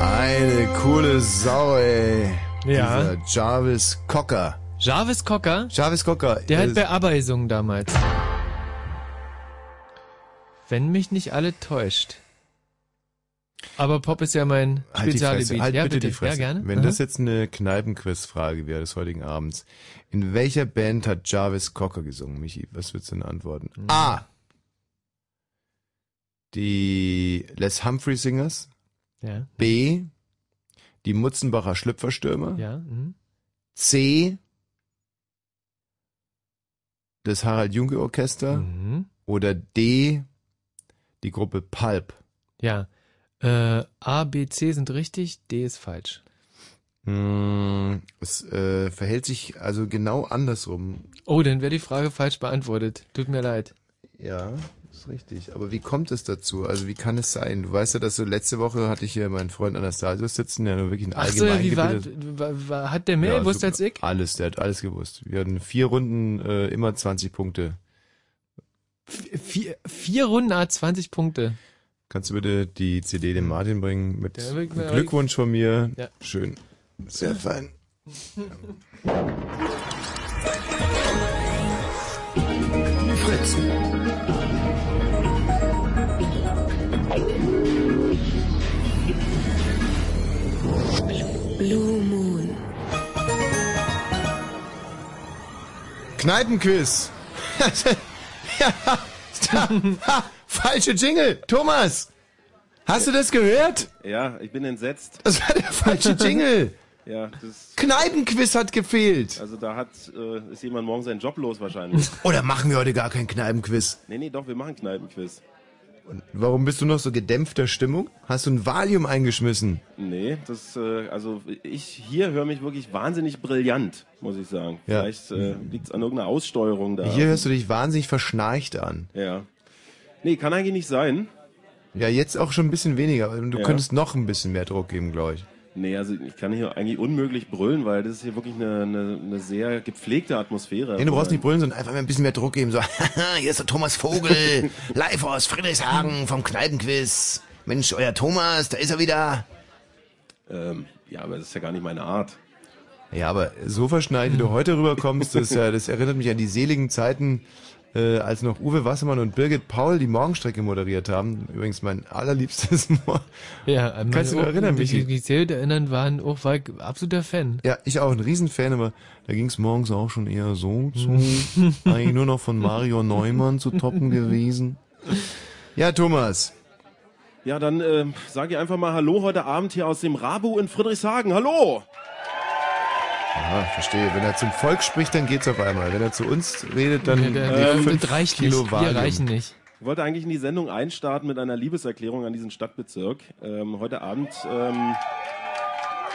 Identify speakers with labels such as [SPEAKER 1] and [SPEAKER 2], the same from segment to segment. [SPEAKER 1] Eine coole Sau, ey.
[SPEAKER 2] Ja.
[SPEAKER 1] Dieser Jarvis Cocker.
[SPEAKER 2] Jarvis Cocker?
[SPEAKER 1] Jarvis Cocker. äh,
[SPEAKER 2] Der hat
[SPEAKER 1] ist-
[SPEAKER 2] bei ABBA gesungen damals. Wenn mich nicht alle täuscht. Aber Pop ist ja mein
[SPEAKER 1] Halt die Fresse,
[SPEAKER 2] Spezialgebiet.
[SPEAKER 1] halt
[SPEAKER 2] ja,
[SPEAKER 1] bitte, die Fresse.
[SPEAKER 2] Ja, gerne.
[SPEAKER 1] Wenn
[SPEAKER 2] Aha.
[SPEAKER 1] das jetzt eine Kneipenquiz-Frage wäre des heutigen Abends, in welcher Band hat Jarvis Cocker gesungen, Michi? Was würdest du denn antworten?
[SPEAKER 2] Mhm.
[SPEAKER 1] A. Die Les Humphrey Singers.
[SPEAKER 2] Ja.
[SPEAKER 1] B. Die Mutzenbacher Schlüpferstürmer.
[SPEAKER 2] Ja. Mhm.
[SPEAKER 1] C. Das Harald Junke Orchester.
[SPEAKER 2] Mhm.
[SPEAKER 1] Oder D. Die Gruppe Pulp.
[SPEAKER 2] Ja. Äh, A, B, C sind richtig, D ist falsch.
[SPEAKER 1] Hm, es äh, verhält sich also genau andersrum.
[SPEAKER 2] Oh, dann wäre die Frage falsch beantwortet. Tut mir leid.
[SPEAKER 1] Ja, ist richtig. Aber wie kommt es dazu? Also wie kann es sein? Du weißt ja, dass so letzte Woche hatte ich hier meinen Freund Anastasius sitzen, der nur wirklich ein
[SPEAKER 2] Ach so,
[SPEAKER 1] allgemein
[SPEAKER 2] wie war, war, war, hat der mehr gewusst als ich?
[SPEAKER 1] Alles, der hat alles gewusst. Wir hatten vier Runden äh, immer 20 Punkte.
[SPEAKER 2] Vier, vier Runden A 20 Punkte.
[SPEAKER 1] Kannst du bitte die CD dem Martin bringen mit
[SPEAKER 2] Der will-
[SPEAKER 1] Glückwunsch von mir?
[SPEAKER 2] Ja.
[SPEAKER 1] Schön. Sehr fein.
[SPEAKER 3] Fritz.
[SPEAKER 4] Blue Moon.
[SPEAKER 1] Kneipenquiz. ja, ha, falsche Jingle. Thomas, hast du das gehört?
[SPEAKER 5] Ja, ich bin entsetzt.
[SPEAKER 1] Das war der falsche Jingle.
[SPEAKER 5] Ja, das,
[SPEAKER 1] Kneipenquiz hat gefehlt.
[SPEAKER 5] also da hat, äh, ist jemand morgen seinen Job los wahrscheinlich.
[SPEAKER 1] Oder machen wir heute gar kein Kneipenquiz?
[SPEAKER 5] nee, nee, doch, wir machen Kneipenquiz.
[SPEAKER 1] Warum bist du noch so gedämpfter Stimmung? Hast du ein Valium eingeschmissen?
[SPEAKER 5] Nee, das, äh, also ich hier höre mich wirklich wahnsinnig brillant, muss ich sagen.
[SPEAKER 1] Ja.
[SPEAKER 5] Vielleicht äh, liegt es an irgendeiner Aussteuerung da.
[SPEAKER 1] Hier hörst du dich wahnsinnig verschnarcht an.
[SPEAKER 5] Ja. Nee, kann eigentlich nicht sein.
[SPEAKER 1] Ja, jetzt auch schon ein bisschen weniger. aber Du
[SPEAKER 5] Ja.
[SPEAKER 1] könntest noch ein bisschen mehr Druck geben, glaube ich.
[SPEAKER 5] Nee, also ich kann hier eigentlich unmöglich brüllen, weil das ist hier wirklich eine, eine, eine sehr gepflegte Atmosphäre.
[SPEAKER 1] Nee, du brauchst nicht brüllen, sondern einfach mal ein bisschen mehr Druck geben. So, haha, hier ist der Thomas Vogel, live aus Friedrichshagen vom Kneipenquiz. Mensch, euer Thomas, da ist er wieder.
[SPEAKER 5] Ähm, ja, aber das ist ja gar nicht meine Art.
[SPEAKER 1] Ja, aber so verschneit, wie du heute rüberkommst, das, ist ja, das erinnert mich an die seligen Zeiten, äh, als noch Uwe Wassermann und Birgit Paul die Morgenstrecke moderiert haben. Übrigens mein allerliebstes Mor
[SPEAKER 2] Ja, an
[SPEAKER 1] Kannst du
[SPEAKER 2] meine
[SPEAKER 1] dich erinnern,
[SPEAKER 2] Ohren, die-
[SPEAKER 1] Michi?
[SPEAKER 2] Die Gesellten erinnern waren auch, war ich absoluter Fan.
[SPEAKER 1] Ja, ich auch, ein Riesenfan, aber da ging's morgens auch schon eher so zu.
[SPEAKER 2] Hm.
[SPEAKER 1] Eigentlich nur noch von Mario Neumann zu toppen gewesen. Ja, Thomas.
[SPEAKER 5] Ja, dann ähm, sage ich einfach mal Hallo heute Abend hier aus dem Rabu in Friedrichshagen. Hallo!
[SPEAKER 1] Ah, verstehe. Wenn er zum Volk spricht, dann geht's auf einmal. Wenn er zu uns redet, dann
[SPEAKER 2] Ja, der, der,
[SPEAKER 1] fünf
[SPEAKER 2] das reicht
[SPEAKER 1] Kilo
[SPEAKER 2] nicht.
[SPEAKER 1] Valium.
[SPEAKER 2] Wir reichen nicht.
[SPEAKER 5] Ich wollte eigentlich in die Sendung einstarten mit einer Liebeserklärung an diesen Stadtbezirk. Ähm, heute Abend ähm,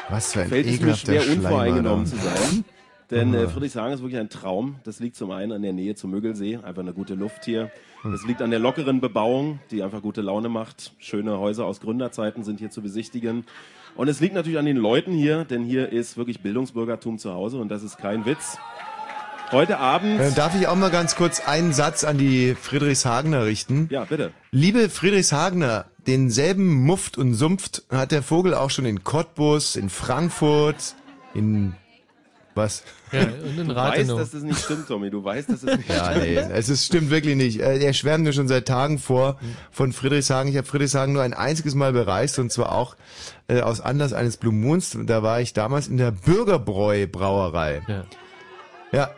[SPEAKER 1] Was für ein
[SPEAKER 5] fällt es mir
[SPEAKER 1] ekelhafter Hm.
[SPEAKER 5] schwer, unvoreingenommen zu
[SPEAKER 1] Schleim,
[SPEAKER 5] sein. Denn äh, Friedrichshagen ist wirklich ein Traum. Das liegt zum einen an der Nähe zum Mögelsee, einfach eine gute Luft hier. Das liegt an der lockeren Bebauung, die einfach gute Laune macht. Schöne Häuser aus Gründerzeiten sind hier zu besichtigen. Und es liegt natürlich an den Leuten hier, denn hier ist wirklich Bildungsbürgertum zu Hause und das ist kein Witz. Heute Abend,
[SPEAKER 1] Alter. Äh, Darf ich auch mal ganz kurz einen Satz an die Friedrichshagener richten?
[SPEAKER 5] ja bitte.
[SPEAKER 1] Liebe Friedrichshagener, denselben Muft und Sumpft hat der Vogel auch schon in Cottbus, in Frankfurt, in was?
[SPEAKER 2] Ja, und in
[SPEAKER 5] Du weißt,
[SPEAKER 2] Rathenow.
[SPEAKER 5] dass das nicht stimmt, Tommy. Du weißt, dass das nicht
[SPEAKER 1] Ja,
[SPEAKER 5] stimmt.
[SPEAKER 1] nee, es ist, stimmt wirklich nicht. Äh, Er schwärmt mir schon seit Tagen vor von Friedrichshagen. Ich habe Friedrichshagen nur ein einziges Mal bereist und zwar auch äh, aus Anlass eines Blue Moons. Da war ich damals in der Bürgerbräu-Brauerei.
[SPEAKER 2] Ja.
[SPEAKER 1] Ja,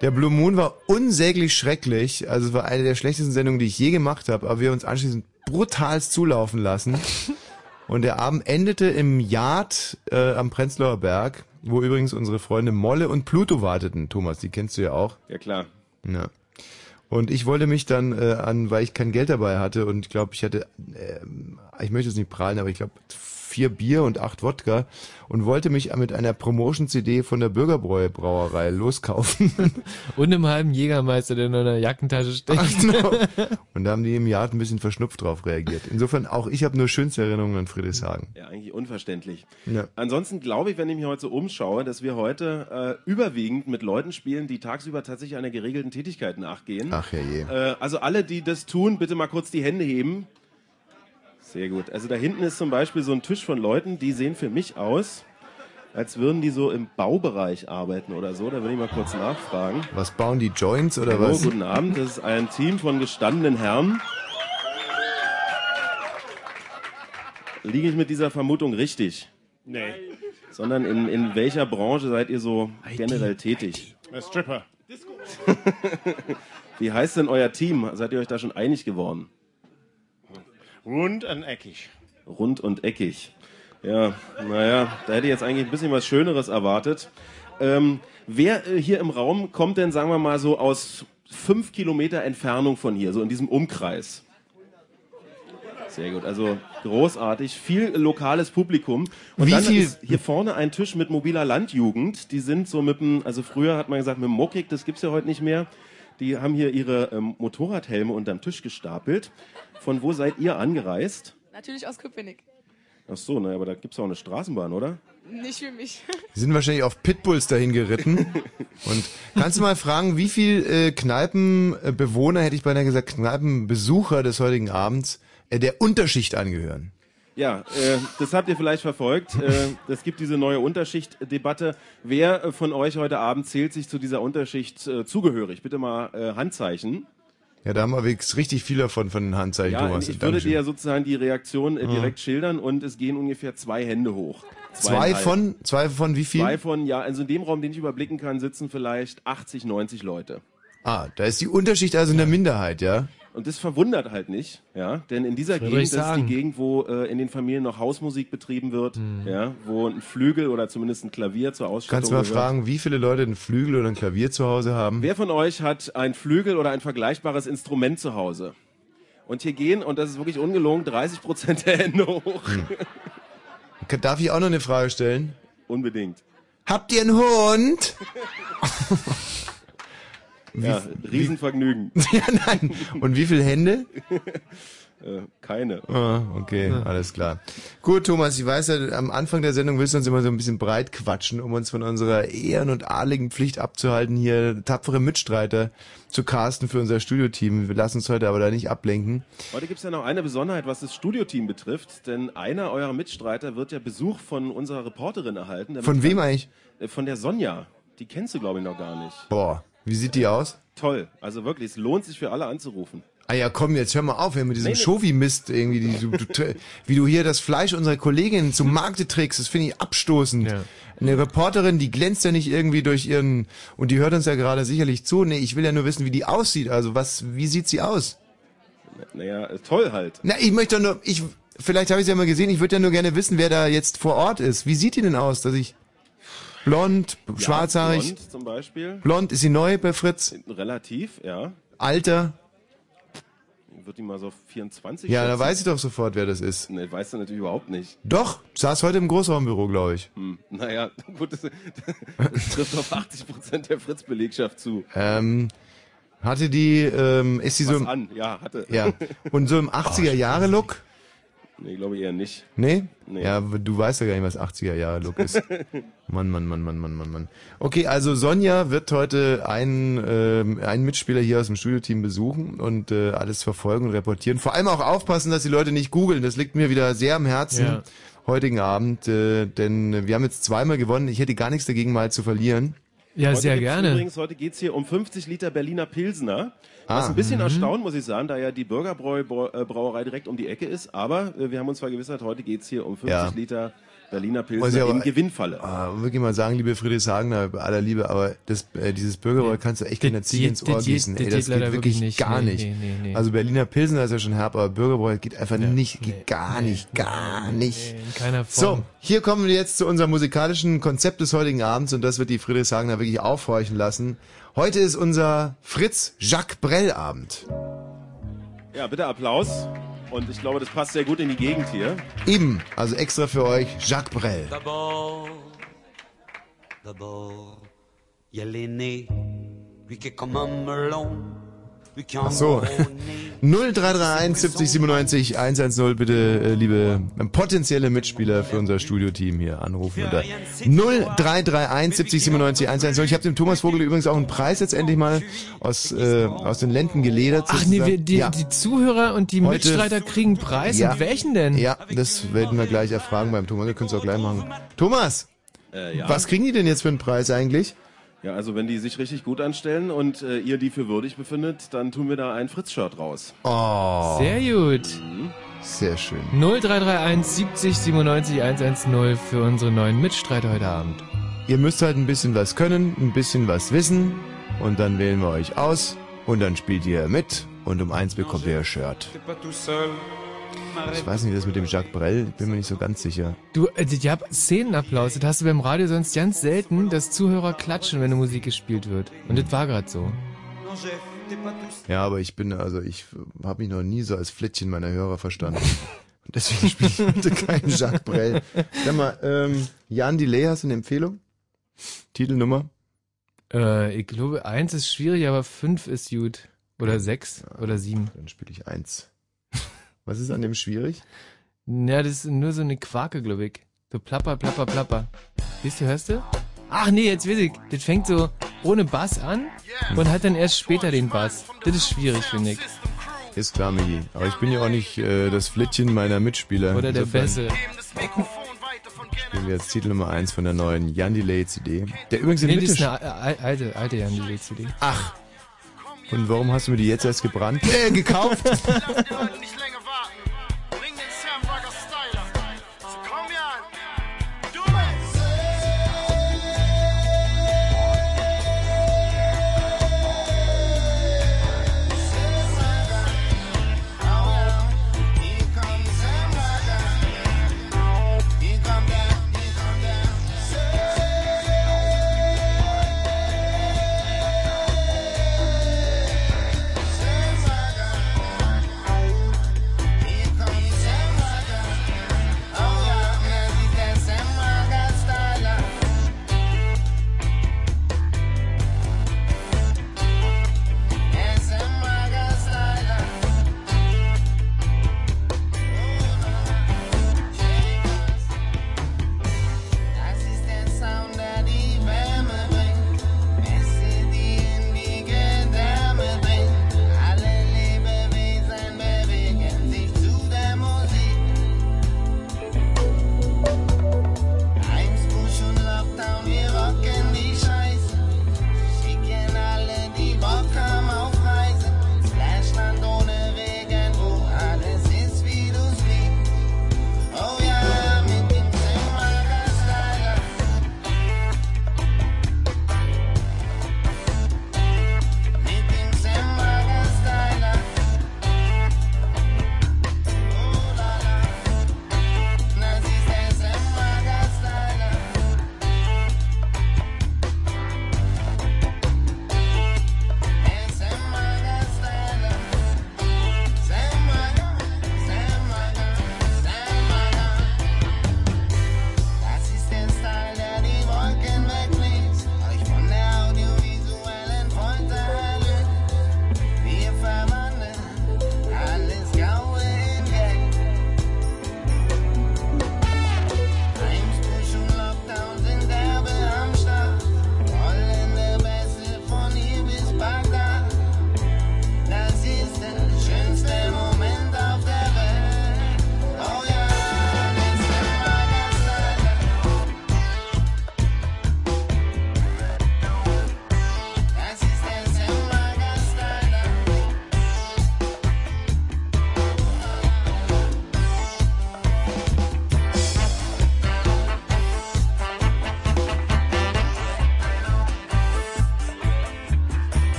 [SPEAKER 1] der Blue Moon war unsäglich schrecklich. Also es war eine der schlechtesten Sendungen, die ich je gemacht habe. Aber wir haben uns anschließend brutals zulaufen lassen. Und der Abend endete im Yard äh, am Prenzlauer Berg, wo übrigens unsere Freunde Molle und Pluto warteten. Thomas, die kennst du ja auch.
[SPEAKER 5] Ja klar.
[SPEAKER 1] Ja. Und ich wollte mich dann äh, an, weil ich kein Geld dabei hatte und ich glaube, ich hatte, ähm, ich möchte es nicht prahlen, aber ich glaube vier Bier und acht Wodka und wollte mich mit einer Promotion-CD von der Bürgerbräu Brauerei loskaufen.
[SPEAKER 2] Und im halben Jägermeister, der in einer Jackentasche steckt.
[SPEAKER 1] und da haben die im Jahr ein bisschen verschnupft drauf reagiert. Insofern auch ich habe nur schönste Erinnerungen an Friedrichshagen.
[SPEAKER 5] Ja, eigentlich unverständlich.
[SPEAKER 1] Ja.
[SPEAKER 5] Ansonsten glaube ich, wenn ich mich heute so umschaue, dass wir heute äh, überwiegend mit Leuten spielen, die tagsüber tatsächlich einer geregelten Tätigkeit nachgehen.
[SPEAKER 1] Ach Ah, ja je.
[SPEAKER 5] Äh, also alle, die das tun, bitte mal kurz die Hände heben. Sehr gut. Also da hinten ist zum Beispiel so ein Tisch von Leuten, die sehen für mich aus, als würden die so im Baubereich arbeiten oder so. Da will ich mal kurz nachfragen.
[SPEAKER 1] Was bauen die Joints oder
[SPEAKER 5] Hallo,
[SPEAKER 1] was?
[SPEAKER 5] guten Abend. Das ist ein Team von gestandenen Herren. Liege ich mit dieser Vermutung richtig?
[SPEAKER 4] Nee.
[SPEAKER 5] Sondern in, in welcher Branche seid ihr so generell tätig?
[SPEAKER 4] Ein Stripper.
[SPEAKER 5] Wie heißt denn euer Team? Seid ihr euch da schon einig geworden?
[SPEAKER 4] Rund und eckig.
[SPEAKER 5] Rund und eckig. Ja, naja, da hätte ich jetzt eigentlich ein bisschen was Schöneres erwartet. Ähm, wer äh, hier im Raum kommt denn, sagen wir mal, so aus fünf Kilometer Entfernung von hier, so in diesem Umkreis? Sehr gut, also großartig, viel lokales Publikum. Und
[SPEAKER 1] Wie
[SPEAKER 5] dann
[SPEAKER 1] viel-
[SPEAKER 5] ist hier vorne ein Tisch mit mobiler Landjugend. Die sind so mit dem, also früher hat man gesagt, mit dem Mokik, das gibt's ja heute nicht mehr. Die haben hier ihre ähm, Motorradhelme unterm Tisch gestapelt. Von wo seid ihr angereist?
[SPEAKER 6] Natürlich aus Köpenick.
[SPEAKER 5] Ach so, naja, aber da gibt's auch eine Straßenbahn, oder?
[SPEAKER 6] Nicht für mich.
[SPEAKER 1] Die sind wahrscheinlich auf Pitbulls dahin geritten. Und kannst du mal fragen, wie viel äh, Kneipenbewohner, hätte ich beinahe gesagt, Kneipenbesucher des heutigen Abends, äh, der Unterschicht angehören?
[SPEAKER 5] Ja, äh, das habt ihr vielleicht verfolgt. Äh, es gibt diese neue Unterschichtdebatte. Wer äh, von euch heute Abend zählt sich zu dieser Unterschicht äh, zugehörig? Bitte mal äh, Handzeichen.
[SPEAKER 1] Ja, da haben wir wirklich richtig viel davon von den Handzeichen,
[SPEAKER 5] Ja,
[SPEAKER 1] Thomas.
[SPEAKER 5] ich würde
[SPEAKER 1] Dankeschön.
[SPEAKER 5] dir ja sozusagen die Reaktion äh,
[SPEAKER 1] Ah.
[SPEAKER 5] direkt schildern und es gehen ungefähr zwei Hände hoch.
[SPEAKER 1] zwei
[SPEAKER 5] Zweieinhalb.
[SPEAKER 1] von, zwei von wie viel?
[SPEAKER 5] Zwei von, ja, also in dem Raum, den ich überblicken kann, sitzen vielleicht 80, 90 Leute.
[SPEAKER 1] Ah, da ist die Unterschicht also in der Minderheit, ja?
[SPEAKER 5] Und das verwundert halt nicht, ja, denn in dieser
[SPEAKER 1] Das würde ich
[SPEAKER 5] Gegend, das ist die
[SPEAKER 1] sagen. Mhm.
[SPEAKER 5] Gegend, wo äh, in den Familien noch Hausmusik betrieben wird, ja, wo ein Flügel oder zumindest ein Klavier zur Ausstattung
[SPEAKER 1] Kannst du mal
[SPEAKER 5] gehört.
[SPEAKER 1] fragen, wie viele Leute einen Flügel oder ein Klavier zu Hause haben?
[SPEAKER 5] Wer von euch hat ein Flügel oder ein vergleichbares Instrument zu Hause? Und hier gehen, und das ist wirklich ungelogen, 30 Prozent der Hände hoch.
[SPEAKER 1] Ka- Darf ich auch noch eine Frage stellen?
[SPEAKER 5] Unbedingt.
[SPEAKER 1] Habt ihr einen Hund?
[SPEAKER 5] Ja, Riesenvergnügen.
[SPEAKER 1] ja, nein. Und wie viele Hände?
[SPEAKER 5] äh, keine.
[SPEAKER 1] Hm. Ah, okay,
[SPEAKER 5] Ja.
[SPEAKER 1] alles klar. Gut, Thomas, ich weiß ja, am Anfang der Sendung willst du uns immer so ein bisschen breit quatschen, um uns von unserer ehren- und adligen Pflicht abzuhalten, hier tapfere Mitstreiter zu casten für unser Studioteam. Wir lassen uns heute aber da nicht ablenken.
[SPEAKER 5] Heute gibt es ja noch eine Besonderheit, was das Studioteam betrifft, denn einer eurer Mitstreiter wird ja Besuch von unserer Reporterin erhalten. damit-
[SPEAKER 1] Von wem eigentlich?
[SPEAKER 5] Äh, Von der Sonja. Die kennst du, glaube ich, noch gar nicht.
[SPEAKER 1] Boah, wie sieht die aus?
[SPEAKER 5] Toll. Also wirklich, es lohnt sich für alle anzurufen.
[SPEAKER 1] Ah ja, komm, jetzt hör mal auf, hör mit diesem
[SPEAKER 5] Nee, nee.
[SPEAKER 1] Schovi-Mist irgendwie, die, du, du, tr- wie du hier das Fleisch unserer Kollegin zum Markte trägst, das finde ich abstoßend. Eine Reporterin, die glänzt ja nicht irgendwie durch ihren, und die hört uns ja gerade sicherlich zu, nee, ich will ja nur wissen, wie die aussieht, also was, wie sieht sie aus?
[SPEAKER 5] Naja, äh, toll halt.
[SPEAKER 1] Na, ich möchte doch nur, ich, vielleicht habe ich sie ja mal gesehen, ich würde ja nur gerne wissen, wer da jetzt vor Ort ist. Wie sieht die denn aus, dass ich, blond, schwarzhaarig, blond.
[SPEAKER 5] Blond zum Beispiel.
[SPEAKER 1] ist sie neu bei Fritz,
[SPEAKER 5] Relativ, ja.
[SPEAKER 1] alter,
[SPEAKER 5] Wird die mal so 24?
[SPEAKER 1] ja, da
[SPEAKER 5] schätzen?
[SPEAKER 1] weiß ich doch sofort, wer das ist.
[SPEAKER 5] Nee, weißt du natürlich überhaupt nicht.
[SPEAKER 1] Doch, saß heute im Großraumbüro, glaube ich.
[SPEAKER 5] Hm. Naja, gut, das, das trifft auf 80 Prozent der Fritz-Belegschaft zu.
[SPEAKER 1] Ähm, hatte die, ähm, ist sie so
[SPEAKER 5] Was
[SPEAKER 1] im,
[SPEAKER 5] an? Ja, hatte.
[SPEAKER 1] ja, und so im 80er-Jahre-Look?
[SPEAKER 5] Nee, glaube ich eher nicht.
[SPEAKER 1] Nee?
[SPEAKER 5] Nee.
[SPEAKER 1] Ja, aber du weißt ja gar nicht, was 80er-Jahre-Look ist. Mann, Mann, Mann, Mann, Mann, Mann, Mann. Okay, also Sonja wird heute einen, ähm, einen Mitspieler hier aus dem Studioteam besuchen und äh, alles verfolgen und reportieren. Vor allem auch aufpassen, dass die Leute nicht googeln. Das liegt mir wieder sehr am Herzen.
[SPEAKER 2] Ja.
[SPEAKER 1] Heutigen Abend, äh, denn wir haben jetzt zweimal gewonnen. Ich hätte gar nichts dagegen, mal zu verlieren.
[SPEAKER 2] Ja,
[SPEAKER 5] Heute
[SPEAKER 2] sehr
[SPEAKER 5] gibt's
[SPEAKER 2] gerne.
[SPEAKER 5] Übrigens, heute geht's hier um 50 Liter Berliner Pilsner. Was
[SPEAKER 1] Ah.
[SPEAKER 5] ein bisschen erstaunt, muss ich sagen, da ja die Bürgerbräu- Brau- äh, Brauerei direkt um die Ecke ist. Aber äh, wir haben uns vergewissert, heute geht's hier um 50
[SPEAKER 1] Ja.
[SPEAKER 5] Liter Berliner
[SPEAKER 1] Muss ich
[SPEAKER 5] Pilsner
[SPEAKER 1] aber-
[SPEAKER 5] im Gewinnfalle.
[SPEAKER 1] Ah, wirklich mal sagen, liebe Friedrichshagener, bei aller Liebe, aber das, äh, dieses Bürgerroll kannst du echt keiner Ziege
[SPEAKER 2] geht-
[SPEAKER 1] ins Ohr
[SPEAKER 2] das geht-
[SPEAKER 1] gießen.
[SPEAKER 2] das
[SPEAKER 1] Ey,
[SPEAKER 2] geht
[SPEAKER 1] das geht
[SPEAKER 2] leider
[SPEAKER 1] wirklich
[SPEAKER 2] wirklich nicht.
[SPEAKER 1] gar
[SPEAKER 2] Nee,
[SPEAKER 1] nicht.
[SPEAKER 2] nee, nee, nee.
[SPEAKER 1] Also Berliner Pilsener ist ja schon herb, aber Bürgerroll geht einfach nicht, geht gar nicht, gar nicht.
[SPEAKER 2] In keiner Form.
[SPEAKER 1] So, hier kommen wir jetzt zu unserem musikalischen Konzept des heutigen Abends und das wird die Friedrichshagener wirklich aufhorchen lassen. Heute ist unser Fritz-Jacques-Brell-Abend.
[SPEAKER 5] Ja, bitte Applaus. Und ich glaube, das passt sehr gut in die Gegend hier.
[SPEAKER 1] Eben, also extra für euch, Jacques Brel.
[SPEAKER 7] D'abord, d'abord, il y a l'aîné, lui qui est comme un melon, lui qui en
[SPEAKER 1] Ach so. 0331 70 97 110 bitte, äh, liebe potenzielle Mitspieler für unser Studioteam hier anrufen. Unter 0331 70 97 110. Ich habe dem Thomas Vogel übrigens auch einen Preis jetzt endlich mal aus, äh, aus den Lenden geledert.
[SPEAKER 2] Ach nee, wir,
[SPEAKER 1] sozusagen.
[SPEAKER 2] die,
[SPEAKER 1] ja.
[SPEAKER 2] die Zuhörer und die
[SPEAKER 1] Heute-
[SPEAKER 2] Mitstreiter kriegen einen Preis.
[SPEAKER 1] Ja.
[SPEAKER 2] Und welchen denn?
[SPEAKER 1] ja, das werden wir gleich erfragen beim Thomas. Wir können es auch gleich machen. Thomas, was kriegen die denn jetzt für einen Preis eigentlich?
[SPEAKER 5] Äh, Ja, also wenn die sich richtig gut anstellen und äh, ihr die für würdig befindet, dann tun wir da ein Fritz-Shirt raus.
[SPEAKER 1] Oh,
[SPEAKER 2] Sehr gut.
[SPEAKER 1] sehr schön.
[SPEAKER 2] 0331 70 97 110 für unsere neuen Mitstreiter heute Abend.
[SPEAKER 1] Ihr müsst halt ein bisschen was können, ein bisschen was wissen und dann wählen wir euch aus und dann spielt ihr mit und um eins bekommt ihr ihr Shirt. Ich weiß nicht, das mit dem Jacques Brel, ich bin mir nicht so ganz sicher.
[SPEAKER 2] Du, äh, ich hab Szenenapplaus. Das hast du beim Radio sonst ganz selten, dass Zuhörer klatschen, wenn eine Musik gespielt wird. Und das war gerade so.
[SPEAKER 1] Ja, aber ich bin, also ich habe mich noch nie so als Flittchen meiner Hörer verstanden. Und deswegen spiele ich heute keinen Jacques Brel. Sag mal, ähm, Jan Delay, hast du eine Empfehlung? Titelnummer?
[SPEAKER 2] Äh, ich glaube, eins ist schwierig, aber fünf ist gut. Oder sechs oder sieben.
[SPEAKER 1] Dann spiele ich eins. Was ist an dem schwierig?
[SPEAKER 2] Ja, das ist nur so eine Quake, glaube ich. So plapper, plapper, plapper. Siehst du, hörst du? Ach nee, jetzt weiß ich. Das fängt so ohne Bass an und hat dann erst später den Bass. Das ist schwierig, finde ich.
[SPEAKER 1] Ist klar, Migi. Aber ich bin ja auch nicht äh, das Flittchen meiner Mitspieler.
[SPEAKER 2] Oder der
[SPEAKER 1] Insofern-
[SPEAKER 2] Bässe.
[SPEAKER 1] Spielen wir jetzt Titel Nummer 1 von der neuen Jan Delay CD. Der übrigens in
[SPEAKER 2] Nee, das
[SPEAKER 1] Mitte
[SPEAKER 2] ist eine al- al- alte, alte Jan Delay CD.
[SPEAKER 1] Ach. Und warum hast du mir die jetzt erst gebrannt? Äh, gekauft?
[SPEAKER 7] Here
[SPEAKER 8] Oh, Oh,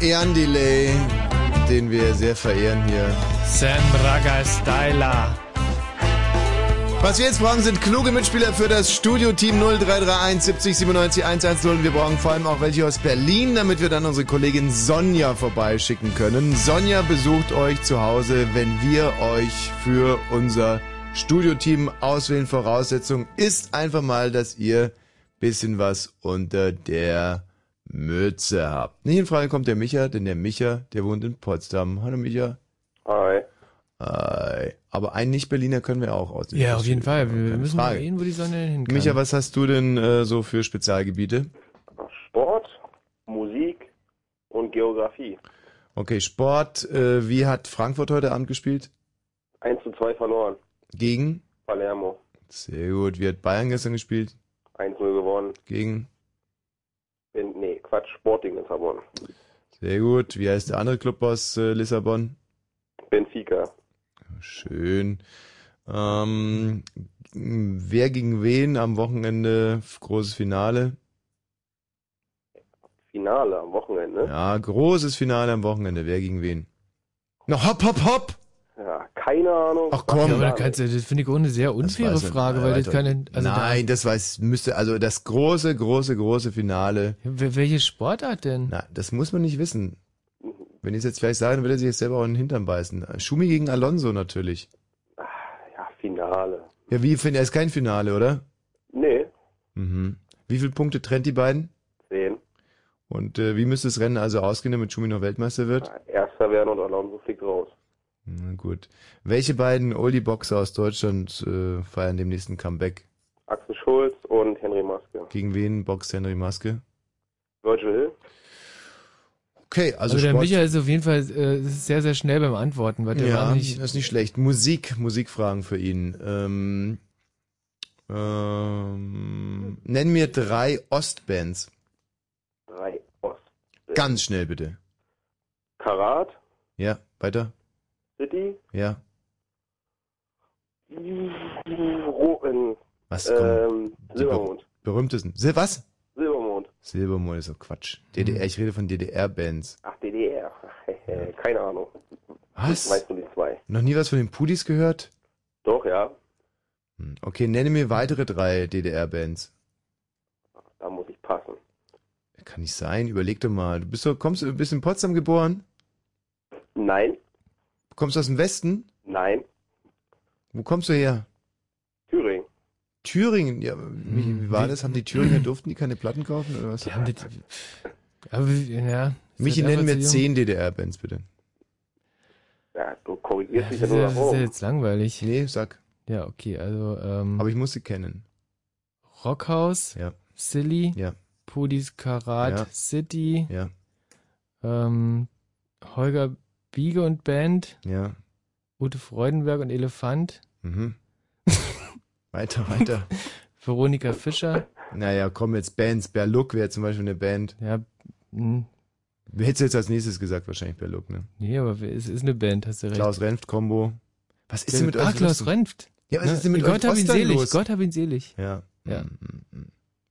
[SPEAKER 1] Jan Delay, den wir sehr verehren hier.
[SPEAKER 2] Sam Ragastyla.
[SPEAKER 1] Was wir jetzt brauchen, sind kluge Mitspieler für das Studio-Team 0331 70 97 110. Wir brauchen vor allem auch welche aus Berlin, damit wir dann unsere Kollegin Sonja vorbeischicken können. Sonja besucht euch zu Hause, wenn wir euch für unser Studio-Team auswählen. Voraussetzung ist einfach mal, dass ihr bisschen was unter der Mütze habt. Nicht in Frage kommt der Micha, denn der Micha, der wohnt in Potsdam. Hallo Micha.
[SPEAKER 7] Hi.
[SPEAKER 1] Hi. Aber einen Nicht-Berliner können wir auch aus.
[SPEAKER 2] Ja, auf jeden Fall. Wir
[SPEAKER 1] Keine
[SPEAKER 2] müssen
[SPEAKER 1] Frage.
[SPEAKER 2] mal sehen, wo die Sonne denn hin kann.
[SPEAKER 1] Micha, was hast du denn äh, so für Spezialgebiete?
[SPEAKER 7] Sport, Musik und Geografie.
[SPEAKER 1] Okay, Sport. Äh, wie hat Frankfurt heute Abend gespielt?
[SPEAKER 7] 1 zu 2 verloren.
[SPEAKER 1] Gegen?
[SPEAKER 7] Palermo.
[SPEAKER 1] Sehr gut. Wie hat Bayern gestern gespielt?
[SPEAKER 7] 1-0 gewonnen.
[SPEAKER 1] Gegen?
[SPEAKER 7] In, nee, Quatsch, Sporting in Lissabon.
[SPEAKER 1] Sehr gut. Wie heißt der andere Club aus äh, Lissabon?
[SPEAKER 7] Benfica.
[SPEAKER 1] Schön. Ähm, wer gegen wen am Wochenende? F- Großes Finale.
[SPEAKER 7] Finale am Wochenende.
[SPEAKER 1] Ja, großes Finale am Wochenende. Wer gegen wen? Na, hopp, hopp, hopp!
[SPEAKER 7] Ja, keine Ahnung.
[SPEAKER 1] Ach komm.
[SPEAKER 2] Ja, aber da kannst du, das finde ich auch eine sehr unfaire
[SPEAKER 1] weiß er-
[SPEAKER 2] Frage, weil das
[SPEAKER 1] Alter.
[SPEAKER 2] keine. Also
[SPEAKER 1] Äh, Nein, das weiß, müsste, also das große, große, große Finale.
[SPEAKER 2] Da, w- welche Sportart denn?
[SPEAKER 1] Na, das muss man nicht wissen. Wenn ich es jetzt vielleicht sage, dann wird er sich jetzt selber auch in den Hintern beißen. Schumi gegen Alonso natürlich.
[SPEAKER 7] Ah, Ja, Finale.
[SPEAKER 1] Ja, wie finde er ist kein Finale, oder?
[SPEAKER 7] Nee,
[SPEAKER 1] Mhm. Wie viele Punkte trennt die beiden?
[SPEAKER 7] 10.
[SPEAKER 1] Und äh, wie müsste das Rennen also ausgehen, damit Schumi noch Weltmeister wird?
[SPEAKER 7] Erster werden und Alonso fliegt raus.
[SPEAKER 1] Na gut. Welche beiden Oldie-Boxer aus Deutschland äh, feiern demnächst ein Comeback?
[SPEAKER 7] Axel Schulz und Henry Maske.
[SPEAKER 1] Gegen wen boxt Henry Maske?
[SPEAKER 7] Virgil Hill.
[SPEAKER 1] Okay, also,
[SPEAKER 2] Also, der
[SPEAKER 1] Sport.
[SPEAKER 2] Micha ist auf jeden Fall äh, ist sehr, sehr schnell beim Antworten, weil der
[SPEAKER 1] ja,
[SPEAKER 2] war nicht.
[SPEAKER 1] das ist nicht schlecht. Musik, Musikfragen für ihn. Ähm, ähm, nenn mir drei Ostbands.
[SPEAKER 7] Drei Ost.
[SPEAKER 1] Ganz schnell bitte.
[SPEAKER 7] Karat,
[SPEAKER 1] Ja, weiter.
[SPEAKER 7] City,
[SPEAKER 1] Ja.
[SPEAKER 7] Roten,
[SPEAKER 1] Was? Komm,
[SPEAKER 7] ähm,
[SPEAKER 1] die
[SPEAKER 7] Silbermond.
[SPEAKER 1] berühmtesten. Sil was?
[SPEAKER 7] Silbermond.
[SPEAKER 1] Silbermond ist so Quatsch.
[SPEAKER 2] Mhm.
[SPEAKER 1] DDR, ich rede von DDR-Bands.
[SPEAKER 7] Ach, DDR. Keine Ahnung.
[SPEAKER 1] Was?
[SPEAKER 7] Weißt du die zwei?
[SPEAKER 1] Noch nie was von den Pudis gehört?
[SPEAKER 7] Doch, ja.
[SPEAKER 1] Hm, Okay, nenne mir weitere drei DDR-Bands.
[SPEAKER 7] Da muss ich passen.
[SPEAKER 1] Kann nicht sein, überleg doch mal. Du bist doch, kommst, bist in Potsdam geboren?
[SPEAKER 7] Nein,
[SPEAKER 1] Kommst aus dem Westen?
[SPEAKER 7] nein,
[SPEAKER 1] Wo kommst du her?
[SPEAKER 7] Thüringen.
[SPEAKER 1] Thüringen, ja, wie, wie war das? Haben die Thüringer, durften die keine Platten kaufen oder was?
[SPEAKER 2] Hm, Die haben das, aber, ja,
[SPEAKER 1] Michi,
[SPEAKER 2] ist halt
[SPEAKER 1] nennen
[SPEAKER 2] einfach
[SPEAKER 1] mir
[SPEAKER 2] zu jung.
[SPEAKER 1] zehn DDR-Bands bitte.
[SPEAKER 7] Ja, du korrigierst dich ja
[SPEAKER 2] Das ist,
[SPEAKER 7] nur
[SPEAKER 2] ja,
[SPEAKER 7] nach
[SPEAKER 2] das ist ja
[SPEAKER 7] oben.
[SPEAKER 2] jetzt langweilig.
[SPEAKER 1] Nee, sag.
[SPEAKER 2] Ja, okay, also ähm,
[SPEAKER 1] Aber ich muss sie kennen.
[SPEAKER 2] Rockhaus,
[SPEAKER 1] Ja.
[SPEAKER 2] Silly,
[SPEAKER 1] Ja.
[SPEAKER 2] Pudis Karat,
[SPEAKER 1] Ja.
[SPEAKER 2] City,
[SPEAKER 1] Ja,
[SPEAKER 2] ähm, Holger Biege und Band,
[SPEAKER 1] ja.
[SPEAKER 2] Ute Freudenberg und Elefant,
[SPEAKER 1] Mhm. weiter, weiter.
[SPEAKER 2] Veronika Fischer,
[SPEAKER 1] Naja, komm jetzt Bands. Berluck wäre zum Beispiel eine Band.
[SPEAKER 2] ja, hm. mh,
[SPEAKER 1] Hättest du jetzt als nächstes gesagt, wahrscheinlich Berluck, ne?
[SPEAKER 2] nee, aber wer- es ist eine Band, hast du recht.
[SPEAKER 1] Klaus Renft Combo. Was ist denn mit
[SPEAKER 2] Ah,
[SPEAKER 1] euch
[SPEAKER 2] Klaus
[SPEAKER 1] los?
[SPEAKER 2] Renft.
[SPEAKER 1] Ja, was
[SPEAKER 2] Ne?
[SPEAKER 1] ist denn mit
[SPEAKER 2] Gott
[SPEAKER 1] euch
[SPEAKER 2] hab ihn
[SPEAKER 1] Ostern
[SPEAKER 2] selig,
[SPEAKER 1] los?
[SPEAKER 2] Gott hab ihn selig.
[SPEAKER 1] Ja.
[SPEAKER 2] Ja.
[SPEAKER 1] Mm, mm, mm.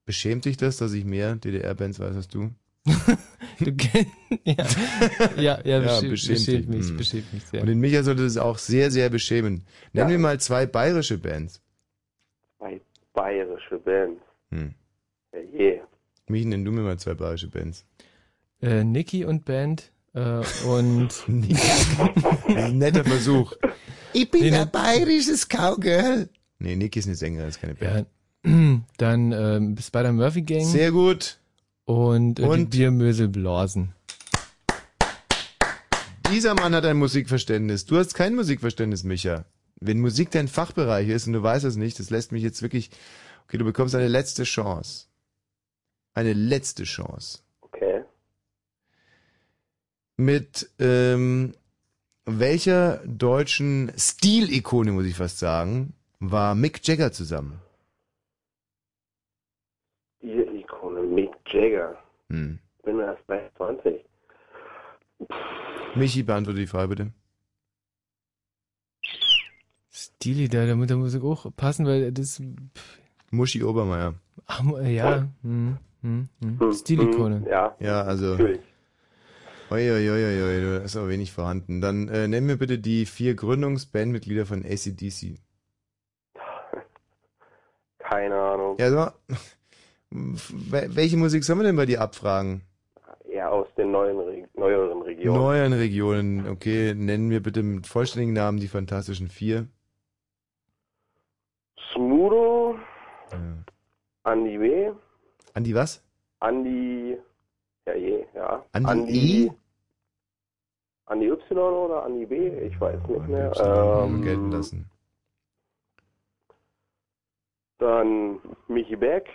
[SPEAKER 1] Beschämt dich das, dass ich mehr DDR-Bands weiß als du?
[SPEAKER 2] Du kenn- ja, ja, ja,
[SPEAKER 1] Ja,
[SPEAKER 2] beschämt,
[SPEAKER 1] beschämt
[SPEAKER 2] beschämt,
[SPEAKER 1] dich,
[SPEAKER 2] mich,
[SPEAKER 1] mm.
[SPEAKER 2] beschämt mich sehr.
[SPEAKER 1] Und den Micha sollte das auch sehr, sehr beschämen. Nennen wir mal zwei bayerische Bands.
[SPEAKER 7] Zwei bayerische Bands.
[SPEAKER 1] Hm.
[SPEAKER 7] Ja, je.
[SPEAKER 1] Michi, nenn du mir mal zwei bayerische Bands.
[SPEAKER 2] Äh, Niki und Band äh, und
[SPEAKER 1] Ein netter Versuch. Ich bin
[SPEAKER 2] Nee, ne-
[SPEAKER 1] bayerisches Cowgirl. Nee, Niki ist eine Sängerin, ist keine Band.
[SPEAKER 2] ja, dann ähm, Spider Murphy Gang
[SPEAKER 1] Sehr gut.
[SPEAKER 2] und, äh,
[SPEAKER 1] Und-
[SPEAKER 2] die Biermösel Blasen.
[SPEAKER 1] Dieser Mann hat ein Musikverständnis. Du hast kein Musikverständnis, Micha. Wenn Musik dein Fachbereich ist und du weißt es nicht, das lässt mich jetzt wirklich. Okay, du bekommst eine letzte Chance. Eine letzte Chance.
[SPEAKER 7] Okay.
[SPEAKER 1] Mit ähm, welcher deutschen Stilikone, muss ich fast sagen, war Mick Jagger zusammen?
[SPEAKER 7] Diese Ikone, Mick Jagger.
[SPEAKER 1] Hm.
[SPEAKER 7] Ich bin erst 23.
[SPEAKER 1] Michi, beantworte die Frage bitte.
[SPEAKER 2] Stili, da, da muss da muss ich auch passen, weil das,
[SPEAKER 1] Muschi Obermeier.
[SPEAKER 2] äh, ach, ja, hm, hm, hm. Stilikone.
[SPEAKER 7] Ja,
[SPEAKER 1] Ja, also
[SPEAKER 7] natürlich.
[SPEAKER 1] Uiuiuiui, da ist aber wenig vorhanden. Dann äh, nenn mir bitte die vier Gründungsbandmitglieder von ACDC.
[SPEAKER 7] Keine Ahnung.
[SPEAKER 1] Ja, sag mal, wel- welche Musik sollen wir denn bei dir abfragen?
[SPEAKER 7] Eher aus den neuen, Re neueren Regionen.
[SPEAKER 1] Neuen Regionen, okay. Nennen mir bitte mit vollständigen Namen die Fantastischen Vier.
[SPEAKER 7] Smudo,
[SPEAKER 1] Ja.
[SPEAKER 7] Andi W.,
[SPEAKER 1] Andi was?
[SPEAKER 7] Andi, ja je, ja.
[SPEAKER 1] Andi, E?
[SPEAKER 7] Andi Y oder Andi B, ich weiß nicht
[SPEAKER 1] Ja,
[SPEAKER 7] mehr.
[SPEAKER 1] das können wir gelten
[SPEAKER 7] Ähm,
[SPEAKER 1] lassen.
[SPEAKER 7] dann Michi Beck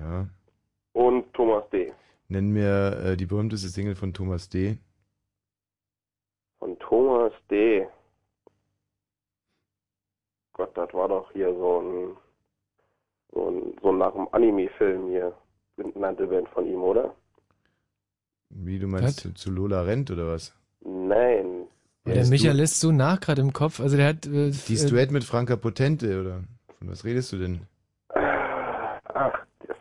[SPEAKER 1] Ja.
[SPEAKER 7] und Thomas D.
[SPEAKER 1] Nenn mir äh, die berühmteste Single von Thomas D.
[SPEAKER 7] Von Thomas D. Gott, das war doch hier so ein, so ein, so ein nach dem Anime-Film hier, nannte Band von ihm, oder?
[SPEAKER 1] Wie du meinst, zu, zu Lola rennt oder was?
[SPEAKER 7] Nein,
[SPEAKER 2] Ja, der
[SPEAKER 1] Das
[SPEAKER 2] Micha
[SPEAKER 1] Du-
[SPEAKER 2] lässt so nach gerade im Kopf. Also der hat. Äh,
[SPEAKER 1] Dieses
[SPEAKER 2] äh,
[SPEAKER 1] Duett mit Franka Potente oder von was redest du denn?
[SPEAKER 7] Ach,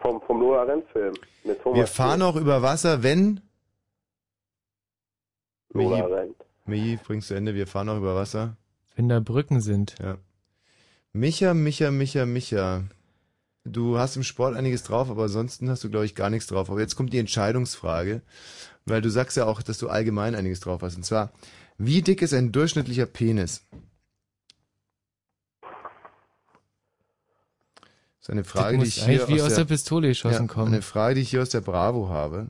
[SPEAKER 7] vom, vom Lola Renn-Film. Mit Thomas
[SPEAKER 1] Wir fahren auch über Wasser, wenn.
[SPEAKER 7] D. Lola
[SPEAKER 1] Michi,
[SPEAKER 7] Renn.
[SPEAKER 1] Michi, bringst zu Ende, wir fahren auch über Wasser.
[SPEAKER 2] wenn da Brücken sind.
[SPEAKER 1] Ja. Micha, Micha, Micha, Micha. Du hast im Sport einiges drauf, aber ansonsten hast du, glaube ich, gar nichts drauf. Aber jetzt kommt die Entscheidungsfrage, weil du sagst ja auch, dass du allgemein einiges drauf hast. Und zwar, wie dick ist ein durchschnittlicher Penis? Das ist eine Frage,
[SPEAKER 2] das
[SPEAKER 1] die
[SPEAKER 2] muss
[SPEAKER 1] ich hier
[SPEAKER 2] eigentlich wie
[SPEAKER 1] aus
[SPEAKER 2] aus der,
[SPEAKER 1] der
[SPEAKER 2] Pistole geschossen
[SPEAKER 1] ja,
[SPEAKER 2] kommen.
[SPEAKER 1] Eine Frage, die ich hier aus der Bravo habe.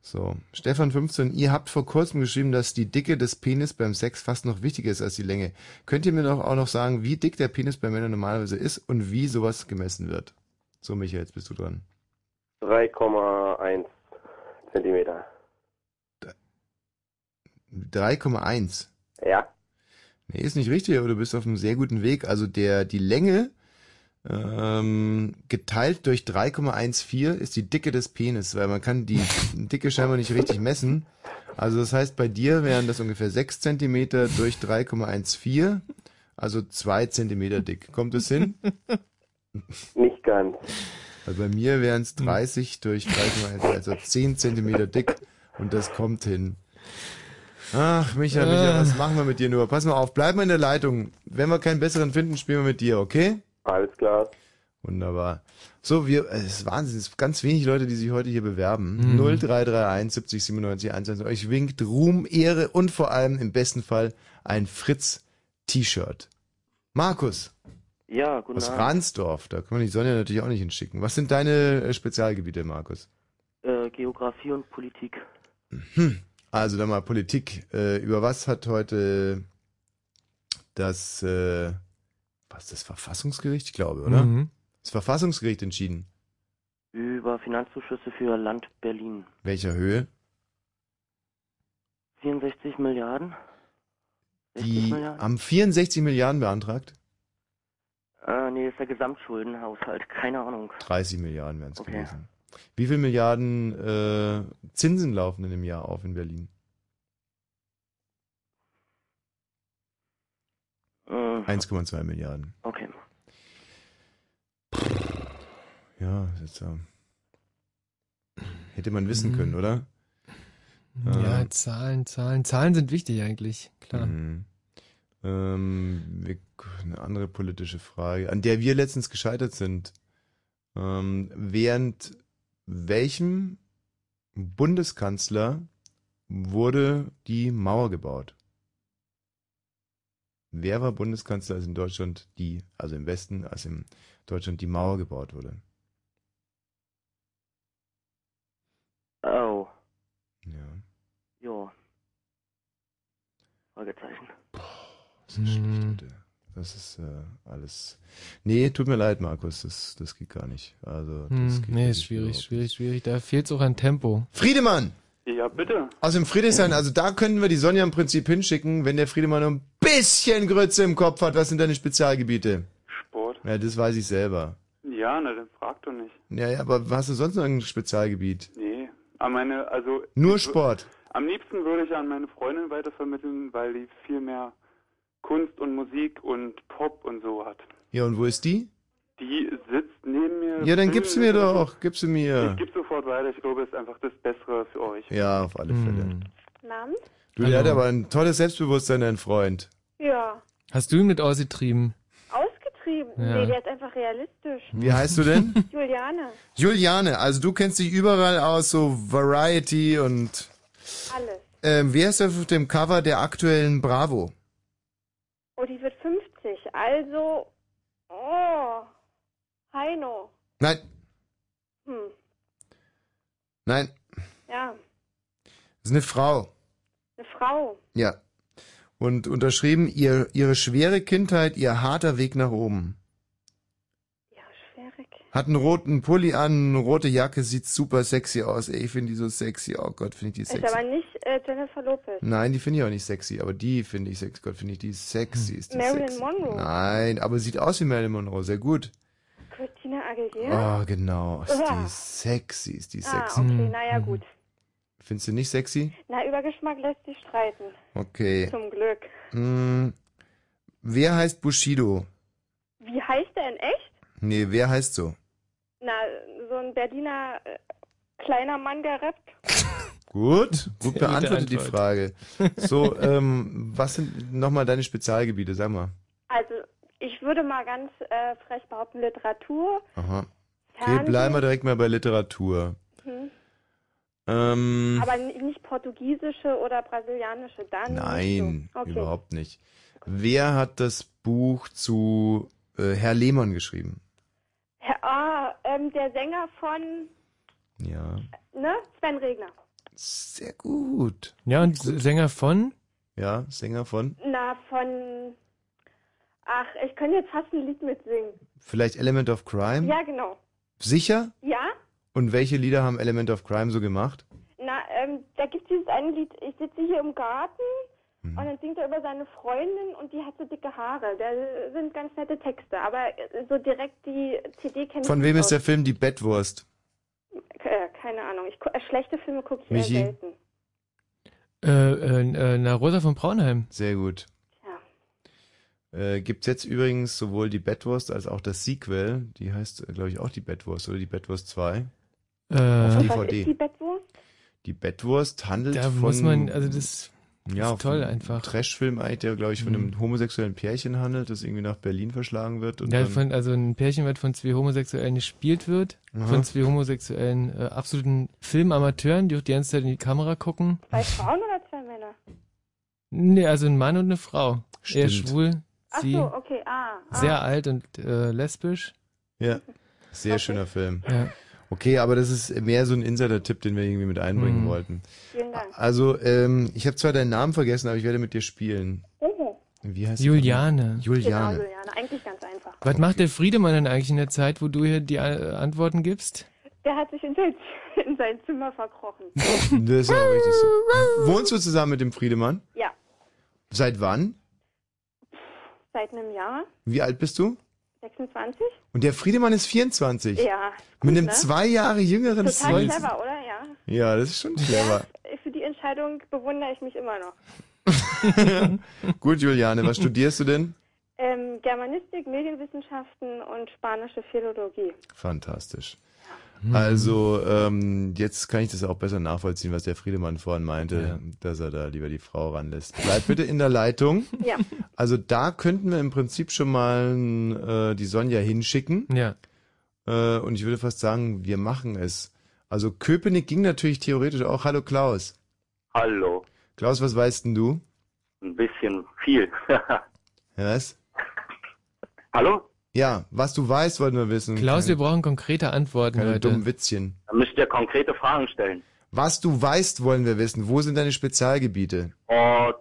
[SPEAKER 1] So, Stefan 15, ihr habt vor kurzem geschrieben, dass die Dicke des Penis beim Sex fast noch wichtiger ist als die Länge. Könnt ihr mir doch auch noch sagen, wie dick der Penis bei Männern normalerweise ist und wie sowas gemessen wird? So, Michael, jetzt bist du dran.
[SPEAKER 7] 3,1 Zentimeter.
[SPEAKER 1] 3,1.
[SPEAKER 7] Ja,
[SPEAKER 1] Nee, ist nicht richtig, aber du bist auf einem sehr guten Weg. Also der, die Länge ähm, geteilt durch 3,14 ist die Dicke des Penis, weil man kann die Dicke scheinbar nicht richtig messen. Also das heißt, bei dir wären das ungefähr 6 Zentimeter durch 3,14, also 2 Zentimeter dick. Kommt es hin?
[SPEAKER 7] nicht ganz.
[SPEAKER 1] Weil bei mir wären es 30 durch 3,1, also 10 Zentimeter dick und das kommt hin. Ach, Micha, Micha,
[SPEAKER 2] Äh.
[SPEAKER 1] was machen wir mit dir nur? Pass mal auf, bleib mal in der Leitung. Wenn wir keinen besseren finden, spielen wir mit dir, okay?
[SPEAKER 7] Alles klar.
[SPEAKER 1] Wunderbar. So, wir, äh, es ist Wahnsinn, es ist ganz wenig Leute, die sich heute hier bewerben.
[SPEAKER 2] Mhm.
[SPEAKER 1] 0331 70 97 110. Euch winkt Ruhm, Ehre und vor allem im besten Fall ein Fritz-T-Shirt. Markus
[SPEAKER 9] Ja, guten
[SPEAKER 1] aus
[SPEAKER 9] Abend.
[SPEAKER 1] Ransdorf, da können wir die Sonja natürlich auch nicht hinschicken. Was sind deine äh, Spezialgebiete, Markus?
[SPEAKER 9] Äh, Geografie und Politik.
[SPEAKER 1] Also dann mal Politik. Äh, über was hat heute das, äh, was das Verfassungsgericht, ich glaube, oder?
[SPEAKER 2] Mhm.
[SPEAKER 1] Das Verfassungsgericht entschieden.
[SPEAKER 9] Über Finanzzuschüsse für Land Berlin.
[SPEAKER 1] Welcher Höhe?
[SPEAKER 9] 64 Milliarden? 60
[SPEAKER 1] Die
[SPEAKER 9] Milliarden?
[SPEAKER 1] haben 64 Milliarden beantragt.
[SPEAKER 9] Ah, nee, das ist der Gesamtschuldenhaushalt. Keine Ahnung.
[SPEAKER 1] 30 Milliarden wären es
[SPEAKER 9] Okay.
[SPEAKER 1] gewesen. Wie viel Milliarden äh, Zinsen laufen in dem Jahr auf in Berlin?
[SPEAKER 9] Äh,
[SPEAKER 1] 1,2 Milliarden.
[SPEAKER 9] okay.
[SPEAKER 1] Ja, das ist, ähm, hätte man wissen
[SPEAKER 2] Mhm.
[SPEAKER 1] können, oder?
[SPEAKER 2] Ja,
[SPEAKER 1] Ähm.
[SPEAKER 2] Zahlen, Zahlen. Zahlen sind wichtig eigentlich, klar.
[SPEAKER 1] Mhm. Ähm, wir, eine andere politische Frage, an der wir letztens gescheitert sind. Ähm, während welchem Bundeskanzler wurde die Mauer gebaut? Wer war Bundeskanzler, als in Deutschland die, also im Westen, als in Deutschland die Mauer gebaut wurde?
[SPEAKER 9] Oh,
[SPEAKER 1] Ja.
[SPEAKER 9] jo. Fragezeichen.
[SPEAKER 1] Das ist schlecht, Leute. Das ist äh, alles. Nee, tut mir leid, Markus, das, das geht gar nicht. Also, das
[SPEAKER 2] Hm,
[SPEAKER 1] geht
[SPEAKER 2] nee, ist
[SPEAKER 1] wirklich
[SPEAKER 2] schwierig,
[SPEAKER 1] überhaupt
[SPEAKER 2] schwierig, schwierig. Da fehlt es auch an Tempo.
[SPEAKER 1] nicht. Friedemann!
[SPEAKER 10] Ja, bitte.
[SPEAKER 1] Aus dem Friedrichshain, also da könnten wir die Sonja im Prinzip hinschicken, wenn der Friedemann nur ein bisschen Grütze im Kopf hat. Was sind deine Spezialgebiete?
[SPEAKER 10] Sport.
[SPEAKER 1] Ja, das weiß ich selber.
[SPEAKER 10] Ja, ne, dann frag doch nicht.
[SPEAKER 1] Ja, ja, aber hast du sonst noch ein Spezialgebiet?
[SPEAKER 10] Nee. Aber meine, also
[SPEAKER 1] Nur Sport.
[SPEAKER 10] am liebsten würde ich an meine Freundin weitervermitteln, weil die viel mehr Kunst und Musik und Pop und so hat.
[SPEAKER 1] Ja, und wo ist die?
[SPEAKER 10] Die sitzt neben mir.
[SPEAKER 1] Ja, dann gib's mir doch, gib sie mir.
[SPEAKER 10] Äh, Ich gib sofort weiter. Ich glaube, es ist einfach das Bessere für euch.
[SPEAKER 1] Ja, auf
[SPEAKER 2] Hm.
[SPEAKER 1] alle Fälle.
[SPEAKER 11] Namen?
[SPEAKER 1] Du, der hat aber ein tolles Selbstbewusstsein, dein Freund.
[SPEAKER 11] Ja.
[SPEAKER 2] Hast du ihn mit ausgetrieben?
[SPEAKER 11] Ausgetrieben.
[SPEAKER 1] Ja.
[SPEAKER 11] Nee, der ist einfach realistisch.
[SPEAKER 1] Wie heißt du denn?
[SPEAKER 11] Juliane.
[SPEAKER 1] Juliane, also du kennst dich überall aus, so Variety und...
[SPEAKER 11] Alles.
[SPEAKER 1] Ähm, wer ist auf dem Cover der aktuellen Bravo?
[SPEAKER 11] Oh, die wird 50. Also. Oh. Heino.
[SPEAKER 1] Nein,
[SPEAKER 11] Hm.
[SPEAKER 1] nein,
[SPEAKER 11] Ja.
[SPEAKER 1] ist eine Frau.
[SPEAKER 11] Eine Frau.
[SPEAKER 1] Ja. Und unterschrieben, ihr, ihre schwere Kindheit, ihr harter Weg nach oben.
[SPEAKER 11] Schwierig.
[SPEAKER 1] Hat einen roten Pulli an, eine rote Jacke, sieht super sexy aus. Ey, ich finde die so sexy. Oh Gott, finde ich die
[SPEAKER 11] Ist
[SPEAKER 1] sexy.
[SPEAKER 11] aber nicht äh, Jennifer Lopez.
[SPEAKER 1] Nein, die finde ich auch nicht sexy, aber die finde ich sexy. Gott, finde ich die sexy. Ist die
[SPEAKER 11] Marilyn
[SPEAKER 1] sexy.
[SPEAKER 11] Monroe.
[SPEAKER 1] Nein, aber sieht aus wie Marilyn Monroe, sehr gut.
[SPEAKER 11] Christina Aguilera.
[SPEAKER 1] Oh, genau. Ist
[SPEAKER 11] Uah.
[SPEAKER 1] die sexy, ist die
[SPEAKER 11] ah,
[SPEAKER 1] sexy.
[SPEAKER 2] Hm.
[SPEAKER 11] okay, naja, gut.
[SPEAKER 1] Findest du nicht sexy?
[SPEAKER 11] Na, über Geschmack lässt sich streiten.
[SPEAKER 1] Okay.
[SPEAKER 11] Zum Glück.
[SPEAKER 1] Hm, wer heißt Bushido?
[SPEAKER 11] Wie heißt der in echt?
[SPEAKER 1] Nee, wer heißt so?
[SPEAKER 11] Na, so ein Berliner äh, kleiner Mann, der rappt.
[SPEAKER 1] Gut, gut
[SPEAKER 2] Sehr gute
[SPEAKER 1] beantwortet die
[SPEAKER 2] Antwort.
[SPEAKER 1] Frage. So, ähm, was sind nochmal deine Spezialgebiete? Sag mal.
[SPEAKER 11] Also, ich würde mal ganz äh, frech behaupten, Literatur.
[SPEAKER 1] Aha. Okay,
[SPEAKER 11] Fernsehen.
[SPEAKER 1] bleiben wir direkt mal bei Literatur.
[SPEAKER 11] Hm.
[SPEAKER 1] Ähm,
[SPEAKER 11] Aber n- nicht portugiesische oder brasilianische, dann.
[SPEAKER 1] nein,
[SPEAKER 11] nicht so. Okay.
[SPEAKER 1] überhaupt nicht. Wer hat das Buch zu äh, Herr Lehmann geschrieben?
[SPEAKER 11] Herr, ah, ähm, der Sänger von,
[SPEAKER 1] Ja,
[SPEAKER 11] ne, Sven Regner.
[SPEAKER 1] sehr gut.
[SPEAKER 2] Ja, und Sänger von?
[SPEAKER 1] Ja, Sänger von
[SPEAKER 11] Na, von, ach, ich könnte jetzt fast ein Lied mitsingen.
[SPEAKER 1] vielleicht Element of Crime?
[SPEAKER 11] Ja, genau.
[SPEAKER 1] Sicher?
[SPEAKER 11] Ja?
[SPEAKER 1] Und welche Lieder haben Element of Crime so gemacht?
[SPEAKER 11] Na, ähm, da gibt's dieses eine Lied, ich sitze hier im Garten
[SPEAKER 1] Mhm.
[SPEAKER 11] und dann singt er über seine Freundin und die hat so dicke Haare. Da sind ganz nette Texte, aber äh, so direkt die CD kenne ich
[SPEAKER 1] Von
[SPEAKER 11] nicht
[SPEAKER 1] wem ist der
[SPEAKER 11] aus.
[SPEAKER 1] Film Die Bettwurst?
[SPEAKER 11] Äh, keine Ahnung, ich, gu- äh, schlechte Filme gucke ich
[SPEAKER 1] Michi?
[SPEAKER 11] eher selten.
[SPEAKER 2] Äh, äh, äh, na, Rosa von Braunheim.
[SPEAKER 1] Sehr gut. Äh, gibt's jetzt übrigens sowohl die Bettwurst als auch das Sequel. Die heißt, glaube ich, auch die Bettwurst oder die Bettwurst 2.
[SPEAKER 11] Und
[SPEAKER 2] Äh,
[SPEAKER 1] Auf
[SPEAKER 11] was ist die
[SPEAKER 1] DVD.
[SPEAKER 11] Bettwurst?
[SPEAKER 1] Die Bettwurst handelt
[SPEAKER 2] Da
[SPEAKER 1] von...
[SPEAKER 2] muss man, also das
[SPEAKER 1] ja,
[SPEAKER 2] ist toll
[SPEAKER 1] von einem
[SPEAKER 2] einfach. Mhm.
[SPEAKER 1] Trashfilm eigentlich, der, glaube ich, von einem homosexuellen Pärchen handelt, das irgendwie nach Berlin verschlagen wird. Und
[SPEAKER 2] Ja,
[SPEAKER 1] dann,
[SPEAKER 2] von, also ein Pärchen, was von zwei Homosexuellen gespielt wird,
[SPEAKER 1] Aha.
[SPEAKER 2] von zwei homosexuellen äh, absoluten Filmamateuren, die auch die ganze Zeit in die Kamera gucken.
[SPEAKER 11] Zwei Frauen oder zwei Männer?
[SPEAKER 2] Nee, also ein Mann und eine Frau. Er
[SPEAKER 1] Stimmt.
[SPEAKER 2] schwul,
[SPEAKER 11] Ach
[SPEAKER 2] sie
[SPEAKER 11] so, okay, ah. ah.
[SPEAKER 2] sehr alt und äh, lesbisch.
[SPEAKER 1] ja, sehr schöner Film.
[SPEAKER 2] Ja.
[SPEAKER 1] Okay, aber das ist mehr so ein Insider-Tipp, den wir irgendwie mit einbringen
[SPEAKER 2] Mhm.
[SPEAKER 1] wollten.
[SPEAKER 11] Vielen Dank.
[SPEAKER 1] Also, ähm, ich habe zwar deinen Namen vergessen, aber ich werde mit dir spielen.
[SPEAKER 11] Oh,
[SPEAKER 1] Wie heißt
[SPEAKER 2] Juliane.
[SPEAKER 1] Die? Juliane.
[SPEAKER 11] Genau, Juliane. Eigentlich ganz einfach.
[SPEAKER 2] Was macht der Friedemann denn eigentlich in der Zeit, wo du hier die äh, Antworten gibst?
[SPEAKER 11] Der hat sich in sein, in sein Zimmer verkrochen.
[SPEAKER 1] Das ist ja auch richtig so. Wohnst du zusammen mit dem Friedemann?
[SPEAKER 11] ja,
[SPEAKER 1] Seit wann?
[SPEAKER 11] seit einem Jahr,
[SPEAKER 1] Wie alt bist du?
[SPEAKER 11] 26.
[SPEAKER 1] Und der Friedemann ist 24.
[SPEAKER 11] Ja.
[SPEAKER 1] Mit einem
[SPEAKER 11] ne?
[SPEAKER 1] zwei Jahre jüngeren
[SPEAKER 11] Total
[SPEAKER 1] Freund.
[SPEAKER 11] clever, oder? Ja.
[SPEAKER 1] Ja, das ist schon clever.
[SPEAKER 11] Für die Entscheidung bewundere ich mich immer noch.
[SPEAKER 1] Gut, Juliane, was studierst du denn?
[SPEAKER 11] Ähm, Germanistik, Medienwissenschaften und spanische Philologie.
[SPEAKER 1] Fantastisch. Also, ähm, jetzt kann ich das auch besser nachvollziehen, was der Friedemann vorhin meinte, dass er da lieber die Frau ranlässt. Bleib bitte in der Leitung.
[SPEAKER 11] Ja.
[SPEAKER 1] Also da könnten wir im Prinzip schon mal äh, die Sonja hinschicken.
[SPEAKER 2] Ja.
[SPEAKER 1] Äh, und ich würde fast sagen, wir machen es. Also Köpenick ging natürlich theoretisch auch. Hallo Klaus.
[SPEAKER 12] Hallo,
[SPEAKER 1] Klaus, was weißt denn du?
[SPEAKER 12] ein bisschen viel.
[SPEAKER 1] Was?
[SPEAKER 12] Hallo?
[SPEAKER 1] Ja, was du weißt, wollten wir wissen.
[SPEAKER 2] Klaus,
[SPEAKER 1] keine,
[SPEAKER 2] wir brauchen konkrete Antworten
[SPEAKER 1] keine
[SPEAKER 2] heute.
[SPEAKER 1] dummen Witzchen.
[SPEAKER 12] Da müsst ihr konkrete Fragen stellen.
[SPEAKER 1] Was du weißt, wollen wir wissen. Wo sind deine Spezialgebiete?
[SPEAKER 12] Und,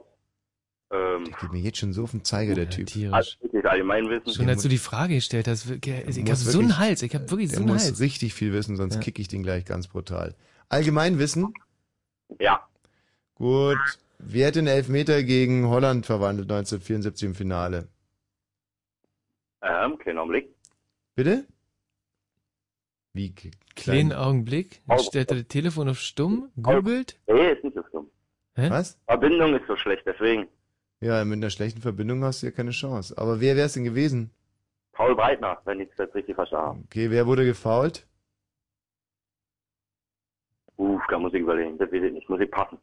[SPEAKER 12] ähm,
[SPEAKER 1] Geht mir jetzt schon so auf den Zeiger, der Typ.
[SPEAKER 12] also, das Allgemeinwissen.
[SPEAKER 2] Schon als du die Frage gestellt hast, ich habe
[SPEAKER 1] muss
[SPEAKER 2] so einen
[SPEAKER 1] wirklich-
[SPEAKER 2] Hals, ich habe wirklich so
[SPEAKER 1] Der
[SPEAKER 2] einen
[SPEAKER 1] muss
[SPEAKER 2] Hals.
[SPEAKER 1] richtig viel wissen, sonst
[SPEAKER 2] Ja.
[SPEAKER 1] kicke ich den gleich ganz brutal. Allgemeinwissen?
[SPEAKER 12] Ja.
[SPEAKER 1] Gut. Wer hat den Elfmeter gegen Holland verwandelt 1974 im Finale?
[SPEAKER 12] Ähm, kleinen Augenblick.
[SPEAKER 1] Bitte? Wie k- klein?
[SPEAKER 2] Kleinen Augenblick, dann stellt er das Telefon auf stumm, googelt.
[SPEAKER 12] Nee, ist nicht so schlimm.
[SPEAKER 1] Was?
[SPEAKER 12] Verbindung ist so schlecht, deswegen.
[SPEAKER 1] Ja, mit einer schlechten Verbindung hast du ja keine Chance. Aber wer wär's denn gewesen?
[SPEAKER 12] Paul Breitner, wenn ich es jetzt richtig verstanden habe.
[SPEAKER 1] Okay, wer wurde gefault?
[SPEAKER 12] Uff, da muss ich überlegen. Das weiß ich nicht. Muss ich passen.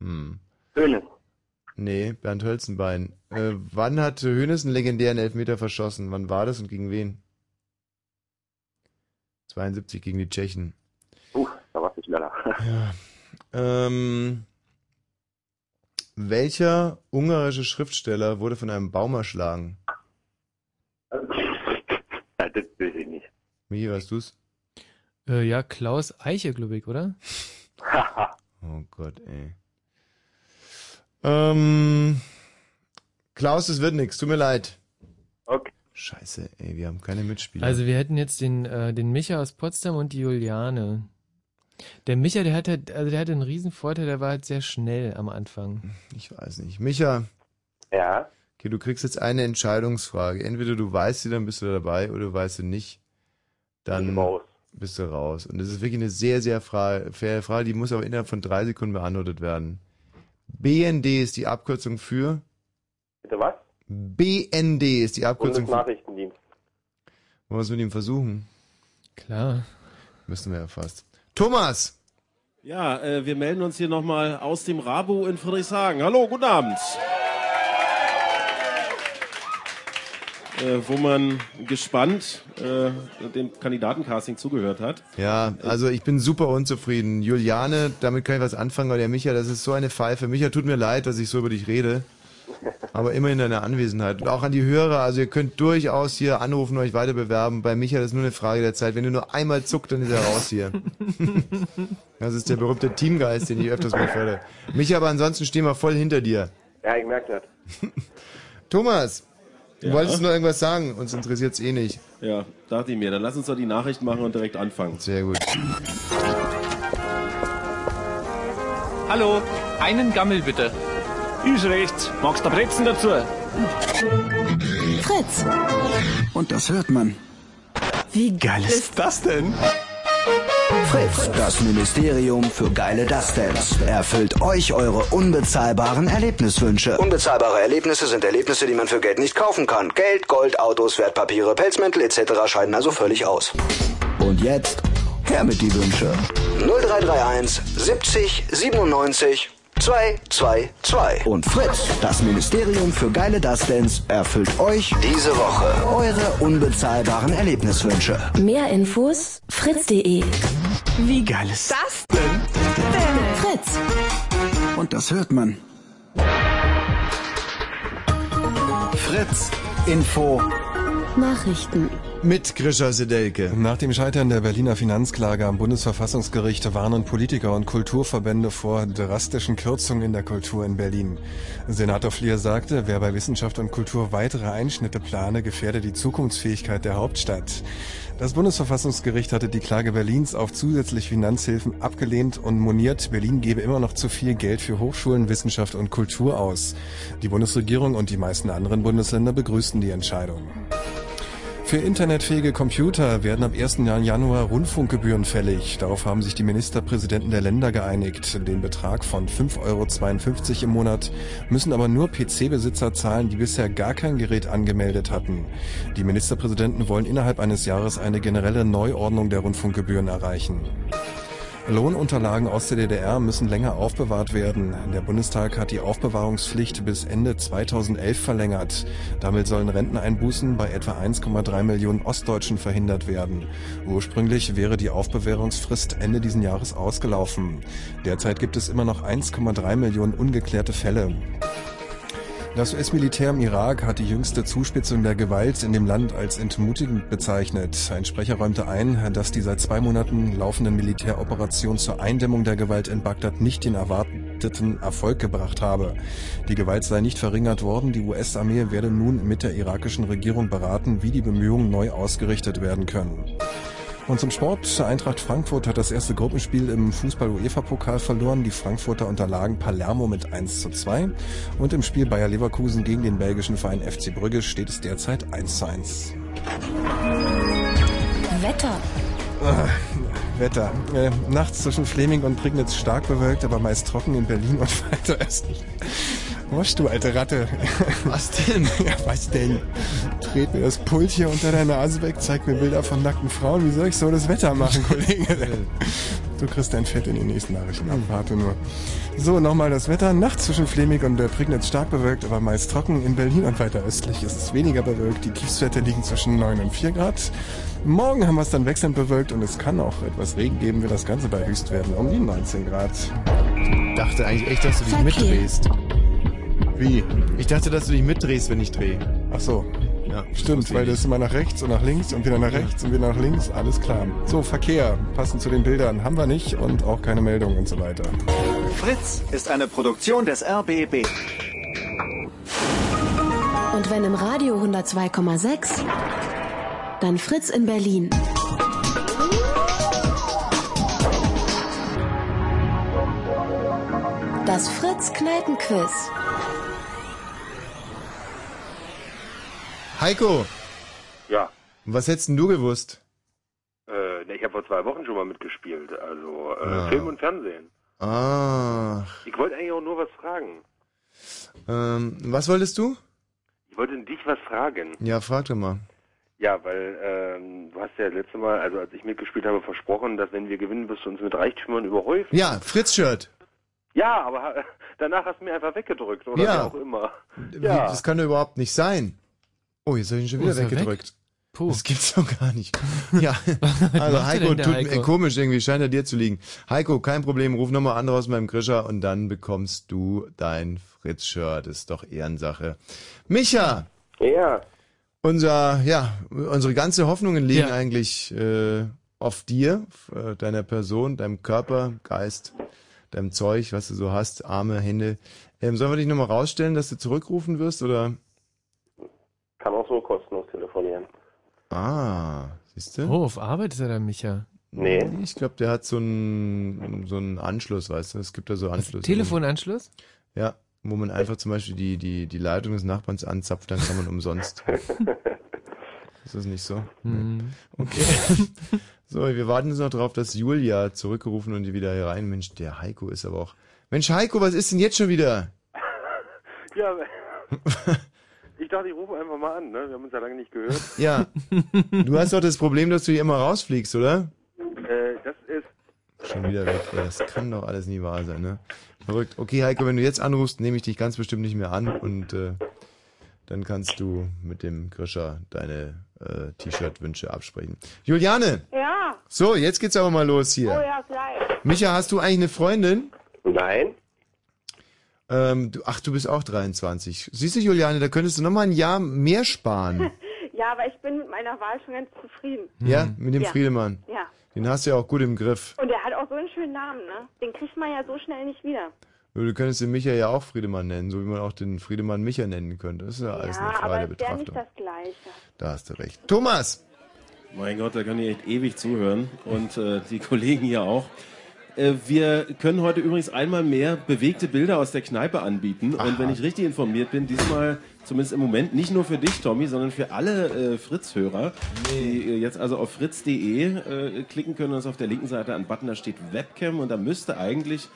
[SPEAKER 1] Hm.
[SPEAKER 12] Schönes.
[SPEAKER 1] Nee, Bernd Hölzenbein. Äh, wann hat Hönes einen legendären Elfmeter verschossen? Wann war das und gegen wen? 72 gegen die Tschechen.
[SPEAKER 12] Uff, da warst du schneller.
[SPEAKER 1] Ja. Ähm, welcher ungarische Schriftsteller wurde von einem Baum erschlagen?
[SPEAKER 12] Ja, das weiß ich nicht.
[SPEAKER 1] Michi, warst du's?
[SPEAKER 2] Äh, ja, Klaus Eiche, glaube ich, oder?
[SPEAKER 1] Oh Gott, ey. Ähm, Klaus, es wird nix. Tut mir leid.
[SPEAKER 12] Okay.
[SPEAKER 1] Scheiße, ey, wir haben keine Mitspieler.
[SPEAKER 2] Also wir hätten jetzt den, äh, den Micha aus Potsdam und die Juliane. Der Micha, der hat halt, also der hatte einen riesen Vorteil, der war halt sehr schnell am Anfang.
[SPEAKER 1] Ich weiß nicht. Micha.
[SPEAKER 12] Ja.
[SPEAKER 1] Okay, du kriegst jetzt eine Entscheidungsfrage. Entweder du weißt sie, dann bist du dabei, oder du weißt sie nicht, dann bist du raus. Und das ist wirklich eine sehr, sehr fra- faire Frage, die muss aber innerhalb von drei Sekunden beantwortet werden. BND ist die Abkürzung für
[SPEAKER 12] Bitte was?
[SPEAKER 1] BND ist die Abkürzung für.
[SPEAKER 12] Bundesnachrichtendienst.
[SPEAKER 1] Wollen wir es mit ihm versuchen?
[SPEAKER 2] Klar.
[SPEAKER 1] Müssen wir ja fast. Thomas!
[SPEAKER 5] Ja, äh, wir melden uns hier nochmal aus dem Rabu in Friedrichshagen. Hallo, guten Abend. Äh, wo man gespannt äh, dem Kandidatencasting zugehört hat.
[SPEAKER 1] Ja, also ich bin super unzufrieden. Juliane, damit kann ich was anfangen, aber der Micha, das ist so eine Pfeife. Micha, tut mir leid, dass ich so über dich rede. Aber immer in deiner Anwesenheit. Und auch an die Hörer, also ihr könnt durchaus hier anrufen, euch weiter bewerben. Bei Micha, das ist nur eine Frage der Zeit. Wenn du nur einmal zuckt, dann ist er raus hier. Das ist der berühmte Teamgeist, den ich öfters mal fördere. Micha, aber ansonsten stehen wir voll hinter dir.
[SPEAKER 12] Ja, ich merke das.
[SPEAKER 1] Thomas, du
[SPEAKER 5] Ja?
[SPEAKER 1] wolltest noch irgendwas sagen. Uns interessiert's eh nicht.
[SPEAKER 5] Ja, dachte ich mir. Dann lass uns doch die Nachricht machen und direkt anfangen.
[SPEAKER 1] Sehr gut.
[SPEAKER 13] Hallo, einen Gammel bitte. Ist rechts. Magst du Brezen dazu?
[SPEAKER 14] Fritz.
[SPEAKER 3] Und das hört man.
[SPEAKER 14] Wie geil ist das denn?
[SPEAKER 3] Fritz, das Ministerium für geile Dustdance, erfüllt euch eure unbezahlbaren Erlebniswünsche. Unbezahlbare Erlebnisse sind Erlebnisse, die man für Geld nicht kaufen kann. Geld, Gold, Autos, Wertpapiere, Pelzmäntel etc. scheiden also völlig aus. Und jetzt her mit die Wünsche.
[SPEAKER 14] 0331 70 97 222.
[SPEAKER 3] Und Fritz, das Ministerium für geile Dustdance, erfüllt euch diese Woche eure unbezahlbaren Erlebniswünsche.
[SPEAKER 14] Mehr Infos fritz.de. Wie geil ist das denn? Fritz.
[SPEAKER 3] Und das hört man. Fritz, Info.
[SPEAKER 14] Nachrichten.
[SPEAKER 1] Mit Grisha Sedelke.
[SPEAKER 15] Nach dem Scheitern der Berliner Finanzklage am Bundesverfassungsgericht warnen Politiker und Kulturverbände vor drastischen Kürzungen in der Kultur in Berlin. Senator Flier sagte, wer bei Wissenschaft und Kultur weitere Einschnitte plane, gefährde die Zukunftsfähigkeit der Hauptstadt. Das Bundesverfassungsgericht hatte die Klage Berlins auf zusätzliche Finanzhilfen abgelehnt und moniert, Berlin gebe immer noch zu viel Geld für Hochschulen, Wissenschaft und Kultur aus. Die Bundesregierung und die meisten anderen Bundesländer begrüßten die Entscheidung. Für internetfähige Computer werden ab 1. Januar Rundfunkgebühren fällig. Darauf haben sich die Ministerpräsidenten der Länder geeinigt. Den Betrag von 5,52 Euro im Monat müssen aber nur PC-Besitzer zahlen, die bisher gar kein Gerät angemeldet hatten. Die Ministerpräsidenten wollen innerhalb eines Jahres eine generelle Neuordnung der Rundfunkgebühren erreichen. Lohnunterlagen aus der DDR müssen länger aufbewahrt werden. Der Bundestag hat die Aufbewahrungspflicht bis Ende 2011 verlängert. Damit sollen Renteneinbußen bei etwa 1,3 Millionen Ostdeutschen verhindert werden. Ursprünglich wäre die Aufbewahrungsfrist Ende diesen Jahres ausgelaufen. Derzeit gibt es immer noch 1,3 Millionen ungeklärte Fälle. Das US-Militär im Irak hat die jüngste Zuspitzung der Gewalt in dem Land als entmutigend bezeichnet. Ein Sprecher räumte ein, dass die seit zwei Monaten laufenden Militäroperationen zur Eindämmung der Gewalt in Bagdad nicht den erwarteten Erfolg gebracht habe. Die Gewalt sei nicht verringert worden. Die US-Armee werde nun mit der irakischen Regierung beraten, wie die Bemühungen neu ausgerichtet werden können. Und zum Sport. Eintracht Frankfurt hat das erste Gruppenspiel im Fußball-UEFA-Pokal verloren. Die Frankfurter unterlagen Palermo mit 1 zu 2. Und im Spiel Bayer Leverkusen gegen den belgischen Verein FC Brügge steht es derzeit 1 zu 1.
[SPEAKER 14] Wetter.
[SPEAKER 15] Ah, Wetter. Äh, nachts zwischen Fleming und Prignitz stark bewölkt, aber meist trocken in Berlin und weiter östlich. Wasch, du alte Ratte.
[SPEAKER 2] Was denn?
[SPEAKER 15] Ja, was denn? Tret mir das Pult hier unter der Nase weg, zeig mir Bilder von nackten Frauen. Wie soll ich so das Wetter machen, Kollege? Du kriegst dein Fett in den nächsten Nachrichten ab, warte nur. So, nochmal das Wetter. Nachts zwischen Flemig und der Prignitz stark bewölkt, aber meist trocken. In Berlin und weiter östlich ist es weniger bewölkt. Die Tiefstwerte liegen zwischen 9 und 4 Grad. Morgen haben wir es dann wechselnd bewölkt und es kann auch etwas Regen geben, wird das Ganze bei Höchstwerten um die 19 Grad. Ich
[SPEAKER 1] dachte eigentlich echt, dass du dich mitdrehst.
[SPEAKER 15] Wie?
[SPEAKER 1] Ich dachte, dass du dich mitdrehst, wenn ich drehe.
[SPEAKER 15] Ach so.
[SPEAKER 1] Ja,
[SPEAKER 15] Stimmt, weil das ist immer nach rechts und nach links und wieder nach rechts und wieder nach links, alles klar. So, Verkehr, passend zu den Bildern, haben wir nicht und auch keine Meldung und so weiter.
[SPEAKER 3] Fritz ist eine Produktion des RBB.
[SPEAKER 14] Und wenn im Radio 102,6, dann Fritz in Berlin. Das Fritz Kneipenquiz.
[SPEAKER 1] Heiko,
[SPEAKER 12] Ja,
[SPEAKER 1] was hättest denn du gewusst?
[SPEAKER 12] äh, ne, ich habe vor zwei Wochen schon mal mitgespielt. Also äh,
[SPEAKER 1] Ja.
[SPEAKER 12] Film und Fernsehen.
[SPEAKER 1] Ah,
[SPEAKER 12] Ich wollte eigentlich auch nur was fragen.
[SPEAKER 1] ähm, was wolltest du?
[SPEAKER 12] Ich wollte dich was fragen.
[SPEAKER 1] Ja, frag doch mal.
[SPEAKER 12] Ja, weil ähm, du hast ja letzte Mal, also als ich mitgespielt habe, versprochen, dass wenn wir gewinnen, wirst du uns mit Reichtümern überhäufen.
[SPEAKER 1] Ja, Fritz-Shirt.
[SPEAKER 12] Ja, aber ha- danach hast du mir einfach weggedrückt oder
[SPEAKER 1] Ja.
[SPEAKER 12] wie auch immer.
[SPEAKER 1] Wie-
[SPEAKER 12] Ja.
[SPEAKER 1] Das kann doch überhaupt nicht sein. Oh, jetzt habe ich ihn schon
[SPEAKER 12] Oh,
[SPEAKER 1] wieder
[SPEAKER 12] ist er
[SPEAKER 1] weggedrückt.
[SPEAKER 2] Puh.
[SPEAKER 1] Das gibt's doch gar nicht. Ja, also
[SPEAKER 2] macht
[SPEAKER 1] Heiko
[SPEAKER 2] denn der
[SPEAKER 1] tut
[SPEAKER 2] Heiko?
[SPEAKER 1] mir komisch irgendwie, scheint er dir zu liegen. Heiko, kein Problem, ruf nochmal an raus meinem Grischer und dann bekommst du dein Fritz-Shirt. Ist doch Ehrensache. Micha!
[SPEAKER 12] Ja.
[SPEAKER 1] Unser, ja, unsere ganze Hoffnungen liegen eigentlich äh, auf dir, auf, äh, deiner Person, deinem Körper, Geist, deinem Zeug, was du so hast, Arme, Hände. Ähm, sollen wir dich nochmal rausstellen, dass du zurückrufen wirst oder?
[SPEAKER 12] Kann auch so kostenlos telefonieren.
[SPEAKER 1] Ah, siehst du?
[SPEAKER 2] Oh, auf Arbeit ist er der Micha.
[SPEAKER 12] Nee.
[SPEAKER 1] Ich glaube, der hat so einen, so einen Anschluss, weißt du? Es gibt da so Anschlüsse.
[SPEAKER 2] Telefonanschluss?
[SPEAKER 1] Ja, wo man einfach zum Beispiel die, die, die Leitung des Nachbarns anzapft, dann kann man umsonst. ist das nicht so?
[SPEAKER 2] Mhm.
[SPEAKER 1] Okay. so, wir warten jetzt noch drauf, dass Julia zurückgerufen und die wieder hier rein. Mensch, der Heiko ist aber auch. Mensch, Heiko, was ist denn jetzt schon wieder?
[SPEAKER 12] Ja, ich dachte, ich rufe einfach mal an, ne? Wir haben uns ja lange nicht gehört.
[SPEAKER 1] Ja. Du hast doch das Problem, dass du hier immer rausfliegst, oder?
[SPEAKER 12] Äh, das ist.
[SPEAKER 1] Schon wieder weg. Ja, das kann doch alles nie wahr sein, ne? Verrückt. Okay, Heiko, wenn du jetzt anrufst, nehme ich dich ganz bestimmt nicht mehr an und äh, dann kannst du mit dem Grischer deine äh, T-Shirt-Wünsche absprechen. Juliane!
[SPEAKER 11] Ja.
[SPEAKER 1] So, jetzt geht's aber mal los hier.
[SPEAKER 11] Oh ja, gleich.
[SPEAKER 1] Micha, hast du eigentlich eine Freundin?
[SPEAKER 12] Nein.
[SPEAKER 1] Ähm, du, ach, du bist auch 23. Siehst du, Juliane, da könntest du noch mal ein Jahr mehr sparen.
[SPEAKER 11] Ja, aber ich bin mit meiner Wahl schon ganz zufrieden.
[SPEAKER 1] Ja, mit dem
[SPEAKER 11] Ja.
[SPEAKER 1] Friedemann.
[SPEAKER 11] Ja.
[SPEAKER 1] Den hast du ja auch gut im Griff.
[SPEAKER 11] Und er hat auch so einen schönen Namen, ne? Den kriegt man ja so schnell nicht wieder.
[SPEAKER 1] Du könntest den Micha ja auch Friedemann nennen, so wie man auch den Friedemann Micha nennen könnte. Das ist ja alles
[SPEAKER 11] ja,
[SPEAKER 1] eine Frage
[SPEAKER 11] aber
[SPEAKER 1] der
[SPEAKER 11] es wäre
[SPEAKER 1] Betrachtung.
[SPEAKER 11] nicht das Gleiche.
[SPEAKER 1] Da hast du recht. Thomas!
[SPEAKER 5] Mein Gott, da kann ich echt ewig zuhören und äh, die Kollegen hier auch. Äh, Wir können heute übrigens einmal mehr bewegte Bilder aus der Kneipe anbieten. Und wenn ich richtig informiert bin, diesmal zumindest im Moment nicht nur für dich, Tommy, sondern für alle äh, Fritz-Hörer, die äh, jetzt also auf fritz.de äh, klicken können und es auf der linken Seite einen Button, da steht Webcam und da müsste eigentlich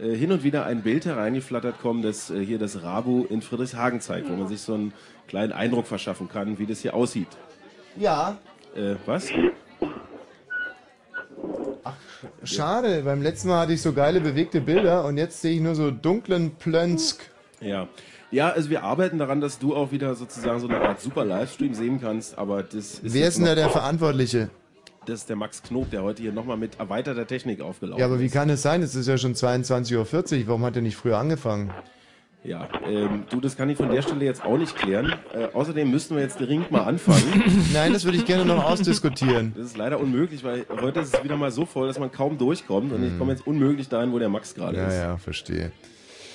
[SPEAKER 5] äh, hin und wieder ein Bild hereingeflattert kommen, das äh, hier das Rabu in Friedrichshagen zeigt, wo man sich so einen kleinen Eindruck verschaffen kann, wie das hier aussieht.
[SPEAKER 1] Ja.
[SPEAKER 5] Äh, was?
[SPEAKER 1] Schade, beim letzten Mal hatte ich so geile bewegte Bilder und jetzt sehe ich nur so dunklen Plönsk.
[SPEAKER 5] Ja. Ja, also wir arbeiten daran, dass du auch wieder sozusagen so eine Art super Livestream sehen kannst, aber das ist.
[SPEAKER 1] Wer ist denn da der Verantwortliche?
[SPEAKER 5] Das ist der Max Knob, der heute hier nochmal mit erweiterter Technik aufgelaufen
[SPEAKER 1] Ja, aber wie
[SPEAKER 5] ist.
[SPEAKER 1] kann es sein? Es ist ja schon 22.40 Uhr. Warum hat er nicht früher angefangen?
[SPEAKER 5] Ja, ähm, du, das kann ich von der Stelle jetzt auch nicht klären. Äh, außerdem müssten wir jetzt dringend mal anfangen.
[SPEAKER 1] Nein, das würde ich gerne noch ausdiskutieren.
[SPEAKER 5] Das ist leider unmöglich, weil heute ist es wieder mal so voll, dass man kaum durchkommt und ich komme jetzt unmöglich dahin, wo der Max gerade
[SPEAKER 1] Hm. Ja,
[SPEAKER 5] ist.
[SPEAKER 1] ja, verstehe.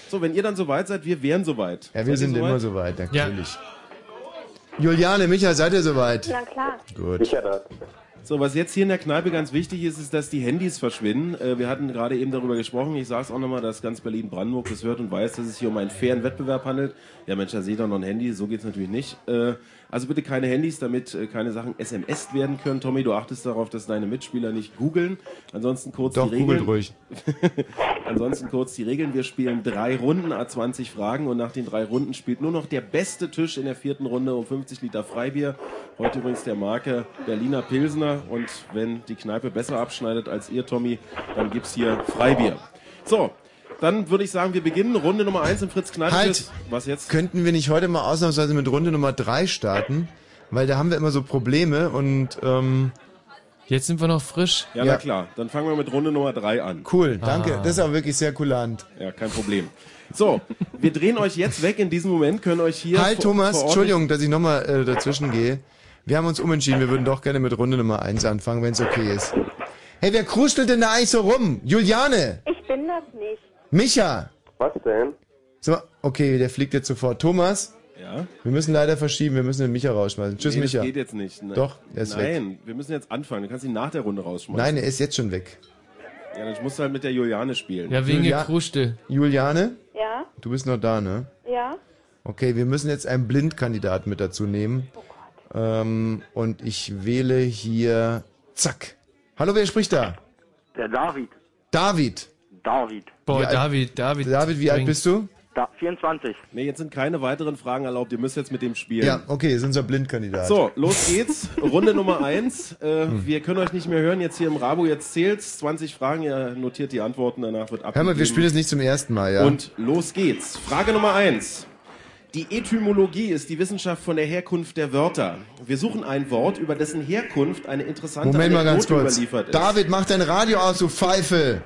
[SPEAKER 5] So, wenn ihr dann soweit seid, wir wären soweit.
[SPEAKER 1] Ja, wir
[SPEAKER 5] Seid ihr
[SPEAKER 1] sind
[SPEAKER 5] soweit?
[SPEAKER 1] immer soweit, natürlich. Juliane, Micha, seid ihr soweit?
[SPEAKER 11] Na klar.
[SPEAKER 1] Gut.
[SPEAKER 12] Sicher das.
[SPEAKER 5] So, was jetzt hier in der Kneipe ganz wichtig ist, ist, dass die Handys verschwinden. Äh, wir hatten gerade eben darüber gesprochen. Ich sage es auch nochmal, dass ganz Berlin-Brandenburg das hört und weiß, dass es hier um einen fairen Wettbewerb handelt. Ja, Mensch, da seht ihr noch ein Handy. So geht's natürlich nicht. Äh, also bitte keine Handys, damit äh, keine Sachen SMS werden können. Tommy, du achtest darauf, dass deine Mitspieler nicht googeln. Ansonsten kurz
[SPEAKER 1] Doch,
[SPEAKER 5] die Regeln.
[SPEAKER 1] googelt ruhig.
[SPEAKER 5] Ansonsten kurz die Regeln. Wir spielen drei Runden, a 20 Fragen und nach den drei Runden spielt nur noch der beste Tisch in der vierten Runde um 50 Liter Freibier. Heute übrigens der Marke Berliner Pilsner und wenn die Kneipe besser abschneidet als ihr, Tommy, dann gibt's hier Freibier. So, dann würde ich sagen, wir beginnen. Runde Nummer eins im Fritz Kneipe.
[SPEAKER 1] Halt!
[SPEAKER 5] Was jetzt?
[SPEAKER 1] Könnten wir nicht heute mal ausnahmsweise mit Runde Nummer 3 starten? Weil da haben wir immer so Probleme und ähm,
[SPEAKER 2] Jetzt sind wir noch frisch.
[SPEAKER 5] Ja, na klar. Dann fangen wir mit Runde Nummer drei an.
[SPEAKER 1] Cool, danke. Das ist auch wirklich sehr kulant.
[SPEAKER 5] Ja, kein Problem. So, wir drehen euch jetzt weg in diesem Moment, können euch hier.
[SPEAKER 1] Halt,
[SPEAKER 5] vor-
[SPEAKER 1] Thomas,
[SPEAKER 5] vor Ort-
[SPEAKER 1] Entschuldigung, dass ich nochmal äh, dazwischen gehe. Wir haben uns umentschieden, wir würden doch gerne mit Runde Nummer 1 anfangen, wenn es okay ist. Hey, wer kruschelt denn da eigentlich so rum? Juliane,
[SPEAKER 11] Ich bin das nicht.
[SPEAKER 1] Micha.
[SPEAKER 7] Was denn?
[SPEAKER 1] So, okay, der fliegt jetzt sofort. Thomas,
[SPEAKER 5] Ja?
[SPEAKER 1] wir müssen leider verschieben, wir müssen den Micha rausschmeißen. Tschüss,
[SPEAKER 5] nee,
[SPEAKER 1] Micha.
[SPEAKER 5] Das geht jetzt nicht. Ne?
[SPEAKER 1] Doch, er ist weg.
[SPEAKER 5] Nein, wir müssen jetzt anfangen. Du kannst ihn nach der Runde rausschmeißen.
[SPEAKER 1] Nein, er ist jetzt schon weg.
[SPEAKER 5] Ja, dann musst du halt mit der Juliane spielen.
[SPEAKER 1] Julia- Juliane,
[SPEAKER 11] Ja?
[SPEAKER 1] du bist noch da, ne?
[SPEAKER 11] Ja?
[SPEAKER 1] Okay, wir müssen jetzt einen Blindkandidaten mit dazu nehmen.
[SPEAKER 11] Oh
[SPEAKER 1] ähm, und ich wähle hier. Zack. Hallo, wer spricht da?
[SPEAKER 9] Der David.
[SPEAKER 1] David.
[SPEAKER 9] David.
[SPEAKER 5] Boah,
[SPEAKER 1] Wie alt-
[SPEAKER 5] David,
[SPEAKER 2] David.
[SPEAKER 1] David, wie alt
[SPEAKER 5] bringt-
[SPEAKER 1] bist du?
[SPEAKER 9] Da, 24.
[SPEAKER 5] Nee, jetzt sind keine weiteren Fragen erlaubt. Ihr müsst jetzt mit dem spielen.
[SPEAKER 1] Ja, okay, ist unser Blindkandidat.
[SPEAKER 5] So, los geht's. Runde Nummer eins. Äh,
[SPEAKER 1] Hm.
[SPEAKER 5] Wir können euch nicht mehr hören. Jetzt hier im Rabo, jetzt zählt's. 20 Fragen, ihr notiert die Antworten, danach wird
[SPEAKER 1] Hör
[SPEAKER 5] abgegeben.
[SPEAKER 1] mal, wir spielen das nicht zum ersten Mal, ja?
[SPEAKER 5] Und los geht's. Frage Nummer eins. Die Etymologie ist die Wissenschaft von der Herkunft der Wörter. Wir suchen ein Wort, über dessen Herkunft eine interessante
[SPEAKER 1] Moment mal ganz
[SPEAKER 5] Anekdote
[SPEAKER 1] kurz.
[SPEAKER 5] überliefert ist.
[SPEAKER 1] David, mach dein Radio aus, du Pfeife!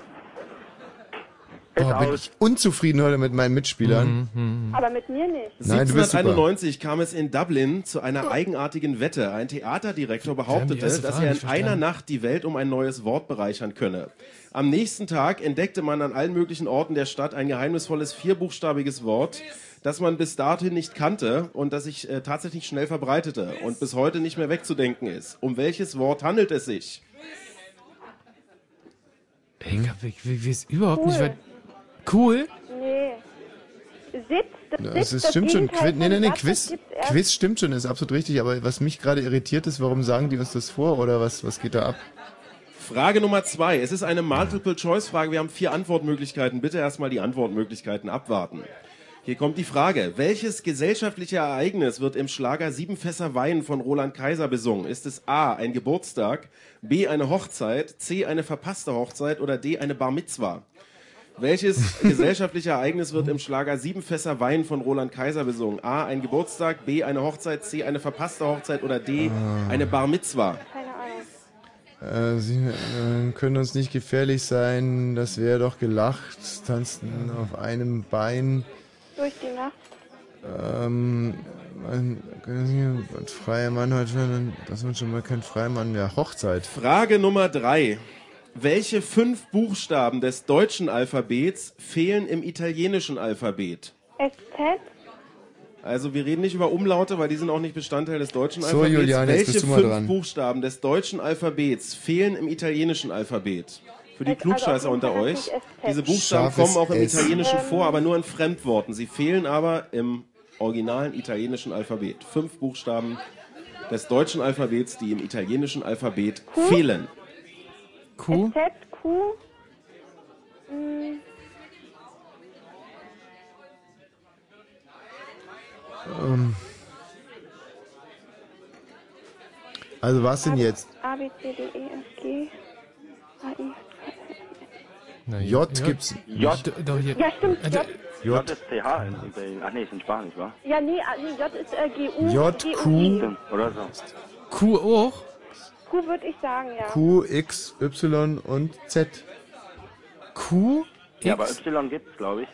[SPEAKER 1] Oh, bin ich unzufrieden heute mit meinen
[SPEAKER 5] Mhm,
[SPEAKER 1] Mitspielern.
[SPEAKER 11] Aber mit mir nicht.
[SPEAKER 1] Nein, du bist super.
[SPEAKER 5] 1791 kam es in Dublin zu einer eigenartigen Wette. Ein Theaterdirektor behauptete,
[SPEAKER 2] erste
[SPEAKER 5] dass
[SPEAKER 2] Frage
[SPEAKER 5] er in
[SPEAKER 2] nicht verstanden.
[SPEAKER 5] einer Nacht die Welt um ein neues Wort bereichern könne. Am nächsten Tag entdeckte man an allen möglichen Orten der Stadt ein geheimnisvolles vierbuchstabiges Wort, das man bis dato nicht kannte und das sich äh, tatsächlich schnell verbreitete und bis heute nicht mehr wegzudenken ist. Um welches Wort handelt es sich?
[SPEAKER 2] Ich, hab- ich, ich weiß überhaupt nicht,
[SPEAKER 11] Cool.
[SPEAKER 2] was. Cool?
[SPEAKER 11] Nee. Sitz, das,
[SPEAKER 1] Das
[SPEAKER 11] Sitz,
[SPEAKER 1] ist, stimmt schon.
[SPEAKER 11] Gegenteil
[SPEAKER 1] Quiz, nee, nee,
[SPEAKER 11] von
[SPEAKER 1] nee,
[SPEAKER 11] Satz, das
[SPEAKER 1] Quiz,
[SPEAKER 11] gibt's erst-
[SPEAKER 1] Quiz stimmt schon, ist absolut richtig. Aber was mich gerade irritiert ist, warum sagen die uns das vor oder was, was geht da ab?
[SPEAKER 5] Frage Nummer zwei. Es ist eine Multiple-Choice-Frage. Wir haben vier Antwortmöglichkeiten. Bitte erstmal die Antwortmöglichkeiten abwarten. Hier kommt die Frage. Welches gesellschaftliche Ereignis wird im Schlager Sieben Fässer Wein von Roland Kaiser besungen? Ist es A, ein Geburtstag, B, eine Hochzeit, C, eine verpasste Hochzeit oder D, eine Bar Mitzwa? Welches gesellschaftliche Ereignis wird im Schlager Sieben Fässer Wein von Roland Kaiser besungen? A, ein Geburtstag, B, eine Hochzeit, C, eine verpasste Hochzeit oder D,
[SPEAKER 1] Ah.
[SPEAKER 5] eine Bar Mitzwa?
[SPEAKER 1] Äh, sie äh, können uns nicht gefährlich sein, das wäre doch gelacht, tanzten auf einem Bein.
[SPEAKER 11] Durch die Nacht.
[SPEAKER 1] Ähm, ein, können Sie- ein freier Mann heute, das wird schon mal kein freier Mann mehr. Hochzeit.
[SPEAKER 5] Frage Nummer drei. Welche fünf Buchstaben des deutschen Alphabets fehlen im italienischen Alphabet?
[SPEAKER 11] SZ?
[SPEAKER 5] Also wir reden nicht über Umlaute, weil die sind auch nicht Bestandteil des deutschen
[SPEAKER 1] So,
[SPEAKER 5] Alphabets.
[SPEAKER 1] Julian, jetzt
[SPEAKER 5] Welche
[SPEAKER 1] bist du mal
[SPEAKER 5] fünf
[SPEAKER 1] dran.
[SPEAKER 5] Buchstaben des deutschen Alphabets fehlen im italienischen Alphabet? Für die
[SPEAKER 11] Also
[SPEAKER 5] Klugscheißer
[SPEAKER 11] auf jeden
[SPEAKER 5] unter
[SPEAKER 11] Fall
[SPEAKER 5] euch.
[SPEAKER 11] natürlich SZ.
[SPEAKER 5] Diese Buchstaben
[SPEAKER 1] Scharfes
[SPEAKER 5] kommen auch im
[SPEAKER 1] S.
[SPEAKER 5] Italienischen
[SPEAKER 11] Ähm.
[SPEAKER 5] vor, aber nur in Fremdworten. Sie fehlen aber im originalen italienischen Alphabet. Fünf Buchstaben des deutschen Alphabets, die im italienischen Alphabet fehlen.
[SPEAKER 2] Q?
[SPEAKER 11] SZ, Q? Hm,
[SPEAKER 1] Ähm. Also was denn jetzt?
[SPEAKER 11] A, B, C, D, E, F, G, A, I.
[SPEAKER 1] J, gibt's.
[SPEAKER 9] J.
[SPEAKER 2] Doch, hier. Also,
[SPEAKER 11] Ja, stimmt, J.
[SPEAKER 9] J ist CH in Berlin. Ach nee, ist in Spanisch, wa?
[SPEAKER 11] Ja, nee, A- nee J ist äh, G, U.
[SPEAKER 1] J,
[SPEAKER 11] G, U,
[SPEAKER 1] Q.
[SPEAKER 11] I.
[SPEAKER 9] Oder so.
[SPEAKER 2] Q auch?
[SPEAKER 11] Q würde ich sagen, ja.
[SPEAKER 1] Q, X, Y und Z.
[SPEAKER 2] Q?
[SPEAKER 9] Ja, aber Y gibt's, glaube ich.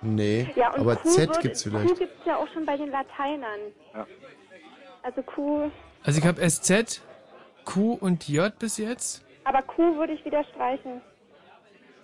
[SPEAKER 1] Nee,
[SPEAKER 11] Ja, und
[SPEAKER 1] aber
[SPEAKER 11] Q
[SPEAKER 1] Z
[SPEAKER 11] würde-
[SPEAKER 1] gibt's
[SPEAKER 11] Q
[SPEAKER 1] vielleicht.
[SPEAKER 11] gibt's ja auch schon bei den Lateinern.
[SPEAKER 9] Ja.
[SPEAKER 11] Also Q,
[SPEAKER 2] Also ich habe SZ, Q und J bis jetzt.
[SPEAKER 11] aber Q würde ich wieder streichen.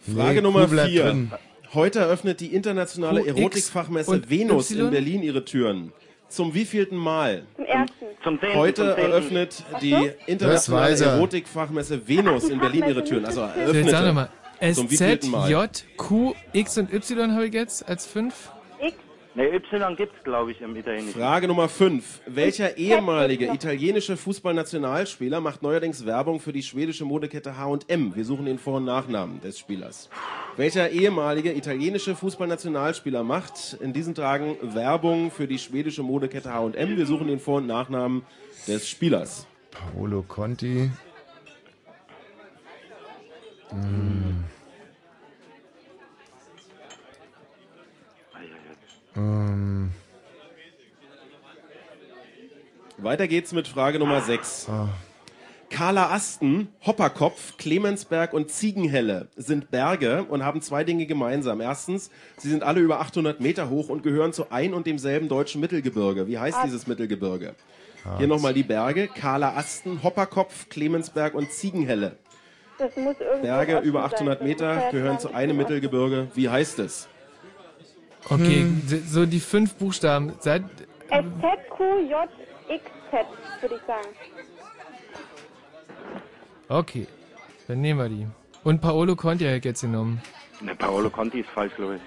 [SPEAKER 5] Frage
[SPEAKER 2] Nee,
[SPEAKER 5] Nummer
[SPEAKER 2] Q bleibt
[SPEAKER 5] 4.
[SPEAKER 2] drin.
[SPEAKER 5] Heute eröffnet die internationale
[SPEAKER 2] Q, X
[SPEAKER 5] Erotikfachmesse
[SPEAKER 2] und
[SPEAKER 5] Venus in
[SPEAKER 2] Y?
[SPEAKER 5] Berlin ihre Türen. Zum wievielten Mal?
[SPEAKER 11] Zum ersten.
[SPEAKER 9] Zum zehnten.
[SPEAKER 5] Heute
[SPEAKER 9] zum zehnten.
[SPEAKER 5] eröffnet
[SPEAKER 11] Ach so?
[SPEAKER 5] die internationale
[SPEAKER 1] weiß er.
[SPEAKER 5] Erotikfachmesse Venus in Berlin ihre Türen. Also
[SPEAKER 2] So, jetzt sag doch
[SPEAKER 5] eröffnete.
[SPEAKER 2] mal.
[SPEAKER 5] Zum
[SPEAKER 2] S, Z,
[SPEAKER 5] wievielten Mal?
[SPEAKER 2] J, Q, X und Y habe ich jetzt als fünf.
[SPEAKER 11] X.
[SPEAKER 9] Ne, Y gibt's, glaube ich, im Italienischen.
[SPEAKER 5] Frage Nummer 5. Welcher ehemalige italienische Fußballnationalspieler macht neuerdings Werbung für die schwedische Modekette H&M? Wir suchen den Vor- und Nachnamen des Spielers. Welcher ehemalige italienische Fußballnationalspieler macht in diesen Tagen Werbung für die schwedische Modekette H&M? Wir suchen den Vor- und Nachnamen des Spielers.
[SPEAKER 1] Paolo Conti. Hm. Ähm,
[SPEAKER 5] Weiter geht's mit Frage Nummer 6. Kahler Asten, Hopperkopf, Clemensberg und Ziegenhelle sind Berge und haben zwei Dinge gemeinsam. Erstens, sie sind alle über 800 Meter hoch und gehören zu ein und demselben deutschen Mittelgebirge. Wie heißt
[SPEAKER 16] Ah.
[SPEAKER 5] dieses Mittelgebirge?
[SPEAKER 16] Harz.
[SPEAKER 5] Hier nochmal die Berge. Kahler Asten, Hopperkopf, Clemensberg und Ziegenhelle.
[SPEAKER 11] Das muss irgendwie.
[SPEAKER 5] Berge
[SPEAKER 11] offen
[SPEAKER 5] über
[SPEAKER 11] sein.
[SPEAKER 5] 800
[SPEAKER 11] Das muss
[SPEAKER 5] Meter
[SPEAKER 11] ja
[SPEAKER 5] gehören
[SPEAKER 11] dann
[SPEAKER 5] zu einem Mittelgebirge. Wie heißt es?
[SPEAKER 2] Okay, d- so die fünf Buchstaben. Seit,
[SPEAKER 11] S, Äh, Z, Q, J, X, Z, würde ich sagen.
[SPEAKER 2] okay, dann nehmen wir die. Und Paolo Conti habe ich jetzt genommen.
[SPEAKER 9] Ne, Paolo Conti ist falsch, glaube ich.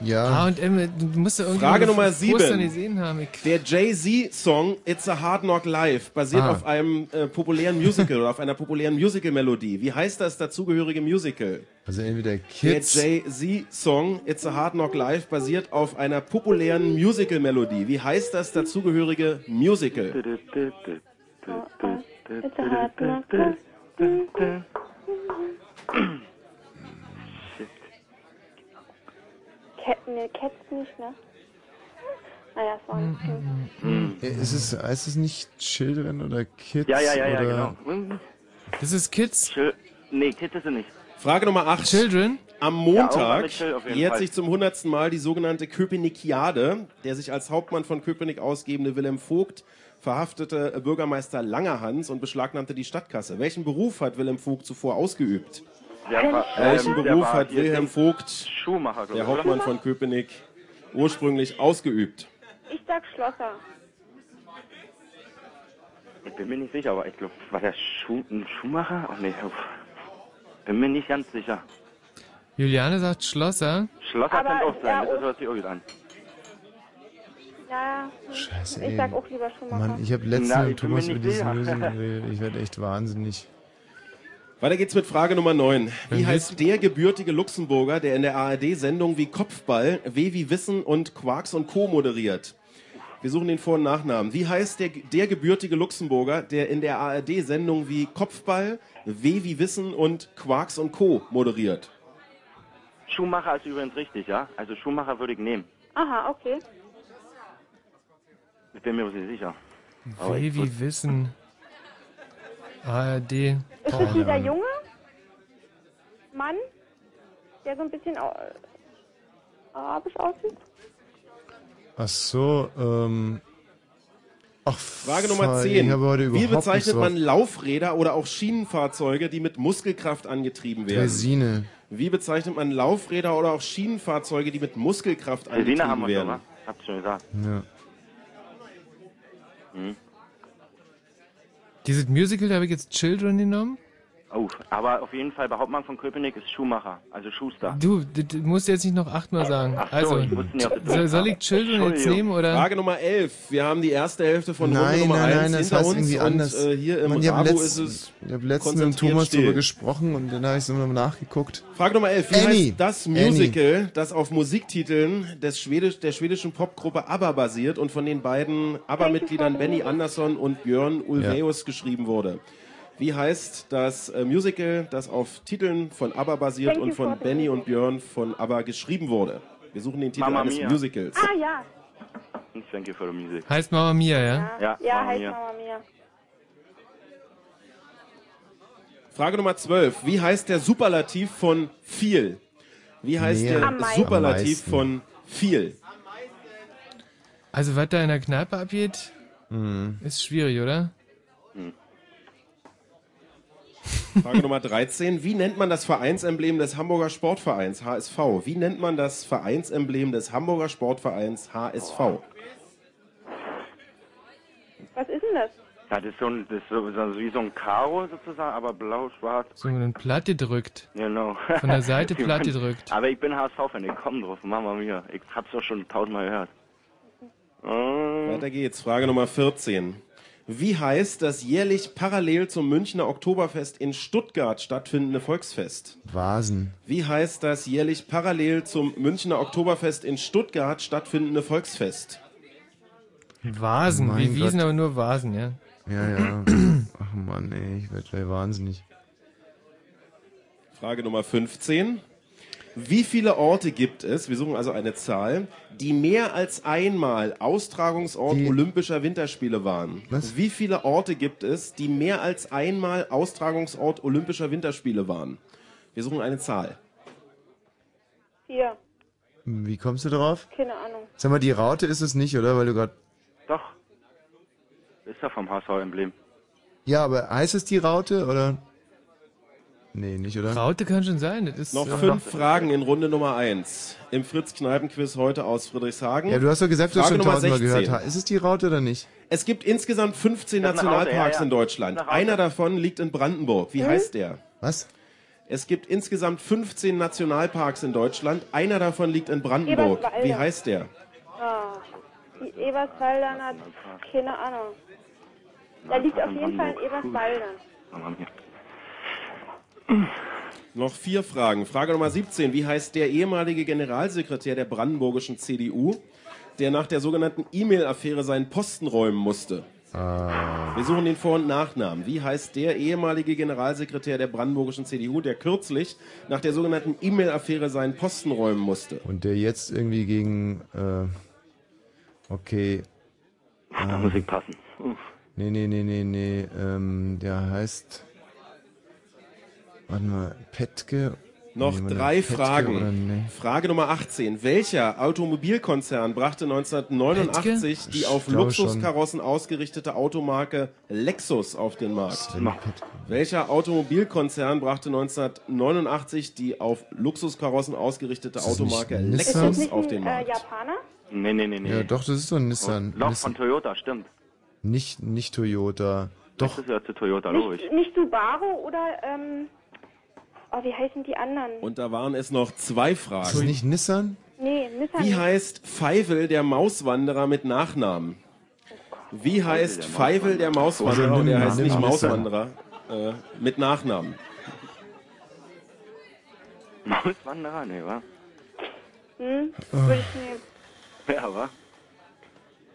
[SPEAKER 2] H
[SPEAKER 1] Ja.
[SPEAKER 2] und M, du musst ja irgendwie
[SPEAKER 5] Frage
[SPEAKER 2] auf
[SPEAKER 5] Nummer
[SPEAKER 2] den Postern gesehen haben.
[SPEAKER 5] sieben.
[SPEAKER 2] Ich,
[SPEAKER 5] Der Jay-Z-Song It's a Hard Knock Life basiert
[SPEAKER 2] Ah.
[SPEAKER 5] auf einem äh, populären Musical oder auf einer populären Musical-Melodie. Wie heißt das dazugehörige Musical?
[SPEAKER 1] Also entweder Kids.
[SPEAKER 5] Der Jay-Z-Song It's a Hard Knock Life basiert auf einer populären Musical-Melodie. Wie heißt das dazugehörige Musical?
[SPEAKER 11] It's a hard knock. Cat, ne, Cats nicht, ne? Naja, es war nicht. Hm.
[SPEAKER 1] Ist es, heißt es nicht Children oder Kids?
[SPEAKER 9] Ja, ja, ja, ja,
[SPEAKER 1] oder
[SPEAKER 9] genau.
[SPEAKER 2] Das ist Kids?
[SPEAKER 9] Nee, Kids ist er nicht.
[SPEAKER 5] Frage Nummer 8.
[SPEAKER 2] Children?
[SPEAKER 5] Am
[SPEAKER 9] Ja, auch
[SPEAKER 5] Montag
[SPEAKER 9] mit Chill auf jeden
[SPEAKER 5] jährt
[SPEAKER 9] Fall.
[SPEAKER 5] sich zum hundertsten Mal die sogenannte Köpenikiade. Der sich als Hauptmann von Köpenick ausgebende Wilhelm Vogt verhaftete Bürgermeister Langerhans und beschlagnahmte die Stadtkasse. Welchen Beruf hat Wilhelm Vogt zuvor ausgeübt?
[SPEAKER 9] Der war-
[SPEAKER 5] Welchen
[SPEAKER 9] ähm, der
[SPEAKER 5] Beruf
[SPEAKER 9] war
[SPEAKER 5] hat
[SPEAKER 9] hier
[SPEAKER 5] Wilhelm
[SPEAKER 9] den
[SPEAKER 5] Vogt,
[SPEAKER 9] Schuhmacher, glaub
[SPEAKER 5] der
[SPEAKER 9] ich,
[SPEAKER 5] Hauptmann
[SPEAKER 9] oder?
[SPEAKER 5] von Köpenick, ursprünglich ausgeübt?
[SPEAKER 11] Ich sag Schlosser.
[SPEAKER 9] Ich bin mir nicht sicher, aber ich glaube, war der Schuh, ein Schuhmacher? Oh nee, uff. bin mir nicht ganz sicher.
[SPEAKER 2] Juliane sagt Schlosser.
[SPEAKER 9] Schlosser
[SPEAKER 11] Aber
[SPEAKER 9] könnte auch
[SPEAKER 11] ja,
[SPEAKER 9] sein, ne? das hört sich auch gut an.
[SPEAKER 11] Ja,
[SPEAKER 1] Scheiße,
[SPEAKER 11] ich
[SPEAKER 1] ey.
[SPEAKER 11] sag auch lieber Schumacher.
[SPEAKER 1] Mann, ich habe letztens
[SPEAKER 11] Na,
[SPEAKER 1] mit
[SPEAKER 11] ich bin
[SPEAKER 1] Thomas
[SPEAKER 11] mir
[SPEAKER 1] über
[SPEAKER 11] nicht
[SPEAKER 1] diesen
[SPEAKER 11] sicher.
[SPEAKER 1] Lösen geredet. Ich werde echt wahnsinnig.
[SPEAKER 5] Weiter geht's mit Frage Nummer 9. Wie heißt der gebürtige Luxemburger, der in der ARD-Sendung wie Kopfball, W wie Wissen und Quarks und Co. moderiert? Wir suchen den Vor- und Nachnamen. Wie heißt der, der gebürtige Luxemburger, der in der ARD-Sendung wie Kopfball, W wie Wissen und Quarks und Co. moderiert?
[SPEAKER 9] Schuhmacher ist übrigens richtig, ja? Also Schuhmacher würde ich nehmen.
[SPEAKER 11] Aha, okay.
[SPEAKER 9] Ich bin mir aber nicht sicher. Aber ich-
[SPEAKER 2] Baby Wissen. ARD.
[SPEAKER 11] Ist das dieser junge Mann, der so ein bisschen au- äh, arabisch aussieht?
[SPEAKER 1] Ach so, ähm. Ach,
[SPEAKER 5] Frage Nummer
[SPEAKER 1] fuck,
[SPEAKER 5] 10.
[SPEAKER 1] Ich habe heute
[SPEAKER 5] Wie
[SPEAKER 1] überhaupt
[SPEAKER 5] bezeichnet
[SPEAKER 1] nichts drauf.
[SPEAKER 5] man Laufräder oder auch Schienenfahrzeuge, die mit Muskelkraft angetrieben werden?
[SPEAKER 1] Resine.
[SPEAKER 5] Wie bezeichnet man Laufräder oder auch Schienenfahrzeuge, die mit Muskelkraft
[SPEAKER 9] Resina haben
[SPEAKER 5] angetrieben
[SPEAKER 9] wir schon,
[SPEAKER 5] werden?
[SPEAKER 9] wa? Hab's schon gesagt.
[SPEAKER 1] Ja.
[SPEAKER 9] Hm.
[SPEAKER 2] Dieses Musical, da habe ich jetzt Children genommen.
[SPEAKER 9] Oh, aber auf jeden Fall, bei Hauptmann von Köpenick ist Schuhmacher, also Schuster.
[SPEAKER 2] Du, d- d- musst jetzt nicht noch achtmal sagen.
[SPEAKER 9] Ach so,
[SPEAKER 2] also,
[SPEAKER 9] ich wusste nicht, ob das-
[SPEAKER 2] so- soll ich Children jetzt
[SPEAKER 5] Entschuldigung.
[SPEAKER 2] nehmen oder?
[SPEAKER 5] Frage Nummer 11. Wir haben die erste Hälfte von Runde
[SPEAKER 1] nein,
[SPEAKER 5] Nummer
[SPEAKER 1] nein,
[SPEAKER 5] 1
[SPEAKER 1] nein, das
[SPEAKER 5] hinter
[SPEAKER 1] heißt
[SPEAKER 5] uns
[SPEAKER 1] irgendwie
[SPEAKER 5] und
[SPEAKER 1] anders.
[SPEAKER 5] äh, hier im
[SPEAKER 1] Mann, ich habe
[SPEAKER 5] Rabo
[SPEAKER 1] letztens,
[SPEAKER 5] ist es
[SPEAKER 1] ich hab letztens mit dem
[SPEAKER 5] konzentriert
[SPEAKER 1] Thomas
[SPEAKER 5] still.
[SPEAKER 1] drüber gesprochen und dann habe ich es nochmal nachgeguckt.
[SPEAKER 5] Frage Nummer 11. Wie
[SPEAKER 1] Annie.
[SPEAKER 5] heißt das
[SPEAKER 1] Annie.
[SPEAKER 5] Musical, das auf Musiktiteln des Schwedisch, der schwedischen Popgruppe ABBA basiert und von den beiden ABBA-Mitgliedern Benny Andersson und Björn Ulvaeus geschrieben wurde? Wie heißt das äh, Musical, das auf Titeln von ABBA basiert
[SPEAKER 11] Thank
[SPEAKER 5] und
[SPEAKER 11] you for
[SPEAKER 5] von
[SPEAKER 11] the
[SPEAKER 5] Benny und Björn von ABBA geschrieben wurde? Wir suchen den Titel
[SPEAKER 9] Mamma
[SPEAKER 5] eines
[SPEAKER 9] Mia.
[SPEAKER 5] Musicals.
[SPEAKER 11] Ah ja,
[SPEAKER 9] Thank you for the music.
[SPEAKER 2] Heißt Mama Mia, ja?
[SPEAKER 9] Ja,
[SPEAKER 11] ja,
[SPEAKER 9] Mamma
[SPEAKER 11] heißt
[SPEAKER 9] Mia.
[SPEAKER 11] Mama Mia.
[SPEAKER 5] Frage Nummer 12. Wie heißt der Superlativ von viel? Wie heißt
[SPEAKER 2] Mehr. Am
[SPEAKER 5] der
[SPEAKER 2] meisten.
[SPEAKER 5] Superlativ
[SPEAKER 2] Am meisten.
[SPEAKER 5] von viel?
[SPEAKER 2] Also, was da in der Kneipe abgeht,
[SPEAKER 1] Mhm.
[SPEAKER 2] ist schwierig, oder?
[SPEAKER 5] Frage Nummer 13. Wie nennt man das Vereinsemblem des Hamburger Sportvereins HSV? Wie nennt man das Vereinsemblem des Hamburger Sportvereins HSV?
[SPEAKER 11] Was ist denn das?
[SPEAKER 9] Ja, das ist, so ein, das ist so, so wie so ein Karo sozusagen, aber blau-schwarz.
[SPEAKER 2] So dann platt gedrückt.
[SPEAKER 9] Genau.
[SPEAKER 2] Von der Seite
[SPEAKER 9] Die
[SPEAKER 2] platt
[SPEAKER 9] waren-
[SPEAKER 2] gedrückt.
[SPEAKER 9] Aber ich bin HSV-Fan, ich komm drauf, Mama mia. Ich hab's doch schon tausendmal gehört. Ähm.
[SPEAKER 5] Weiter geht's. Frage Nummer 14. Wie heißt das jährlich parallel zum Münchner Oktoberfest in Stuttgart stattfindende Volksfest?
[SPEAKER 1] Vasen.
[SPEAKER 5] Wie heißt das jährlich parallel zum Münchner Oktoberfest in Stuttgart stattfindende Volksfest?
[SPEAKER 2] Vasen,
[SPEAKER 1] Oh Mein
[SPEAKER 2] wie Wiesen,
[SPEAKER 1] Gott.
[SPEAKER 2] aber nur Vasen, ja.
[SPEAKER 1] Ja, ja. Ach Mann, ey, ich werd gleich wahnsinnig.
[SPEAKER 5] Frage Nummer 15. Wie viele Orte gibt es, wir suchen also eine Zahl, die mehr als einmal Austragungsort Olympischer Winterspiele waren? Wie viele Orte gibt es, die mehr als einmal Austragungsort Olympischer Winterspiele waren? Wir suchen eine Zahl.
[SPEAKER 11] Vier.
[SPEAKER 1] Wie kommst du drauf?
[SPEAKER 11] Keine Ahnung.
[SPEAKER 1] Sag mal, die Raute ist es nicht, oder? Weil du gerade.
[SPEAKER 9] Doch. Ist ja vom HSV-Emblem.
[SPEAKER 1] Ja, aber heißt es die Raute, oder? Nee, nicht, oder?
[SPEAKER 2] Raute kann schon sein, das ist.
[SPEAKER 5] Noch
[SPEAKER 2] äh,
[SPEAKER 5] fünf Fragen in Runde Nummer 1 im Fritz-Kneipen-Quiz heute aus Friedrichshagen.
[SPEAKER 1] Ja, du hast doch gesagt, du hast
[SPEAKER 5] Frage
[SPEAKER 1] schon
[SPEAKER 5] Nummer
[SPEAKER 1] tausendmal gehört.
[SPEAKER 5] 16.
[SPEAKER 1] ha. Ist es die Raute oder nicht?
[SPEAKER 5] Es gibt insgesamt 15
[SPEAKER 1] Das ist nach Hause,
[SPEAKER 5] Nationalparks
[SPEAKER 1] ja, ja.
[SPEAKER 5] in Deutschland.
[SPEAKER 1] Das ist nach Hause.
[SPEAKER 5] Einer davon liegt in Brandenburg. Wie
[SPEAKER 1] Hm?
[SPEAKER 5] heißt der?
[SPEAKER 1] Was?
[SPEAKER 5] Es gibt insgesamt 15 Nationalparks in Deutschland. Einer davon liegt in Brandenburg.
[SPEAKER 11] Eberswalde.
[SPEAKER 5] Wie heißt der?
[SPEAKER 11] Ah, die Eberswaldern hat keine Ahnung. Da liegt auf jeden Fall ein Eberswaldern.
[SPEAKER 5] Noch vier Fragen. Frage Nummer 17. Wie heißt der ehemalige Generalsekretär der brandenburgischen CDU, der nach der sogenannten E-Mail-Affäre seinen Posten räumen musste? Wir suchen den Vor- und Nachnamen. Wie heißt der ehemalige Generalsekretär der brandenburgischen CDU, der kürzlich nach der sogenannten E-Mail-Affäre seinen Posten räumen musste?
[SPEAKER 1] Und der jetzt irgendwie gegen. Äh, okay. Da
[SPEAKER 9] muss ich passen. Uff.
[SPEAKER 1] Nee, nee, nee, nee, nee. Ähm, der heißt. Warte mal, Petke.
[SPEAKER 5] Noch
[SPEAKER 1] Nee, warte,
[SPEAKER 5] drei
[SPEAKER 1] Petke oder-
[SPEAKER 5] Fragen.
[SPEAKER 1] nee.
[SPEAKER 5] Frage Nummer 18. Welcher Automobilkonzern brachte 1989 die auf
[SPEAKER 1] glaube schon.
[SPEAKER 5] Luxuskarossen ausgerichtete Automarke Lexus auf den Markt?
[SPEAKER 1] Sven
[SPEAKER 5] Welcher Automobilkonzern brachte 1989 die auf Luxuskarossen ausgerichtete
[SPEAKER 1] das nicht
[SPEAKER 5] Automarke
[SPEAKER 1] Nissan?
[SPEAKER 11] Ist das
[SPEAKER 5] Lexus
[SPEAKER 11] nicht
[SPEAKER 5] auf
[SPEAKER 11] ein
[SPEAKER 5] den
[SPEAKER 11] äh,
[SPEAKER 5] Markt?
[SPEAKER 11] Japaner?
[SPEAKER 9] Nee, nee, nee, nee.
[SPEAKER 1] Ja, doch, das ist so ein Nissan.
[SPEAKER 9] Loch von
[SPEAKER 1] Nissan.
[SPEAKER 9] Toyota, stimmt.
[SPEAKER 1] Nicht, nicht Toyota. Doch.
[SPEAKER 9] Das gehört zu Toyota, logisch.
[SPEAKER 11] Nicht, nicht Subaru oder, ähm, oh, wie heißen die anderen?
[SPEAKER 5] Und da waren es noch zwei
[SPEAKER 1] Ist es
[SPEAKER 5] Fragen.
[SPEAKER 1] nicht Nissan?
[SPEAKER 11] Nee, Nissan.
[SPEAKER 5] Wie heißt Feivel der Mauswanderer mit Nachnamen? Wie heißt Feivel der Mauswanderer?
[SPEAKER 1] Also
[SPEAKER 5] Und er
[SPEAKER 1] nimm-
[SPEAKER 5] heißt
[SPEAKER 1] nimm
[SPEAKER 5] nicht
[SPEAKER 1] Nissan.
[SPEAKER 5] Mauswanderer. Äh, mit Nachnamen.
[SPEAKER 9] Mauswanderer? Nee, wa?
[SPEAKER 11] Hm?
[SPEAKER 5] Oh.
[SPEAKER 11] Würde ich nehmen.
[SPEAKER 9] Ja, wa?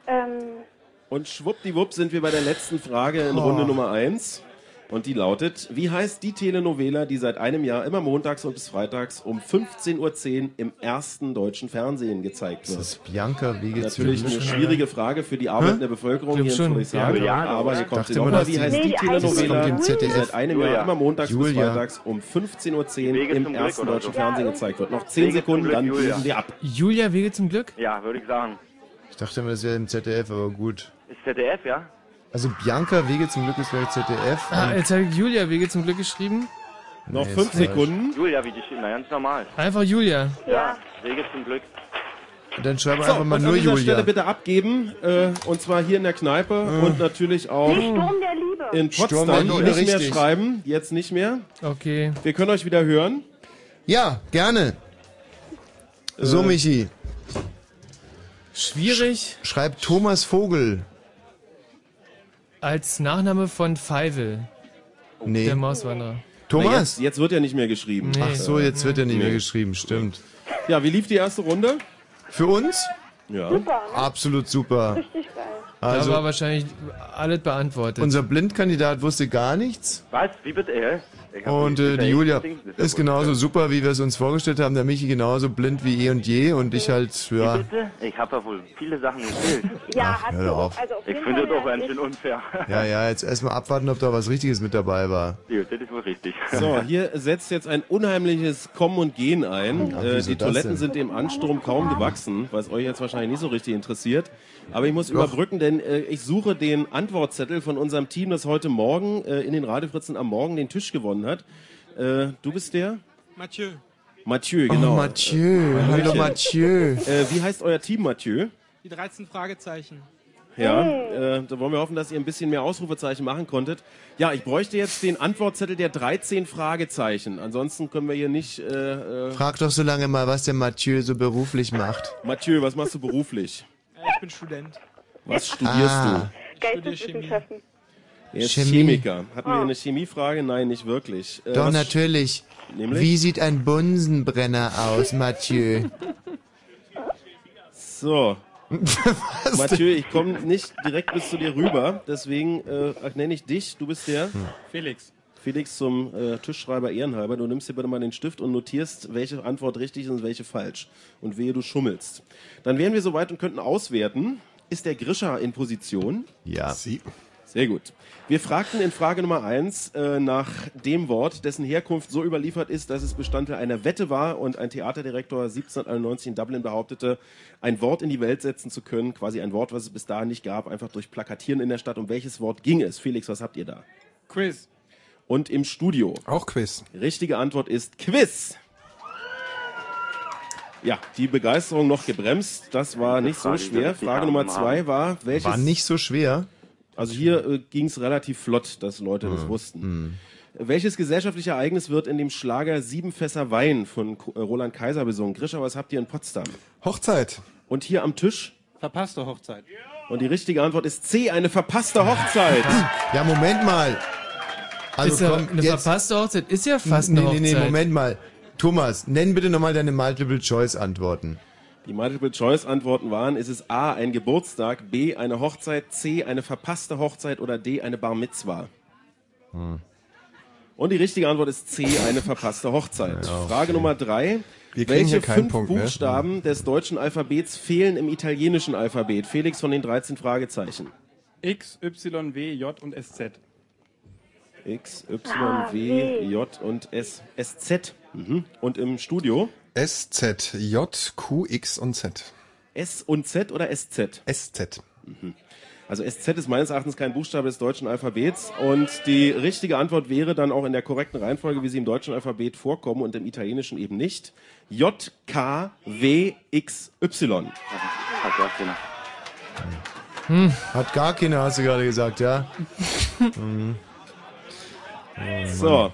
[SPEAKER 11] Ähm,
[SPEAKER 5] Und schwuppdiwupp sind wir bei der letzten Frage in Runde
[SPEAKER 1] Oh.
[SPEAKER 5] Nummer 1. Und die lautet, wie heißt die Telenovela, die seit einem Jahr immer montags und bis freitags um 15.10 Uhr im ersten deutschen Fernsehen gezeigt wird?
[SPEAKER 1] Bianca Wege
[SPEAKER 5] Natürlich eine schwierige Frage für die arbeitende Bevölkerung
[SPEAKER 1] Glaub
[SPEAKER 5] hier in
[SPEAKER 1] schon.
[SPEAKER 5] Friedrichshagen,
[SPEAKER 1] Ja, Juliane,
[SPEAKER 5] aber
[SPEAKER 1] oder?
[SPEAKER 5] hier kommt
[SPEAKER 1] Dachte
[SPEAKER 5] sie doch
[SPEAKER 1] immer,
[SPEAKER 5] mal.
[SPEAKER 1] dass
[SPEAKER 5] Wie
[SPEAKER 1] die-
[SPEAKER 5] heißt
[SPEAKER 1] Nee,
[SPEAKER 5] die
[SPEAKER 1] die heißt
[SPEAKER 5] Telenovela,
[SPEAKER 1] Julia.
[SPEAKER 5] die seit einem Jahr
[SPEAKER 1] Julia.
[SPEAKER 5] immer montags bis
[SPEAKER 1] Julia.
[SPEAKER 5] freitags um 15.10
[SPEAKER 9] Wege
[SPEAKER 5] Uhr im
[SPEAKER 9] zum Glück
[SPEAKER 5] ersten
[SPEAKER 9] oder
[SPEAKER 5] deutschen
[SPEAKER 9] so.
[SPEAKER 5] Fernsehen
[SPEAKER 9] Ja,
[SPEAKER 5] gezeigt wird? Noch
[SPEAKER 9] Wege
[SPEAKER 5] 10
[SPEAKER 9] zum
[SPEAKER 5] Sekunden,
[SPEAKER 9] Glück,
[SPEAKER 5] dann
[SPEAKER 9] Julia.
[SPEAKER 5] geben wir ab.
[SPEAKER 2] Julia Wege zum Glück?
[SPEAKER 9] Ja, würde ich sagen.
[SPEAKER 1] Ich dachte immer, das wäre im ZDF, aber gut.
[SPEAKER 9] Ist ZDF, ja?
[SPEAKER 1] Also Bianca Wege zum Glück ist vielleicht ZDF.
[SPEAKER 9] äh,
[SPEAKER 2] Ah, jetzt habe ich Julia Wege zum Glück geschrieben.
[SPEAKER 1] Noch Nee, fünf ist falsch. Sekunden.
[SPEAKER 9] Julia, wie die stehen, na ganz normal.
[SPEAKER 2] Einfach Julia.
[SPEAKER 9] Ja, Regel zum Glück.
[SPEAKER 1] Und dann schreibe
[SPEAKER 5] So,
[SPEAKER 1] einfach mal
[SPEAKER 5] und
[SPEAKER 1] nur
[SPEAKER 5] an dieser
[SPEAKER 1] Julia.
[SPEAKER 5] Stelle bitte abgeben, äh, und zwar hier in der Kneipe und natürlich auch
[SPEAKER 11] nee, Sturm der Liebe.
[SPEAKER 5] in
[SPEAKER 1] Äh. Sturm der
[SPEAKER 5] Potsdam.
[SPEAKER 1] Liebe,
[SPEAKER 5] Nicht mehr
[SPEAKER 1] richtig.
[SPEAKER 5] schreiben, jetzt nicht mehr.
[SPEAKER 2] Okay.
[SPEAKER 5] Wir können euch wieder hören.
[SPEAKER 1] Ja, gerne. So,
[SPEAKER 5] Äh,
[SPEAKER 1] Michi.
[SPEAKER 2] Schwierig.
[SPEAKER 1] Sch schreib Thomas Vogel.
[SPEAKER 2] Als Nachname von Feivel.
[SPEAKER 1] Nee.
[SPEAKER 2] Der Mauswanderer.
[SPEAKER 5] Na, Jetzt, jetzt wird ja nicht mehr geschrieben.
[SPEAKER 1] Ach so, jetzt wird ja nicht mehr
[SPEAKER 5] Nee.
[SPEAKER 1] geschrieben, stimmt.
[SPEAKER 5] Ja, wie lief die erste Runde?
[SPEAKER 1] Für uns?
[SPEAKER 5] Ja.
[SPEAKER 11] Super, ne?
[SPEAKER 1] Absolut super.
[SPEAKER 11] Richtig geil.
[SPEAKER 2] da war
[SPEAKER 1] Also,
[SPEAKER 2] wahrscheinlich alles beantwortet.
[SPEAKER 1] unser Blindkandidat wusste gar nichts.
[SPEAKER 9] Was? Wie bitte, ey? Ich hab
[SPEAKER 1] Und
[SPEAKER 9] nicht
[SPEAKER 1] äh, die
[SPEAKER 9] gesehen.
[SPEAKER 1] Julia
[SPEAKER 9] Das ja
[SPEAKER 1] ist genau,
[SPEAKER 9] wohl-
[SPEAKER 1] genauso super, wie wir es uns vorgestellt haben. Der Michi genauso blind wie eh und je. Und ich halt, ja.
[SPEAKER 9] Bitte? Ich habe ja wohl viele Sachen gefehlt.
[SPEAKER 11] Ja,
[SPEAKER 1] Ach, hör doch auf.
[SPEAKER 11] Also auf
[SPEAKER 9] ich
[SPEAKER 11] jeden
[SPEAKER 9] finde
[SPEAKER 11] Fall
[SPEAKER 9] das auch
[SPEAKER 11] hat
[SPEAKER 9] ganz schön
[SPEAKER 11] sich-
[SPEAKER 9] unfair.
[SPEAKER 1] Ja, ja, jetzt erstmal abwarten, ob da was Richtiges mit dabei war.
[SPEAKER 9] Ja, das ist wohl richtig.
[SPEAKER 5] So, hier setzt jetzt ein unheimliches Kommen und Gehen ein.
[SPEAKER 1] Ach,
[SPEAKER 5] äh,
[SPEAKER 1] wieso
[SPEAKER 5] die
[SPEAKER 1] das
[SPEAKER 5] Toiletten
[SPEAKER 1] denn?
[SPEAKER 5] sind dem Ansturm kaum gewachsen, was euch jetzt wahrscheinlich nicht so richtig interessiert. Aber ich muss
[SPEAKER 1] Doch.
[SPEAKER 5] überbrücken, denn äh, ich suche den Antwortzettel von unserem Team, das heute Morgen äh, in den Radiofritzen am Morgen den Tisch gewonnen hat. Äh, du bist der?
[SPEAKER 16] Mathieu.
[SPEAKER 5] Mathieu,
[SPEAKER 1] Oh,
[SPEAKER 5] genau.
[SPEAKER 1] Mathieu. Hallo,
[SPEAKER 5] Hallöchen.
[SPEAKER 1] Mathieu.
[SPEAKER 5] Äh, wie heißt euer Team, Mathieu?
[SPEAKER 16] Die 13 Fragezeichen.
[SPEAKER 5] Ja,
[SPEAKER 1] Hm.
[SPEAKER 12] Hey.
[SPEAKER 5] äh, da wollen wir hoffen, dass ihr ein bisschen mehr Ausrufezeichen machen konntet. Ja, ich bräuchte jetzt den Antwortzettel der 13 Fragezeichen. Ansonsten können wir hier nicht... Äh, äh,
[SPEAKER 1] Frag doch so lange mal, was der Mathieu so beruflich macht.
[SPEAKER 5] Mathieu, was machst du beruflich?
[SPEAKER 13] Ich bin Student.
[SPEAKER 5] Was studierst
[SPEAKER 1] Ah.
[SPEAKER 11] Geisteswissenschaften.
[SPEAKER 5] du? Er ist
[SPEAKER 1] Chemie.
[SPEAKER 5] Chemiker. Hatten wir
[SPEAKER 11] Ah.
[SPEAKER 5] eine Chemiefrage? Nein, nicht wirklich. Äh,
[SPEAKER 1] Doch,
[SPEAKER 5] was-
[SPEAKER 1] natürlich.
[SPEAKER 5] Nämlich?
[SPEAKER 1] Wie sieht ein Bunsenbrenner aus, Mathieu?
[SPEAKER 5] So. Mathieu, ich komme nicht direkt bis zu dir rüber, deswegen äh, nenne ich dich. Du bist der
[SPEAKER 13] Felix.
[SPEAKER 5] Felix zum äh, Tischschreiber Ehrenhalber. Du nimmst dir bitte mal den Stift und notierst, welche Antwort richtig ist und welche falsch. Und wehe, du schummelst. Dann wären wir soweit und könnten auswerten. Ist der Grischer in Position?
[SPEAKER 1] Ja.
[SPEAKER 15] Sie.
[SPEAKER 5] Sehr gut. Wir fragten in Frage Nummer eins äh, nach dem Wort, dessen Herkunft so überliefert ist, dass es Bestandteil einer Wette war und ein Theaterdirektor 1791 in Dublin behauptete, ein Wort in die Welt setzen zu können, quasi ein Wort, was es bis dahin nicht gab, einfach durch Plakatieren in der Stadt. Um welches Wort ging es? Felix, was habt ihr da?
[SPEAKER 13] Quiz.
[SPEAKER 5] Und im Studio.
[SPEAKER 15] Auch Quiz.
[SPEAKER 5] Richtige Antwort ist Quiz. Ja, die Begeisterung noch gebremst. Das war nicht so
[SPEAKER 1] Frage, die wir
[SPEAKER 5] schwer.
[SPEAKER 1] richtig
[SPEAKER 5] Frage Nummer
[SPEAKER 1] haben.
[SPEAKER 5] zwei war, welches
[SPEAKER 1] War nicht so schwer. Mhm.
[SPEAKER 5] also hier äh, ging es relativ flott, dass Leute das wussten. Welches gesellschaftliche Ereignis wird in dem Schlager Sieben Fässer Wein von Ko- äh, Roland Kaiser besungen? Grischer, was habt ihr in Potsdam?
[SPEAKER 15] Hochzeit.
[SPEAKER 5] Und hier am Tisch?
[SPEAKER 13] Verpasste Hochzeit.
[SPEAKER 5] Und die richtige Antwort ist C, eine verpasste Hochzeit.
[SPEAKER 1] Ja, Moment mal. Also
[SPEAKER 5] Ist ja
[SPEAKER 1] komm,
[SPEAKER 5] eine
[SPEAKER 1] jetzt.
[SPEAKER 2] verpasste Hochzeit ist ja fast
[SPEAKER 1] nee,
[SPEAKER 2] eine
[SPEAKER 1] nee, nee,
[SPEAKER 2] Hochzeit.
[SPEAKER 1] Moment mal. Thomas, nenn bitte nochmal deine Multiple-Choice-Antworten.
[SPEAKER 5] Die Multiple-Choice-Antworten waren, ist es A, ein Geburtstag, B, eine Hochzeit, C, eine verpasste Hochzeit oder D, eine Bar Mitzwa?
[SPEAKER 1] Hm.
[SPEAKER 5] Und die richtige Antwort ist C, eine verpasste Hochzeit. Frage Nummer drei.
[SPEAKER 15] Wir kriegen
[SPEAKER 5] Welche
[SPEAKER 15] hier keinen
[SPEAKER 5] fünf
[SPEAKER 15] Punkt, ne?
[SPEAKER 5] Buchstaben des deutschen Alphabets fehlen im italienischen Alphabet? Felix von den 13 Fragezeichen.
[SPEAKER 13] X, Y, W, J und SZ.
[SPEAKER 5] X,
[SPEAKER 13] Ah, W.
[SPEAKER 5] Y, W, J und S, SZ. Mhm. Und im Studio?
[SPEAKER 15] S, Z, J, Q, X und Z.
[SPEAKER 5] S und Z oder SZ?
[SPEAKER 15] SZ.
[SPEAKER 5] Mhm. Also SZ ist meines Erachtens kein Buchstabe des deutschen Alphabets und die richtige Antwort wäre dann auch in der korrekten Reihenfolge, wie sie im deutschen Alphabet vorkommen und im italienischen eben nicht. J, K, W, X, Y.
[SPEAKER 9] Hat ja keiner.
[SPEAKER 2] Hm.
[SPEAKER 1] Hat gar keiner, hast du gerade gesagt, ja? mhm.
[SPEAKER 5] So.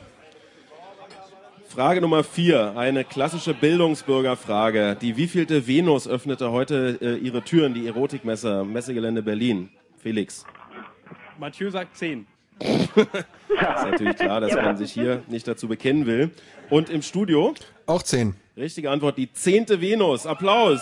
[SPEAKER 5] Frage Nummer vier, eine klassische Bildungsbürgerfrage. Die wievielte Venus öffnete heute äh, ihre Türen, die Erotikmesse, Messegelände Berlin? Felix.
[SPEAKER 13] Mathieu sagt 10.
[SPEAKER 5] Ist natürlich klar, dass man sich hier nicht dazu bekennen will. Und im Studio?
[SPEAKER 15] Auch 10.
[SPEAKER 5] Richtige Antwort, die zehnte Venus. Applaus.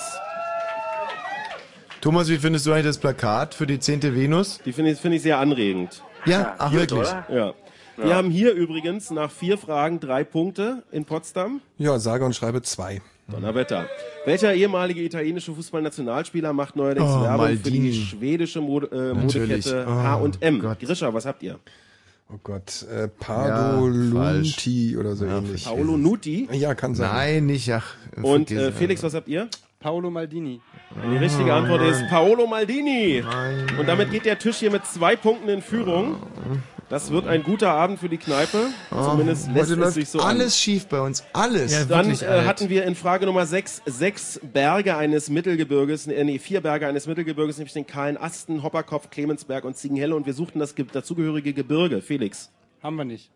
[SPEAKER 1] Thomas, wie findest du eigentlich das Plakat für die 10. Venus?
[SPEAKER 5] Die finde ich, finde ich sehr anregend.
[SPEAKER 1] Ja, ach wirklich.
[SPEAKER 5] Ja. Wir haben hier übrigens nach vier Fragen drei Punkte in Potsdam.
[SPEAKER 15] Ja, sage und schreibe zwei.
[SPEAKER 5] Donnerwetter. Welcher ehemalige italienische Fußballnationalspieler macht neuerdings
[SPEAKER 15] Oh,
[SPEAKER 5] Werbung für
[SPEAKER 15] Maldini.
[SPEAKER 5] die schwedische Mode, äh,
[SPEAKER 15] Natürlich.
[SPEAKER 5] Modekette
[SPEAKER 15] Oh,
[SPEAKER 5] H&M? Grisha, was habt ihr?
[SPEAKER 15] Oh Gott, äh, Pardo Lunti oder so ähnlich.
[SPEAKER 5] Paolo Nuti?
[SPEAKER 15] Ja, kann sein.
[SPEAKER 1] Nein, nicht, ach.
[SPEAKER 5] Und äh, Felix, was habt ihr?
[SPEAKER 13] Paolo Maldini.
[SPEAKER 5] Die richtige Antwort ist Paolo Maldini. Und damit geht der Tisch hier mit zwei Punkten in Führung. Das wird ein guter Abend für die Kneipe. Zumindest
[SPEAKER 1] Oh,
[SPEAKER 5] lässt
[SPEAKER 1] heute
[SPEAKER 5] es
[SPEAKER 1] läuft
[SPEAKER 5] sich so an.
[SPEAKER 1] alles schief bei uns, alles.
[SPEAKER 5] Dann äh, hatten wir in Frage Nummer 6 sechs Berge eines Mittelgebirges, äh, nee, vier Berge eines Mittelgebirges, nämlich den kahlen Asten, Hopperkopf, Clemensberg und Ziegenhelle und wir suchten das ge dazugehörige Gebirge. Felix.
[SPEAKER 13] Haben wir nicht.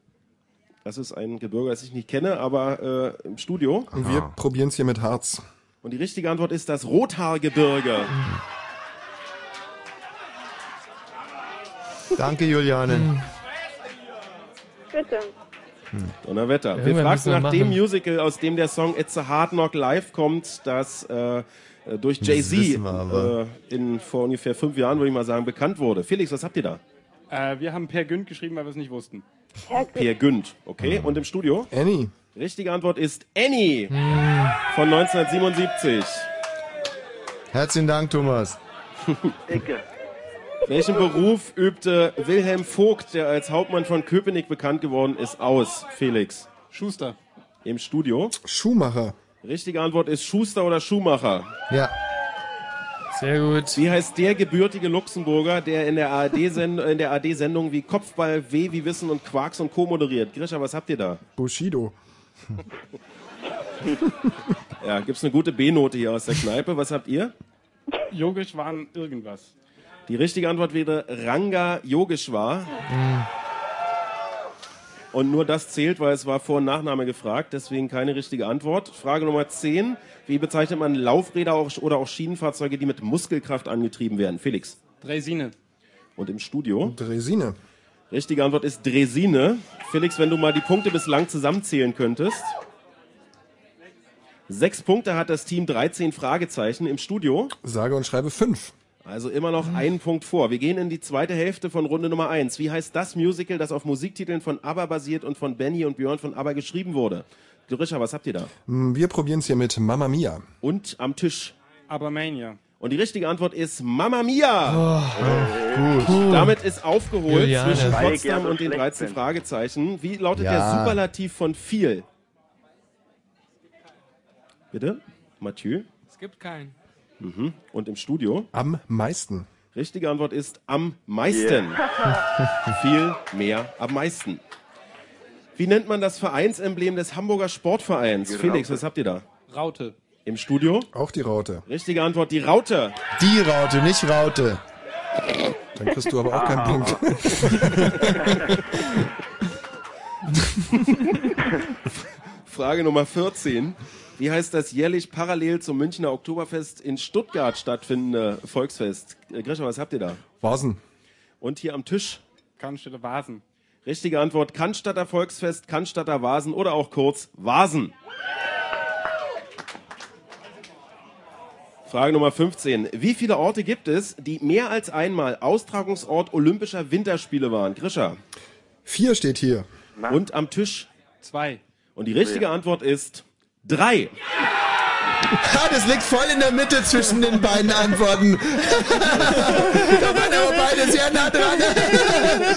[SPEAKER 5] Das ist ein Gebirge, das ich nicht kenne, aber äh, im Studio.
[SPEAKER 15] Und wir probieren es hier mit Harz.
[SPEAKER 5] Und die richtige Antwort ist das Rothaargebirge.
[SPEAKER 1] Danke, Juliane.
[SPEAKER 11] Bitte.
[SPEAKER 5] Donnerwetter. Wir
[SPEAKER 1] Irgendwann
[SPEAKER 5] fragten
[SPEAKER 1] müssen wir
[SPEAKER 5] nach dem
[SPEAKER 1] machen.
[SPEAKER 5] Musical, aus dem der Song It's a Hard Knock Live kommt, das äh, äh, durch
[SPEAKER 1] Das
[SPEAKER 5] Jay-Z
[SPEAKER 1] wissen wir aber.
[SPEAKER 5] äh, in vor ungefähr fünf Jahren, würde ich mal sagen, bekannt wurde. Felix, was habt ihr da?
[SPEAKER 13] Äh, wir haben Per Günd geschrieben, weil wir es nicht wussten.
[SPEAKER 5] Per Günd. Okay, und im Studio?
[SPEAKER 15] Annie.
[SPEAKER 5] Richtige Antwort ist Annie von 1977.
[SPEAKER 1] Herzlichen Dank, Thomas.
[SPEAKER 5] Welchen Beruf übte Wilhelm Vogt, der als Hauptmann von Köpenick bekannt geworden ist, aus? Felix.
[SPEAKER 13] Schuster.
[SPEAKER 5] Im Studio?
[SPEAKER 15] Schuhmacher.
[SPEAKER 5] Richtige Antwort ist Schuster oder Schuhmacher.
[SPEAKER 1] Ja.
[SPEAKER 2] Sehr gut.
[SPEAKER 5] Wie heißt der gebürtige Luxemburger, der in der ARD-Sendung in der ARD-Sendung wie Kopfball, W wie Wissen und Quarks und Co. moderiert? Grisha, was habt ihr da?
[SPEAKER 15] Bushido.
[SPEAKER 5] Ja, gibt's eine gute B-Note hier aus der Kneipe. Was habt ihr?
[SPEAKER 13] Yogisch waren Hm. irgendwas.
[SPEAKER 5] Die richtige Antwort wäre Ranga Yogeshwar.
[SPEAKER 2] Hm.
[SPEAKER 5] Und nur das zählt, weil es war Vor- und Nachname gefragt, deswegen keine richtige Antwort. Frage Nummer 10. Wie bezeichnet man Laufräder auch- oder auch Schienenfahrzeuge, die mit Muskelkraft angetrieben werden? Felix.
[SPEAKER 13] Dresine.
[SPEAKER 5] Und im Studio?
[SPEAKER 15] Dresine.
[SPEAKER 5] Richtige Antwort ist Dresine. Felix, wenn du mal die Punkte bislang zusammenzählen könntest. Sechs Punkte hat das Team 13 Fragezeichen im Studio.
[SPEAKER 15] Sage und schreibe fünf.
[SPEAKER 5] Also immer noch einen Punkt vor. Wir gehen in die zweite Hälfte von Runde Nummer eins. Wie heißt das Musical, das auf Musiktiteln von ABBA basiert und von Benny und Björn von ABBA geschrieben wurde? Dorisha, was habt ihr da?
[SPEAKER 15] Hm, Wir probieren es hier mit Mamma Mia.
[SPEAKER 5] Und am Tisch.
[SPEAKER 13] Aber Mania.
[SPEAKER 5] Und die richtige Antwort ist Mamma Mia.
[SPEAKER 13] Oh, gut.
[SPEAKER 5] Puh. Damit ist aufgeholt
[SPEAKER 13] Juliane.
[SPEAKER 5] zwischen
[SPEAKER 13] Weil ich ja
[SPEAKER 5] Potsdam
[SPEAKER 13] so
[SPEAKER 5] und den
[SPEAKER 13] schlecht
[SPEAKER 5] 13
[SPEAKER 13] bin.
[SPEAKER 5] Fragezeichen. Wie lautet
[SPEAKER 13] Ja.
[SPEAKER 5] der Superlativ von viel? Bitte? Mathieu?
[SPEAKER 13] Es gibt keinen.
[SPEAKER 5] Mhm. Und im Studio?
[SPEAKER 15] Am meisten.
[SPEAKER 5] Richtige Antwort ist am meisten. Viel mehr am meisten. Wie nennt man das Vereinsemblem des Hamburger Sportvereins?
[SPEAKER 15] Die
[SPEAKER 5] Felix,
[SPEAKER 15] Raute.
[SPEAKER 5] was habt ihr da?
[SPEAKER 13] Raute.
[SPEAKER 5] Im Studio?
[SPEAKER 15] Auch die Raute.
[SPEAKER 5] Richtige Antwort, die Raute.
[SPEAKER 1] Die Raute, nicht Raute.
[SPEAKER 15] Dann kriegst du aber auch
[SPEAKER 5] Ah.
[SPEAKER 1] Ah.
[SPEAKER 15] keinen Punkt.
[SPEAKER 5] Frage Nummer 14. Wie heißt das jährlich parallel zum Münchner Oktoberfest in Stuttgart stattfindende Volksfest? Äh, Grisha, was habt ihr da?
[SPEAKER 15] Vasen.
[SPEAKER 5] Und hier am Tisch?
[SPEAKER 13] Cannstatter Vasen.
[SPEAKER 5] Richtige Antwort, Cannstatter Volksfest, Cannstatter Vasen oder auch kurz Vasen. Frage Nummer 15. Wie viele Orte gibt es, die mehr als einmal Austragungsort Olympischer Winterspiele waren? Grisha.
[SPEAKER 15] Vier steht hier.
[SPEAKER 5] Und am Tisch?
[SPEAKER 13] Zwei.
[SPEAKER 5] Und die richtige Antwort ist drei.
[SPEAKER 1] Ha, das liegt voll in der Mitte zwischen den beiden Antworten. da waren aber beide sehr nah dran.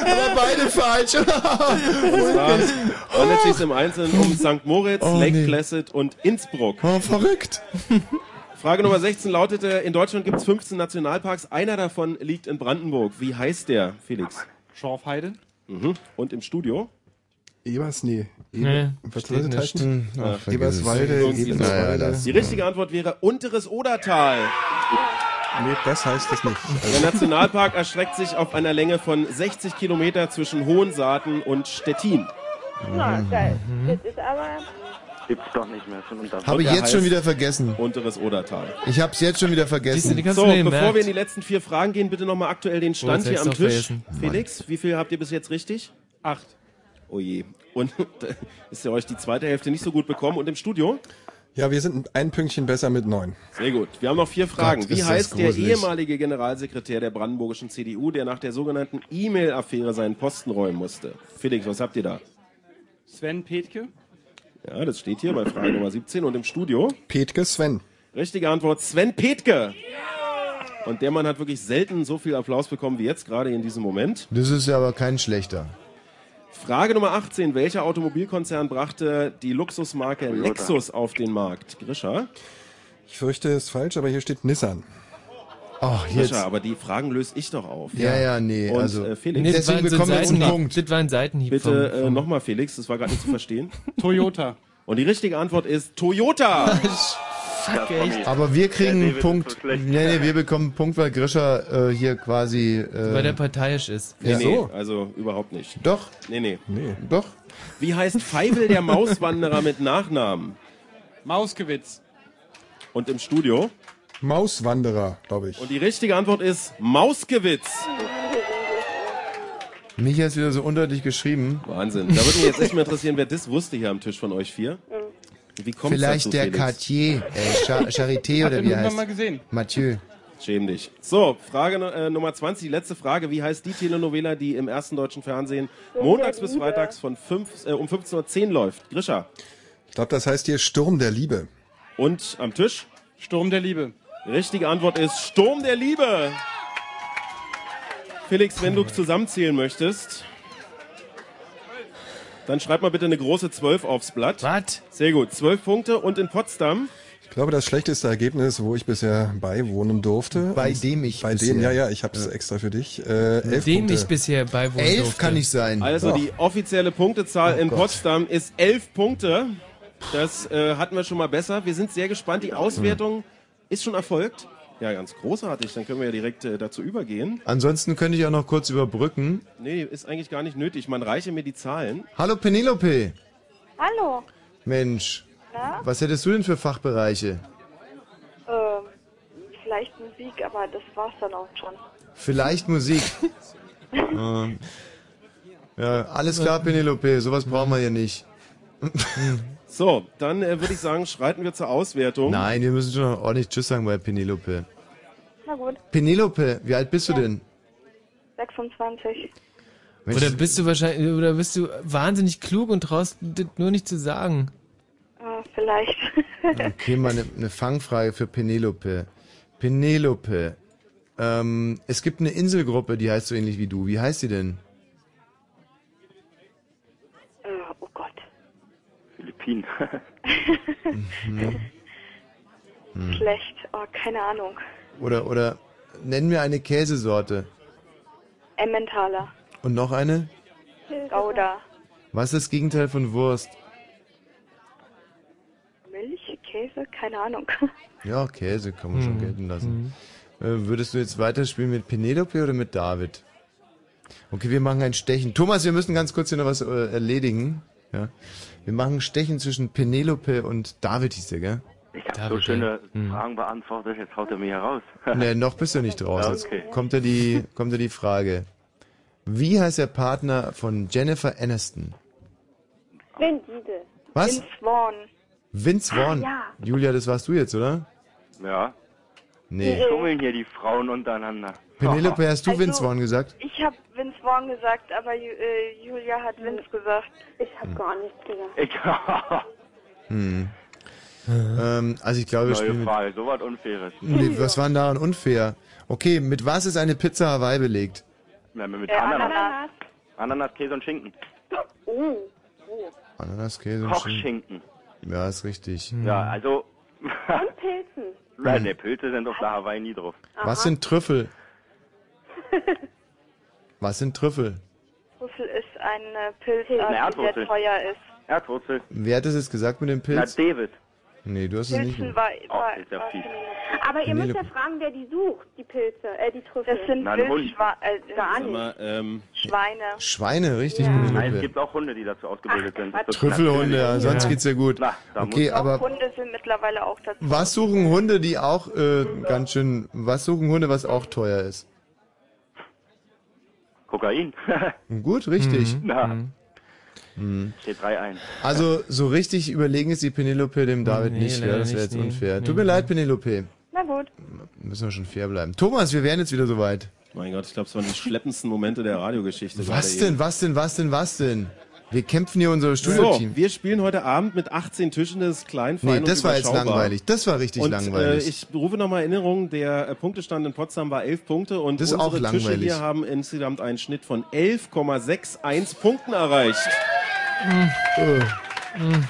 [SPEAKER 1] aber beide falsch.
[SPEAKER 5] Es waren und jetzt geht's im Einzelnen um St. Moritz, Lake Placid und Innsbruck.
[SPEAKER 1] Oh, verrückt.
[SPEAKER 5] Frage Nummer 16 lautete, in Deutschland gibt es 15 Nationalparks, einer davon liegt in Brandenburg. Wie heißt der, Felix?
[SPEAKER 13] Schorfheide.
[SPEAKER 5] Mhm. Und im Studio?
[SPEAKER 15] Ebersnee.
[SPEAKER 5] Nee,
[SPEAKER 15] was
[SPEAKER 5] steht
[SPEAKER 15] soll das
[SPEAKER 5] nicht.
[SPEAKER 15] heißen?
[SPEAKER 5] Ach, vergiss
[SPEAKER 15] Ah. Eberswalde.
[SPEAKER 5] es. Irgendwie so.
[SPEAKER 15] Eberswalde.
[SPEAKER 5] Die richtige Antwort wäre unteres Odertal.
[SPEAKER 15] Nee, das heißt das nicht.
[SPEAKER 5] Der Nationalpark erstreckt sich auf einer Länge von 60 Kilometer zwischen Hohensaaten und Stettin.
[SPEAKER 11] Na, geil. Das ist aber.
[SPEAKER 5] Gibt's doch nicht mehr.
[SPEAKER 1] Habe ich jetzt schon wieder vergessen.
[SPEAKER 5] Unteres Odertal.
[SPEAKER 1] Ich hab's jetzt schon wieder vergessen.
[SPEAKER 5] So, bevor wir in die letzten vier Fragen gehen, bitte nochmal aktuell den Stand
[SPEAKER 1] Oh,
[SPEAKER 5] hier
[SPEAKER 1] jetzt
[SPEAKER 5] am
[SPEAKER 1] hätt's
[SPEAKER 5] Tisch.
[SPEAKER 1] doch vergessen.
[SPEAKER 5] Felix, wie viel habt ihr bis jetzt richtig?
[SPEAKER 13] Acht.
[SPEAKER 5] Oh je. Und ist ja euch die zweite Hälfte nicht so gut bekommen. Und im Studio?
[SPEAKER 15] Ja, wir sind ein Pünktchen besser mit neun.
[SPEAKER 5] Sehr gut. Wir haben noch vier Fragen.
[SPEAKER 15] Gott,
[SPEAKER 5] wie
[SPEAKER 15] ist das
[SPEAKER 5] heißt der
[SPEAKER 15] gruselig.
[SPEAKER 5] ehemalige Generalsekretär der brandenburgischen CDU, der nach der sogenannten E-Mail-Affäre seinen Posten räumen musste? Felix, was habt ihr da?
[SPEAKER 13] Sven Petke.
[SPEAKER 5] Ja, das steht hier bei Frage Nummer 17 und im Studio.
[SPEAKER 15] Petke Sven.
[SPEAKER 5] Richtige Antwort, Sven Petke. Und der Mann hat wirklich selten so viel Applaus bekommen wie jetzt, gerade in diesem Moment.
[SPEAKER 1] Das ist ja aber kein schlechter.
[SPEAKER 5] Frage Nummer 18. Welcher Automobilkonzern brachte die Luxusmarke
[SPEAKER 15] Toyota.
[SPEAKER 5] Lexus auf den Markt? Grisha?
[SPEAKER 15] Ich fürchte, es ist falsch, aber hier steht Nissan.
[SPEAKER 1] Ach,
[SPEAKER 5] Grisha, aber die Fragen löse ich doch auf.
[SPEAKER 15] Ja, ja, nee,
[SPEAKER 5] Und,
[SPEAKER 15] also-
[SPEAKER 5] äh, Felix,
[SPEAKER 15] Nee, das Deswegen war so ein bekommen wir jetzt einen Seitenhieb. Punkt.
[SPEAKER 2] Das war ein Seitenhieb.
[SPEAKER 5] Bitte
[SPEAKER 2] vom,
[SPEAKER 5] äh,
[SPEAKER 2] vom
[SPEAKER 5] nochmal, Felix, das war gerade nicht zu verstehen.
[SPEAKER 13] Toyota.
[SPEAKER 5] Und die richtige Antwort ist Toyota.
[SPEAKER 13] Fuck, echt.
[SPEAKER 1] Aber wir kriegen
[SPEAKER 5] Ja, nee,
[SPEAKER 1] einen
[SPEAKER 5] wir
[SPEAKER 1] Punkt. Nee, nee, wir bekommen einen Punkt, weil Grischer äh, hier quasi. Äh,
[SPEAKER 2] Weil der parteiisch ist.
[SPEAKER 5] Nee,
[SPEAKER 1] Ja,
[SPEAKER 5] nee,
[SPEAKER 1] so.
[SPEAKER 5] also überhaupt nicht.
[SPEAKER 1] Doch.
[SPEAKER 5] Nee, nee.
[SPEAKER 15] Nee.
[SPEAKER 1] Doch.
[SPEAKER 5] Wie heißt Feivel der Mauswanderer mit Nachnamen?
[SPEAKER 13] Mausgewitz.
[SPEAKER 5] Und im Studio?
[SPEAKER 15] Mauswanderer, glaube ich.
[SPEAKER 5] Und die richtige Antwort ist Mausgewitz.
[SPEAKER 1] Micha ist wieder so undeutlich geschrieben.
[SPEAKER 5] Wahnsinn. Da würde mich jetzt echt mal interessieren, wer das wusste hier am Tisch von euch vier. Wie kommt
[SPEAKER 1] Vielleicht
[SPEAKER 5] dazu,
[SPEAKER 1] der
[SPEAKER 5] Felix?
[SPEAKER 1] Cartier, äh, Cha- Charité
[SPEAKER 5] Hat
[SPEAKER 1] oder
[SPEAKER 5] er
[SPEAKER 1] wie
[SPEAKER 5] nur
[SPEAKER 1] er heißt.
[SPEAKER 5] mal gesehen.
[SPEAKER 1] Mathieu.
[SPEAKER 5] Schäm dich. So, Frage nu- äh, Nummer 20, die letzte Frage. Wie heißt die Telenovela, die im ersten deutschen Fernsehen montags bis freitags von fünf, äh, um 15.10 Uhr läuft? Grisha.
[SPEAKER 15] Ich glaube, das heißt hier Sturm der Liebe.
[SPEAKER 5] Und am Tisch?
[SPEAKER 13] Sturm der Liebe.
[SPEAKER 5] Richtige Antwort ist Sturm der Liebe. Felix, wenn du zusammenzählen möchtest, dann schreib mal bitte eine große 12 aufs Blatt.
[SPEAKER 2] Was?
[SPEAKER 5] Sehr gut, 12 Punkte und in Potsdam.
[SPEAKER 15] Ich glaube, das schlechteste Ergebnis, wo ich bisher beiwohnen durfte.
[SPEAKER 1] Bei dem ich
[SPEAKER 15] Bei
[SPEAKER 1] bisher.
[SPEAKER 15] dem, ja, ja, ich habe es extra für dich. Äh, elf
[SPEAKER 2] Dem
[SPEAKER 15] Punkte.
[SPEAKER 2] ich bisher beiwohnen Elf durfte. kann ich sein.
[SPEAKER 5] Also
[SPEAKER 15] Ja.
[SPEAKER 5] die offizielle Punktezahl
[SPEAKER 1] Oh
[SPEAKER 5] in
[SPEAKER 15] Gott.
[SPEAKER 5] Potsdam ist elf Punkte. Das äh, hatten wir schon mal besser. Wir sind sehr gespannt. Die Auswertung ist schon erfolgt. Ja, ganz großartig. Dann können wir ja direkt äh, dazu übergehen.
[SPEAKER 1] Ansonsten könnte ich auch noch kurz überbrücken.
[SPEAKER 5] Nee, ist eigentlich gar nicht nötig. Man reiche mir die Zahlen.
[SPEAKER 1] Hallo Penelope.
[SPEAKER 11] Hallo.
[SPEAKER 1] Mensch,
[SPEAKER 11] Na?
[SPEAKER 1] was hättest du denn für Fachbereiche?
[SPEAKER 11] Ähm, vielleicht Musik, aber das war's dann auch schon.
[SPEAKER 1] Vielleicht Musik. ähm, ja, alles klar, Penelope. Sowas brauchen wir hier nicht.
[SPEAKER 5] So, dann äh, würde ich sagen, schreiten wir zur Auswertung.
[SPEAKER 1] Nein, wir müssen schon noch ordentlich Tschüss sagen bei Penelope.
[SPEAKER 11] Na gut,
[SPEAKER 1] Penelope, wie alt bist du denn?
[SPEAKER 11] 26.
[SPEAKER 2] Oder bist du wahrscheinlich, oder bist du wahnsinnig klug und traust das nur nicht zu sagen.
[SPEAKER 11] Äh, vielleicht.
[SPEAKER 1] Okay, mal eine, eine Fangfrage für Penelope. Penelope, ähm, es gibt eine Inselgruppe, die heißt so ähnlich wie du. Wie heißt sie denn?
[SPEAKER 11] äh, oh Gott.
[SPEAKER 9] Philippinen.
[SPEAKER 1] Hm. Hm.
[SPEAKER 11] Schlecht. Oh, keine Ahnung.
[SPEAKER 1] Oder, oder, nenn mir eine Käsesorte.
[SPEAKER 11] Emmentaler.
[SPEAKER 1] Und noch eine?
[SPEAKER 11] Gouda.
[SPEAKER 1] Was ist das Gegenteil von Wurst?
[SPEAKER 11] Milch, Käse, keine Ahnung.
[SPEAKER 1] Ja, Käse kann man schon gelten lassen. Äh, würdest du jetzt weiterspielen mit Penelope oder mit David? Okay, wir machen ein Stechen. Thomas, wir müssen ganz kurz hier noch was äh, erledigen. Ja. Wir machen ein Stechen zwischen Penelope und David, hieß der, gell?
[SPEAKER 9] Ich habe so schöne
[SPEAKER 1] hm.
[SPEAKER 9] Fragen beantwortet, jetzt haut er mir heraus.
[SPEAKER 1] Ne, noch bist du nicht draußen.
[SPEAKER 9] Ja,
[SPEAKER 1] Jetzt
[SPEAKER 9] okay.
[SPEAKER 1] Kommt da die, kommt da die Frage. Wie heißt der Partner von Jennifer Aniston?
[SPEAKER 11] Vin Diesel.
[SPEAKER 1] Was?
[SPEAKER 11] Vince Vaughn.
[SPEAKER 1] Vince Vaughn.
[SPEAKER 11] Ah, Ja.
[SPEAKER 1] Julia, das warst du jetzt, oder?
[SPEAKER 9] Ja.
[SPEAKER 1] Nee.
[SPEAKER 9] Die schummeln hier die Frauen untereinander.
[SPEAKER 1] Penelope, hast du
[SPEAKER 11] Also-
[SPEAKER 1] Vince Vaughn gesagt?
[SPEAKER 11] Ich habe Vince Vaughn gesagt, aber Ju äh, Julia
[SPEAKER 16] Hm.
[SPEAKER 11] hat Vince gesagt. Ich habe gar nichts gesagt.
[SPEAKER 9] Ich,
[SPEAKER 1] Hm. Ähm, also ich glaube, wir
[SPEAKER 9] neue
[SPEAKER 1] spielen mit
[SPEAKER 9] Wahl, so was Unfaires.
[SPEAKER 1] Nee, was war denn daran unfair? Okay, mit was ist eine Pizza Hawaii belegt?
[SPEAKER 9] Na, mit
[SPEAKER 11] Äh,
[SPEAKER 9] Ananas.
[SPEAKER 11] Ananas.
[SPEAKER 9] Ananas, Käse und Schinken.
[SPEAKER 11] Oh. oh.
[SPEAKER 1] Ananas, Käse und
[SPEAKER 9] Kochschinken.
[SPEAKER 1] Schinken. Hm. Ja, ist richtig.
[SPEAKER 9] Ja, also.
[SPEAKER 11] Und Pilzen.
[SPEAKER 9] Nein, ne, Pilze sind auf der Hawaii nie drauf.
[SPEAKER 1] Was sind Trüffel? was sind Trüffel?
[SPEAKER 11] Trüffel ist äh, eine Pilzart, die
[SPEAKER 9] Erdwurzel.
[SPEAKER 11] sehr teuer ist.
[SPEAKER 9] Erdwurzel.
[SPEAKER 1] Wer hat es jetzt gesagt mit dem Pilz?
[SPEAKER 9] Na, David.
[SPEAKER 1] Nee, du hast es nicht. Oh,
[SPEAKER 11] Pilzen war, war,
[SPEAKER 9] ist ja
[SPEAKER 11] war
[SPEAKER 9] fies.
[SPEAKER 16] Aber ihr müsst ja
[SPEAKER 1] Penelope.
[SPEAKER 16] fragen, wer die sucht, die Pilze, äh, die Trüffel.
[SPEAKER 11] Das sind
[SPEAKER 5] Na, ein Hund.
[SPEAKER 11] Wildschweine, äh,
[SPEAKER 5] Sag mal, ähm,
[SPEAKER 11] Schweine.
[SPEAKER 1] Schweine, richtig,
[SPEAKER 9] Nein, es
[SPEAKER 1] Penelope.
[SPEAKER 9] gibt auch Hunde, die dazu ausgebildet sind. Das ist natürlich-
[SPEAKER 1] Trüffelhunde, ja, sonst geht's ja gut. Okay,
[SPEAKER 11] Doch,
[SPEAKER 1] aber
[SPEAKER 11] Hunde sind mittlerweile auch dazu.
[SPEAKER 1] was suchen Hunde, die auch äh, ganz schön, was suchen Hunde, was auch teuer ist?
[SPEAKER 9] Kokain.
[SPEAKER 1] Gut, richtig.
[SPEAKER 9] Na,
[SPEAKER 1] Mhm.
[SPEAKER 9] steht 3-1.
[SPEAKER 1] Also so richtig überlegen ist die Penelope dem David
[SPEAKER 9] Nee,
[SPEAKER 1] nicht. Ja,
[SPEAKER 9] leider
[SPEAKER 1] das wäre
[SPEAKER 9] nicht,
[SPEAKER 1] jetzt
[SPEAKER 9] nee,
[SPEAKER 1] unfair.
[SPEAKER 9] nee,
[SPEAKER 1] Tut mir leid, Penelope.
[SPEAKER 11] Na gut.
[SPEAKER 1] Müssen wir schon fair bleiben. Thomas, wir wären jetzt wieder soweit.
[SPEAKER 5] Mein Gott, ich glaube, es waren die schleppendsten Momente der Radiogeschichte.
[SPEAKER 1] Was
[SPEAKER 5] gerade
[SPEAKER 1] denn, was denn, was denn, was denn? Wir kämpfen hier unser
[SPEAKER 5] So,
[SPEAKER 1] Studioteam.
[SPEAKER 5] wir spielen heute Abend mit 18 Tischen des kleinen
[SPEAKER 1] nee, das war jetzt langweilig. Das war richtig
[SPEAKER 5] und,
[SPEAKER 1] langweilig.
[SPEAKER 5] Äh, ich rufe nochmal Erinnerung, der äh, Punktestand in Potsdam war 11 Punkte und
[SPEAKER 1] Das ist
[SPEAKER 5] unsere
[SPEAKER 1] auch
[SPEAKER 5] Tische
[SPEAKER 1] langweilig.
[SPEAKER 5] hier haben insgesamt einen Schnitt von 11,61 Punkten erreicht.
[SPEAKER 2] Hm.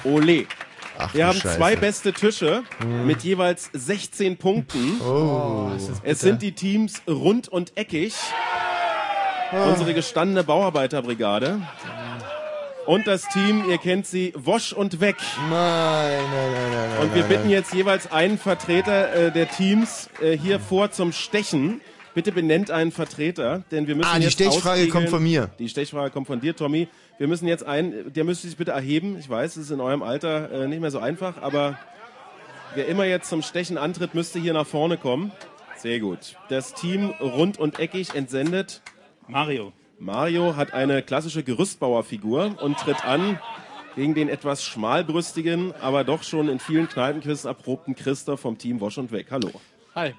[SPEAKER 1] Oh.
[SPEAKER 5] Ole.
[SPEAKER 1] Ach,
[SPEAKER 5] Wir
[SPEAKER 1] du
[SPEAKER 5] haben
[SPEAKER 1] Scheiße.
[SPEAKER 5] zwei beste Tische
[SPEAKER 1] Mhm.
[SPEAKER 5] mit jeweils 16 Punkten.
[SPEAKER 1] Oh, ist das bitter.
[SPEAKER 5] es sind die Teams rund und eckig.
[SPEAKER 1] Ah.
[SPEAKER 5] Unsere gestandene Bauarbeiterbrigade. Und das Team, ihr kennt sie, Wosch und Weg.
[SPEAKER 1] Nein, nein, nein, nein.
[SPEAKER 5] Und wir
[SPEAKER 1] nein,
[SPEAKER 5] bitten
[SPEAKER 1] nein.
[SPEAKER 5] jetzt jeweils einen Vertreter äh, der Teams äh, hier vor zum Stechen. Bitte benennt einen Vertreter, denn wir müssen
[SPEAKER 1] Ah, die
[SPEAKER 5] jetzt
[SPEAKER 1] Stechfrage
[SPEAKER 5] ausregeln-
[SPEAKER 1] kommt von mir.
[SPEAKER 5] Die Stechfrage kommt von dir, Tommy. Wir müssen jetzt einen, der müsste sich bitte erheben. Ich weiß, es ist in eurem Alter äh, nicht mehr so einfach, aber wer immer jetzt zum Stechen antritt, müsste hier nach vorne kommen. Sehr gut. Das Team rund und eckig entsendet Mario. Mario hat eine klassische Gerüstbauerfigur und tritt an gegen den etwas schmalbrüstigen, aber doch schon in vielen Kneipenquiz erprobten Christoph vom Team Wosch und Weg. Hallo.
[SPEAKER 2] Hi.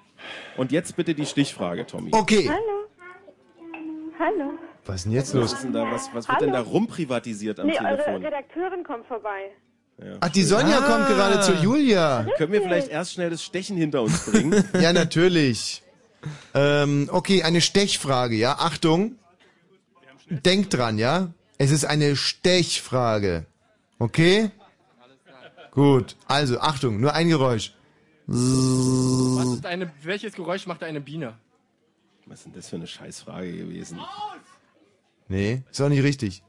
[SPEAKER 5] Und jetzt bitte die Stichfrage, Tommy.
[SPEAKER 1] Okay.
[SPEAKER 16] Hallo. Hallo.
[SPEAKER 1] Was ist denn jetzt
[SPEAKER 5] Was,
[SPEAKER 1] los?
[SPEAKER 5] ist denn da, was, was wird denn da
[SPEAKER 16] Hallo.
[SPEAKER 5] rumprivatisiert am
[SPEAKER 16] Nee, also, äh, eure
[SPEAKER 5] Telefon?
[SPEAKER 16] Redakteurin kommt vorbei.
[SPEAKER 5] Ja.
[SPEAKER 1] Ach, die Sonja
[SPEAKER 5] Ah.
[SPEAKER 1] kommt gerade zu Julia.
[SPEAKER 5] Können wir vielleicht erst schnell das Stechen hinter uns bringen?
[SPEAKER 1] ja, natürlich. Ähm, okay, eine Stechfrage, ja? Achtung. Denkt dran, ja? Es ist eine Stechfrage. Okay? Gut. Also, Achtung, nur ein Geräusch.
[SPEAKER 17] Was ist eine, welches Geräusch macht eine Biene?
[SPEAKER 5] Was ist denn das für eine Scheißfrage gewesen?
[SPEAKER 1] Nee, ist auch nicht richtig.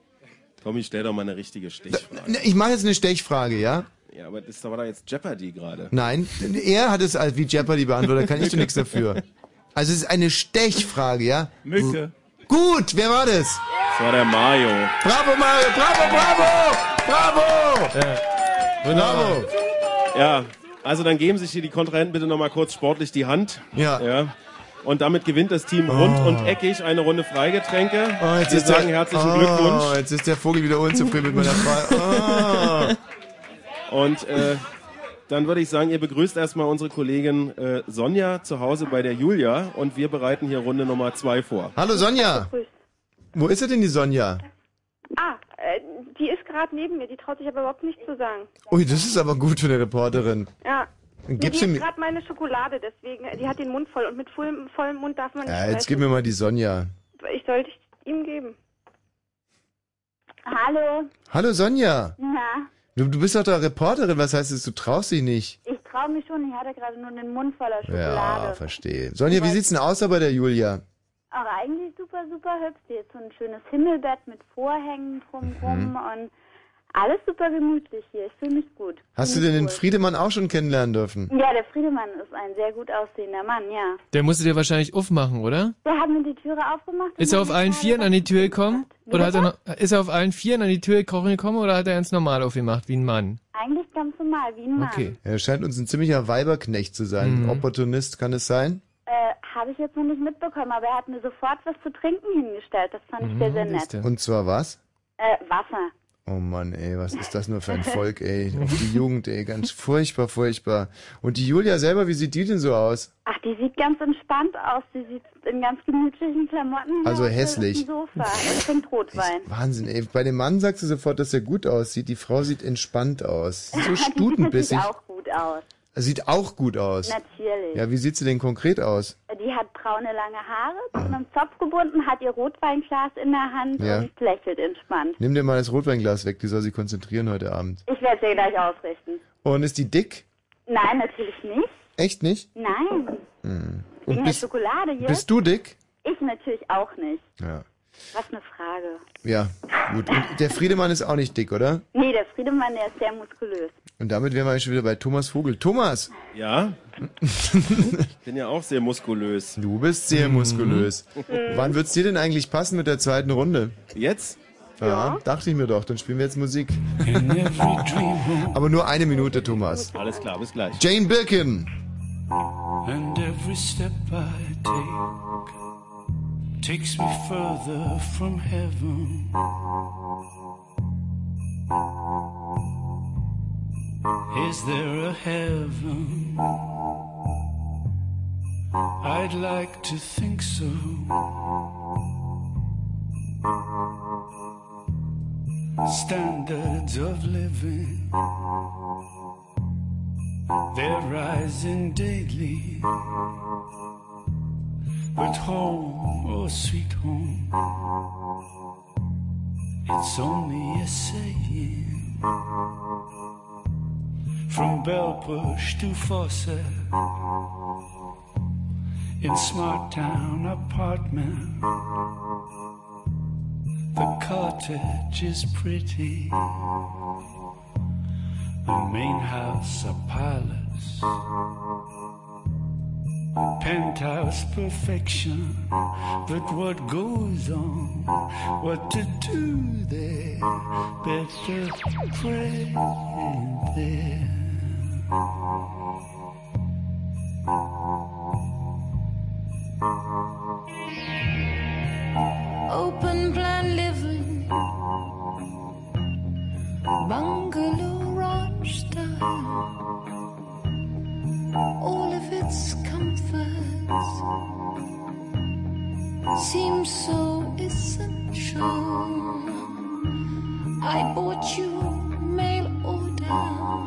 [SPEAKER 5] Tommy, stell doch mal eine richtige Stechfrage.
[SPEAKER 1] Ne, Ich mache jetzt eine Stechfrage, ja?
[SPEAKER 5] Ja, aber das war da jetzt Jeopardy gerade.
[SPEAKER 1] Nein, er hat es als wie Jeopardy beantwortet, da kann ich doch nichts dafür. Also es ist eine Stechfrage, ja?
[SPEAKER 5] Mücke.
[SPEAKER 1] Gut, wer war das?
[SPEAKER 5] Das war der Mario.
[SPEAKER 1] Bravo Mario, bravo, bravo, bravo! Bravo!
[SPEAKER 5] Ja, also dann geben sich hier die Kontrahenten bitte nochmal kurz sportlich die Hand.
[SPEAKER 1] Ja.
[SPEAKER 5] ja. Und damit gewinnt das Team rund und eckig eine Runde Freigetränke.
[SPEAKER 1] Oh, jetzt
[SPEAKER 5] Wir
[SPEAKER 1] ist
[SPEAKER 5] sagen
[SPEAKER 1] der,
[SPEAKER 5] herzlichen
[SPEAKER 1] oh,
[SPEAKER 5] Glückwunsch.
[SPEAKER 1] Jetzt ist der Vogel wieder unzufrieden mit meiner Oh. Frage.
[SPEAKER 5] Und äh, dann würde ich sagen, ihr begrüßt erstmal unsere Kollegin äh, Sonja zu Hause bei der Julia und wir bereiten hier Runde Nummer zwei vor.
[SPEAKER 1] Hallo Sonja. Wo ist sie denn die Sonja?
[SPEAKER 11] Ah, äh, die ist gerade neben mir, die traut sich aber überhaupt nicht zu sagen.
[SPEAKER 1] Ui, das ist aber gut für eine Reporterin.
[SPEAKER 11] Ja.
[SPEAKER 1] Dann
[SPEAKER 11] Nee,
[SPEAKER 1] gib's
[SPEAKER 11] die
[SPEAKER 1] ihm-
[SPEAKER 11] ist gerade meine Schokolade, deswegen, äh, die hat den Mund voll und mit vollem, vollem Mund darf man nicht
[SPEAKER 1] Ja, jetzt
[SPEAKER 11] sprechen.
[SPEAKER 1] gib mir mal die Sonja.
[SPEAKER 11] Ich sollte es ihm geben. Hallo.
[SPEAKER 1] Hallo Sonja.
[SPEAKER 18] Na,
[SPEAKER 1] Du, du bist doch da Reporterin, was heißt das, du traust dich nicht?
[SPEAKER 18] ich traue mich schon, ich hatte gerade nur den Mund voller Schokolade.
[SPEAKER 1] Ja, verstehe. Sonja, wie sieht's denn aus da bei der Julia?
[SPEAKER 18] Auch eigentlich super, super hübsch. Die ist so ein schönes Himmelbett mit Vorhängen
[SPEAKER 1] Mhm.
[SPEAKER 18] drumrum und alles super gemütlich hier. Ich fühle mich gut.
[SPEAKER 1] Hast du denn den Friedemann auch schon kennenlernen dürfen?
[SPEAKER 18] Ja, der Friedemann ist ein sehr gut aussehender Mann, ja.
[SPEAKER 2] Der musste dir wahrscheinlich aufmachen, oder?
[SPEAKER 18] Der hat mir die Türe aufgemacht. und
[SPEAKER 2] Ist er
[SPEAKER 18] hat
[SPEAKER 2] auf
[SPEAKER 18] mir
[SPEAKER 2] allen
[SPEAKER 18] gerade
[SPEAKER 2] Vieren an die Tür gekommen? Oder hat er
[SPEAKER 18] Bitte?
[SPEAKER 2] noch, ist er auf allen Vieren an die Tür gekrochen gekommen oder hat er ganz normal aufgemacht, wie ein Mann?
[SPEAKER 18] Eigentlich ganz normal, wie ein Mann.
[SPEAKER 1] Er scheint uns ein ziemlicher Weiberknecht zu sein. Opportunist kann es sein?
[SPEAKER 18] Äh, Habe ich jetzt noch nicht mitbekommen, aber er hat mir sofort was zu trinken hingestellt. Das
[SPEAKER 1] Mhm,
[SPEAKER 18] fand ich sehr, sehr nett.
[SPEAKER 1] Und zwar was?
[SPEAKER 18] Äh, Wasser.
[SPEAKER 1] Oh Mann, ey, was ist das nur für ein Volk, ey? Auch die Jugend, ey, ganz furchtbar, furchtbar. Und die Julia selber, wie sieht die denn so aus?
[SPEAKER 18] Ach, die sieht ganz entspannt aus. Sie sieht in ganz gemütlichen Klamotten.
[SPEAKER 1] Also
[SPEAKER 18] da auf dem
[SPEAKER 1] hässlich.
[SPEAKER 18] Sofa und trinkt Rotwein.
[SPEAKER 1] Wahnsinn, ey. Bei dem Mann sagst du sofort, dass er gut aussieht. Die Frau sieht entspannt aus.
[SPEAKER 18] Die
[SPEAKER 1] So
[SPEAKER 18] sieht
[SPEAKER 1] stutenbissig.
[SPEAKER 18] natürlich auch gut aus.
[SPEAKER 1] Sieht auch gut aus.
[SPEAKER 18] Natürlich.
[SPEAKER 1] Ja, wie sieht sie denn konkret aus?
[SPEAKER 18] Die hat braune lange Haare zu einem Zopf gebunden, hat ihr Rotweinglas in der Hand
[SPEAKER 1] Ah. Ja.
[SPEAKER 18] und lächelt entspannt.
[SPEAKER 1] Nimm dir mal das Rotweinglas weg, die soll sich konzentrieren heute Abend.
[SPEAKER 18] Ich werde sie gleich ausrichten.
[SPEAKER 1] Und ist die dick?
[SPEAKER 18] Nein, natürlich nicht.
[SPEAKER 1] Echt nicht?
[SPEAKER 18] Nein.
[SPEAKER 1] Hm.
[SPEAKER 18] Wegen
[SPEAKER 1] Und
[SPEAKER 18] der
[SPEAKER 1] bist,
[SPEAKER 18] Schokolade hier.
[SPEAKER 1] bist du dick?
[SPEAKER 18] Ich natürlich auch nicht.
[SPEAKER 1] Ja.
[SPEAKER 18] Was eine Frage.
[SPEAKER 1] Ja, gut. Und der Friedemann ist auch nicht dick, oder?
[SPEAKER 18] Nee, der Friedemann, der ist sehr muskulös.
[SPEAKER 1] Und damit wären wir schon wieder bei Thomas Vogel. Thomas!
[SPEAKER 5] Ja? Bin ja auch sehr muskulös.
[SPEAKER 1] Du bist sehr muskulös.
[SPEAKER 5] Mhm.
[SPEAKER 1] Wann wird's dir denn eigentlich passen mit der zweiten Runde?
[SPEAKER 5] Jetzt?
[SPEAKER 1] Ja, dachte ich mir doch. Dann spielen wir jetzt Musik. Aber nur eine Minute, Thomas.
[SPEAKER 5] Alles klar, bis gleich.
[SPEAKER 1] Jane Birkin.
[SPEAKER 4] And every step I take takes me further from heaven. Is there a heaven? I'd like to think so. Standards of living, they're rising daily. But home, oh sweet home, it's only a saying. From bell push to faucet, in smart town apartment, the cottage is pretty. The main house a palace penthouse perfection. But what goes on, what to do there, better pray there.
[SPEAKER 14] Open plan living, bungalow ranch style. All of its comforts seem so essential. I bought you mail order, Uh-huh.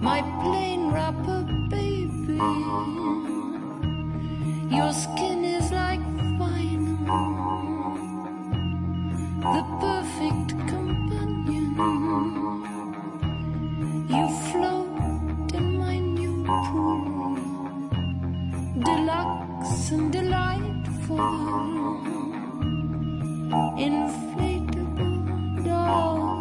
[SPEAKER 14] my plain wrapper, baby. Your skin is like wine, the perfect companion. You float in my new pool, deluxe and delightful, inflatable doll.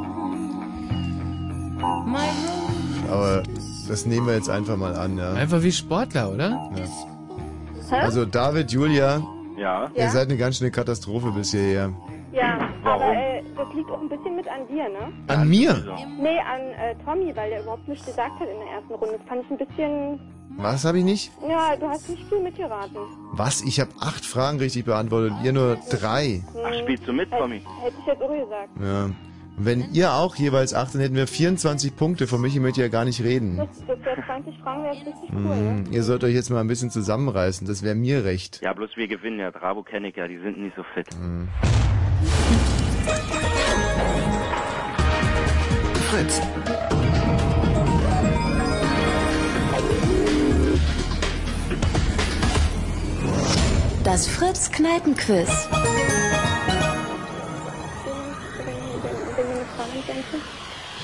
[SPEAKER 1] das nehmen wir jetzt einfach mal an, ja.
[SPEAKER 2] Einfach wie Sportler, oder?
[SPEAKER 1] Ja. Also David, Julia,
[SPEAKER 12] Ja.
[SPEAKER 1] ihr seid eine ganz schöne Katastrophe bis hierher.
[SPEAKER 11] Ja,
[SPEAKER 1] Warum?
[SPEAKER 11] aber äh, das liegt auch ein bisschen mit an dir, ne?
[SPEAKER 1] An mir?
[SPEAKER 11] Nee, an äh, Tommy, weil der überhaupt nichts gesagt hat in der ersten Runde. Das fand ich ein bisschen.
[SPEAKER 1] Was habe ich nicht?
[SPEAKER 11] Ja, du hast nicht viel mitgeraten.
[SPEAKER 1] Was? Ich habe acht Fragen richtig beantwortet und ihr nur drei.
[SPEAKER 11] Ach,
[SPEAKER 9] spielst du mit, Tommy?
[SPEAKER 11] Hm. Hätte ich jetzt auch gesagt.
[SPEAKER 1] Ja. Und Wenn ihr auch jeweils acht, dann hätten wir 24 Punkte. Von Michi möchte ich ja gar nicht reden.
[SPEAKER 11] Das, das wäre 20 Fragen, wäre jetzt richtig cool, ne?
[SPEAKER 1] Mhm. Ihr sollt euch jetzt mal ein bisschen zusammenreißen. Das wäre mir recht.
[SPEAKER 9] Ja, bloß wir gewinnen ja. Drabo kenne ich ja, die sind nicht so fit.
[SPEAKER 1] Hm.
[SPEAKER 3] Fritz.
[SPEAKER 14] Das Fritz Kneipenquiz.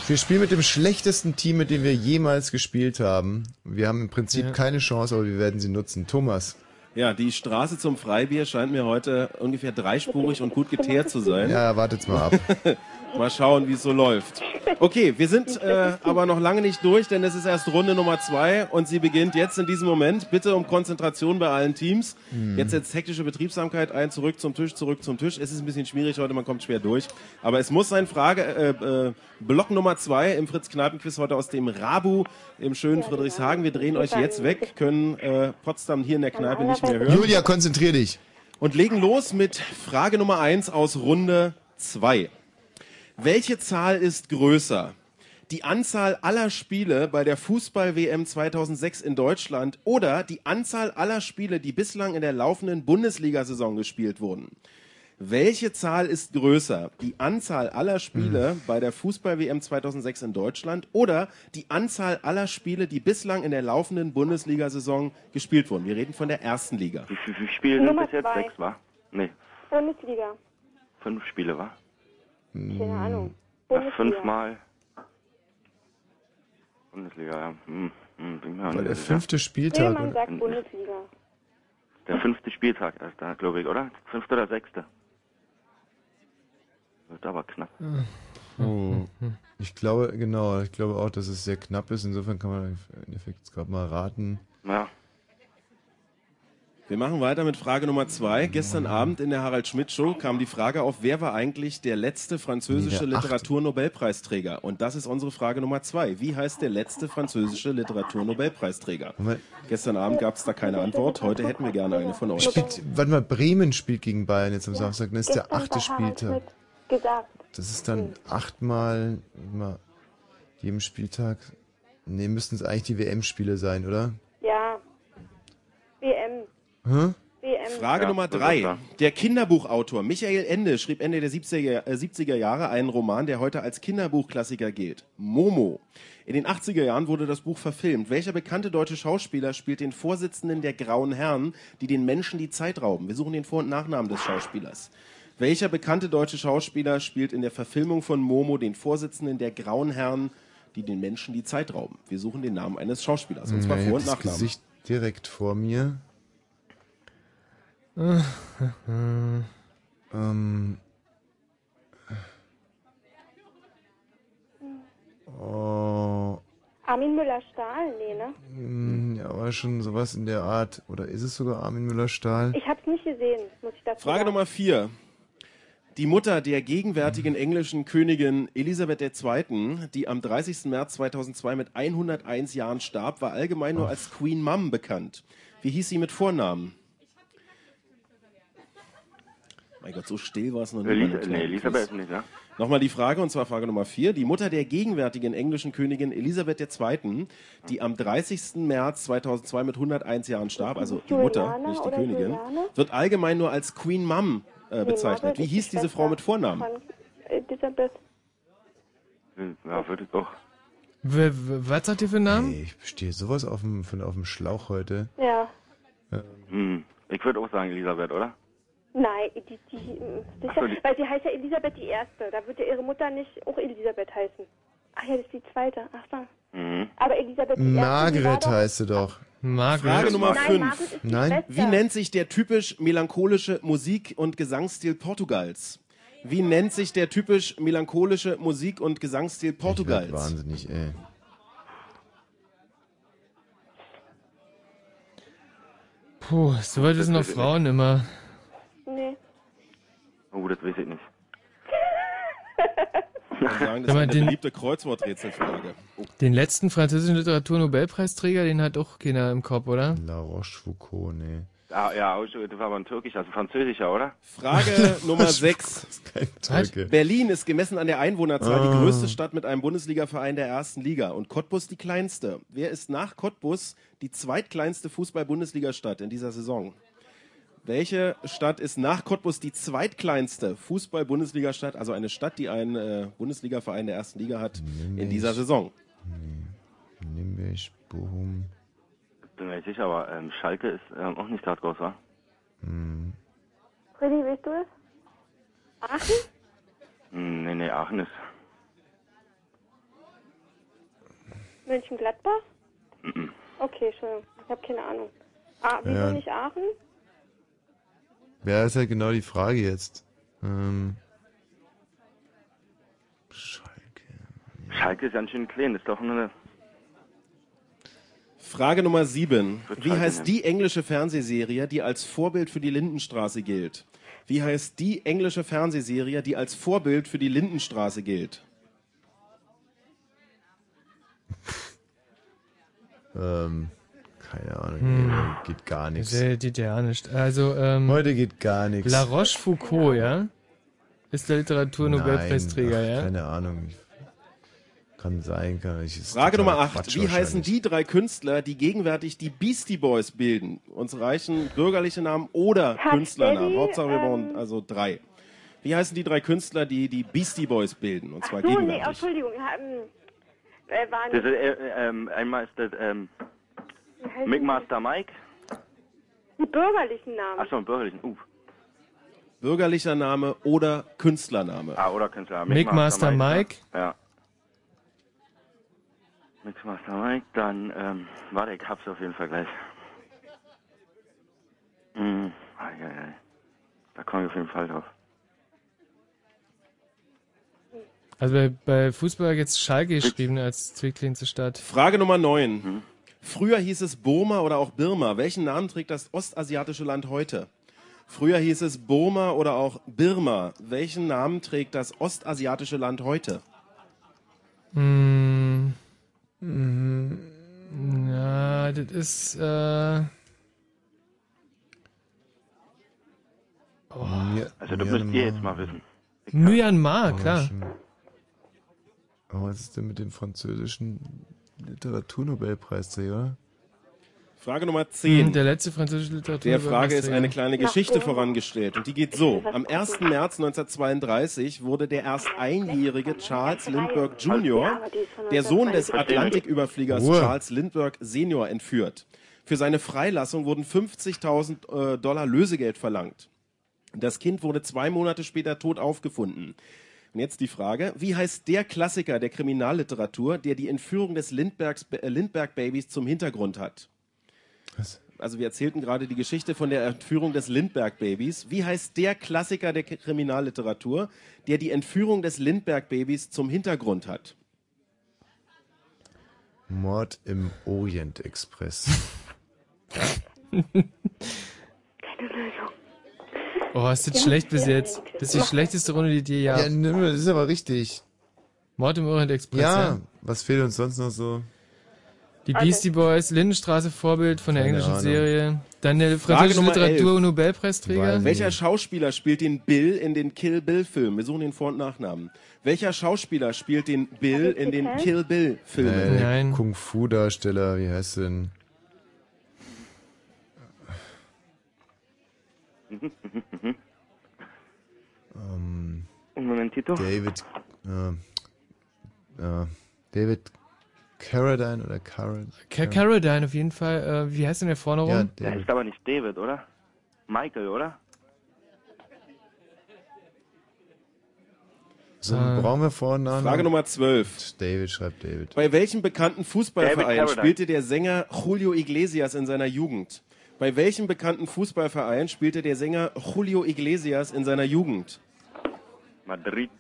[SPEAKER 1] Wir spielen mit dem schlechtesten Team, mit dem wir jemals gespielt haben. Wir haben im Prinzip
[SPEAKER 5] Ja.
[SPEAKER 1] keine Chance, aber wir werden sie nutzen. Thomas.
[SPEAKER 5] Ja, die Straße zum Freibier scheint mir heute ungefähr dreispurig und gut geteert zu sein.
[SPEAKER 1] Ja, wartet's mal ab.
[SPEAKER 5] Mal schauen, wie es so läuft. Okay, wir sind äh, aber noch lange nicht durch, denn es ist erst Runde Nummer zwei und sie beginnt jetzt in diesem Moment. Bitte um Konzentration bei allen Teams.
[SPEAKER 1] Hm.
[SPEAKER 19] Mhm.
[SPEAKER 5] Jetzt setzt hektische Betriebsamkeit ein, zurück zum Tisch, zurück zum Tisch. Es ist ein bisschen schwierig heute, man kommt schwer durch. Aber es muss sein Frage, äh, äh, Block Nummer zwei im Fritz-Kneipen-Quiz heute aus dem Rabu im schönen Friedrichshagen. Wir drehen euch jetzt weg, können äh, Potsdam hier in der Kneipe ne, nicht mehr hören.
[SPEAKER 1] Julia, konzentrier dich.
[SPEAKER 5] Und legen los mit Frage Nummer eins aus Runde zwei. Welche Zahl ist größer? Die Anzahl aller Spiele bei der Fußball-WM 2006 in Deutschland oder die Anzahl aller Spiele, die bislang in der laufenden Bundesliga-Saison gespielt wurden? Welche Zahl ist größer? Die Anzahl aller Spiele bei der Fußball-WM 2006 in Deutschland oder die Anzahl aller Spiele, die bislang in der laufenden Bundesliga-Saison gespielt wurden? Wir reden von der ersten Liga.
[SPEAKER 9] Wie viele Spiele sind
[SPEAKER 11] Nummer
[SPEAKER 9] bis jetzt?
[SPEAKER 11] zwei.
[SPEAKER 9] Sechs, wa? Nee,
[SPEAKER 11] Bundesliga.
[SPEAKER 9] fünf Spiele, wa?
[SPEAKER 11] Keine Ahnung.
[SPEAKER 9] Ja,
[SPEAKER 11] Bundesliga.
[SPEAKER 9] fünfmal. Bundesliga, ja. Hm, hm, bin mir auch
[SPEAKER 1] Weil
[SPEAKER 9] nicht
[SPEAKER 1] der
[SPEAKER 9] sicher.
[SPEAKER 1] fünfte
[SPEAKER 11] Nee,
[SPEAKER 1] Spieltag.
[SPEAKER 11] man sagt Bundesliga.
[SPEAKER 9] Der fünfte Spieltag erst da, glaube ich, oder? Fünfte oder sechste? Wird aber knapp.
[SPEAKER 11] Hm,
[SPEAKER 1] Oh. Ich glaube, genau, ich glaube auch, dass es sehr knapp ist. Insofern kann man im Endeffekt gerade mal raten.
[SPEAKER 9] Ja.
[SPEAKER 5] Wir machen weiter mit Frage Nummer zwei. Gestern Abend in der Harald Schmidt Show kam die Frage auf, wer war eigentlich der letzte französische
[SPEAKER 1] Nee, der achte.
[SPEAKER 5] Literaturnobelpreisträger? Und das ist unsere Frage Nummer zwei. Wie heißt der letzte französische Literaturnobelpreisträger?
[SPEAKER 1] Moment.
[SPEAKER 5] Gestern Abend gab es da keine Antwort. Heute hätten wir gerne eine von euch.
[SPEAKER 1] Spielt, warte mal, Bremen spielt gegen Bayern jetzt am Samstag. Dann ist der
[SPEAKER 11] Gestern
[SPEAKER 1] achte
[SPEAKER 11] bei Harald
[SPEAKER 1] Spieltag.
[SPEAKER 11] Schmidt Gesagt.
[SPEAKER 1] Das ist dann achtmal immer jedem Spieltag. Nee, müssten es eigentlich die WM-Spiele sein, oder?
[SPEAKER 11] Ja. WM.
[SPEAKER 1] Hä?
[SPEAKER 11] WM.
[SPEAKER 5] Frage Nummer drei. Der Kinderbuchautor Michael Ende schrieb Ende der 70er, äh, 70er Jahre einen Roman, der heute als Kinderbuchklassiker gilt. Momo. In den 80er Jahren wurde das Buch verfilmt. Welcher bekannte deutsche Schauspieler spielt den Vorsitzenden der Grauen Herren, die den Menschen die Zeit rauben? Wir suchen den Vor- und Nachnamen des Schauspielers. Welcher bekannte deutsche Schauspieler spielt in der Verfilmung von Momo den Vorsitzenden der Grauen Herren, die den Menschen die Zeit rauben? Wir suchen den Namen eines Schauspielers. Und zwar
[SPEAKER 1] Ja, ich
[SPEAKER 5] Vor-
[SPEAKER 1] hab
[SPEAKER 5] und
[SPEAKER 1] das
[SPEAKER 5] Nachnamen.
[SPEAKER 1] Gesicht direkt vor mir. ähm. Oh.
[SPEAKER 11] Armin Müller-Stahl, nee, ne?
[SPEAKER 1] mm, Ja, aber schon sowas in der Art. Oder ist es sogar Armin Müller-Stahl?
[SPEAKER 11] Ich hab's nicht gesehen, muss ich dazu
[SPEAKER 5] Frage
[SPEAKER 11] sagen.
[SPEAKER 5] Nummer vier. Die Mutter der gegenwärtigen englischen Königin Elisabeth II., die am 30. März 2002 mit 101 Jahren starb, war allgemein nur als Queen Mum bekannt. Wie hieß sie mit Vornamen? Mein Gott, so still war es noch nie. bei einem
[SPEAKER 9] Elisa
[SPEAKER 5] kleinen
[SPEAKER 9] nee, Elisabeth
[SPEAKER 5] Quiz.
[SPEAKER 9] nicht, ne? ja?
[SPEAKER 5] Nochmal die Frage, und zwar Frage Nummer vier. Die Mutter der gegenwärtigen englischen Königin Elisabeth II., die am 30. März 2002 mit 101 Jahren starb, also die Mutter,
[SPEAKER 11] Juliana
[SPEAKER 5] nicht die
[SPEAKER 11] oder
[SPEAKER 5] Königin,
[SPEAKER 11] Juliane?
[SPEAKER 5] wird allgemein nur als Queen Mum äh, bezeichnet. Wie hieß diese Frau mit Vornamen?
[SPEAKER 11] Von äh, Elisabeth.
[SPEAKER 9] Ja, würde ich auch.
[SPEAKER 1] Was sagt ihr für einen Namen? Nee, ich stehe sowas auf dem, von, auf dem Schlauch heute.
[SPEAKER 11] Ja.
[SPEAKER 9] Hm. Ich würde auch sagen Elisabeth, oder?
[SPEAKER 11] Nein, die, die, mm, sicher,
[SPEAKER 9] Ach so, die-
[SPEAKER 11] weil sie heißt ja Elisabeth die Erste. Da wird ja ihre Mutter nicht auch Elisabeth heißen. Ach ja, das ist die Zweite. Ach so.
[SPEAKER 9] hm.
[SPEAKER 11] Aber Elisabeth die Erste, die war
[SPEAKER 1] Margret
[SPEAKER 11] doch...
[SPEAKER 1] heißt sie doch.
[SPEAKER 2] Margret.
[SPEAKER 5] Frage Nummer
[SPEAKER 11] Nein,
[SPEAKER 5] 5.
[SPEAKER 11] Margret ist die Nein. Schwester.
[SPEAKER 5] Wie nennt sich der typisch melancholische Musik- und Gesangsstil Portugals? Wie nennt sich der typisch melancholische Musik- und Gesangsstil Portugals?
[SPEAKER 1] Wahnsinnig, ey.
[SPEAKER 2] Puh, soweit wissen noch Frauen immer.
[SPEAKER 18] Nee.
[SPEAKER 9] Oh, das weiß ich nicht.
[SPEAKER 5] Ich sagen,
[SPEAKER 2] Sag
[SPEAKER 5] das ist
[SPEAKER 2] mal,
[SPEAKER 5] eine
[SPEAKER 2] den-
[SPEAKER 5] beliebte Kreuzworträtselfrage.
[SPEAKER 2] Den letzten französischen Literaturnobelpreisträger, den hat auch keiner im Kopf, oder?
[SPEAKER 1] La Rochefoucauld, nee.
[SPEAKER 9] Ah, ja, das war aber ein türkischer, also ein französischer, oder?
[SPEAKER 5] Frage Nummer 6.
[SPEAKER 1] Türke.
[SPEAKER 5] Berlin ist gemessen an der Einwohnerzahl
[SPEAKER 1] Ah.
[SPEAKER 5] die größte Stadt mit einem Bundesligaverein der ersten Liga und Cottbus die kleinste. Wer ist nach Cottbus die zweitkleinste Fußball-Bundesliga-Stadt in dieser Saison? Welche Stadt ist nach Cottbus die zweitkleinste Fußball-Bundesliga-Stadt, also eine Stadt, die einen äh, Bundesligaverein der ersten Liga hat, in dieser Saison?
[SPEAKER 1] Nimbisch, Bochum.
[SPEAKER 9] Bin mir nicht sicher, aber ähm, Schalke ist ähm, auch nicht gerade groß, wa?
[SPEAKER 1] Hm.
[SPEAKER 18] Freddy, weißt du es? Aachen?
[SPEAKER 9] Hm, Nee, nee, Aachen ist.
[SPEAKER 18] Mönchengladbach?
[SPEAKER 9] Mhm.
[SPEAKER 18] Okay, Entschuldigung. Ich habe keine Ahnung. Ah, wieso
[SPEAKER 1] Ja.
[SPEAKER 18] nicht Aachen?
[SPEAKER 1] Ja, ist halt genau die Frage jetzt. Ähm,
[SPEAKER 9] Schalke ist ganz schön klein, ist doch nur eine.
[SPEAKER 5] Frage Nummer 7. Wie
[SPEAKER 9] Schalke
[SPEAKER 5] heißt
[SPEAKER 9] nehmen.
[SPEAKER 5] die englische Fernsehserie, die als Vorbild für die Lindenstraße gilt? Wie heißt die englische Fernsehserie, die als Vorbild für die Lindenstraße gilt?
[SPEAKER 1] ähm, keine Ahnung,
[SPEAKER 2] Hm.
[SPEAKER 1] ey, geht gar nichts.
[SPEAKER 2] Der geht ja nicht. Also, ähm,
[SPEAKER 1] Heute geht gar nichts.
[SPEAKER 2] La Rochefoucauld, ja? Ist der Literaturnobelpreisträger,
[SPEAKER 1] Nein, ach,
[SPEAKER 2] ja?
[SPEAKER 1] Keine Ahnung. Ich- Kann sein, kann ich. ist
[SPEAKER 5] Frage
[SPEAKER 1] totaler
[SPEAKER 5] Nummer 8.
[SPEAKER 1] Quatsch
[SPEAKER 5] Wie heißen
[SPEAKER 1] wahrscheinlich.
[SPEAKER 5] die drei Künstler, die gegenwärtig die Beastie Boys bilden? Uns reichen bürgerliche Namen oder
[SPEAKER 18] Puff
[SPEAKER 5] Künstlernamen.
[SPEAKER 18] Daddy,
[SPEAKER 5] Hauptsache wir
[SPEAKER 18] ähm,
[SPEAKER 5] brauchen also drei. Wie heißen die drei Künstler, die die Beastie Boys bilden? Und zwar
[SPEAKER 18] So, nee,
[SPEAKER 5] gegenwärtig.
[SPEAKER 18] Entschuldigung. ja, ähm, äh, war
[SPEAKER 9] Das ist,
[SPEAKER 18] nicht.
[SPEAKER 9] äh, äh, ähm, einmal ist das ähm, Migmaster Mike.
[SPEAKER 18] Einen bürgerlichen Namen.
[SPEAKER 9] Achso, ein bürgerlichen. Uh.
[SPEAKER 5] Bürgerlicher Name oder Künstlername.
[SPEAKER 9] Ah, oder Künstler.
[SPEAKER 5] Migmaster Mike.
[SPEAKER 9] Ja. Mixmaster Mike, dann, ähm, warte, ich hab's auf jeden Fall gleich. Hm, ei, ei, ei. Da komme ich auf jeden Fall drauf.
[SPEAKER 2] Also bei, bei Fußball hat jetzt Schalke geschrieben als zweitkleinste Stadt.
[SPEAKER 5] Frage Nummer 9. Früher hieß es Burma oder auch Birma. Welchen Namen trägt das ostasiatische Land heute? Früher hieß es Burma oder auch Birma. Welchen Namen trägt das ostasiatische Land heute?
[SPEAKER 2] Hm.
[SPEAKER 1] Mhm.
[SPEAKER 2] Na, das ist, äh,
[SPEAKER 9] Also, das müsst ihr jetzt mal wissen.
[SPEAKER 2] Myanmar,
[SPEAKER 1] Oh,
[SPEAKER 2] klar.
[SPEAKER 1] schon. Aber was ist denn mit dem französischen Literaturnobelpreisträger?
[SPEAKER 5] Frage Nummer 10.
[SPEAKER 2] Hm, Der letzte französische Literatur.
[SPEAKER 5] Der Frage ist eine kleine Geschichte vorangestellt und die geht so.
[SPEAKER 2] was
[SPEAKER 5] Am 1. März 1932 wurde der erst einjährige Charles Lindbergh Jr., der Sohn des Atlantiküberfliegers
[SPEAKER 1] Ruhe.
[SPEAKER 5] Charles Lindbergh Senior, entführt. Für seine Freilassung wurden 50.000 äh, Dollar Lösegeld verlangt. Das Kind wurde zwei Monate später tot aufgefunden. Und jetzt die Frage, wie heißt der Klassiker der Kriminalliteratur, der die Entführung des Lindberghs- äh, Lindbergh-Babys zum Hintergrund hat? Also wir erzählten gerade die Geschichte von der Entführung des Lindbergh-Babys. Wie heißt der Klassiker der K- Kriminalliteratur, der die Entführung des Lindbergh-Babys zum Hintergrund hat?
[SPEAKER 1] Mord im Orient Express.
[SPEAKER 2] Oh, ist das schlecht bis jetzt. Das ist die schlechteste Runde, die dir ja.
[SPEAKER 1] Ja, nimm, das ist aber richtig.
[SPEAKER 2] Mord im Orient Express.
[SPEAKER 1] Ja,
[SPEAKER 2] ja.
[SPEAKER 1] was fehlt uns sonst noch so?
[SPEAKER 2] Die Beastie Boys, Lindenstraße Vorbild von der
[SPEAKER 1] Keine
[SPEAKER 2] englischen
[SPEAKER 1] Ahnung.
[SPEAKER 2] Serie. Dann der
[SPEAKER 5] Frage
[SPEAKER 2] französische
[SPEAKER 5] Nummer elf.
[SPEAKER 2] Literatur-Nobelpreisträger.
[SPEAKER 5] Welcher Schauspieler spielt den Bill in den Kill Bill-Filmen? Wir suchen den Vor- und Nachnamen. Welcher Schauspieler spielt den Bill in den Kill Bill-Filmen?
[SPEAKER 1] Nee, Kung Fu Darsteller, Äh, wie heißt denn? Ähm,
[SPEAKER 9] Momentito.
[SPEAKER 1] David, äh, äh, David Carradine oder Carradine?
[SPEAKER 2] Ca- Caradine auf jeden Fall. Äh, wie heißt denn der vorne rum?
[SPEAKER 1] Ja,
[SPEAKER 9] Der heißt aber nicht David, oder? Michael, oder?
[SPEAKER 1] So,
[SPEAKER 5] Ah.
[SPEAKER 1] brauchen wir vorne
[SPEAKER 5] Frage Nummer 12.
[SPEAKER 1] David schreibt David.
[SPEAKER 5] Bei welchem bekannten
[SPEAKER 1] David
[SPEAKER 5] Fußballverein
[SPEAKER 1] Carradine.
[SPEAKER 5] spielte der Sänger Julio Iglesias in seiner Jugend? Bei welchem bekannten Fußballverein spielte der Sänger Julio Iglesias in seiner Jugend?
[SPEAKER 9] Madrid.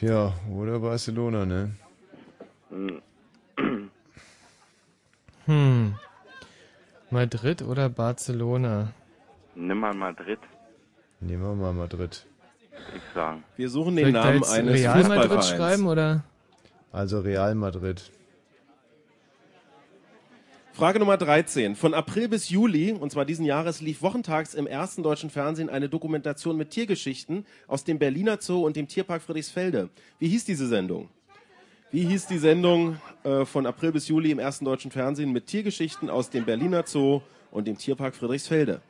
[SPEAKER 1] Ja, oder Barcelona, ne?
[SPEAKER 2] Hm. Madrid oder Barcelona?
[SPEAKER 9] Nimm mal Madrid,
[SPEAKER 1] Nehmen wir mal Madrid.
[SPEAKER 9] würde ich sagen.
[SPEAKER 5] Wir suchen
[SPEAKER 2] Soll ich da jetzt Real Madrid schreiben oder?
[SPEAKER 1] Also Real Madrid.
[SPEAKER 5] Frage Nummer 13. Von April bis Juli, und zwar diesen Jahres, lief wochentags im ersten deutschen Fernsehen eine Dokumentation mit Tiergeschichten aus dem Berliner Zoo und dem Tierpark Friedrichsfelde. Wie hieß diese Sendung? Wie hieß die Sendung äh, von April bis Juli im ersten deutschen Fernsehen mit Tiergeschichten aus dem Berliner Zoo und dem Tierpark Friedrichsfelde?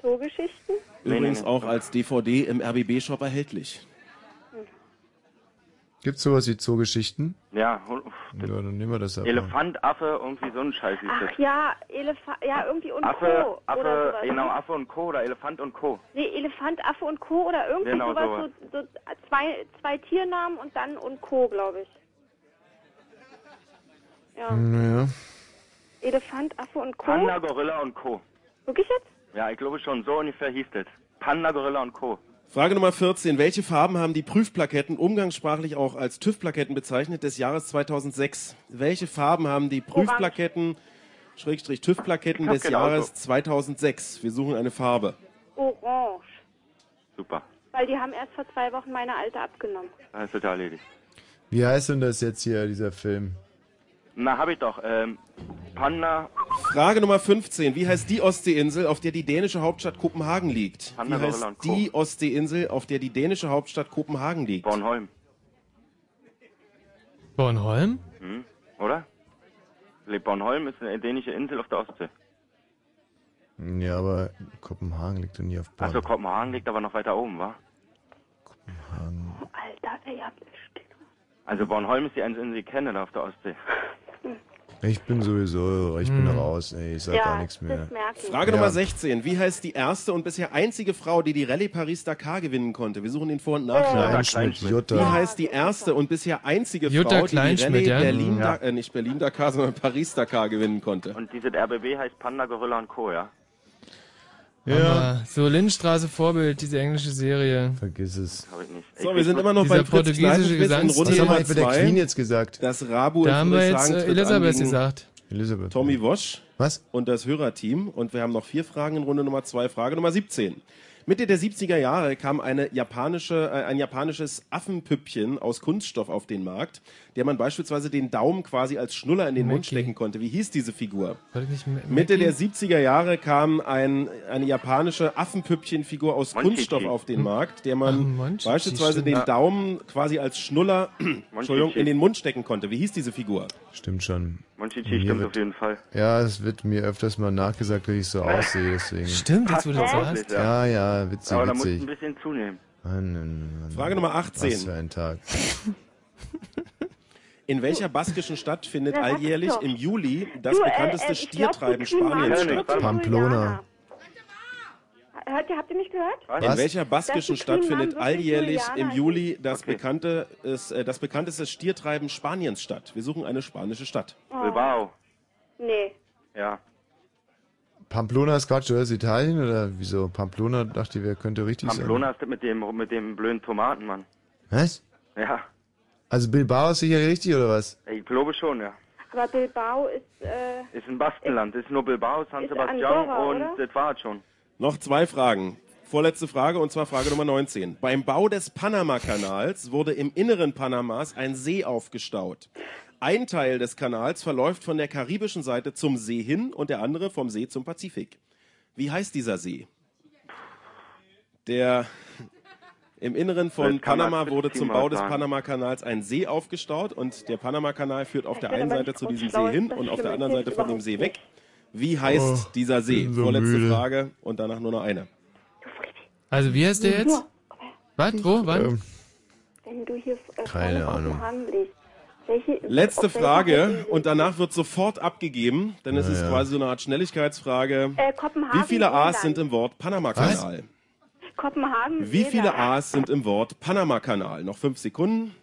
[SPEAKER 11] Zoogeschichten?
[SPEAKER 5] Übrigens auch als DVD im RBB-Shop erhältlich.
[SPEAKER 1] Gibt's sowas wie Zoogeschichten?
[SPEAKER 9] Ja, hol-
[SPEAKER 1] Ja, dann nehmen wir das ab.
[SPEAKER 9] Elefant, Affe, irgendwie so ein Scheiß ist das.
[SPEAKER 11] Ach ja, Elefant, ja irgendwie und
[SPEAKER 9] Affe,
[SPEAKER 11] Co. oder
[SPEAKER 9] Affe,
[SPEAKER 11] sowas. ne?
[SPEAKER 9] genau, Affe und Co. oder Elefant und Co.
[SPEAKER 11] Nee, Elefant, Affe und Co. oder irgendwie
[SPEAKER 9] Genau
[SPEAKER 11] sowas. So, so zwei, zwei Tiernamen und dann und Co., glaube ich. Ja.
[SPEAKER 1] Naja.
[SPEAKER 11] Elefant, Affe und Co.
[SPEAKER 9] Panda, Gorilla und Co.
[SPEAKER 11] Wirklich jetzt?
[SPEAKER 9] Ja, ich glaube schon, so ungefähr hieß das. Panda, Gorilla und Co.
[SPEAKER 5] Frage Nummer 14. Welche Farben haben die Prüfplaketten, umgangssprachlich auch als TÜV-Plaketten bezeichnet, des Jahres 2006? Welche Farben haben die Prüfplaketten, Schrägstrich TÜV-Plaketten
[SPEAKER 9] Ich hab
[SPEAKER 5] des
[SPEAKER 9] kein Auto.
[SPEAKER 5] Jahres 2006? Wir suchen eine Farbe.
[SPEAKER 11] Orange.
[SPEAKER 9] Super.
[SPEAKER 11] Weil die haben erst vor zwei Wochen meine alte abgenommen.
[SPEAKER 9] Das ist total erledigt.
[SPEAKER 1] Wie heißt denn das jetzt hier, dieser Film?
[SPEAKER 9] Na, hab ich doch. Ähm, Panda,
[SPEAKER 5] Frage Nummer 15. Wie heißt die Ostseeinsel, auf der die dänische Hauptstadt Kopenhagen liegt? Wie
[SPEAKER 9] Hanna,
[SPEAKER 5] heißt
[SPEAKER 9] Roland, Co.
[SPEAKER 5] die Ostseeinsel, auf der die dänische Hauptstadt Kopenhagen liegt?
[SPEAKER 9] Bornholm.
[SPEAKER 2] Bornholm?
[SPEAKER 9] hm, oder? Bornholm ist eine dänische Insel auf der Ostsee.
[SPEAKER 1] Ja, aber Kopenhagen liegt doch nie auf Bonn.
[SPEAKER 9] Achso, Also Kopenhagen liegt aber noch weiter oben, wa?
[SPEAKER 11] Alter, ey, habt ihr
[SPEAKER 9] Also Bornholm ist die einzige Insel, die ich kenne, da auf der Ostsee.
[SPEAKER 1] Ich bin sowieso, ich bin raus, ey, ich sag
[SPEAKER 9] Hm. Ja,
[SPEAKER 1] gar nichts mehr.
[SPEAKER 5] Frage
[SPEAKER 1] Ja.
[SPEAKER 5] Nummer 16. Wie heißt die erste und bisher einzige Frau, die die Rallye Paris Dakar gewinnen konnte? Wir suchen den Vor- und Nachnamen.
[SPEAKER 1] Kleinschmidt, Kleinschmidt. Jutta.
[SPEAKER 5] Wie heißt die erste und bisher einzige
[SPEAKER 2] Jutta
[SPEAKER 5] Frau, die die
[SPEAKER 2] Kleinschmidt,
[SPEAKER 5] Rallye
[SPEAKER 2] ja?
[SPEAKER 5] Berlin
[SPEAKER 2] Ja.
[SPEAKER 5] Dakar, äh, nicht Berlin Dakar, sondern Paris Dakar gewinnen konnte?
[SPEAKER 9] Und dieses RBB heißt Panda, Gorilla und Co., ja?
[SPEAKER 2] Ja. So Lindenstraße Vorbild, diese englische Serie.
[SPEAKER 1] Vergiss es.
[SPEAKER 9] Hab ich nicht.
[SPEAKER 5] So, wir sind immer noch
[SPEAKER 2] Dieser
[SPEAKER 5] bei Fritz
[SPEAKER 2] portugiesische
[SPEAKER 5] Leitl, wir sind in
[SPEAKER 2] Gesangsstil.
[SPEAKER 5] Runde
[SPEAKER 2] Was haben wir
[SPEAKER 5] Nummer
[SPEAKER 1] halt
[SPEAKER 2] jetzt mit der
[SPEAKER 5] zwei.
[SPEAKER 2] Queen
[SPEAKER 1] jetzt gesagt?
[SPEAKER 5] Das Rabu
[SPEAKER 2] Da haben wir jetzt,
[SPEAKER 5] Friedrichshagen
[SPEAKER 2] äh,
[SPEAKER 5] tritt
[SPEAKER 2] Elisabeth
[SPEAKER 5] an gegen
[SPEAKER 2] gesagt.
[SPEAKER 1] Elisabeth.
[SPEAKER 5] Tommy Wosch.
[SPEAKER 1] Was?
[SPEAKER 5] Und das Hörerteam. Und wir haben noch vier Fragen in Runde Nummer zwei. Frage Nummer 17. Mitte der 70er Jahre kam eine japanische, äh, ein japanisches Affenpüppchen aus Kunststoff auf den Markt, der man beispielsweise den Daumen quasi als Schnuller in den Mund stecken konnte. Wie hieß diese Figur?
[SPEAKER 2] Wollte ich nicht me-
[SPEAKER 5] Mitte
[SPEAKER 2] merken?
[SPEAKER 5] der 70er Jahre kam ein, eine japanische Affenpüppchenfigur aus
[SPEAKER 2] Monchichi.
[SPEAKER 5] Kunststoff auf den Markt, der man
[SPEAKER 2] Monchichi,
[SPEAKER 5] beispielsweise
[SPEAKER 2] stimmt.
[SPEAKER 5] den
[SPEAKER 2] Ja.
[SPEAKER 5] Daumen quasi als Schnuller Entschuldigung, in den Mund stecken konnte. Wie hieß diese Figur?
[SPEAKER 1] Stimmt schon.
[SPEAKER 9] Monchichi
[SPEAKER 1] Mir
[SPEAKER 9] stimmt
[SPEAKER 1] wird-
[SPEAKER 9] auf jeden Fall.
[SPEAKER 1] Ja, es wird mir öfters mal nachgesagt, dass ich so aussehe, deswegen.
[SPEAKER 2] Stimmt,
[SPEAKER 9] jetzt, wo du das Passt sagst. wirklich,
[SPEAKER 1] Ja,
[SPEAKER 9] ja.
[SPEAKER 1] ja, witzig,
[SPEAKER 9] Aber da musst du ein
[SPEAKER 1] witzig.
[SPEAKER 9] bisschen zunehmen.
[SPEAKER 1] Mann, Mann, Mann.
[SPEAKER 5] Frage Nummer 18.
[SPEAKER 1] Was für ein Tag.
[SPEAKER 5] In welcher baskischen Stadt findet
[SPEAKER 1] Na, sag's
[SPEAKER 5] alljährlich
[SPEAKER 1] doch.
[SPEAKER 5] im Juli das
[SPEAKER 11] Du, äh,
[SPEAKER 5] bekannteste
[SPEAKER 11] äh, ich glaub,
[SPEAKER 5] Stiertreiben
[SPEAKER 11] du kriegst
[SPEAKER 5] Spaniens
[SPEAKER 11] mal-
[SPEAKER 5] statt?
[SPEAKER 1] Pamplona.
[SPEAKER 11] Hört ihr, habt ihr mich gehört?
[SPEAKER 5] In welcher baskischen
[SPEAKER 11] Dass die
[SPEAKER 5] Stadt findet
[SPEAKER 11] Grünen Namen wirklich
[SPEAKER 5] alljährlich im
[SPEAKER 11] Julianer
[SPEAKER 5] Juli das, bekannte, ist, äh, das bekannteste Stiertreiben Spaniens statt? Wir suchen eine spanische Stadt.
[SPEAKER 11] Oh. Bilbao. Nee.
[SPEAKER 9] Ja.
[SPEAKER 1] Pamplona ist Quatsch, oder? Ist Italien? Oder wieso? Pamplona dachte ich, wer könnte richtig
[SPEAKER 9] Pamplona ist das mit dem, mit dem blöden Tomaten, Mann.
[SPEAKER 1] sein. Was?
[SPEAKER 9] Ja,
[SPEAKER 1] Also Bilbao ist sicher richtig, oder was?
[SPEAKER 9] ich glaube schon, ja.
[SPEAKER 11] Aber Bilbao ist, äh,
[SPEAKER 9] Ist ein Baskenland, ist nur Bilbao, San
[SPEAKER 11] Ist
[SPEAKER 9] Sebastian
[SPEAKER 11] Andorra,
[SPEAKER 9] und
[SPEAKER 11] oder?
[SPEAKER 9] das war's schon.
[SPEAKER 5] Noch zwei Fragen. Vorletzte Frage und zwar Frage Nummer 19. Beim Bau des Panamakanals wurde im Inneren Panamas ein See aufgestaut. Ein Teil des Kanals verläuft von der karibischen Seite zum See hin und der andere vom See zum Pazifik. Wie heißt dieser See? Der im Inneren von
[SPEAKER 9] Das kann man
[SPEAKER 5] Panama wurde zum Bau des
[SPEAKER 9] sagen.
[SPEAKER 5] Panamakanals ein See aufgestaut und der Panamakanal führt auf der
[SPEAKER 9] bin
[SPEAKER 5] einen
[SPEAKER 9] aber
[SPEAKER 5] Seite
[SPEAKER 9] nicht
[SPEAKER 5] zu diesem
[SPEAKER 9] grundschlau,
[SPEAKER 5] See hin
[SPEAKER 9] das
[SPEAKER 5] und auf der
[SPEAKER 9] stimmt
[SPEAKER 5] anderen Seite von dem
[SPEAKER 9] überhaupt
[SPEAKER 5] See weg. Wie heißt
[SPEAKER 2] Oh,
[SPEAKER 5] dieser See?
[SPEAKER 2] bin so
[SPEAKER 5] Vorletzte
[SPEAKER 2] müde.
[SPEAKER 5] Frage und danach nur noch eine.
[SPEAKER 2] Also wie heißt der jetzt? Was? Wo? Wann?
[SPEAKER 1] Ähm.
[SPEAKER 11] wenn du hier äh,
[SPEAKER 5] Keine
[SPEAKER 11] vorne auf dem
[SPEAKER 5] Ahnung.
[SPEAKER 11] Hang liegst. Welche,
[SPEAKER 5] Letzte
[SPEAKER 11] auf welche
[SPEAKER 5] Frage
[SPEAKER 11] Seite
[SPEAKER 5] und danach wird sofort abgegeben, denn es ist
[SPEAKER 1] Naja.
[SPEAKER 5] quasi so eine Art Schnelligkeitsfrage.
[SPEAKER 11] Äh, Kopenhagen,
[SPEAKER 5] Wie viele A's
[SPEAKER 11] Irland.
[SPEAKER 5] sind im Wort Panama-Kanal?
[SPEAKER 11] liegt? Kopenhagen.
[SPEAKER 5] Wie
[SPEAKER 11] Seeland.
[SPEAKER 5] viele A's sind im Wort Panama-Kanal? Noch fünf Sekunden.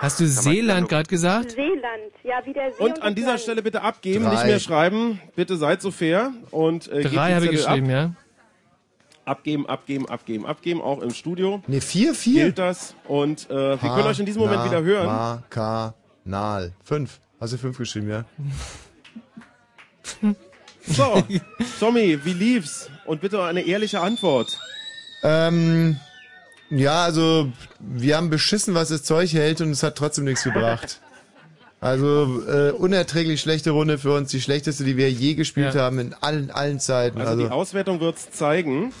[SPEAKER 2] Hast du Seeland gerade gesagt?
[SPEAKER 11] Seeland, ja, wie der See.
[SPEAKER 5] Und an dieser Stelle bitte abgeben,
[SPEAKER 2] Drei.
[SPEAKER 5] nicht mehr schreiben. Bitte seid so fair und äh, gebt
[SPEAKER 2] Drei
[SPEAKER 5] die
[SPEAKER 2] habe ich
[SPEAKER 5] Zettel
[SPEAKER 2] geschrieben,
[SPEAKER 5] ab.
[SPEAKER 2] ja.
[SPEAKER 5] Abgeben, abgeben, abgeben, abgeben, auch im Studio.
[SPEAKER 1] Ne, vier, vier.
[SPEAKER 5] Gilt das. Und äh, wir können euch in diesem Moment wieder hören.
[SPEAKER 1] Kanal. Fünf. Hast du fünf geschrieben, ja?
[SPEAKER 5] So, Tommy, wie lief's? Und bitte eine ehrliche Antwort.
[SPEAKER 1] Ähm, ja, also wir haben beschissen, was das Zeug hält und es hat trotzdem nichts gebracht. Also äh, unerträglich schlechte Runde für uns, die schlechteste, die wir je gespielt
[SPEAKER 5] Ja.
[SPEAKER 1] haben in allen allen Zeiten.
[SPEAKER 5] Also, die
[SPEAKER 1] Also,
[SPEAKER 5] Auswertung wird's zeigen.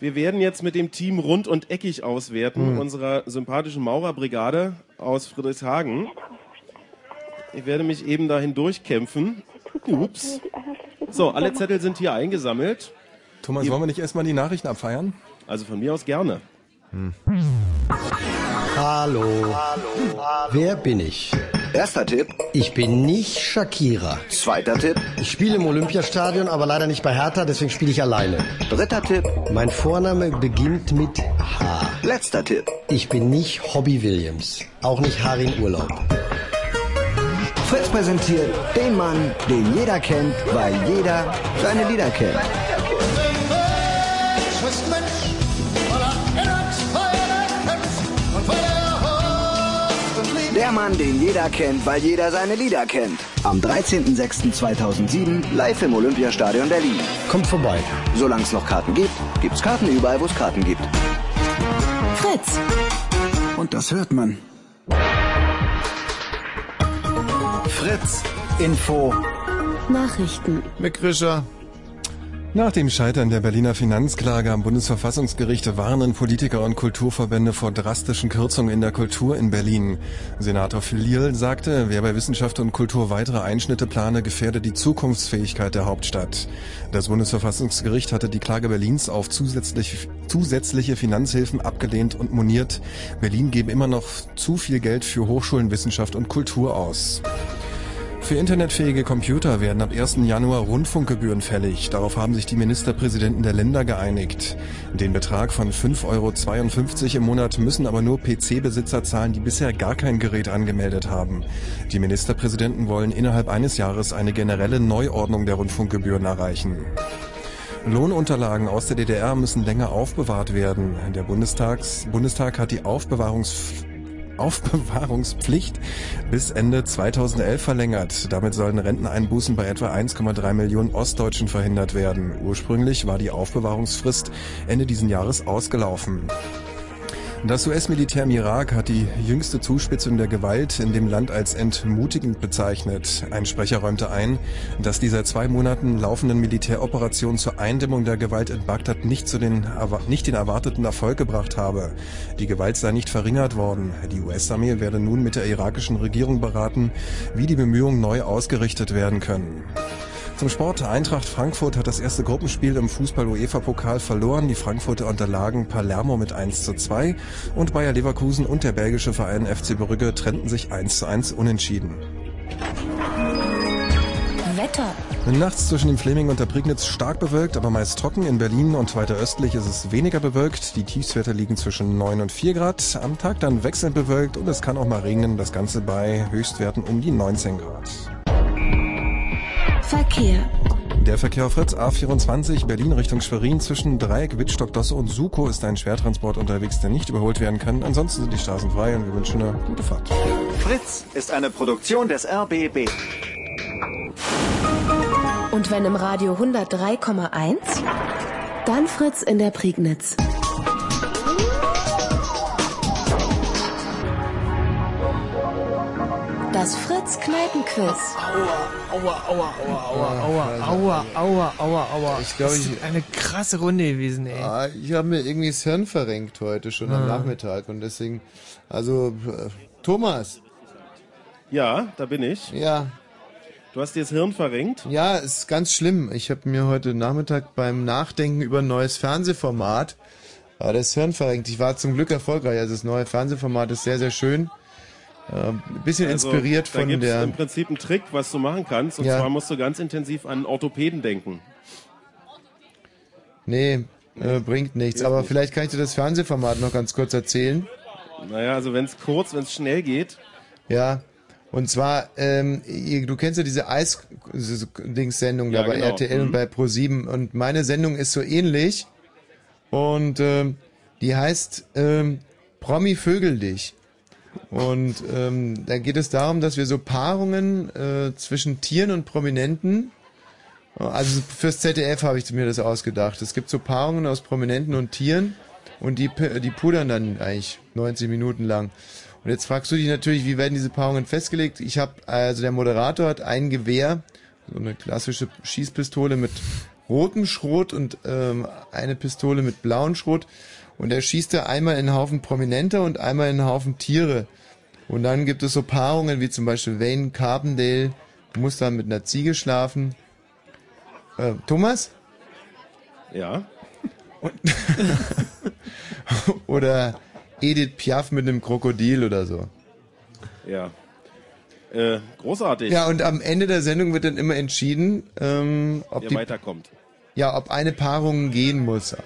[SPEAKER 5] Wir werden jetzt mit dem Team rund und eckig auswerten,
[SPEAKER 15] Hm.
[SPEAKER 1] Mhm.
[SPEAKER 5] unserer sympathischen Maurerbrigade aus Friedrichshagen. Ich werde mich eben dahin durchkämpfen. Ups. So, alle Zettel sind hier eingesammelt.
[SPEAKER 15] Thomas, wollen wir nicht erstmal die Nachrichten abfeiern?
[SPEAKER 5] Also von mir aus gerne.
[SPEAKER 19] Hallo. Wer bin ich? Erster Tipp. Ich bin nicht Shakira. Zweiter Tipp. Ich spiele im Olympiastadion, aber leider nicht bei Hertha, deswegen spiele ich alleine. Dritter Tipp. Mein Vorname beginnt mit H. Letzter Tipp. Ich bin nicht Hobby Williams. Auch nicht Harin Urlaub.
[SPEAKER 3] Fritz präsentiert den Mann, den jeder kennt, weil jeder seine Lieder kennt.
[SPEAKER 8] Mensch ist Mensch, voller Inhaltsfeier kämpft und voller Hoffnung liegt.
[SPEAKER 3] Der Mann, den jeder kennt, weil jeder seine Lieder kennt. Am 13.06.2007 live im Olympiastadion Berlin. Kommt vorbei. Solange es noch Karten gibt, gibt's Karten überall, wo es Karten gibt. Fritz. Und das hört man.
[SPEAKER 19] Fritz. Info.
[SPEAKER 15] Nachrichten. McGrischer. Nach dem Scheitern der Berliner Finanzklage am Bundesverfassungsgericht warnen Politiker und Kulturverbände vor drastischen Kürzungen in der Kultur in Berlin. Senator Liel sagte, wer bei Wissenschaft und Kultur weitere Einschnitte plane, gefährde die Zukunftsfähigkeit der Hauptstadt. Das Bundesverfassungsgericht hatte die Klage Berlins auf zusätzlich, zusätzliche Finanzhilfen abgelehnt und moniert, Berlin gebe immer noch zu viel Geld für Hochschulen, Wissenschaft und Kultur aus. Für internetfähige Computer werden ab 1. Januar Rundfunkgebühren fällig. Darauf haben sich die Ministerpräsidenten der Länder geeinigt. Den Betrag von 5,52 Euro im Monat müssen aber nur PC-Besitzer zahlen, die bisher gar kein Gerät angemeldet haben. Die Ministerpräsidenten wollen innerhalb eines Jahres eine generelle Neuordnung der Rundfunkgebühren erreichen. Lohnunterlagen aus der DDR müssen länger aufbewahrt werden. Der Bundestags Bundestag hat die Aufbewahrungs Aufbewahrungspflicht bis Ende 2011 verlängert. Damit sollen Renteneinbußen bei etwa 1,3 Millionen Ostdeutschen verhindert werden. Ursprünglich war die Aufbewahrungsfrist Ende diesen Jahres ausgelaufen. Das US-Militär im Irak hat die jüngste Zuspitzung der Gewalt in dem Land als entmutigend bezeichnet. Ein Sprecher räumte ein, dass die seit zwei Monaten laufenden Militäroperationen zur Eindämmung der Gewalt in Bagdad nicht, zu den, erwa- nicht den erwarteten Erfolg gebracht habe. Die Gewalt sei nicht verringert worden. Die US-Armee werde nun mit der irakischen Regierung beraten, wie die Bemühungen neu ausgerichtet werden können. Zum Sport. Eintracht Frankfurt hat das erste Gruppenspiel im Fußball-UEFA-Pokal verloren. Die Frankfurter unterlagen Palermo mit 1 zu 2 und Bayer Leverkusen und der belgische Verein FC Brügge trennten sich 1 zu 1 unentschieden.
[SPEAKER 14] Wetter.
[SPEAKER 15] Nachts zwischen dem Fleming und der Prignitz stark bewölkt, aber meist trocken. In Berlin und weiter östlich ist es weniger bewölkt. Die Tiefstwerte liegen zwischen 9 und 4 Grad. Am Tag dann wechselnd bewölkt und es kann auch mal regnen. Das Ganze bei Höchstwerten um die 19 Grad.
[SPEAKER 14] Verkehr.
[SPEAKER 15] Der Verkehr auf Fritz A24 Berlin Richtung Schwerin zwischen Dreieck, Wittstock, Dosse und Suko ist ein Schwertransport unterwegs, der nicht überholt werden kann. Ansonsten sind die Straßen frei und wir wünschen eine gute Fahrt.
[SPEAKER 3] Fritz ist eine Produktion des RBB.
[SPEAKER 14] Und wenn im Radio 103,1, dann Fritz in der Prignitz. Das Fritz Kneipenquiz.
[SPEAKER 2] Aua, aua, aua, aua, aua, aua, aua, aua, aua. Ich
[SPEAKER 1] glaube,
[SPEAKER 2] das ist
[SPEAKER 1] ich-
[SPEAKER 2] eine krasse Runde gewesen, ey.
[SPEAKER 1] ah, ich habe mir irgendwie das Hirn verrenkt heute schon am
[SPEAKER 2] Ah.
[SPEAKER 1] Nachmittag und deswegen, also äh, Thomas,
[SPEAKER 5] Ja, da bin ich.
[SPEAKER 1] Ja.
[SPEAKER 5] Du hast dir das Hirn verrenkt.
[SPEAKER 1] ja, ist ganz schlimm. Ich habe mir heute Nachmittag beim Nachdenken über ein neues Fernsehformat war das Hirn verrenkt. Ich war zum Glück erfolgreich. Also das neue Fernsehformat ist sehr, sehr schön. Äh, Ein bisschen
[SPEAKER 5] Also,
[SPEAKER 1] inspiriert
[SPEAKER 5] da
[SPEAKER 1] von
[SPEAKER 5] gibt's
[SPEAKER 1] der
[SPEAKER 5] im Prinzip einen Trick, was du machen kannst. Und
[SPEAKER 1] Ja.
[SPEAKER 5] zwar musst du ganz intensiv an einen Orthopäden denken.
[SPEAKER 1] Nee, äh, bringt nichts. Aber vielleicht kann ich dir das Fernsehformat noch ganz kurz erzählen.
[SPEAKER 5] Naja, also wenn es kurz, wenn es schnell geht.
[SPEAKER 1] Ja. Und zwar, ähm, ihr- du kennst ja diese Eis-Dings-Sendung
[SPEAKER 5] Ja,
[SPEAKER 1] da bei
[SPEAKER 5] genau.
[SPEAKER 1] RTL
[SPEAKER 5] Mhm.
[SPEAKER 1] und bei Pro7. Und meine Sendung ist so ähnlich. Und ähm, die heißt ähm, Promi Vögel dich. Und ähm, da geht es darum, dass wir so Paarungen äh, zwischen Tieren und Prominenten Also fürs ZDF habe ich mir das ausgedacht. Es gibt so Paarungen aus Prominenten und Tieren und die, p- die pudern dann eigentlich 90 Minuten lang. Und jetzt fragst du dich natürlich, wie werden diese Paarungen festgelegt? Ich habe, also der Moderator hat ein Gewehr, so eine klassische Schießpistole mit rotem Schrot und ähm, eine Pistole mit blauem Schrot. Und er schießt da einmal in einen Haufen Prominenter und einmal in einen Haufen Tiere. Und dann gibt es so Paarungen, wie zum Beispiel Wayne Carpendale muss dann mit einer Ziege schlafen. Äh, Thomas?
[SPEAKER 5] Ja.
[SPEAKER 1] Oder Edith Piaf mit einem Krokodil oder so.
[SPEAKER 5] Ja. Äh, großartig.
[SPEAKER 1] Ja, und am Ende der Sendung wird dann immer entschieden, ähm, ob
[SPEAKER 5] Wer
[SPEAKER 1] die,
[SPEAKER 5] weiterkommt.
[SPEAKER 1] ja, ob eine Paarung gehen muss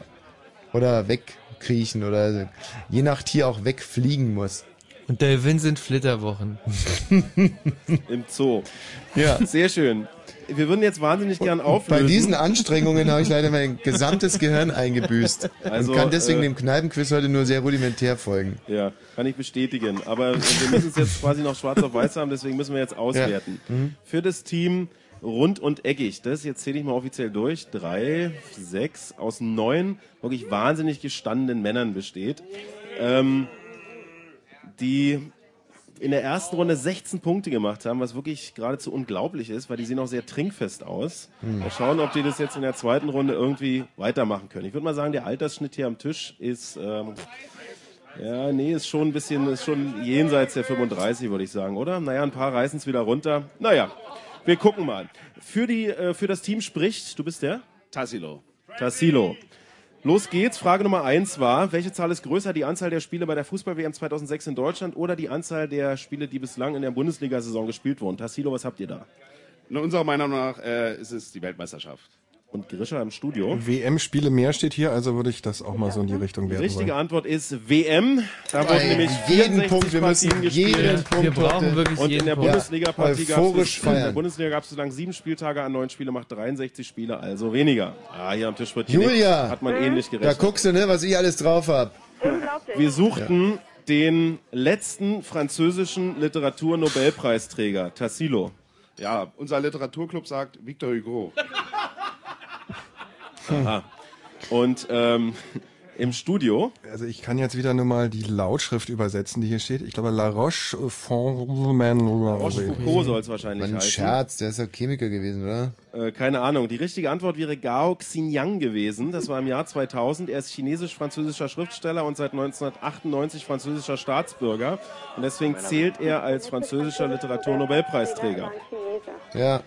[SPEAKER 1] oder wegkriechen oder je nach Tier auch wegfliegen muss.
[SPEAKER 2] Und der Gewinn sind Flitterwochen.
[SPEAKER 5] Im Zoo.
[SPEAKER 1] Ja.
[SPEAKER 5] Sehr schön. Wir würden jetzt wahnsinnig gern auflösen.
[SPEAKER 1] Bei diesen Anstrengungen habe ich leider mein gesamtes Gehirn eingebüßt
[SPEAKER 5] Also,
[SPEAKER 1] und kann deswegen
[SPEAKER 5] äh,
[SPEAKER 1] dem Kneipenquiz heute nur sehr rudimentär folgen.
[SPEAKER 5] Ja, kann ich bestätigen. Aber wir müssen es jetzt quasi noch schwarz auf weiß haben, deswegen müssen wir jetzt auswerten.
[SPEAKER 1] Ja. Mhm.
[SPEAKER 5] Für das Team rund und eckig. Das jetzt zähle ich mal offiziell durch. Drei, sechs aus neun wirklich wahnsinnig gestandenen Männern besteht. Ähm, die in der ersten Runde 16 Punkte gemacht haben, was wirklich geradezu unglaublich ist, weil die sehen auch sehr trinkfest aus.
[SPEAKER 13] Hm.
[SPEAKER 5] Mal schauen, ob die das jetzt in der zweiten Runde irgendwie weitermachen können. Ich würde mal sagen, der Altersschnitt hier am Tisch ist, ähm, ja, nee, ist schon ein bisschen, ist schon jenseits der 35, würde ich sagen, oder? Naja, ein paar reißen es wieder runter. Naja, wir gucken mal. Für die, äh, für das Team spricht, du bist der? Tassilo. Tassilo. Los geht's. Frage Nummer eins war, welche Zahl ist größer, die Anzahl der Spiele bei der Fußball-WM 2006 in Deutschland oder die Anzahl der Spiele, die bislang in der Bundesliga-Saison gespielt wurden? Tassilo, was habt ihr da?
[SPEAKER 20] In unserer Meinung nach äh, ist es die Weltmeisterschaft.
[SPEAKER 5] Und Grischer im Studio.
[SPEAKER 15] WM-Spiele mehr steht hier, also würde ich das auch mal so in die Richtung
[SPEAKER 5] Die
[SPEAKER 15] werfen.
[SPEAKER 5] richtige
[SPEAKER 15] wollen.
[SPEAKER 5] Antwort ist WM. Da wurden
[SPEAKER 15] Ey,
[SPEAKER 5] nämlich
[SPEAKER 15] jeden
[SPEAKER 5] 64
[SPEAKER 15] Punkt, wir müssen
[SPEAKER 5] Partien gespielt.
[SPEAKER 15] jeden Punkt, Wir brauchen Leute. wirklich
[SPEAKER 5] Und in
[SPEAKER 15] jeden
[SPEAKER 5] der
[SPEAKER 15] Punkt.
[SPEAKER 5] Bundesliga-Partie
[SPEAKER 15] Ja,
[SPEAKER 5] gab
[SPEAKER 15] euphorisch
[SPEAKER 5] es in der
[SPEAKER 15] feiern.
[SPEAKER 5] Bundesliga gab es bislang sieben Spieltage an neun Spiele, macht 63 Spiele, also weniger. Ah, hier am Tisch wird
[SPEAKER 1] Julia,
[SPEAKER 5] genickt. hat man ähnlich
[SPEAKER 1] da
[SPEAKER 5] gerechnet.
[SPEAKER 1] guckst du, ne, was ich alles drauf hab.
[SPEAKER 5] Wir suchten den letzten französischen Literaturnobelpreisträger, Tassilo.
[SPEAKER 20] Ja, unser Literaturclub sagt Victor Hugo.
[SPEAKER 5] Aha. Und ähm, im Studio.
[SPEAKER 15] Also ich kann jetzt wieder nur mal die Lautschrift übersetzen, die hier steht. Ich glaube, La Roche Fondman. La
[SPEAKER 5] Rochefoucauld soll's wahrscheinlich
[SPEAKER 1] Ein
[SPEAKER 5] heißen.
[SPEAKER 1] Scherz, der ist doch Chemiker gewesen, oder?
[SPEAKER 5] Äh, keine Ahnung. Die richtige Antwort wäre Gao Xingyang gewesen. Das war im Jahr 2000. Er ist chinesisch-französischer Schriftsteller und seit 1998 französischer Staatsbürger. Und deswegen zählt er als französischer Literaturnobelpreisträger.
[SPEAKER 1] Ja.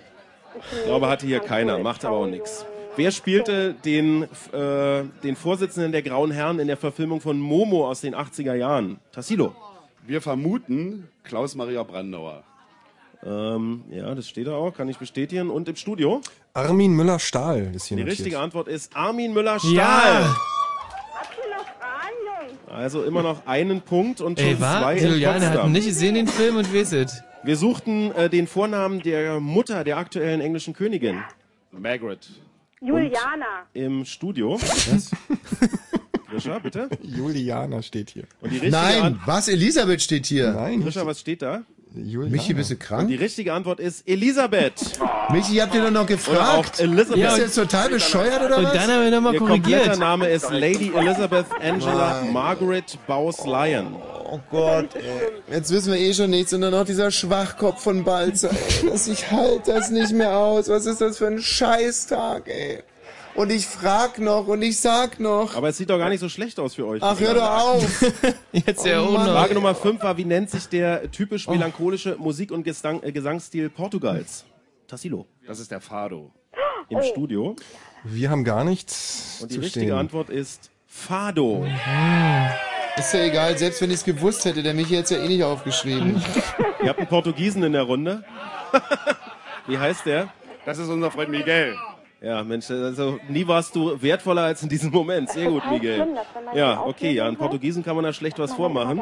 [SPEAKER 5] Ich glaube, hatte hier keiner, macht aber auch nichts. Wer spielte den, äh, den Vorsitzenden der Grauen Herren in der Verfilmung von Momo aus den 80er Jahren? Tassilo.
[SPEAKER 20] Wir vermuten Klaus-Maria Brandauer.
[SPEAKER 5] Ähm, ja, das steht da auch, kann ich bestätigen. Und im Studio?
[SPEAKER 15] Armin Müller-Stahl ist hier
[SPEAKER 5] Die
[SPEAKER 15] notiert.
[SPEAKER 5] richtige Antwort ist Armin Müller-Stahl.
[SPEAKER 15] Ja.
[SPEAKER 5] Also immer noch einen Punkt und schon
[SPEAKER 2] Ey, war?
[SPEAKER 5] zwei
[SPEAKER 2] Die
[SPEAKER 5] in
[SPEAKER 2] Juliane
[SPEAKER 5] Potsdam.
[SPEAKER 2] hat nicht gesehen den Film und wisst es.
[SPEAKER 5] Wir suchten äh, den Vornamen der Mutter der aktuellen englischen Königin. Margaret.
[SPEAKER 18] Juliana.
[SPEAKER 5] Im Studio. Was? Grisha, bitte.
[SPEAKER 15] Juliana steht hier.
[SPEAKER 5] Und die richtige
[SPEAKER 1] Nein,
[SPEAKER 5] An-
[SPEAKER 1] was? Elisabeth steht hier.
[SPEAKER 5] Grisha, was steht da?
[SPEAKER 1] Michi, bist du krank?
[SPEAKER 5] Und die richtige Antwort ist Elisabeth.
[SPEAKER 1] Michi, habt ihr doch
[SPEAKER 5] Oder
[SPEAKER 1] noch
[SPEAKER 5] auch
[SPEAKER 1] gefragt?
[SPEAKER 5] Elizabeth.
[SPEAKER 1] Ist jetzt total bescheuert oder was?
[SPEAKER 5] Ihr kompletter Name ist Lady Elizabeth Angela Margaret Bowes Lyon.
[SPEAKER 1] Oh Gott, ey. Jetzt wissen wir eh schon nichts und dann noch dieser Schwachkopf von Balzer. ey. Das- Ich halte das nicht mehr aus. Was ist das für ein Scheißtag, ey? Und ich frag noch und ich sag noch.
[SPEAKER 5] Aber es sieht doch gar nicht so schlecht aus für euch.
[SPEAKER 1] Ach, hör doch auf. Oh
[SPEAKER 2] Jetzt
[SPEAKER 1] ja auch noch.
[SPEAKER 5] Frage Nummer 5 war, wie nennt sich der typisch melancholische Musik- und Gesang äh, Gesangsstil Portugals? Tassilo.
[SPEAKER 20] Das ist der Fado.
[SPEAKER 1] Oh.
[SPEAKER 5] Im Studio.
[SPEAKER 15] Wir haben gar nichts
[SPEAKER 5] Und die
[SPEAKER 15] zu
[SPEAKER 5] richtige
[SPEAKER 15] stehen.
[SPEAKER 5] Antwort ist Fado.
[SPEAKER 1] Ist ja egal, selbst wenn ich es gewusst hätte, der mich jetzt ja eh nicht aufgeschrieben.
[SPEAKER 5] Ihr habt einen Portugiesen in der Runde. Wie heißt der?
[SPEAKER 20] Das ist unser Freund Miguel.
[SPEAKER 5] Ja, Mensch, also nie warst du wertvoller als in diesem Moment. Sehr gut, Miguel. Ja, okay, ja, einen Portugiesen kann man da schlecht was vormachen.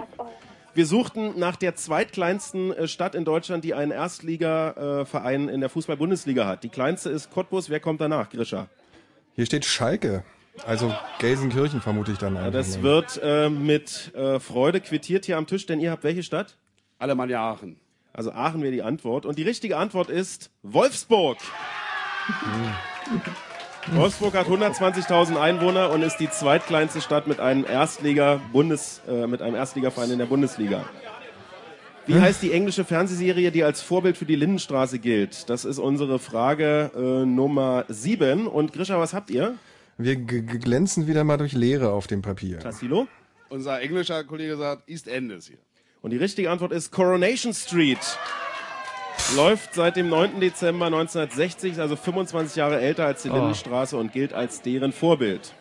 [SPEAKER 5] Wir suchten nach der zweitkleinsten äh, Stadt in Deutschland, die einen Erstligaverein äh, in der Fußball-Bundesliga hat. Die kleinste ist Cottbus. Wer kommt danach? Grisha.
[SPEAKER 15] Hier steht Schalke. Also Gelsenkirchen vermute ich dann
[SPEAKER 5] Ja,
[SPEAKER 15] einfach.
[SPEAKER 5] das
[SPEAKER 15] mal.
[SPEAKER 5] wird äh, mit äh, Freude quittiert hier am Tisch, denn ihr habt welche Stadt?
[SPEAKER 20] Alemannia Aachen.
[SPEAKER 5] Also Aachen wäre die Antwort. Und die richtige Antwort ist Wolfsburg. Wolfsburg hat 120.000 Einwohner und ist die zweitkleinste Stadt mit einem Erstliga Bundes äh, mit einem Erstligaverein in der Bundesliga. Wie heißt die englische Fernsehserie, die als Vorbild für die Lindenstraße gilt? Das ist unsere Frage äh, Nummer 7 und Grisha, was habt ihr?
[SPEAKER 15] Wir g- g- glänzen wieder mal durch Leere auf dem Papier.
[SPEAKER 5] Tassilo?
[SPEAKER 20] Unser englischer Kollege sagt, East End ist hier.
[SPEAKER 5] Und die richtige Antwort ist Coronation Street. Läuft seit dem 9. Dezember 1960, ist also 25 Jahre älter als die
[SPEAKER 1] Oh.
[SPEAKER 5] Lindenstraße und gilt als deren Vorbild.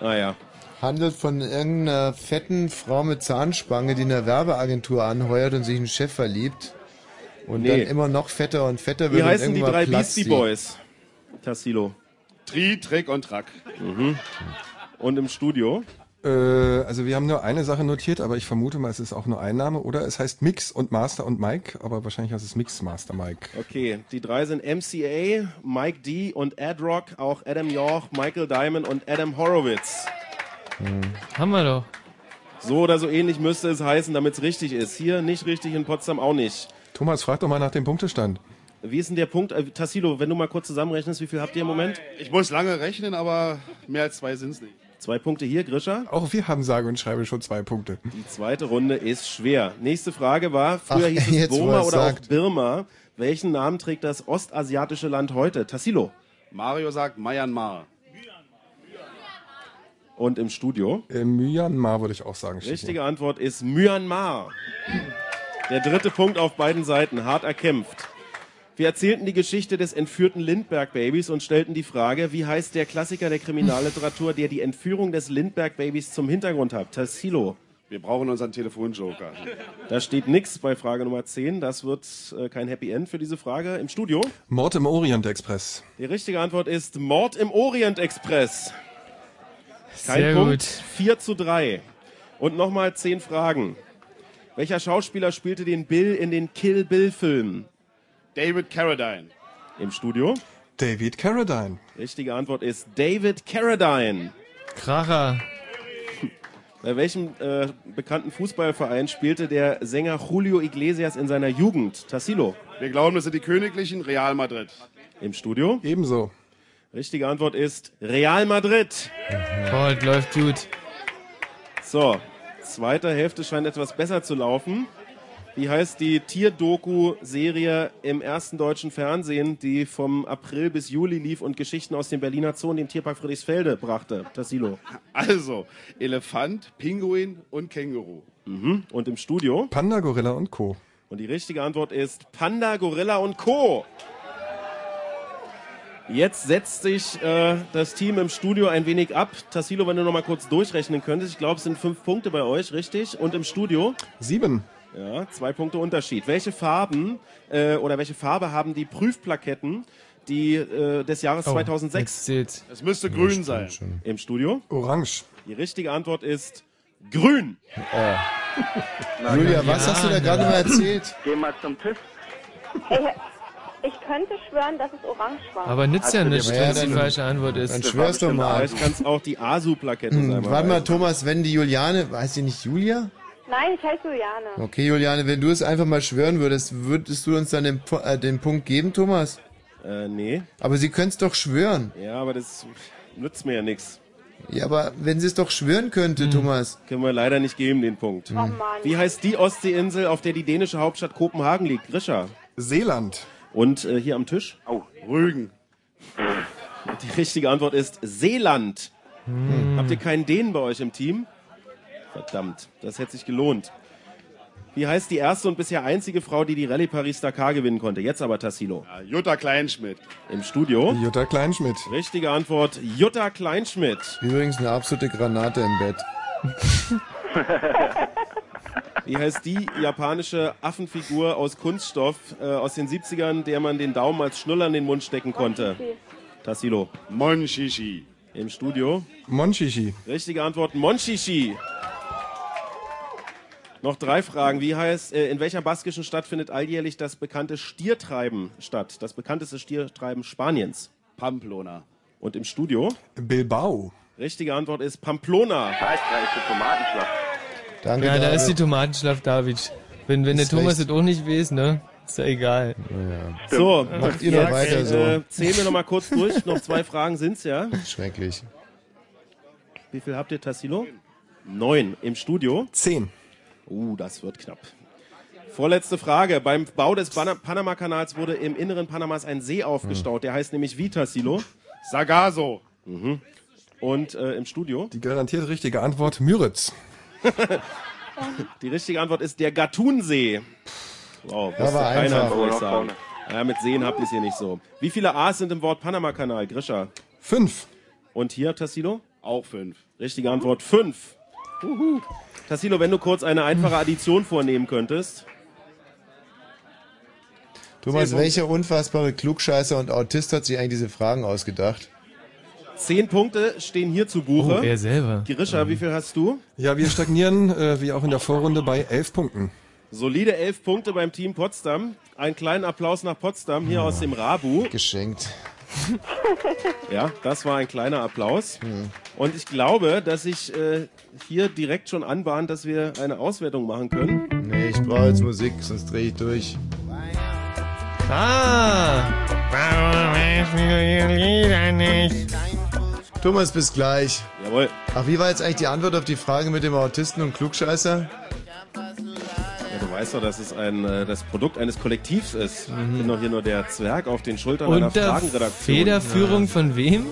[SPEAKER 5] Naja.
[SPEAKER 1] Handelt von irgendeiner fetten Frau mit Zahnspange, die in einer Werbeagentur anheuert und sich in einen Chef verliebt. Und
[SPEAKER 5] Nee.
[SPEAKER 1] dann immer noch fetter und fetter wird.
[SPEAKER 5] Wie
[SPEAKER 1] und
[SPEAKER 5] heißen die
[SPEAKER 1] irgendwann
[SPEAKER 5] drei
[SPEAKER 1] platzt
[SPEAKER 5] Beastie
[SPEAKER 1] sie.
[SPEAKER 5] Boys? Tassilo.
[SPEAKER 20] Tri, Trick und Track.
[SPEAKER 5] Mhm. Und im Studio?
[SPEAKER 15] Äh, also wir haben nur eine Sache notiert, aber ich vermute mal, es ist auch nur ein Name. Oder es heißt Mix und Master und Mike, aber wahrscheinlich heißt es Mix Master Mike.
[SPEAKER 5] Okay, die drei sind MCA, Mike D und Ad Rock, auch Adam York, Michael Diamond und Adam Horowitz.
[SPEAKER 2] Hm. Haben wir doch.
[SPEAKER 5] So oder so ähnlich müsste es heißen, damit es richtig ist. Hier nicht richtig, in Potsdam auch nicht.
[SPEAKER 15] Thomas, frag doch mal nach dem Punktestand.
[SPEAKER 5] Wie ist denn der Punkt? Äh, Tassilo, wenn du mal kurz zusammenrechnest, wie viel habt ihr im Moment?
[SPEAKER 20] Ich muss lange rechnen, aber mehr als zwei sind es nicht.
[SPEAKER 5] Zwei Punkte hier, Grisha.
[SPEAKER 15] Auch wir haben sage und schreibe schon zwei Punkte.
[SPEAKER 5] Die zweite Runde ist schwer. Nächste Frage war, früher
[SPEAKER 15] Ach,
[SPEAKER 5] hieß es
[SPEAKER 15] jetzt, wo
[SPEAKER 5] Burma
[SPEAKER 15] er's
[SPEAKER 5] oder auch
[SPEAKER 15] sagt.
[SPEAKER 5] Birma. Welchen Namen trägt das ostasiatische Land heute? Tassilo.
[SPEAKER 20] Mario sagt Myanmar.
[SPEAKER 5] Und im Studio?
[SPEAKER 15] Äh, Myanmar würde ich auch sagen. steht
[SPEAKER 5] Richtige Antwort ist Myanmar. Der dritte Punkt auf beiden Seiten, hart erkämpft. Wir erzählten die Geschichte des entführten Lindbergh-Babys und stellten die Frage, wie heißt der Klassiker der Kriminalliteratur, der die Entführung des Lindbergh-Babys zum Hintergrund hat? Tassilo.
[SPEAKER 20] Wir brauchen unseren Telefonjoker.
[SPEAKER 5] Da steht nichts bei Frage Nummer 10. Das wird äh, kein Happy End für diese Frage. Im Studio?
[SPEAKER 15] hier. Mord im Orient Express.
[SPEAKER 5] Die richtige Antwort ist Mord im Orient Express. Kein
[SPEAKER 15] Sehr
[SPEAKER 5] Punkt.
[SPEAKER 15] gut.
[SPEAKER 5] 4 zu 3. Und nochmal 10 Fragen. Welcher Schauspieler spielte den Bill in den Kill Bill Filmen?
[SPEAKER 20] David Carradine.
[SPEAKER 5] Im Studio?
[SPEAKER 15] David Carradine.
[SPEAKER 5] Richtige Antwort ist David Carradine.
[SPEAKER 2] Kracher.
[SPEAKER 5] Bei welchem äh, bekannten Fußballverein spielte der Sänger Julio Iglesias in seiner Jugend? Tassilo.
[SPEAKER 20] Wir glauben, das sind die Königlichen Real Madrid.
[SPEAKER 5] Im Studio?
[SPEAKER 15] Ebenso.
[SPEAKER 5] Richtige Antwort ist Real Madrid.
[SPEAKER 1] Mhm.
[SPEAKER 2] Gott, läuft gut.
[SPEAKER 5] So, zweite Hälfte scheint etwas besser zu laufen. Wie heißt die Tierdoku-Serie im ersten deutschen Fernsehen, die vom April bis Juli lief und Geschichten aus dem Berliner Zoo und dem Tierpark Friedrichsfelde brachte? Tassilo.
[SPEAKER 20] Also, Elefant, Pinguin und Känguru.
[SPEAKER 5] Mhm. Und im Studio?
[SPEAKER 15] Panda, Gorilla und Co.
[SPEAKER 5] Und die richtige Antwort ist Panda, Gorilla und Co. Jetzt setzt sich äh, das Team im Studio ein wenig ab. Tassilo, wenn du noch mal kurz durchrechnen könntest. Ich glaube, es sind fünf Punkte bei euch, richtig? Und im Studio?
[SPEAKER 15] Sieben.
[SPEAKER 5] Ja, zwei Punkte Unterschied. Welche Farben äh, oder welche Farbe haben die Prüfplaketten die, äh, des Jahres
[SPEAKER 20] Oh,
[SPEAKER 5] 2006?
[SPEAKER 20] Es müsste grün sein.
[SPEAKER 5] Im Studio?
[SPEAKER 15] Orange.
[SPEAKER 5] Die richtige Antwort ist grün.
[SPEAKER 1] Oh. Julia, was hast du da gerade mal erzählt?
[SPEAKER 9] Geh mal zum TÜV.
[SPEAKER 11] Ich könnte schwören, dass es orange war.
[SPEAKER 2] Aber nützt ja nichts, wenn es die falsche Antwort ist.
[SPEAKER 1] dann schwör's doch mal.
[SPEAKER 5] Vielleicht kann es auch die ASU-Plakette sein.
[SPEAKER 1] Hm,
[SPEAKER 5] man
[SPEAKER 1] warte mal,
[SPEAKER 5] weiß.
[SPEAKER 1] Thomas, wenn die Juliane, weiß sie nicht Julia?
[SPEAKER 11] Nein, ich heiße Juliane.
[SPEAKER 1] Okay, Juliane, wenn du es einfach mal schwören würdest, würdest du uns dann den, Pu- äh, den Punkt geben, Thomas?
[SPEAKER 5] Äh, nee.
[SPEAKER 1] Aber sie können es doch schwören.
[SPEAKER 5] Ja, aber das nützt mir ja nichts.
[SPEAKER 1] Ja, aber wenn sie es doch schwören könnte,
[SPEAKER 2] Hm.
[SPEAKER 1] Thomas. Hm.
[SPEAKER 5] Können wir leider nicht geben, den Punkt. Wie heißt die Ostseeinsel, auf der die dänische Hauptstadt Kopenhagen liegt? Grisha.
[SPEAKER 15] Seeland.
[SPEAKER 5] Und äh, hier am Tisch?
[SPEAKER 20] Oh, Rügen.
[SPEAKER 5] Die richtige Antwort ist Seeland.
[SPEAKER 8] Hm.
[SPEAKER 1] Hm.
[SPEAKER 5] Habt ihr keinen Dänen bei euch im Team? Verdammt, das hätte sich gelohnt. Wie heißt die erste und bisher einzige Frau, die die Rallye Paris-Dakar gewinnen konnte? Jetzt aber Tassilo.
[SPEAKER 20] Jutta Kleinschmidt.
[SPEAKER 5] Im Studio?
[SPEAKER 15] Jutta Kleinschmidt.
[SPEAKER 5] Richtige Antwort, Jutta Kleinschmidt.
[SPEAKER 1] Übrigens eine absolute Granate im Bett.
[SPEAKER 5] Wie heißt die japanische Affenfigur aus Kunststoff äh, aus den 70ern, der man den Daumen als Schnuller in den Mund stecken konnte? Tassilo.
[SPEAKER 20] Monshishi.
[SPEAKER 5] Im Studio?
[SPEAKER 15] Monchichi.
[SPEAKER 5] Richtige Antwort Monchichi. Noch drei Fragen. Wie heißt, äh, in welcher baskischen Stadt findet alljährlich das bekannte Stiertreiben statt? Das bekannteste Stiertreiben Spaniens.
[SPEAKER 20] Pamplona.
[SPEAKER 5] Und im Studio?
[SPEAKER 15] Bilbao.
[SPEAKER 5] Richtige Antwort ist Pamplona. Scheißreiche Tomatenschlacht.
[SPEAKER 1] Danke,
[SPEAKER 2] ja, da
[SPEAKER 1] David.
[SPEAKER 2] ist die Tomatenschlaf, David. Wenn, wenn der
[SPEAKER 1] Ist
[SPEAKER 2] Thomas
[SPEAKER 1] recht.
[SPEAKER 2] das auch nicht weiß, ne? Ist ja egal.
[SPEAKER 5] So,
[SPEAKER 1] Macht ihr noch
[SPEAKER 5] jetzt,
[SPEAKER 1] weiter so.
[SPEAKER 5] Äh, zählen wir nochmal kurz durch. Noch zwei Fragen sind's ja.
[SPEAKER 1] Schrecklich.
[SPEAKER 5] Wie viel habt ihr, Tassilo? Neun im Studio. Zehn. Uh, das wird knapp. Vorletzte Frage. Beim Bau des Bana- Panama-Kanals wurde im Inneren Panamas ein See
[SPEAKER 15] Hm.
[SPEAKER 5] aufgestaut. Der heißt nämlich wie, Tassilo? Sargasso. Mhm. Und äh, im Studio?
[SPEAKER 15] Die garantiert richtige Antwort, Müritz.
[SPEAKER 5] Die richtige Antwort ist der Gattunsee. Wow,
[SPEAKER 15] Ja,
[SPEAKER 5] wusste
[SPEAKER 15] war
[SPEAKER 5] keiner,
[SPEAKER 15] einfach.
[SPEAKER 5] muss ich
[SPEAKER 15] Oh,
[SPEAKER 5] sagen.
[SPEAKER 15] vorne.
[SPEAKER 5] Ja, mit Seen habt ihr es hier nicht so. Wie viele A's sind im Wort Panama-Kanal, Grisha? Fünf. Und hier, Tassilo? Auch fünf. Richtige Antwort, fünf. Uhu. Tassilo, wenn du kurz eine einfache Addition vornehmen könntest.
[SPEAKER 1] Thomas,
[SPEAKER 5] Sehr gut.
[SPEAKER 1] welcher unfassbare Klugscheißer und Autist hat sich eigentlich diese Fragen ausgedacht?
[SPEAKER 5] Zehn Punkte stehen hier zu Buche.
[SPEAKER 15] Oh, er selber.
[SPEAKER 5] Grisha, wie viel hast du?
[SPEAKER 15] Ja, wir stagnieren, äh, wie auch in der Vorrunde, bei elf Punkten.
[SPEAKER 5] Solide elf Punkte beim Team Potsdam. Einen kleinen Applaus nach Potsdam hier aus dem Rabu.
[SPEAKER 1] Geschenkt.
[SPEAKER 5] Ja, das war ein kleiner Applaus.
[SPEAKER 1] Hm.
[SPEAKER 5] Und ich glaube, dass ich äh, hier direkt schon anbahnt, dass wir eine Auswertung machen können.
[SPEAKER 1] Nee, ich brauche jetzt Musik, sonst drehe ich durch.
[SPEAKER 2] Ah! Warum weißt du die Lieder nicht?
[SPEAKER 1] Thomas, bis gleich.
[SPEAKER 5] Jawohl.
[SPEAKER 1] Ach, wie war jetzt eigentlich die Antwort auf die Frage mit dem Autisten und Klugscheißer?
[SPEAKER 5] Ja, du weißt doch, dass es ein, äh, das Produkt eines Kollektivs ist.
[SPEAKER 1] Mhm.
[SPEAKER 5] Ich bin doch hier nur der Zwerg auf den Schultern einer
[SPEAKER 2] Unter
[SPEAKER 5] Fragenredaktion.
[SPEAKER 2] Federführung von wem?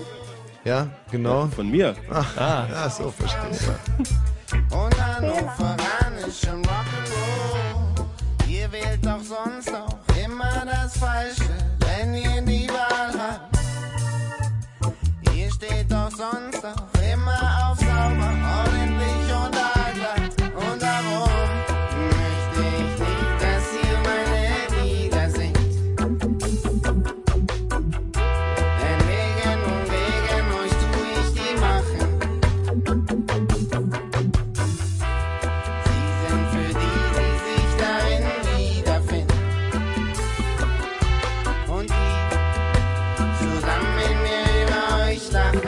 [SPEAKER 1] Ja, genau.
[SPEAKER 5] Von mir.
[SPEAKER 2] Ah.
[SPEAKER 1] Ja, so verstehe.
[SPEAKER 8] Und Hannover ran ist schon Rock'n'Roll. Ihr wählt doch sonst auch immer das Falsche, wenn ihr die Wahl habt. Ihr steht doch sonst auch immer auf sauber, ordentlich und allglatt. Und darum möchte ich nicht, dass ihr meine Lieder singt. Denn wegen und wegen euch tu ich die Mache. für die, die sich darin wiederfinden. Und die zusammen mit mir über euch lachen.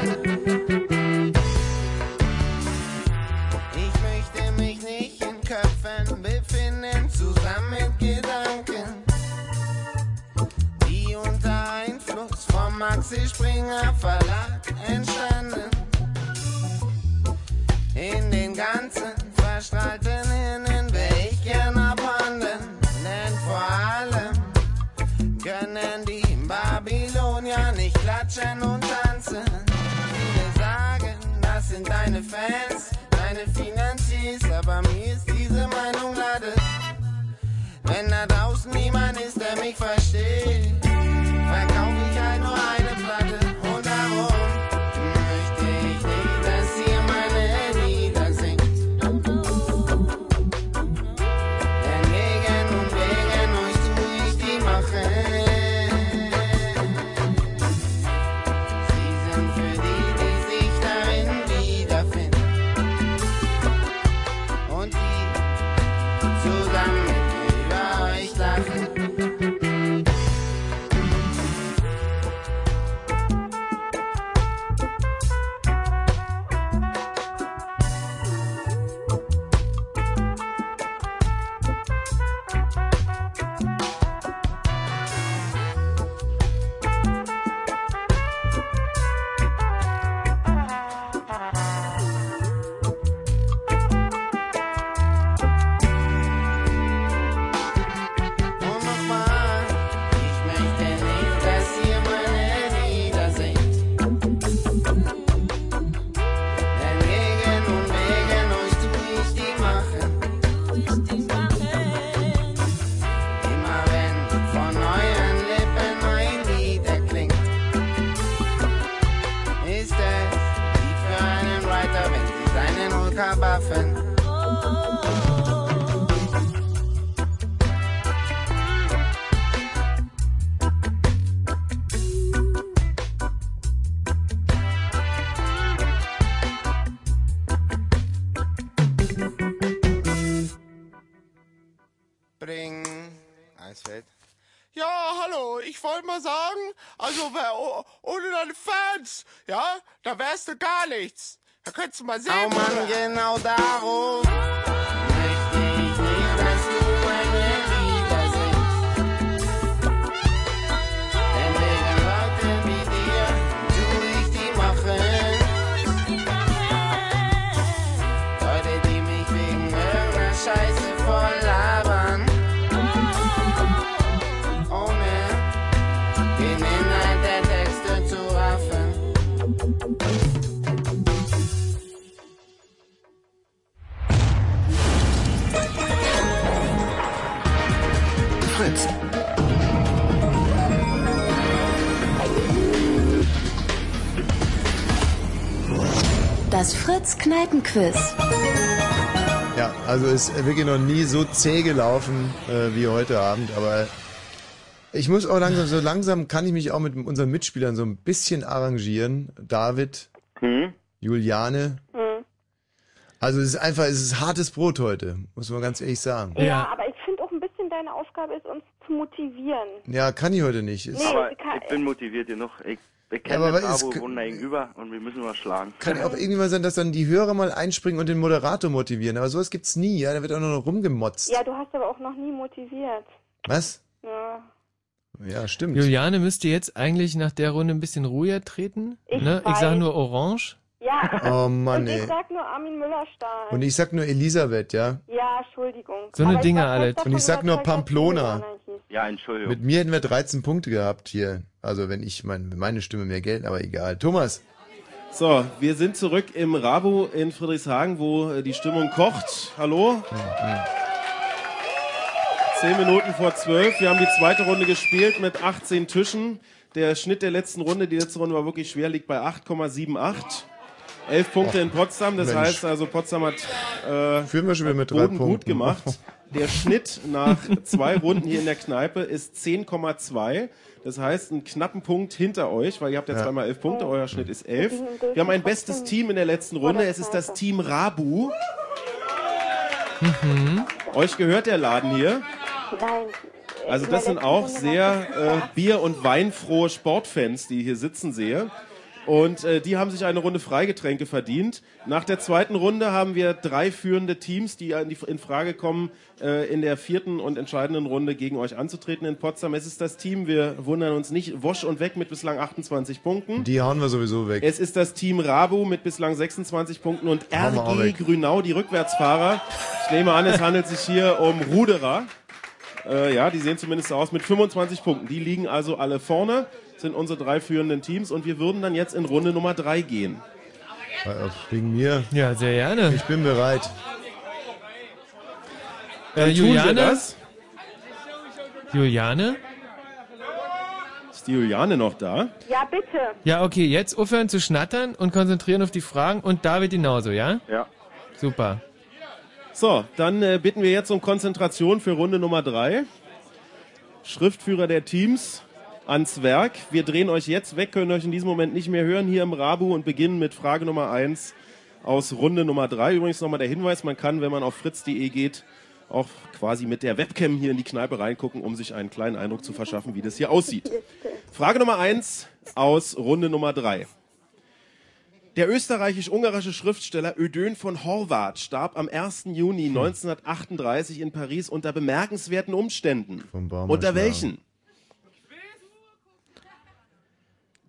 [SPEAKER 8] Ich möchte mich nicht in Köpfen befinden, zusammen mit Gedanken, die unter Einfluss vom Maxi Springer Verlag entstanden. In den ganzen verstrahlten Hirnen will ich gern abhandeln, denn vor allem können die Babylonier nicht klatschen und tanzen. Viele sagen, das sind deine Fans, deine Finanziers, aber mir ist diese Meinung lade. Wenn da draußen niemand ist, der mich versteht, verkaufe ich halt nur eine Platte und darum möchte ich nicht, dass ihr meine Lieder singt. Denn wegen und wegen euch tu ich die Mache. Sie sind für die, die sich darin wiederfinden. Und die zusammen mit mir über euch lachen. Und nochmal, ich möchte nicht, dass ihr meine Lieder singt. Denn wegen und wegen euch tu ich die Mache. Immer wenn von euren Lippen mein Lied erklingt, ist es wie für einen Writer, wenn sie seinen Hulker buffen. Bring. Eisfeld. Ja, Ah, hallo, ich wollte mal sagen, also wer- oh- ohne deine Fans, ja, da wärst du gar nichts. Da könntest du mal sehen. Oh Mann, genau darum. Möchte ich nicht, dass du meine Lieder singst.
[SPEAKER 3] Fritz.
[SPEAKER 14] Das Fritz Kneipenquiz.
[SPEAKER 1] Ja, also ist wirklich noch nie so zäh gelaufen äh, wie heute Abend, aber ich muss auch langsam, so langsam kann ich mich auch mit unseren Mitspielern so ein bisschen arrangieren. David, Juliane.
[SPEAKER 11] Hm.
[SPEAKER 1] Also es ist einfach, es ist hartes Brot heute, muss man ganz ehrlich sagen.
[SPEAKER 11] Ja, aber ich finde auch ein bisschen deine Aufgabe ist, uns zu motivieren.
[SPEAKER 1] Ja, kann ich heute nicht. Ist-
[SPEAKER 9] Aber ich bin motiviert genug. Ich, ich
[SPEAKER 1] Ja,
[SPEAKER 9] kenne
[SPEAKER 1] aber
[SPEAKER 9] das
[SPEAKER 1] es
[SPEAKER 9] Abo
[SPEAKER 1] k-
[SPEAKER 9] Wunder gegenüber und wir müssen was schlagen.
[SPEAKER 1] Kann ja auch irgendwie mal sein, dass dann die Hörer mal einspringen und den Moderator motivieren. Aber sowas gibt's nie, ja. Da wird auch nur noch rumgemotzt.
[SPEAKER 11] Ja, du hast aber auch noch nie motiviert.
[SPEAKER 1] Was?
[SPEAKER 11] Ja.
[SPEAKER 1] Ja, stimmt.
[SPEAKER 2] Juliane müsste jetzt eigentlich nach der Runde ein bisschen ruhiger treten.
[SPEAKER 11] Ich
[SPEAKER 2] ne? ich
[SPEAKER 11] weiß.
[SPEAKER 2] sage nur Orange.
[SPEAKER 11] Ja.
[SPEAKER 1] Oh Mann,
[SPEAKER 11] Und
[SPEAKER 1] ey.
[SPEAKER 11] ich sag nur Armin Müllerstahl.
[SPEAKER 1] Und ich sag nur Elisabeth, ja.
[SPEAKER 11] ja, Entschuldigung.
[SPEAKER 1] So eine
[SPEAKER 11] Aber ich
[SPEAKER 1] Dinger
[SPEAKER 11] war kurz
[SPEAKER 1] alle.
[SPEAKER 11] davon
[SPEAKER 1] Und ich sag nur
[SPEAKER 11] überzeugt, dass
[SPEAKER 1] Pamplona.
[SPEAKER 11] du Juliana
[SPEAKER 9] Ja, Entschuldigung.
[SPEAKER 1] Mit mir hätten wir 13 Punkte gehabt hier. Also wenn ich mein, meine Stimme mehr gelten, aber egal. Thomas.
[SPEAKER 5] So, wir sind zurück im Rabo in Friedrichshagen, wo äh, die Stimmung kocht. Hallo? Zehn Minuten vor zwölf. Wir haben die zweite Runde gespielt mit 18 Tischen. Der Schnitt der letzten Runde, die letzte Runde war wirklich schwer, liegt bei 8,78. Elf Punkte in Potsdam, das
[SPEAKER 1] Mensch.
[SPEAKER 5] heißt also Potsdam hat äh,
[SPEAKER 1] Führen wir schon wieder mit drei
[SPEAKER 5] Boden gut
[SPEAKER 1] Punkten.
[SPEAKER 5] gemacht. Der Schnitt nach zwei Runden hier in der Kneipe ist 10,2. Das heißt, einen knappen Punkt hinter euch, weil ihr habt ja,
[SPEAKER 1] Ja.
[SPEAKER 5] zweimal elf Punkte, euer Schnitt ist elf.
[SPEAKER 1] Mhm.
[SPEAKER 5] Wir haben ein bestes Team in der letzten Runde. Es ist das Team Rabu.
[SPEAKER 2] Mhm.
[SPEAKER 5] Euch gehört der Laden hier.
[SPEAKER 11] Nein.
[SPEAKER 5] Also das sind auch sehr äh, bier- und weinfrohe Sportfans, die hier sitzen sehe. Und äh, die haben sich eine Runde Freigetränke verdient. Nach der zweiten Runde haben wir drei führende Teams, die an die- in Frage kommen, äh, in der vierten und entscheidenden Runde gegen euch anzutreten in Potsdam. Es ist das Team, wir wundern uns nicht, Wosch und Weg mit bislang 28 Punkten.
[SPEAKER 1] Die hauen wir sowieso weg.
[SPEAKER 5] Es ist das Team Rabu mit bislang 26 Punkten und
[SPEAKER 1] Hauen wir auch
[SPEAKER 5] RG
[SPEAKER 1] weg.
[SPEAKER 5] Grünau, die Rückwärtsfahrer. Ich nehme an, es handelt sich hier um Ruderer. Äh, ja, die sehen zumindest so aus mit 25 Punkten. Die liegen also alle vorne, sind unsere drei führenden Teams und wir würden dann jetzt in Runde Nummer drei gehen.
[SPEAKER 1] Äh, Wegen mir.
[SPEAKER 2] Ja, sehr gerne.
[SPEAKER 1] Ich bin bereit.
[SPEAKER 2] Äh,
[SPEAKER 5] Dann tun
[SPEAKER 2] Juliane?
[SPEAKER 5] wir das.
[SPEAKER 2] Juliane?
[SPEAKER 5] Ist die Juliane noch da?
[SPEAKER 11] Ja, bitte.
[SPEAKER 2] Ja, okay, jetzt aufhören zu schnattern und konzentrieren auf die Fragen und David genauso, ja?
[SPEAKER 5] Ja.
[SPEAKER 2] Super.
[SPEAKER 5] So, dann äh, bitten wir jetzt um Konzentration für Runde Nummer drei. Schriftführer der Teams ans Werk. Wir drehen euch jetzt weg, können euch in diesem Moment nicht mehr hören hier im Rabu und beginnen mit Frage Nummer eins aus Runde Nummer drei. Übrigens nochmal der Hinweis, man kann, wenn man auf fritz.de geht, auch quasi mit der Webcam hier in die Kneipe reingucken, um sich einen kleinen Eindruck zu verschaffen, wie das hier aussieht. Frage Nummer eins aus Runde Nummer drei. Der österreichisch-ungarische Schriftsteller Ödön von Horvath starb am 1. Juni
[SPEAKER 1] Hm.
[SPEAKER 5] 1938 in Paris unter bemerkenswerten Umständen. Unter welchen?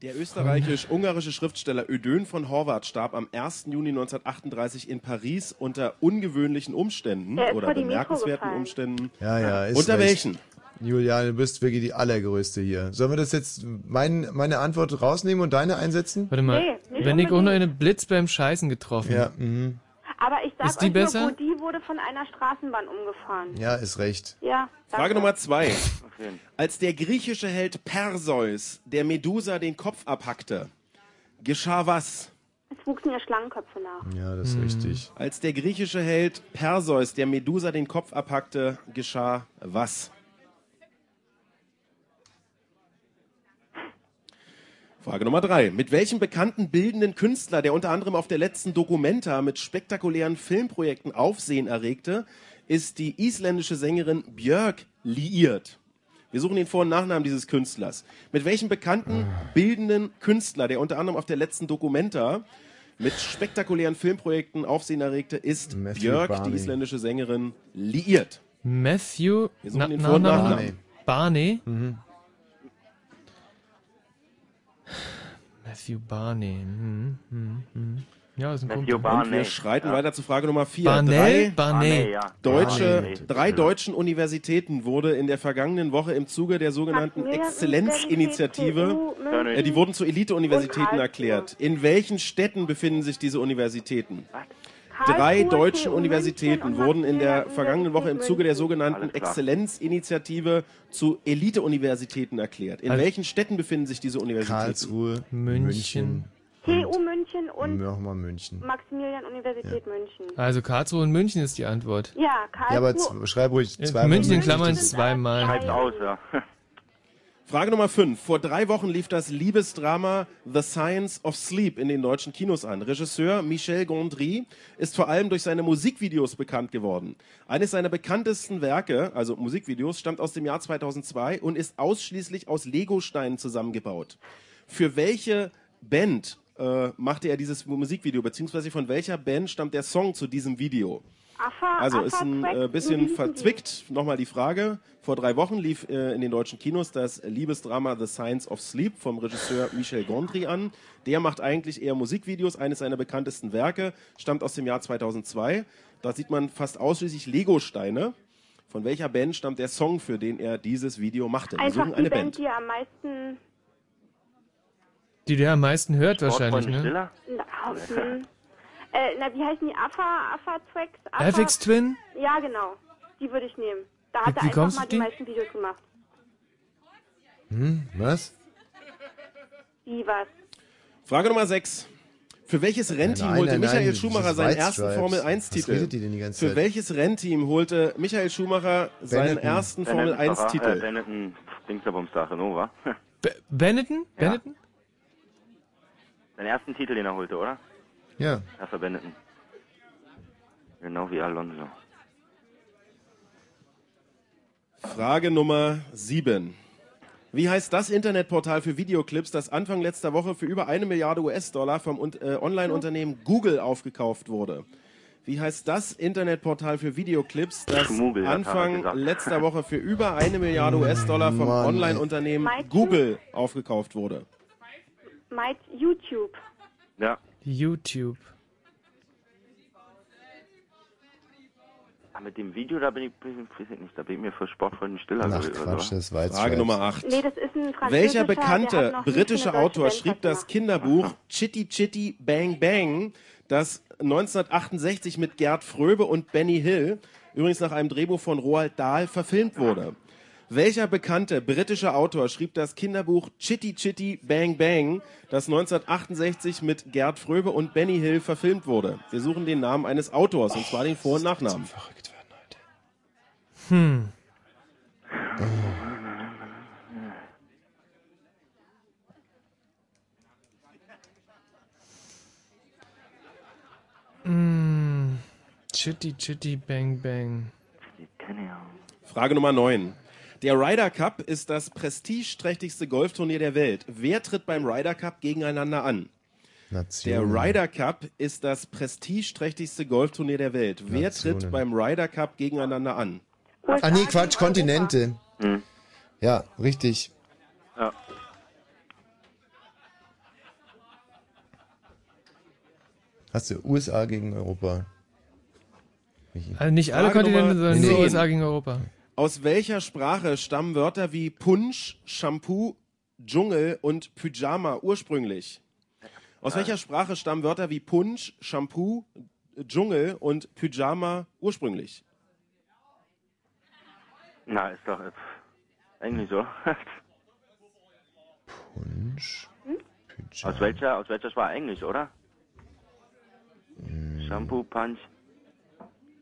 [SPEAKER 5] Der österreichisch-ungarische Schriftsteller Ödön von Horvath starb am 1. Juni 1938 in Paris unter ungewöhnlichen Umständen
[SPEAKER 11] Er ist
[SPEAKER 5] oder
[SPEAKER 11] vor die Mikro
[SPEAKER 5] bemerkenswerten
[SPEAKER 11] gefallen.
[SPEAKER 5] Umständen.
[SPEAKER 1] Ja, ja. Ist
[SPEAKER 5] Unter
[SPEAKER 1] recht.
[SPEAKER 5] welchen?
[SPEAKER 1] Juliane, du bist wirklich die allergrößte hier. Sollen wir das jetzt mein, meine Antwort rausnehmen und deine einsetzen?
[SPEAKER 2] Warte mal.
[SPEAKER 11] Nee, nicht
[SPEAKER 2] Wenn ich auch
[SPEAKER 11] unbedingt.
[SPEAKER 2] noch einen Blitz beim Scheißen getroffen.
[SPEAKER 1] Ja, mhm.
[SPEAKER 11] Aber ich sag
[SPEAKER 2] Ist die
[SPEAKER 11] euch
[SPEAKER 2] besser?
[SPEAKER 11] nur, Rudi wurde von einer Straßenbahn umgefahren.
[SPEAKER 1] Ja, ist recht.
[SPEAKER 11] Ja, danke.
[SPEAKER 5] Frage Nummer zwei. Als der griechische Held Perseus der Medusa den Kopf abhackte, geschah was?
[SPEAKER 11] Es wuchsen ihr Schlangenköpfe nach.
[SPEAKER 1] Ja, das ist richtig.
[SPEAKER 5] Als der griechische Held Perseus der Medusa den Kopf abhackte, geschah was? Frage Nummer drei. Mit welchem bekannten bildenden Künstler, der unter anderem auf der letzten Documenta mit spektakulären Filmprojekten Aufsehen erregte, ist die isländische Sängerin Björk liiert? Wir suchen den Vor- und Nachnamen dieses Künstlers. Mit welchem bekannten bildenden Künstler, der unter anderem auf der letzten Documenta mit spektakulären Filmprojekten Aufsehen erregte, ist Björk,
[SPEAKER 2] Barney.
[SPEAKER 5] die isländische Sängerin, liiert?
[SPEAKER 2] Matthew
[SPEAKER 5] Wir suchen
[SPEAKER 2] Na-
[SPEAKER 5] den Vor- und
[SPEAKER 2] Nachname?
[SPEAKER 5] Nachnamen. Mhm.
[SPEAKER 2] Barney. Matthew Barney. Hm, hm, hm. Mhm, Ja, ist ein
[SPEAKER 5] Und
[SPEAKER 2] Kumpel.
[SPEAKER 5] wir schreiten weiter zu Frage Nummer 4.
[SPEAKER 2] Barney?
[SPEAKER 5] drei
[SPEAKER 2] Barney, ja.
[SPEAKER 5] Deutsche,
[SPEAKER 2] Barney.
[SPEAKER 5] drei deutschen Universitäten wurde in der vergangenen Woche im Zuge der sogenannten
[SPEAKER 8] Maximilian-
[SPEAKER 5] Exzellenzinitiative,
[SPEAKER 8] TU München.
[SPEAKER 5] äh, die wurden zu Elite-Universitäten erklärt. In welchen Städten befinden sich diese Universitäten? Drei
[SPEAKER 8] Karlsruhe,
[SPEAKER 5] deutschen
[SPEAKER 8] TU
[SPEAKER 5] Universitäten wurden in der vergangenen Woche im Zuge der sogenannten Exzellenzinitiative zu Elite-Universitäten erklärt. In
[SPEAKER 1] Also-
[SPEAKER 5] welchen Städten befinden sich diese Universitäten?
[SPEAKER 1] Karlsruhe, München.
[SPEAKER 18] TU München und
[SPEAKER 1] Nochmal München.
[SPEAKER 18] Maximilian-Universität München.
[SPEAKER 2] Also Karlsruhe und München ist die Antwort.
[SPEAKER 18] Ja, Karlsruhe.
[SPEAKER 1] schreib ruhig
[SPEAKER 5] zweimal
[SPEAKER 2] München in
[SPEAKER 5] München.
[SPEAKER 2] Klammern zweimal.
[SPEAKER 5] Schreib's aus,
[SPEAKER 9] ja.
[SPEAKER 5] Frage Nummer 5. Vor drei Wochen lief das Liebesdrama The Science of Sleep in den deutschen Kinos an. Regisseur Michel Gondry ist vor allem durch seine Musikvideos bekannt geworden. Eines seiner bekanntesten Werke, also Musikvideos, stammt aus dem Jahr 2002 und ist ausschließlich aus Legosteinen zusammengebaut. Für welche Band äh, machte er dieses Musikvideo, beziehungsweise von welcher Band stammt der Song zu diesem Video?
[SPEAKER 18] Affa,
[SPEAKER 5] Also
[SPEAKER 18] Affa
[SPEAKER 5] ist ein
[SPEAKER 18] Crack,
[SPEAKER 5] äh,
[SPEAKER 18] so
[SPEAKER 5] bisschen
[SPEAKER 18] hießen die.
[SPEAKER 5] verzwickt. Nochmal die Frage. Vor drei Wochen lief äh, in den deutschen Kinos das Liebesdrama The Science of Sleep vom Regisseur Michel Gondry an. Der macht eigentlich eher Musikvideos. Eines seiner bekanntesten Werke stammt aus dem Jahr 2002. Da sieht man fast ausschließlich Legosteine. Von welcher Band stammt der Song, für den er dieses Video machte? Wir
[SPEAKER 18] Einfach
[SPEAKER 5] suchen
[SPEAKER 18] die
[SPEAKER 5] eine
[SPEAKER 18] Band,
[SPEAKER 5] Band.
[SPEAKER 18] die am meisten...
[SPEAKER 2] Die der am meisten hört
[SPEAKER 5] Sportfreunde
[SPEAKER 2] wahrscheinlich, ne?
[SPEAKER 5] Stiller?
[SPEAKER 18] Na, hm. äh, na wie heißen die? Affa, Affa Tracks? Affa-
[SPEAKER 2] Afix Twin?
[SPEAKER 18] Ja, genau. Die würde ich nehmen. Da hat
[SPEAKER 2] Wie
[SPEAKER 18] er einfach
[SPEAKER 2] kommst
[SPEAKER 18] mal die
[SPEAKER 2] du auf
[SPEAKER 18] meisten Videos gemacht.
[SPEAKER 1] Hm, was?
[SPEAKER 18] Wie was?
[SPEAKER 5] Frage Nummer 6. Für welches Rennteam
[SPEAKER 1] nein,
[SPEAKER 5] holte
[SPEAKER 1] nein,
[SPEAKER 5] Michael
[SPEAKER 1] nein,
[SPEAKER 5] Schumacher
[SPEAKER 1] dieses
[SPEAKER 5] seinen
[SPEAKER 1] White
[SPEAKER 5] ersten
[SPEAKER 1] Stripes.
[SPEAKER 5] Formel
[SPEAKER 1] Was
[SPEAKER 5] 1-Titel?
[SPEAKER 1] redet ihr denn die ganze
[SPEAKER 5] Für
[SPEAKER 1] Zeit?
[SPEAKER 5] welches Rennteam holte Michael Schumacher seinen
[SPEAKER 9] Benetton.
[SPEAKER 5] ersten Formel
[SPEAKER 9] Benetton, Ferrari, Äh,
[SPEAKER 5] 1-Titel?
[SPEAKER 9] Benetton, Dingsabums da, Renault, wa?
[SPEAKER 2] Benetton? Benetton?
[SPEAKER 9] Seinen ersten Titel, den er holte, oder?
[SPEAKER 1] Ja.
[SPEAKER 9] Erster Benetton. Genau wie Alonso. äh,
[SPEAKER 5] Frage Nummer 7. Wie heißt das Internetportal für Videoclips, das Anfang letzter Woche für über eine Milliarde US-Dollar vom Un- äh, Online-Unternehmen Google aufgekauft wurde? Wie heißt das Internetportal für Videoclips, das
[SPEAKER 9] Schmugel, hat Harald
[SPEAKER 5] Anfang
[SPEAKER 9] gesagt.
[SPEAKER 5] letzter Woche für über eine Milliarde US-Dollar vom
[SPEAKER 9] Mann, ey.
[SPEAKER 5] Online-Unternehmen
[SPEAKER 18] Meinst du?
[SPEAKER 5] Google aufgekauft wurde?
[SPEAKER 18] Might YouTube.
[SPEAKER 9] Ja.
[SPEAKER 2] YouTube.
[SPEAKER 9] Ah, Mit dem Video, da bin ich, bin ich- weiß ich nicht, da bin ich mir für Sportfreunde stiller
[SPEAKER 1] Ach,
[SPEAKER 9] gewesen,
[SPEAKER 1] Quatsch,
[SPEAKER 9] oder?
[SPEAKER 1] das war jetzt
[SPEAKER 5] Frage Nummer 8.
[SPEAKER 18] Nee, das ist ein französischer...
[SPEAKER 5] Welcher
[SPEAKER 18] der hat
[SPEAKER 5] bekannte
[SPEAKER 18] noch nicht
[SPEAKER 5] britische
[SPEAKER 18] eine deutsche
[SPEAKER 5] Autor
[SPEAKER 18] Band
[SPEAKER 5] schrieb
[SPEAKER 18] was
[SPEAKER 5] das Kinderbuch Chitty Chitty Bang Bang, das 1968 mit Gerd Fröbe und Benny Hill, übrigens nach einem Drehbuch von Roald Dahl, verfilmt wurde? Welcher bekannte britische Autor schrieb das Kinderbuch Chitty Chitty Bang Bang, das 1968 mit Gerd Fröbe und Benny Hill verfilmt wurde? Wir suchen den Namen eines Autors, und zwar den Vor- und Nachnamen.
[SPEAKER 2] Hm. Mm. Chitty Chitty Bang Bang.
[SPEAKER 5] Frage Nummer 9. Der Ryder Cup ist das prestigeträchtigste Golfturnier der Welt. Wer tritt beim Ryder Cup gegeneinander an? Der
[SPEAKER 1] Nation.
[SPEAKER 5] Ryder Cup ist das prestigeträchtigste Golfturnier der Welt. Wer tritt
[SPEAKER 1] Nationen.
[SPEAKER 5] beim Ryder Cup gegeneinander an?
[SPEAKER 1] Ah, nee, Quatsch, Kontinente. Ja, richtig.
[SPEAKER 9] Ja.
[SPEAKER 1] Hast du USA gegen Europa? Michi.
[SPEAKER 2] Also nicht alle
[SPEAKER 5] Frage
[SPEAKER 2] Kontinente,
[SPEAKER 5] Nummer
[SPEAKER 2] sondern nur
[SPEAKER 5] zehn.
[SPEAKER 2] USA gegen Europa.
[SPEAKER 5] Aus welcher Sprache stammen Wörter wie Punsch, Shampoo, Dschungel und Pyjama ursprünglich? Aus welcher Sprache stammen Wörter wie Punsch, Shampoo, Dschungel und Pyjama ursprünglich?
[SPEAKER 9] Na, ist doch, äh, eigentlich so.
[SPEAKER 1] Punsch.
[SPEAKER 9] Hm? Aus welcher, aus welcher war Englisch, oder?
[SPEAKER 1] Hm.
[SPEAKER 9] Shampoo, Punch,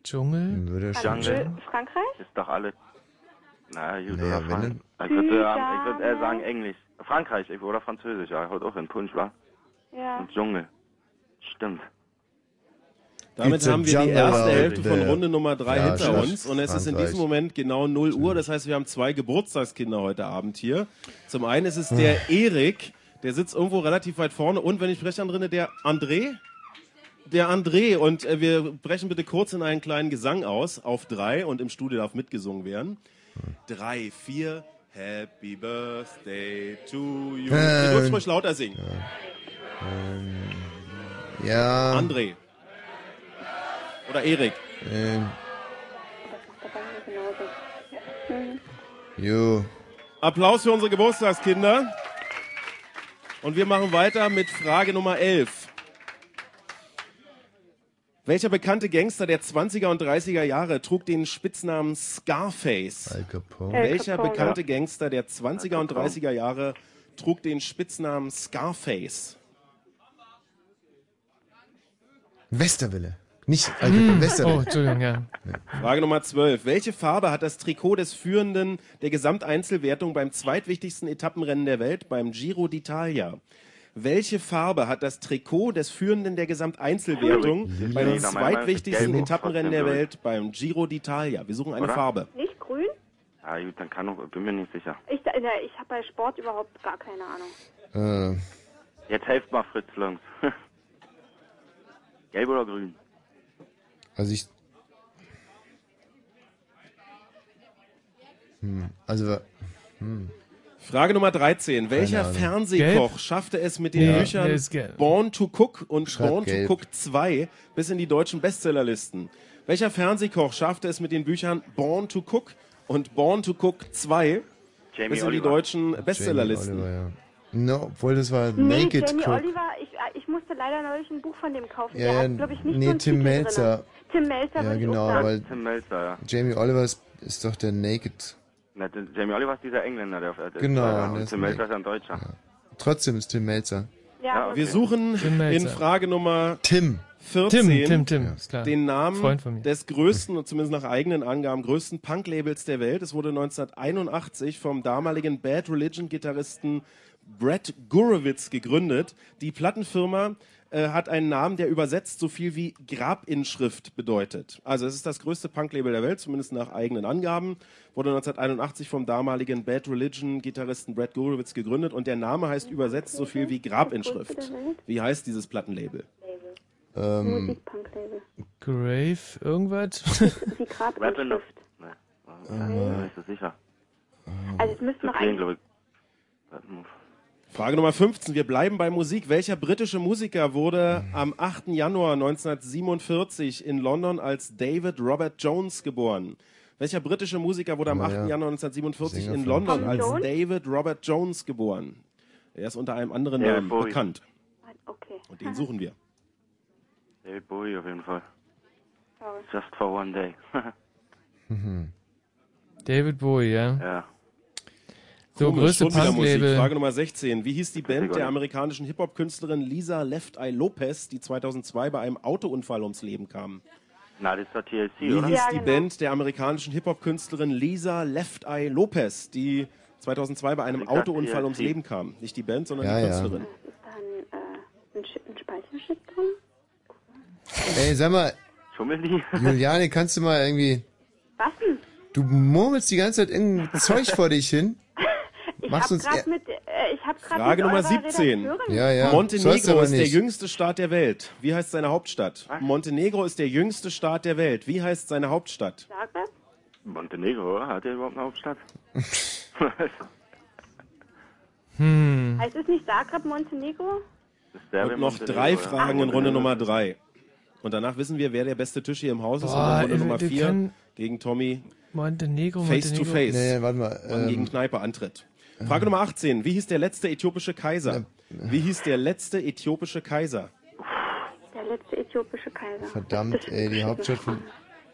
[SPEAKER 2] Dschungel?
[SPEAKER 1] Würde
[SPEAKER 18] gemacht.
[SPEAKER 9] Jungle.
[SPEAKER 18] Franzö- Frankreich?
[SPEAKER 9] ist doch alles. Na, gut,
[SPEAKER 1] Naja,
[SPEAKER 9] oder
[SPEAKER 1] wenn
[SPEAKER 9] Frank- Ich würde, ähm, ich würde eher sagen Englisch. Frankreich, ich, oder Französisch, ja, haut auch in Punsch, wa?
[SPEAKER 18] Ja.
[SPEAKER 9] Und Dschungel. Stimmt.
[SPEAKER 5] Damit
[SPEAKER 9] It's a
[SPEAKER 5] haben wir die
[SPEAKER 9] jungle
[SPEAKER 5] erste
[SPEAKER 9] out
[SPEAKER 5] Hälfte von
[SPEAKER 9] there.
[SPEAKER 5] Runde Nummer 3
[SPEAKER 9] Ja,
[SPEAKER 5] hinter
[SPEAKER 9] Schluss.
[SPEAKER 5] uns und es ist in
[SPEAKER 9] Frankreich.
[SPEAKER 5] diesem Moment genau 0 Uhr. Das heißt, wir haben zwei Geburtstagskinder heute Abend hier. Zum einen ist es der
[SPEAKER 9] Ah.
[SPEAKER 5] Erik, der sitzt irgendwo relativ weit vorne und wenn ich recht anrinne, der André. Der André und äh, wir brechen bitte kurz in einen kleinen Gesang aus auf drei und im Studio darf mitgesungen werden. Drei, vier, Happy Birthday to you. Ihr dürft
[SPEAKER 1] Ähm.
[SPEAKER 5] ruhig lauter singen.
[SPEAKER 1] Ähm, Ja.
[SPEAKER 5] André. Oder Erik.
[SPEAKER 1] Ähm,
[SPEAKER 18] Genauso. Mhm.
[SPEAKER 1] jo.
[SPEAKER 5] Applaus für unsere Geburtstagskinder. Und wir machen weiter mit Frage Nummer 11. Welcher bekannte Gangster der 20er und 30er Jahre trug den Spitznamen Scarface?
[SPEAKER 1] Al Capone.
[SPEAKER 8] Al
[SPEAKER 5] Welcher
[SPEAKER 8] Capone,
[SPEAKER 5] bekannte
[SPEAKER 8] ja.
[SPEAKER 5] Gangster der 20er und
[SPEAKER 8] Al Capone.
[SPEAKER 5] 30er Jahre trug den Spitznamen Scarface?
[SPEAKER 1] Westerwille. Nicht
[SPEAKER 5] Ah,
[SPEAKER 1] Al Capone, Westerwille.
[SPEAKER 2] Oh, Entschuldigung, ja.
[SPEAKER 5] Frage Nummer 12. Welche Farbe hat das Trikot des Führenden der Gesamteinzelwertung beim zweitwichtigsten Etappenrennen der Welt, beim Giro d'Italia? Welche Farbe hat das Trikot des Führenden der Gesamteinzelwertung
[SPEAKER 8] Grün.
[SPEAKER 5] beim
[SPEAKER 8] Lila.
[SPEAKER 5] zweitwichtigsten
[SPEAKER 8] Gelb.
[SPEAKER 5] Etappenrennen der
[SPEAKER 9] Trotzdem grün.
[SPEAKER 5] Welt, beim Giro d'Italia? Wir suchen eine
[SPEAKER 9] Oder?
[SPEAKER 5] Farbe.
[SPEAKER 18] Nicht grün?
[SPEAKER 9] Ja, gut, dann kann auch, bin mir nicht sicher.
[SPEAKER 18] Ich, na, ich habe bei Sport überhaupt gar keine Ahnung.
[SPEAKER 1] Äh,
[SPEAKER 9] Jetzt helft mal Fritz Lang. Gelb oder grün?
[SPEAKER 1] Also ich. Hm, also. Hm.
[SPEAKER 5] Frage Nummer 13. Welcher
[SPEAKER 1] Ahnung.
[SPEAKER 5] Fernsehkoch
[SPEAKER 1] Gelb?
[SPEAKER 5] schaffte es mit den
[SPEAKER 1] Ja.
[SPEAKER 5] Büchern
[SPEAKER 1] Nee, ist gelb.
[SPEAKER 5] Born to Cook und
[SPEAKER 1] Schreib
[SPEAKER 5] Born
[SPEAKER 1] gelb.
[SPEAKER 5] to Cook 2 bis in die deutschen Bestsellerlisten? Welcher Fernsehkoch schaffte es mit den Büchern Born to Cook und Born to Cook 2
[SPEAKER 9] Jamie
[SPEAKER 5] bis in die
[SPEAKER 9] Oliver.
[SPEAKER 5] deutschen
[SPEAKER 9] Jamie
[SPEAKER 5] Bestsellerlisten?
[SPEAKER 1] Oliver, ja. No, obwohl das war
[SPEAKER 18] Nee,
[SPEAKER 1] Naked
[SPEAKER 18] Jamie
[SPEAKER 1] Cook.
[SPEAKER 18] Oliver, ich, äh, ich musste leider neulich ein Buch von dem kaufen.
[SPEAKER 1] Ja,
[SPEAKER 18] Der
[SPEAKER 1] ja,
[SPEAKER 18] hat, glaube ich, nicht
[SPEAKER 1] nee,
[SPEAKER 18] so einen
[SPEAKER 1] Tim
[SPEAKER 18] Titel
[SPEAKER 1] Melzer.
[SPEAKER 18] Drin. Tim Melzer,
[SPEAKER 1] Ja,
[SPEAKER 18] würde ich auch
[SPEAKER 1] genau,
[SPEAKER 18] sagen.
[SPEAKER 1] weil
[SPEAKER 9] Tim Melzer, ja.
[SPEAKER 1] Jamie Oliver ist, ist doch der Naked.
[SPEAKER 9] Na, der- Jamie Oliver ist dieser Engländer, der auf RTL
[SPEAKER 1] Genau,
[SPEAKER 9] war, ja.
[SPEAKER 1] der
[SPEAKER 9] Und
[SPEAKER 1] ist
[SPEAKER 9] Tim
[SPEAKER 1] ein
[SPEAKER 9] Melzer ist ein Deutscher.
[SPEAKER 1] Trotzdem ist Tim Melzer.
[SPEAKER 5] Ja, wir suchen in Frage Nummer
[SPEAKER 1] Tim.
[SPEAKER 5] 14
[SPEAKER 2] Tim, Tim, Tim, ist klar.
[SPEAKER 5] den
[SPEAKER 2] Freund von
[SPEAKER 5] Namen
[SPEAKER 2] mir.
[SPEAKER 5] des größten und zumindest nach eigenen Angaben größten Punk-Labels der Welt. Es wurde 1981 vom damaligen Bad Religion-Gitarristen Brett Gurewitz gegründet. Die Plattenfirma äh, hat einen Namen, der übersetzt so viel wie Grabinschrift bedeutet. Also es ist das größte Punk-Label der Welt, zumindest nach eigenen Angaben. Wurde 1981 vom damaligen Bad Religion-Gitarristen Brett Gurewitz gegründet und der Name heißt übersetzt so viel wie Grabinschrift. Wie heißt dieses Plattenlabel?
[SPEAKER 1] Ähm,
[SPEAKER 18] Punk-Label.
[SPEAKER 2] Grave irgendwas?
[SPEAKER 18] Die
[SPEAKER 9] Rap in the...
[SPEAKER 18] Grabinschrift.
[SPEAKER 9] Ne.
[SPEAKER 5] Äh.
[SPEAKER 9] Äh. Ist das sicher?
[SPEAKER 5] Ähm,
[SPEAKER 18] Also es müsste
[SPEAKER 9] Zu
[SPEAKER 18] noch
[SPEAKER 9] klären,
[SPEAKER 18] ein...
[SPEAKER 9] glaube ich.
[SPEAKER 5] Frage Nummer 15. Wir bleiben bei Musik. Welcher britische Musiker wurde am 8. Januar 1947 in London als David Robert Jones geboren? Welcher britische Musiker wurde am
[SPEAKER 1] Ja,
[SPEAKER 5] 8.
[SPEAKER 1] ja.
[SPEAKER 5] Januar 1947
[SPEAKER 1] Sänger
[SPEAKER 5] in
[SPEAKER 1] von
[SPEAKER 5] London
[SPEAKER 1] Tom
[SPEAKER 5] als
[SPEAKER 1] Jones?
[SPEAKER 5] David Robert Jones geboren? Er ist unter einem anderen
[SPEAKER 9] David
[SPEAKER 5] Namen
[SPEAKER 9] Bowie.
[SPEAKER 5] bekannt.
[SPEAKER 18] Okay.
[SPEAKER 5] Und den suchen wir.
[SPEAKER 9] David Bowie auf jeden Fall. Just for one day.
[SPEAKER 2] David Bowie, ja.
[SPEAKER 9] Ja.
[SPEAKER 2] So,
[SPEAKER 5] Komisch,
[SPEAKER 2] größte
[SPEAKER 5] schon wieder Musik.
[SPEAKER 2] Punklabel.
[SPEAKER 5] Frage Nummer 16. Wie hieß die Band der amerikanischen Hip-Hop-Künstlerin Lisa Left Eye Lopez, die 2002 bei einem Autounfall ums Leben kam?
[SPEAKER 9] Na, das ist doch TLC,
[SPEAKER 5] Wie
[SPEAKER 9] oder?
[SPEAKER 5] hieß die Band der amerikanischen Hip-Hop-Künstlerin Lisa Left Eye Lopez, die 2002 bei einem
[SPEAKER 9] Ich sag
[SPEAKER 5] Autounfall
[SPEAKER 9] TLC.
[SPEAKER 5] ums Leben kam? Nicht die Band, sondern
[SPEAKER 1] Ja,
[SPEAKER 5] die
[SPEAKER 1] ja.
[SPEAKER 5] Künstlerin.
[SPEAKER 18] Ein, Sch- ein Speicherschiff drin?
[SPEAKER 1] ey, sag mal,
[SPEAKER 9] Schummel
[SPEAKER 1] Juliane, kannst du mal irgendwie.
[SPEAKER 18] Was denn?
[SPEAKER 1] Du murmelst die ganze Zeit irgendein Zeug vor dich hin.
[SPEAKER 18] Ich
[SPEAKER 1] Machst
[SPEAKER 18] hab
[SPEAKER 1] uns
[SPEAKER 18] grad
[SPEAKER 1] eher-
[SPEAKER 18] mit, äh, ich hab grad
[SPEAKER 5] Frage
[SPEAKER 18] mit eurer
[SPEAKER 5] Nummer 17.
[SPEAKER 18] Redakteurin-
[SPEAKER 1] sollst du
[SPEAKER 5] Montenegro
[SPEAKER 1] aber
[SPEAKER 5] ist der
[SPEAKER 1] nicht.
[SPEAKER 5] jüngste Staat der Welt. Wie heißt seine Hauptstadt? Montenegro ist der jüngste Staat der Welt. Wie heißt seine Hauptstadt?
[SPEAKER 18] Zagreb?
[SPEAKER 9] Montenegro, oder? Hat der überhaupt eine Hauptstadt?
[SPEAKER 5] Hm.
[SPEAKER 18] Heißt es nicht Zagreb, Montenegro?
[SPEAKER 5] Und noch drei Fragen in Runde Nummer drei. Und danach wissen wir, wer der beste Tisch hier im Haus ist.
[SPEAKER 2] Boah,
[SPEAKER 5] und in Runde
[SPEAKER 2] ey,
[SPEAKER 5] Nummer
[SPEAKER 2] wir
[SPEAKER 5] vier
[SPEAKER 2] können-
[SPEAKER 5] gegen Tommy
[SPEAKER 2] Montenegro,
[SPEAKER 5] Face to
[SPEAKER 2] Montenegro.
[SPEAKER 5] Face.
[SPEAKER 1] warte mal. ähm,
[SPEAKER 5] Wann gegen Kneipe antritt. Frage Nummer 18. Wie hieß der letzte äthiopische Kaiser? Wie hieß der letzte äthiopische Kaiser?
[SPEAKER 18] Der letzte äthiopische Kaiser.
[SPEAKER 1] Verdammt, ey, die Hauptstadt von.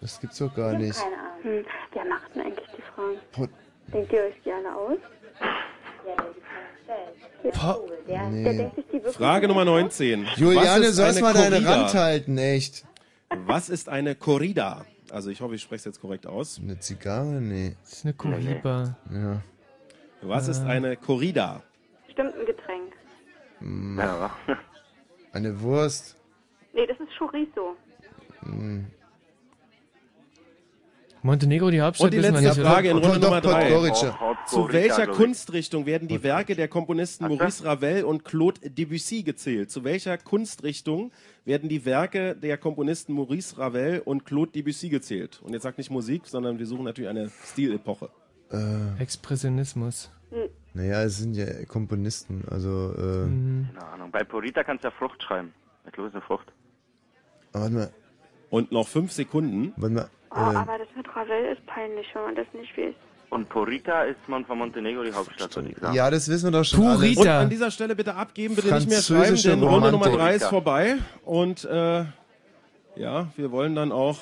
[SPEAKER 1] Das gibt's doch gar nicht.
[SPEAKER 18] Keine Ahnung. Hm, wer macht denn eigentlich die Fragen?
[SPEAKER 1] Po-
[SPEAKER 18] Denkt ihr euch die alle aus?
[SPEAKER 1] Po-
[SPEAKER 18] Der,
[SPEAKER 1] Nee.
[SPEAKER 18] der denkt sich die wirklich
[SPEAKER 5] Frage Nummer 19. Was
[SPEAKER 1] Juliane,
[SPEAKER 5] ist
[SPEAKER 1] sollst
[SPEAKER 5] eine
[SPEAKER 1] mal deine
[SPEAKER 5] Corrida?
[SPEAKER 1] Rand halten, echt.
[SPEAKER 5] Was ist eine Corrida? Also ich hoffe, ich spreche es jetzt korrekt aus.
[SPEAKER 1] Eine Zigarre? Nee.
[SPEAKER 2] Das ist eine Kuriba.
[SPEAKER 1] Ja.
[SPEAKER 5] Was ist eine Corrida?
[SPEAKER 18] bestimmt ein Getränk.
[SPEAKER 1] Mm. Eine Wurst.
[SPEAKER 18] Nee, das ist Chorizo.
[SPEAKER 1] Mm.
[SPEAKER 2] Montenegro, die Hauptstadt
[SPEAKER 5] Und die
[SPEAKER 2] wissen wir
[SPEAKER 5] letzte
[SPEAKER 2] nicht, oder?
[SPEAKER 5] Frage in Runde Nummer Oh, 3.
[SPEAKER 1] Podgorica.
[SPEAKER 5] Zu welcher
[SPEAKER 1] Podgorica,
[SPEAKER 5] Kunstrichtung werden die Werke der Komponisten Maurice Ravel und Claude Debussy gezählt? Zu welcher Kunstrichtung werden die Werke der Komponisten Maurice Ravel und Claude Debussy gezählt? Und jetzt sagt nicht Musik, sondern wir suchen natürlich eine Stilepoche.
[SPEAKER 1] Äh,
[SPEAKER 2] Expressionismus.
[SPEAKER 1] naja, es sind ja Komponisten, also. Äh,
[SPEAKER 9] Mhm. Keine Ahnung. Bei Purita kannst du ja Frucht schreiben. Erklo ist eine Frucht.
[SPEAKER 1] Warte mal.
[SPEAKER 5] Und noch fünf Sekunden.
[SPEAKER 1] Warte
[SPEAKER 18] Oh,
[SPEAKER 11] äh, Ah,
[SPEAKER 18] aber das mit Ravel ist peinlich, wenn man das nicht weiß.
[SPEAKER 9] Und Porita ist man von Montenegro die Hauptstadt, würde ich sagen.
[SPEAKER 1] Ja, das wissen wir doch schon.
[SPEAKER 5] Und
[SPEAKER 1] alle.
[SPEAKER 5] an dieser Stelle bitte abgeben, bitte nicht mehr schreiben,
[SPEAKER 1] Französische
[SPEAKER 5] denn Runde Nummer
[SPEAKER 1] Romantik.
[SPEAKER 5] 3 ist vorbei. Und äh, ja, wir wollen dann auch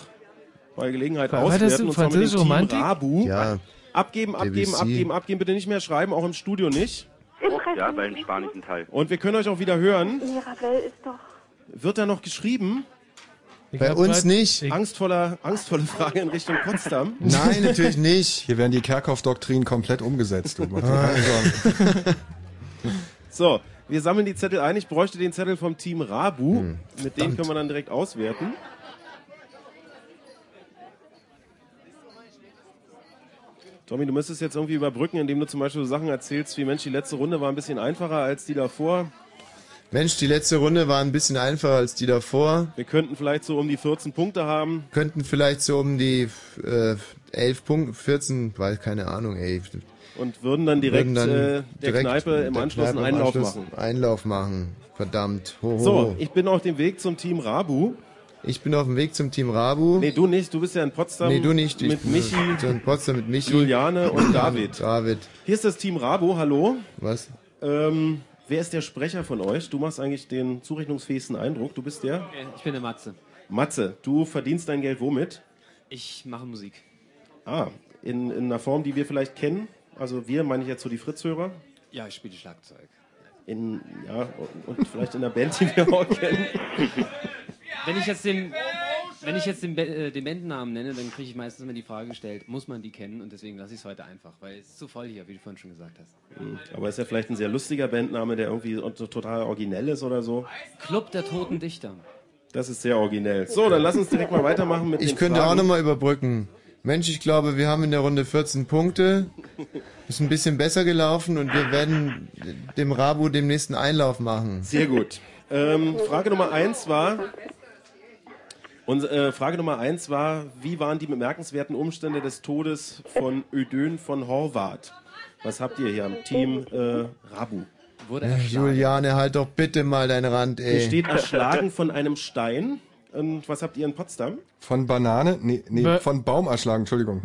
[SPEAKER 5] bei Gelegenheit
[SPEAKER 2] War- war das
[SPEAKER 5] auswerten.
[SPEAKER 2] denn
[SPEAKER 5] und zwar mit dem
[SPEAKER 2] französische
[SPEAKER 5] Team
[SPEAKER 2] Romantik?
[SPEAKER 5] Rabu.
[SPEAKER 1] Ja.
[SPEAKER 5] Abgeben, abgeben,
[SPEAKER 9] BBC.
[SPEAKER 5] abgeben, abgeben, bitte nicht mehr schreiben, auch im Studio nicht.
[SPEAKER 18] Oh,
[SPEAKER 9] Ja, bei dem spanischen Teil.
[SPEAKER 5] Und wir können euch auch wieder hören.
[SPEAKER 18] Nee, Ravel ist doch.
[SPEAKER 5] Wird da noch geschrieben?
[SPEAKER 1] Bei glaub uns grad- nicht.
[SPEAKER 5] Angstvoller, angstvolle Frage in Richtung Potsdam.
[SPEAKER 1] Nein, natürlich nicht.
[SPEAKER 15] Hier werden die Kerkhoff-Doktrinen komplett umgesetzt. Du, mach dir
[SPEAKER 1] Ah.
[SPEAKER 15] keine Sorgen.
[SPEAKER 5] So, wir sammeln die Zettel ein. Ich bräuchte den Zettel vom Team Rabu. Mit dem können wir dann direkt auswerten. Tommy, du müsstest jetzt irgendwie überbrücken, indem du zum Beispiel so Sachen erzählst, wie Mensch, die letzte Runde war ein bisschen einfacher als die davor.
[SPEAKER 1] Mensch, die letzte Runde war ein bisschen einfacher als die davor.
[SPEAKER 5] Wir könnten vielleicht so um die 14 Punkte haben.
[SPEAKER 1] Könnten vielleicht so um die äh, 11 Punkte, 14, weil keine Ahnung, ey.
[SPEAKER 5] Und würden dann direkt,
[SPEAKER 1] Würden
[SPEAKER 5] äh, der Kneipe im Anschluss einen Einlauf machen.
[SPEAKER 1] Einlauf machen. Verdammt. Ho, ho,
[SPEAKER 5] So,
[SPEAKER 1] ho.
[SPEAKER 5] ich bin auf dem Weg zum Team Rabu.
[SPEAKER 1] Oh. Ich bin auf dem Weg zum Team Rabu.
[SPEAKER 5] Nee, du nicht, du bist ja in Potsdam.
[SPEAKER 1] Nee, du nicht. Ich
[SPEAKER 5] Mit
[SPEAKER 1] bin
[SPEAKER 5] Michi.
[SPEAKER 1] In Potsdam mit Michi.
[SPEAKER 5] Juliane und David.
[SPEAKER 1] David.
[SPEAKER 5] Hier ist das Team Rabu, hallo.
[SPEAKER 1] Was?
[SPEAKER 5] Ähm, wer ist der Sprecher von euch? Du machst eigentlich den zurechnungsfähigsten Eindruck. Du bist der?
[SPEAKER 21] Ich bin der Matze.
[SPEAKER 5] Matze, du verdienst dein Geld womit?
[SPEAKER 21] Ich mache Musik.
[SPEAKER 5] Ah, in, in einer Form, die wir vielleicht kennen. Also wir, meine ich jetzt so die Fritzhörer.
[SPEAKER 21] Ja, ich spiele Schlagzeug.
[SPEAKER 5] In, ja, und vielleicht in der Band, die wir auch kennen.
[SPEAKER 21] Wenn ich jetzt den, wenn ich jetzt den, Be- äh, den Bandnamen nenne, dann kriege ich meistens mal die Frage gestellt, muss man die kennen? Und deswegen lasse ich es heute einfach, weil es ist zu voll hier, wie du vorhin schon gesagt hast.
[SPEAKER 5] Hm, Aber ist ja vielleicht ein sehr lustiger Bandname, der irgendwie so total originell ist oder so.
[SPEAKER 21] Club der Toten Dichter.
[SPEAKER 5] Das ist sehr originell. So, dann lass uns direkt mal weitermachen mit
[SPEAKER 1] Ich
[SPEAKER 5] den
[SPEAKER 1] könnte
[SPEAKER 5] Fragen.
[SPEAKER 1] auch nochmal überbrücken. Mensch, ich glaube, wir haben in der Runde 14 Punkte. Ist ein bisschen besser gelaufen und wir werden dem Rabu dem nächsten Einlauf machen.
[SPEAKER 5] Sehr gut. Ähm, Frage Nummer eins war. Unsere, äh, Frage Nummer eins war, wie waren die bemerkenswerten Umstände des Todes von Ödön von Horvath? Was habt ihr hier am Team äh, Rabu?
[SPEAKER 21] Wurde
[SPEAKER 1] Juliane, halt doch bitte mal deinen Rand, Äh, ey.
[SPEAKER 5] Hier steht erschlagen von einem Stein. Und was habt ihr in Potsdam?
[SPEAKER 15] Von Banane? Nee, nee
[SPEAKER 5] Bä-
[SPEAKER 15] von Baum erschlagen, Entschuldigung.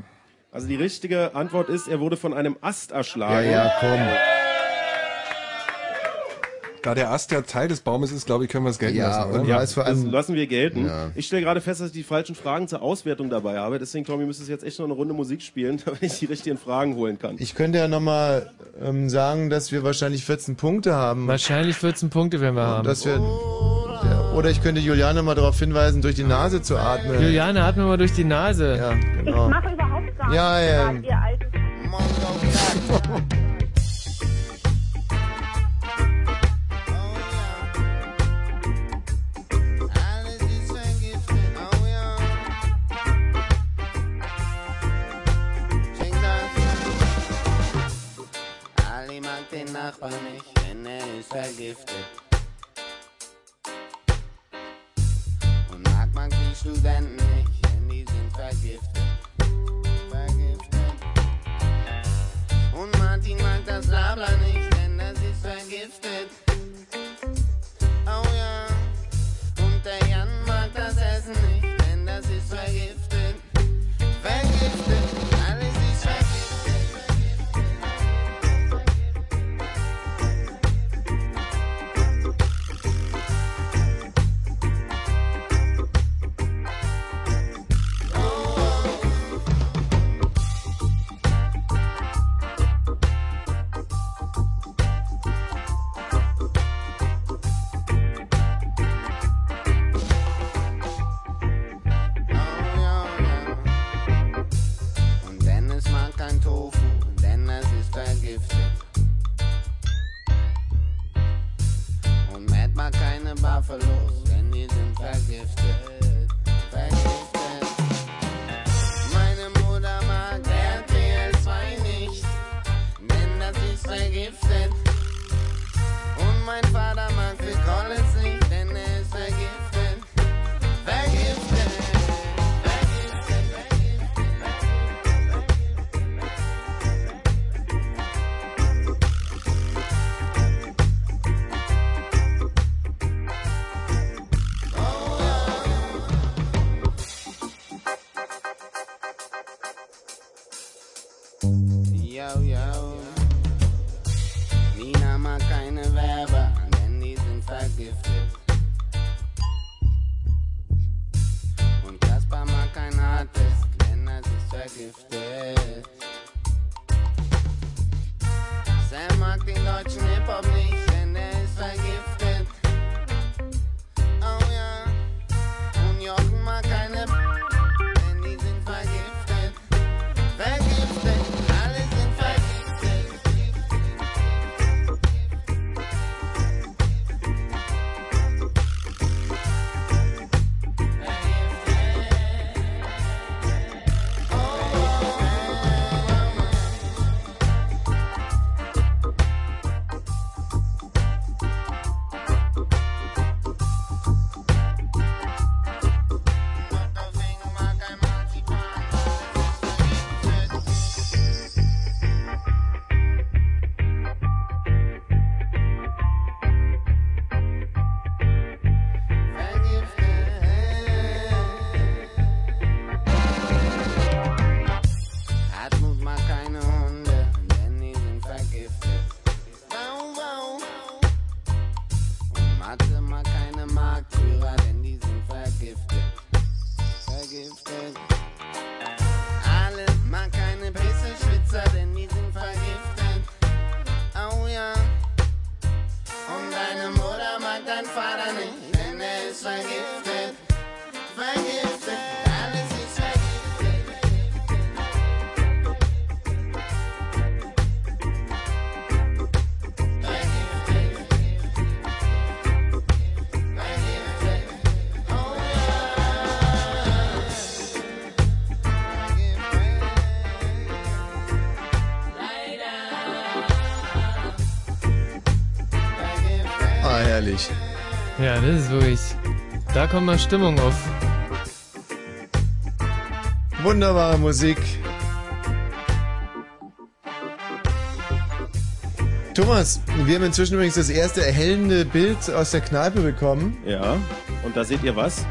[SPEAKER 5] Also die richtige Antwort ist, er wurde von einem Ast
[SPEAKER 1] Ah,
[SPEAKER 5] erschlagen.
[SPEAKER 15] Ja, ja, komm. Da der Ast ja Teil des Baumes ist, glaube ich, können wir es gelten lassen, oder?
[SPEAKER 5] ja, das lassen wir gelten. Ich stelle gerade fest, dass ich die falschen Fragen zur Auswertung dabei habe. Deswegen, Tommy, müsstest du jetzt echt noch eine Runde Musik spielen, damit ich die richtigen Fragen holen kann.
[SPEAKER 1] Ich könnte ja nochmal ähm, sagen, dass wir wahrscheinlich 14 Punkte haben.
[SPEAKER 2] Wahrscheinlich 14 Punkte werden wir haben.
[SPEAKER 1] Dass wir, ja, oder ich könnte Juliane mal darauf hinweisen, durch die Nase zu atmen.
[SPEAKER 2] Juliane, atme mal durch die Nase.
[SPEAKER 1] Ja, genau.
[SPEAKER 18] Mach überhaupt gar
[SPEAKER 1] Ja,
[SPEAKER 18] nichts,
[SPEAKER 1] ja.
[SPEAKER 18] gerade ihr altes.
[SPEAKER 8] Ali mag den Nachbarn nicht, denn er ist vergiftet. Und mag mag die Studenten nicht, denn die sind vergiftet. Vergiftet. Und Martin mag das Labla nicht, denn das ist vergiftet. Oh ja. Und der Jan mag das Essen nicht, denn das ist vergiftet. Vergiftet. Alles ist vergiftet. Und Dennis mag kein Tofu, denn es ist vergiftet. Und Matt mag keine Buffalos, denn die sind vergiftet. Vergiftet. Meine Mutter mag RTL2 nicht, denn das ist vergiftet. Und mein Vater mag Phil Collins nicht, denn er ist vergiftet. Vergiftet. vergiftet. Sam mag den deutschen Hip-Hop nicht, denn er ist vergiftet. Oh ja. Und Jochen mag keine, denn die sind vergiftet. Vergiftet, alle sind vergiftet. Hartmut mag keine Hunde, denn die sind vergiftet. Wow, wow. Und Mathe mag keine Marktführer, denn die sind vergiftet. Vergiftet. Alle mag keine Pisseschwitzer, denn die sind vergiftet. Oh ja. Und deine Mutter mag dein Vater nicht, denn er ist vergiftet. Vergiftet. Alles ist vergiftet.
[SPEAKER 1] Ah, herrlich.
[SPEAKER 2] Ja, das ist wirklich. Da kommt mal Stimmung auf.
[SPEAKER 1] Wunderbare Musik. Thomas, wir haben inzwischen übrigens das erste erhellende Bild aus der Kneipe bekommen.
[SPEAKER 5] Ja, und da seht ihr was?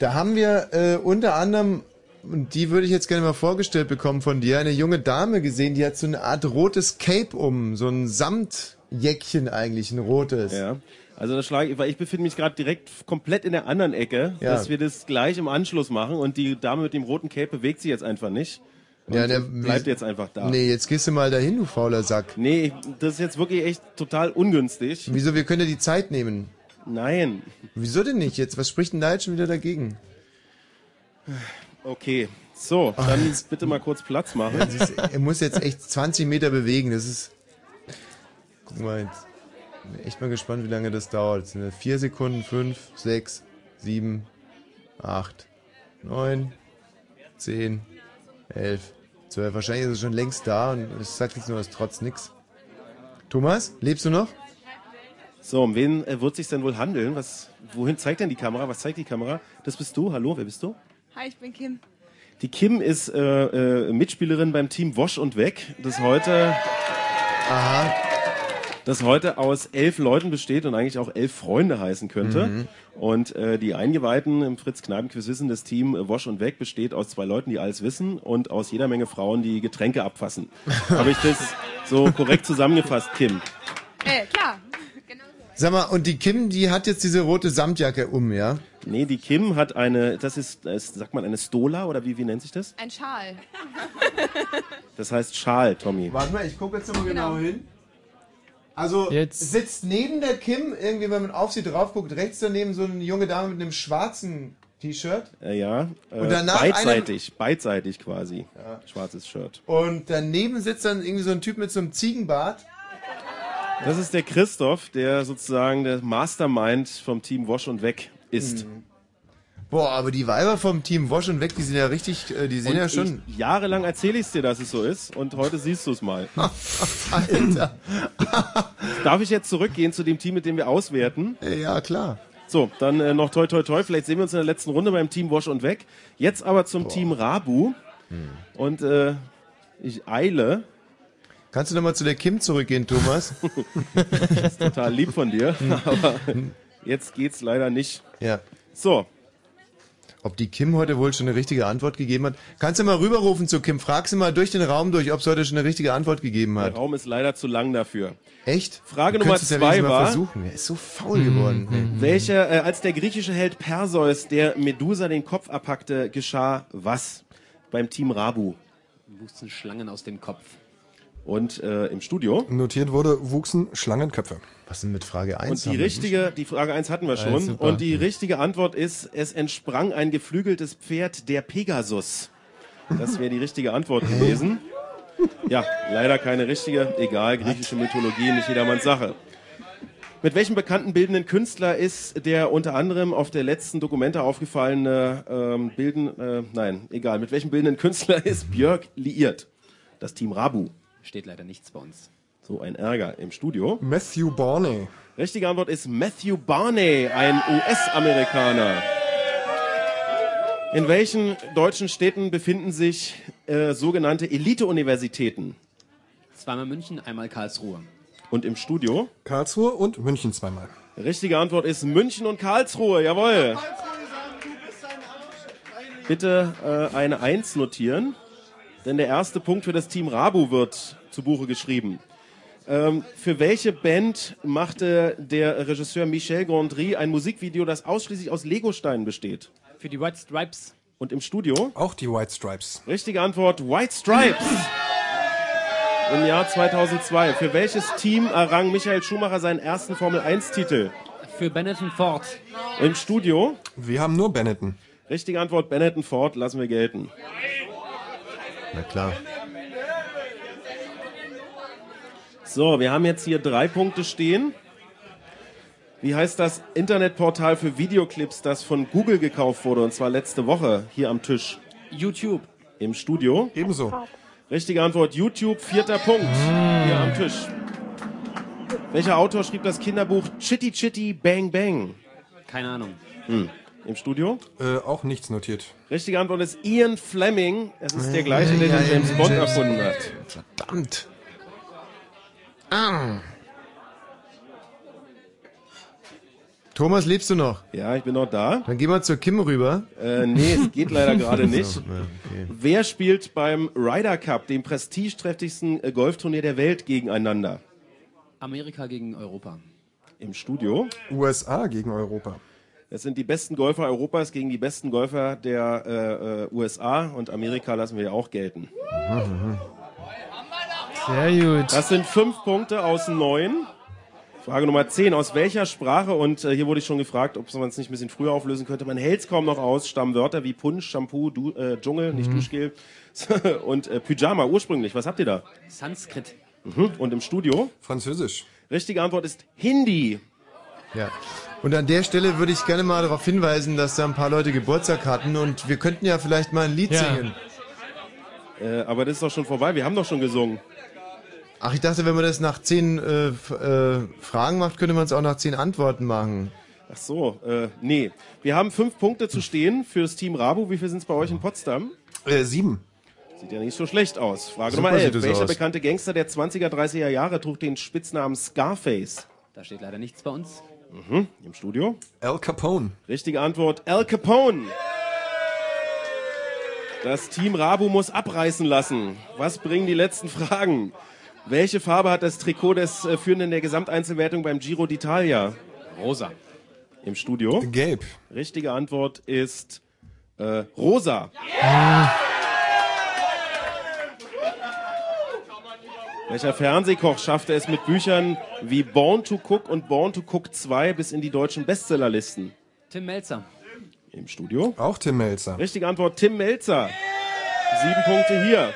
[SPEAKER 1] Da haben wir äh, unter anderem, und die würde ich jetzt gerne mal vorgestellt bekommen von dir, eine junge Dame gesehen, die hat so eine Art rotes Cape um, so ein Samtjäckchen eigentlich, ein rotes.
[SPEAKER 5] Ja. Also das schlage ich, weil ich befinde mich gerade direkt f- komplett in der anderen Ecke,
[SPEAKER 1] Ja.
[SPEAKER 5] dass wir das gleich im Anschluss machen und die Dame mit dem roten Cape bewegt sich jetzt einfach nicht. Und
[SPEAKER 1] Ja, der-
[SPEAKER 5] bleibt jetzt einfach da.
[SPEAKER 1] Nee, jetzt gehst du mal dahin, du fauler Sack.
[SPEAKER 5] Nee, ich- das ist jetzt wirklich echt total ungünstig.
[SPEAKER 1] Wieso, wir können ja die Zeit nehmen.
[SPEAKER 5] Nein.
[SPEAKER 1] Wieso denn nicht jetzt? Was spricht denn da jetzt schon wieder dagegen?
[SPEAKER 5] Okay, so, dann bitte mal kurz Platz machen.
[SPEAKER 1] Das ist, er muss jetzt echt 20 Meter bewegen. Das ist. Guck mal, jetzt. Bin echt mal gespannt, wie lange das dauert. Das sind ja vier Sekunden, fünf, sechs, sieben, acht, neun, zehn, elf, zwölf. Wahrscheinlich ist es schon längst da und es sagt jetzt nur das trotz nix. Thomas, lebst du noch?
[SPEAKER 5] So, um wen äh, wird sich denn wohl handeln? Was, wohin zeigt denn die Kamera? Was zeigt die Kamera? Das bist du. Hallo, wer bist du?
[SPEAKER 6] Hi, ich bin Kim.
[SPEAKER 5] Die Kim ist äh, äh, Mitspielerin beim Team Wash und Weg, das heute,
[SPEAKER 1] Aha.
[SPEAKER 5] das heute aus elf Leuten besteht und eigentlich auch elf Freunde heißen könnte.
[SPEAKER 1] Mhm.
[SPEAKER 5] Und äh, die Eingeweihten im Fritz Kneipenquiz wissen, das Team äh, Wash und Weg besteht aus zwei Leuten, die alles wissen und aus jeder Menge Frauen, die Getränke abfassen. Habe ich das so korrekt zusammengefasst, Kim?
[SPEAKER 6] Äh, klar.
[SPEAKER 1] Sag mal, und die Kim, die hat jetzt diese rote Samtjacke um, ja?
[SPEAKER 5] Nee, die Kim hat eine, das ist, das ist sagt man eine Stola oder wie, wie nennt sich das?
[SPEAKER 6] Ein Schal.
[SPEAKER 5] Das heißt Schal, Tommy.
[SPEAKER 1] Warte mal, ich gucke jetzt nochmal genau. hin. Also sitzt neben der Kim, irgendwie, wenn man auf sie drauf guckt, rechts daneben so eine junge Dame mit einem schwarzen T-Shirt.
[SPEAKER 5] Äh, ja, äh,
[SPEAKER 1] Und danach
[SPEAKER 5] beidseitig, beidseitig quasi. Schwarzes Shirt.
[SPEAKER 1] Und daneben sitzt dann irgendwie so ein Typ mit so einem Ziegenbart.
[SPEAKER 5] Das ist der Christoph, der sozusagen der Mastermind vom Team Wash und Weg ist.
[SPEAKER 1] Mhm. Boah, aber die Weiber vom Team Wash und Weg, die sind ja richtig, äh, die sehen
[SPEAKER 5] und
[SPEAKER 1] ja schon.
[SPEAKER 5] Ich, jahrelang erzähle ich dir, dass es so ist und heute siehst du es mal.
[SPEAKER 1] Alter.
[SPEAKER 5] Darf ich jetzt zurückgehen zu dem Team, mit dem wir auswerten?
[SPEAKER 1] Ja, klar.
[SPEAKER 5] So, dann äh, noch toi toi toi, vielleicht sehen wir uns in der letzten Runde beim Team Wash und Weg. Jetzt aber zum Team Rabu. Und äh, ich eile.
[SPEAKER 1] Kannst du nochmal zu der Kim zurückgehen, Thomas?
[SPEAKER 5] das ist total lieb von dir, aber jetzt geht's leider nicht.
[SPEAKER 1] Ja.
[SPEAKER 5] So.
[SPEAKER 1] Ob die Kim heute wohl schon eine richtige Antwort gegeben hat? Kannst du mal rüberrufen zu Kim? Frag sie mal durch den Raum durch, ob sie heute schon eine richtige Antwort gegeben
[SPEAKER 5] Der
[SPEAKER 1] hat.
[SPEAKER 5] Raum ist leider zu lang dafür.
[SPEAKER 1] Echt?
[SPEAKER 5] Frage
[SPEAKER 1] Du
[SPEAKER 5] Nummer
[SPEAKER 1] könntest es ja
[SPEAKER 5] zwei
[SPEAKER 1] wenigstens mal
[SPEAKER 5] war- Mhm,
[SPEAKER 1] versuchen. Er ist so faul geworden.
[SPEAKER 5] Welcher, äh, als der griechische Held Perseus der Medusa den Kopf abhackte, geschah was? beim Team Rabu.
[SPEAKER 21] Wuchsen Schlangen aus dem Kopf.
[SPEAKER 5] Und äh, im Studio.
[SPEAKER 15] Notiert wurde, wuchsen Schlangenköpfe.
[SPEAKER 1] Was denn mit Frage
[SPEAKER 5] Und die richtige, die Frage 1 hatten wir
[SPEAKER 15] Ah,
[SPEAKER 5] schon.
[SPEAKER 15] super.
[SPEAKER 5] und die richtige Antwort ist, es entsprang ein geflügeltes Pferd, der Pegasus. Das wäre die richtige Antwort gewesen. Ja, leider keine richtige. Egal, griechische Mythologie, nicht jedermanns Sache. Mit welchem bekannten bildenden Künstler ist der unter anderem auf der letzten Dokumente aufgefallene ähm, Bilden, äh, nein, egal, mit welchem bildenden Künstler ist Björk liiert? Das Team Rabu.
[SPEAKER 21] Steht leider nichts bei uns.
[SPEAKER 5] So ein Ärger im Studio.
[SPEAKER 15] Matthew Barney.
[SPEAKER 5] Richtige Antwort ist Matthew Barney, ein US-Amerikaner. In welchen deutschen Städten befinden sich äh, sogenannte Elite-Universitäten?
[SPEAKER 21] Zweimal München, einmal Karlsruhe.
[SPEAKER 5] Und im Studio?
[SPEAKER 15] Karlsruhe und München zweimal.
[SPEAKER 5] Richtige Antwort ist München und Karlsruhe, jawohl. Bitte äh, eine Eins notieren, denn der erste Punkt für das Team Rabu wird zu Buche geschrieben. Ähm, für welche Band machte der Regisseur Michel Gondry ein Musikvideo, das ausschließlich aus Legosteinen besteht?
[SPEAKER 21] Für die White Stripes.
[SPEAKER 5] Und im Studio?
[SPEAKER 15] Auch die White Stripes.
[SPEAKER 5] Richtige Antwort, White Stripes. Im Jahr 2002. Für welches Team errang Michael Schumacher seinen ersten Formel-1-Titel?
[SPEAKER 21] Für Benetton Ford.
[SPEAKER 5] Im Studio?
[SPEAKER 15] Wir haben nur Benetton.
[SPEAKER 5] Richtige Antwort, Benetton Ford, lassen wir gelten.
[SPEAKER 1] Na klar.
[SPEAKER 5] So, wir haben jetzt hier drei Punkte stehen. Wie heißt das Internetportal für Videoclips, das von Google gekauft wurde, und zwar letzte Woche hier am Tisch?
[SPEAKER 21] YouTube.
[SPEAKER 5] Im Studio?
[SPEAKER 15] Ebenso.
[SPEAKER 5] Richtige Antwort, YouTube, vierter Punkt. Hier am Tisch. Welcher Autor schrieb das Kinderbuch Chitty Chitty Bang Bang?
[SPEAKER 21] Keine Ahnung.
[SPEAKER 5] Hm. Im Studio?
[SPEAKER 15] Äh, auch nichts notiert.
[SPEAKER 5] Richtige Antwort ist Ian Fleming. Es ist der gleiche, der den James Bond erfunden hat.
[SPEAKER 1] Verdammt. Ah. Thomas, lebst du noch?
[SPEAKER 5] Ja, ich bin noch da.
[SPEAKER 1] Dann geh mal zur Kim rüber.
[SPEAKER 5] Äh, nee, es geht leider gerade nicht.
[SPEAKER 1] So, ja, okay.
[SPEAKER 5] Wer spielt beim Ryder Cup, dem prestigeträchtigsten äh, Golfturnier der Welt, gegeneinander?
[SPEAKER 21] Amerika gegen Europa.
[SPEAKER 5] Im Studio?
[SPEAKER 15] USA gegen Europa.
[SPEAKER 5] Es sind die besten Golfer Europas gegen die besten Golfer der äh, äh, USA und Amerika lassen wir ja auch gelten.
[SPEAKER 2] Sehr gut.
[SPEAKER 5] Das sind fünf Punkte aus neun. Frage Nummer zehn. Aus welcher Sprache, und äh, hier wurde ich schon gefragt, ob man es nicht ein bisschen früher auflösen könnte, man hält es kaum noch aus, stammen Wörter wie Punsch, Shampoo, du, äh, Dschungel, nicht
[SPEAKER 21] Mhm.
[SPEAKER 5] Duschgel und äh, Pyjama ursprünglich. Was habt ihr da?
[SPEAKER 21] Sanskrit.
[SPEAKER 5] Mhm. Und im Studio?
[SPEAKER 15] Französisch.
[SPEAKER 5] Richtige Antwort ist Hindi.
[SPEAKER 1] Ja. Und an der Stelle würde ich gerne mal darauf hinweisen, dass da ein paar Leute Geburtstag hatten und wir könnten ja vielleicht mal ein Lied singen.
[SPEAKER 5] Äh, aber das ist doch schon vorbei, wir haben doch schon gesungen.
[SPEAKER 1] Ach, ich dachte, wenn man das nach zehn äh, f- äh, Fragen macht, könnte man es auch nach zehn Antworten machen.
[SPEAKER 5] Ach so, äh, nee. Wir haben fünf Punkte zu stehen für das Team Rabu. Wie viel sind es bei euch in Potsdam?
[SPEAKER 15] Äh, sieben.
[SPEAKER 5] Sieht ja nicht so schlecht aus. Frage
[SPEAKER 1] Super
[SPEAKER 5] Nummer 11.
[SPEAKER 1] sieht es
[SPEAKER 5] Welcher
[SPEAKER 1] aus.
[SPEAKER 5] bekannte Gangster der 20er, 30er Jahre trug den Spitznamen Scarface?
[SPEAKER 21] Da steht leider nichts bei uns.
[SPEAKER 5] Mhm. Im Studio?
[SPEAKER 15] Al Capone.
[SPEAKER 5] Richtige Antwort, Al Capone. Das Team Rabu muss abreißen lassen. Was bringen die letzten Fragen? Welche Farbe hat das Trikot des äh, Führenden der Gesamteinzelwertung beim Giro d'Italia?
[SPEAKER 21] Rosa.
[SPEAKER 5] Im Studio?
[SPEAKER 15] Gelb.
[SPEAKER 5] Richtige Antwort ist äh, rosa. Welcher Fernsehkoch schaffte es mit Büchern wie Born to Cook und Born to Cook 2 bis in die deutschen Bestsellerlisten?
[SPEAKER 21] Tim Melzer.
[SPEAKER 5] Im Studio?
[SPEAKER 15] Auch Tim Melzer.
[SPEAKER 5] Richtige Antwort, Tim Melzer. Sieben Punkte hier.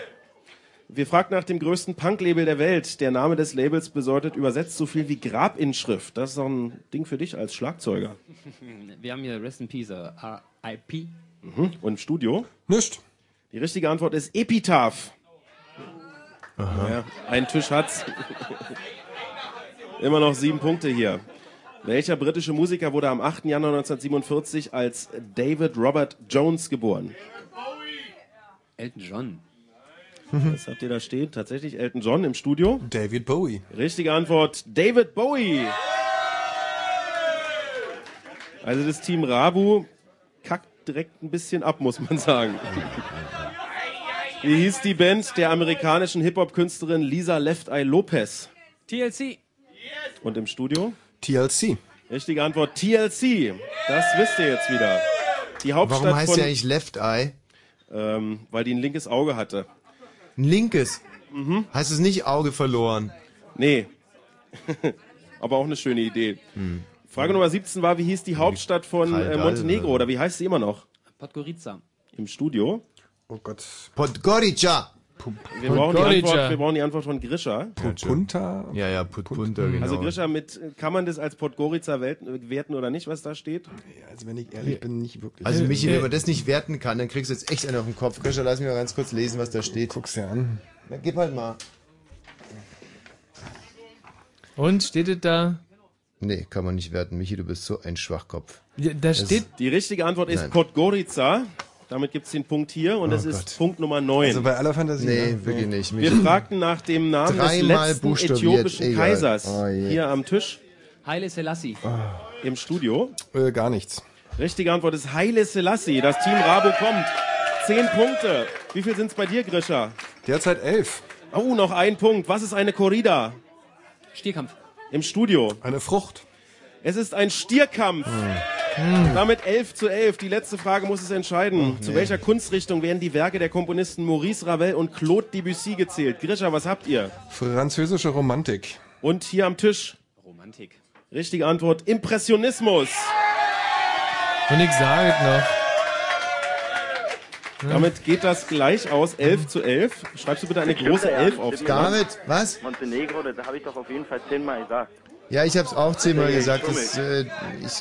[SPEAKER 5] Wir fragten nach dem größten Punk-Label der Welt. Der Name des Labels bedeutet übersetzt so viel wie Grabinschrift. Das ist doch ein Ding für dich als Schlagzeuger.
[SPEAKER 21] Wir haben hier Rest in Peace, äh, RIP.
[SPEAKER 5] Mhm. Und im Studio?
[SPEAKER 15] Nicht.
[SPEAKER 5] Die richtige Antwort ist Epitaph. Ja, ein Tisch hat's. Immer noch sieben Punkte hier. Welcher britische Musiker wurde am 8. Januar 1947 als David Robert Jones geboren?
[SPEAKER 21] Elton John.
[SPEAKER 5] Was habt ihr da stehen? Tatsächlich Elton John im Studio?
[SPEAKER 15] David Bowie.
[SPEAKER 5] Richtige Antwort, David Bowie. Also das Team Rabu kackt direkt ein bisschen ab, muss man sagen. Wie hieß die Band der amerikanischen Hip-Hop-Künstlerin Lisa Left Eye Lopez?
[SPEAKER 21] TLC.
[SPEAKER 5] Und im Studio?
[SPEAKER 15] TLC.
[SPEAKER 5] Richtige Antwort, TLC. Das wisst ihr jetzt wieder. Die Hauptstadt
[SPEAKER 1] Warum heißt
[SPEAKER 5] von
[SPEAKER 1] sie eigentlich Left Eye?
[SPEAKER 5] ähm, weil die ein linkes Auge hatte. Mhm.
[SPEAKER 1] Ein linkes? Heißt es nicht Auge verloren?
[SPEAKER 5] Nee. Aber auch eine schöne Idee.
[SPEAKER 1] Hm.
[SPEAKER 5] Frage Nummer 17 war, wie hieß die Hauptstadt von äh,
[SPEAKER 1] Kaldal,
[SPEAKER 5] Montenegro
[SPEAKER 1] oder?
[SPEAKER 5] oder wie heißt sie immer noch?
[SPEAKER 21] Podgorica.
[SPEAKER 5] Im Studio.
[SPEAKER 1] Oh Gott. Podgorica.
[SPEAKER 5] Wir brauchen, die Antwort, wir brauchen die Antwort von Grisha.
[SPEAKER 1] Punta? Ja, ja, Put Punta, genau.
[SPEAKER 5] Also Grisha, mit, kann man das als Podgorica welt- werten oder nicht, was da steht?
[SPEAKER 15] Also wenn ich ehrlich bin, nicht wirklich.
[SPEAKER 1] Also Michi, wenn man das nicht werten kann, dann kriegst du jetzt echt einen auf den Kopf. Krischer, lass mich mal ganz kurz lesen, was da steht.
[SPEAKER 15] Guck's dir an.
[SPEAKER 1] Na, gib halt mal.
[SPEAKER 2] Und steht es da?
[SPEAKER 1] Nee, kann man nicht werten. Michi, du bist so ein Schwachkopf.
[SPEAKER 2] Ja, da
[SPEAKER 1] Es-
[SPEAKER 2] steht.
[SPEAKER 5] Die richtige Antwort ist
[SPEAKER 1] Nein.
[SPEAKER 5] Podgorica. Damit gibt's den Punkt hier und
[SPEAKER 1] Oh
[SPEAKER 5] das
[SPEAKER 1] Gott.
[SPEAKER 5] ist Punkt Nummer 9.
[SPEAKER 1] Also bei aller Fantasie, Nee, ne? wirklich Nee. nicht,
[SPEAKER 5] Wir
[SPEAKER 1] Michi.
[SPEAKER 5] fragten nach dem Namen
[SPEAKER 1] Dreimal
[SPEAKER 5] des letzten
[SPEAKER 1] buchstabiert,
[SPEAKER 5] äthiopischen
[SPEAKER 1] egal.
[SPEAKER 5] Kaisers
[SPEAKER 1] Oh je.
[SPEAKER 5] hier am Tisch
[SPEAKER 21] Haile Selassie.
[SPEAKER 5] im Studio.
[SPEAKER 15] Äh, gar nichts.
[SPEAKER 5] Richtige Antwort ist Haile Selassie. Das Team Rabo kommt. Zehn Punkte. Wie viel sind's bei dir, Grisha?
[SPEAKER 15] Derzeit elf.
[SPEAKER 5] Oh, noch ein Punkt. Was ist eine Corrida?
[SPEAKER 21] Stierkampf.
[SPEAKER 5] Im Studio.
[SPEAKER 15] Eine Frucht.
[SPEAKER 5] Es ist ein Stierkampf. Damit 11 zu 11. Die letzte Frage muss es entscheiden. Zu
[SPEAKER 1] nee.
[SPEAKER 5] welcher Kunstrichtung werden die Werke der Komponisten Maurice Ravel und Claude Debussy gezählt? Grisha, was habt ihr?
[SPEAKER 15] Französische Romantik.
[SPEAKER 5] Und hier am Tisch?
[SPEAKER 21] Romantik.
[SPEAKER 5] Richtige Antwort, Impressionismus.
[SPEAKER 2] Und ich sage es noch.
[SPEAKER 5] Damit geht das gleich aus, 11 zu 11. Schreibst du bitte eine große 11 auf.
[SPEAKER 1] David, was?
[SPEAKER 12] Montenegro, das habe ich doch auf jeden Fall zehnmal gesagt.
[SPEAKER 1] Ja, ich hab's auch zehnmal
[SPEAKER 12] Nee,
[SPEAKER 1] gesagt.
[SPEAKER 12] Schummel.
[SPEAKER 1] Es, äh, ich,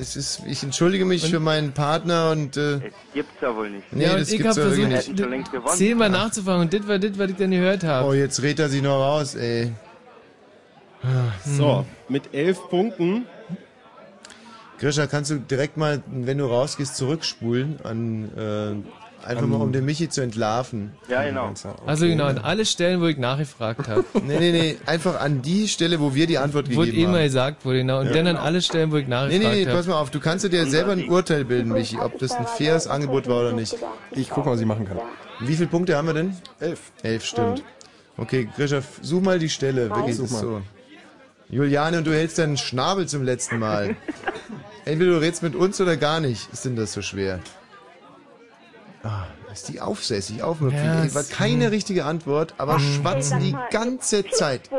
[SPEAKER 1] es ist, ich entschuldige mich für meinen Partner und... Äh,
[SPEAKER 12] Gibt's ja wohl nicht.
[SPEAKER 1] nee,
[SPEAKER 2] ja,
[SPEAKER 1] das
[SPEAKER 2] und ich
[SPEAKER 1] gibt's
[SPEAKER 2] habe
[SPEAKER 1] doch irgendwie
[SPEAKER 2] versucht,
[SPEAKER 1] nicht.
[SPEAKER 2] d- zehnmal nachzufangen. Und das war das, was ich dann gehört habe.
[SPEAKER 1] Oh, jetzt redet er sich noch raus, ey.
[SPEAKER 5] So,
[SPEAKER 2] Mhm.
[SPEAKER 5] mit 11 Punkten.
[SPEAKER 1] Grisha, kannst du direkt mal, wenn du rausgehst, zurückspulen? An, äh, einfach
[SPEAKER 2] An-
[SPEAKER 1] mal, um den Michi zu entlarven.
[SPEAKER 12] Ja, genau.
[SPEAKER 2] Also genau, an alle Stellen, wo ich nachgefragt habe.
[SPEAKER 1] Nee, nee, nee, einfach an die Stelle, wo wir die Antwort gegeben
[SPEAKER 2] Wurde eh
[SPEAKER 1] haben.
[SPEAKER 2] mal gesagt, wurde genau. Und
[SPEAKER 1] Ja.
[SPEAKER 2] dann an alle Stellen, wo ich
[SPEAKER 1] Nee,
[SPEAKER 2] nachgefragt
[SPEAKER 1] nee,
[SPEAKER 2] habe.
[SPEAKER 1] nee, pass mal auf, du kannst dir ja selber ein Urteil bilden, Michi, ob das ein faires Angebot war oder nicht.
[SPEAKER 15] Ich guck mal, was ich machen kann.
[SPEAKER 1] Wie viele Punkte haben wir denn? Elf. Elf, stimmt. Okay, Grisha, f- such mal die Stelle, wirklich,
[SPEAKER 15] Such
[SPEAKER 1] das ist
[SPEAKER 15] mal.
[SPEAKER 1] so. Juliane, und du hältst deinen Schnabel zum letzten Mal. Entweder du redst mit uns oder gar nicht. Ist denn das so schwer? Ah, ist die aufsässig, aufmüpfig.
[SPEAKER 2] Ja,
[SPEAKER 1] Ey, War
[SPEAKER 2] ist- Mhm.
[SPEAKER 1] keine richtige Antwort, aber schwatzen die ganze Zeit.
[SPEAKER 11] Wohl.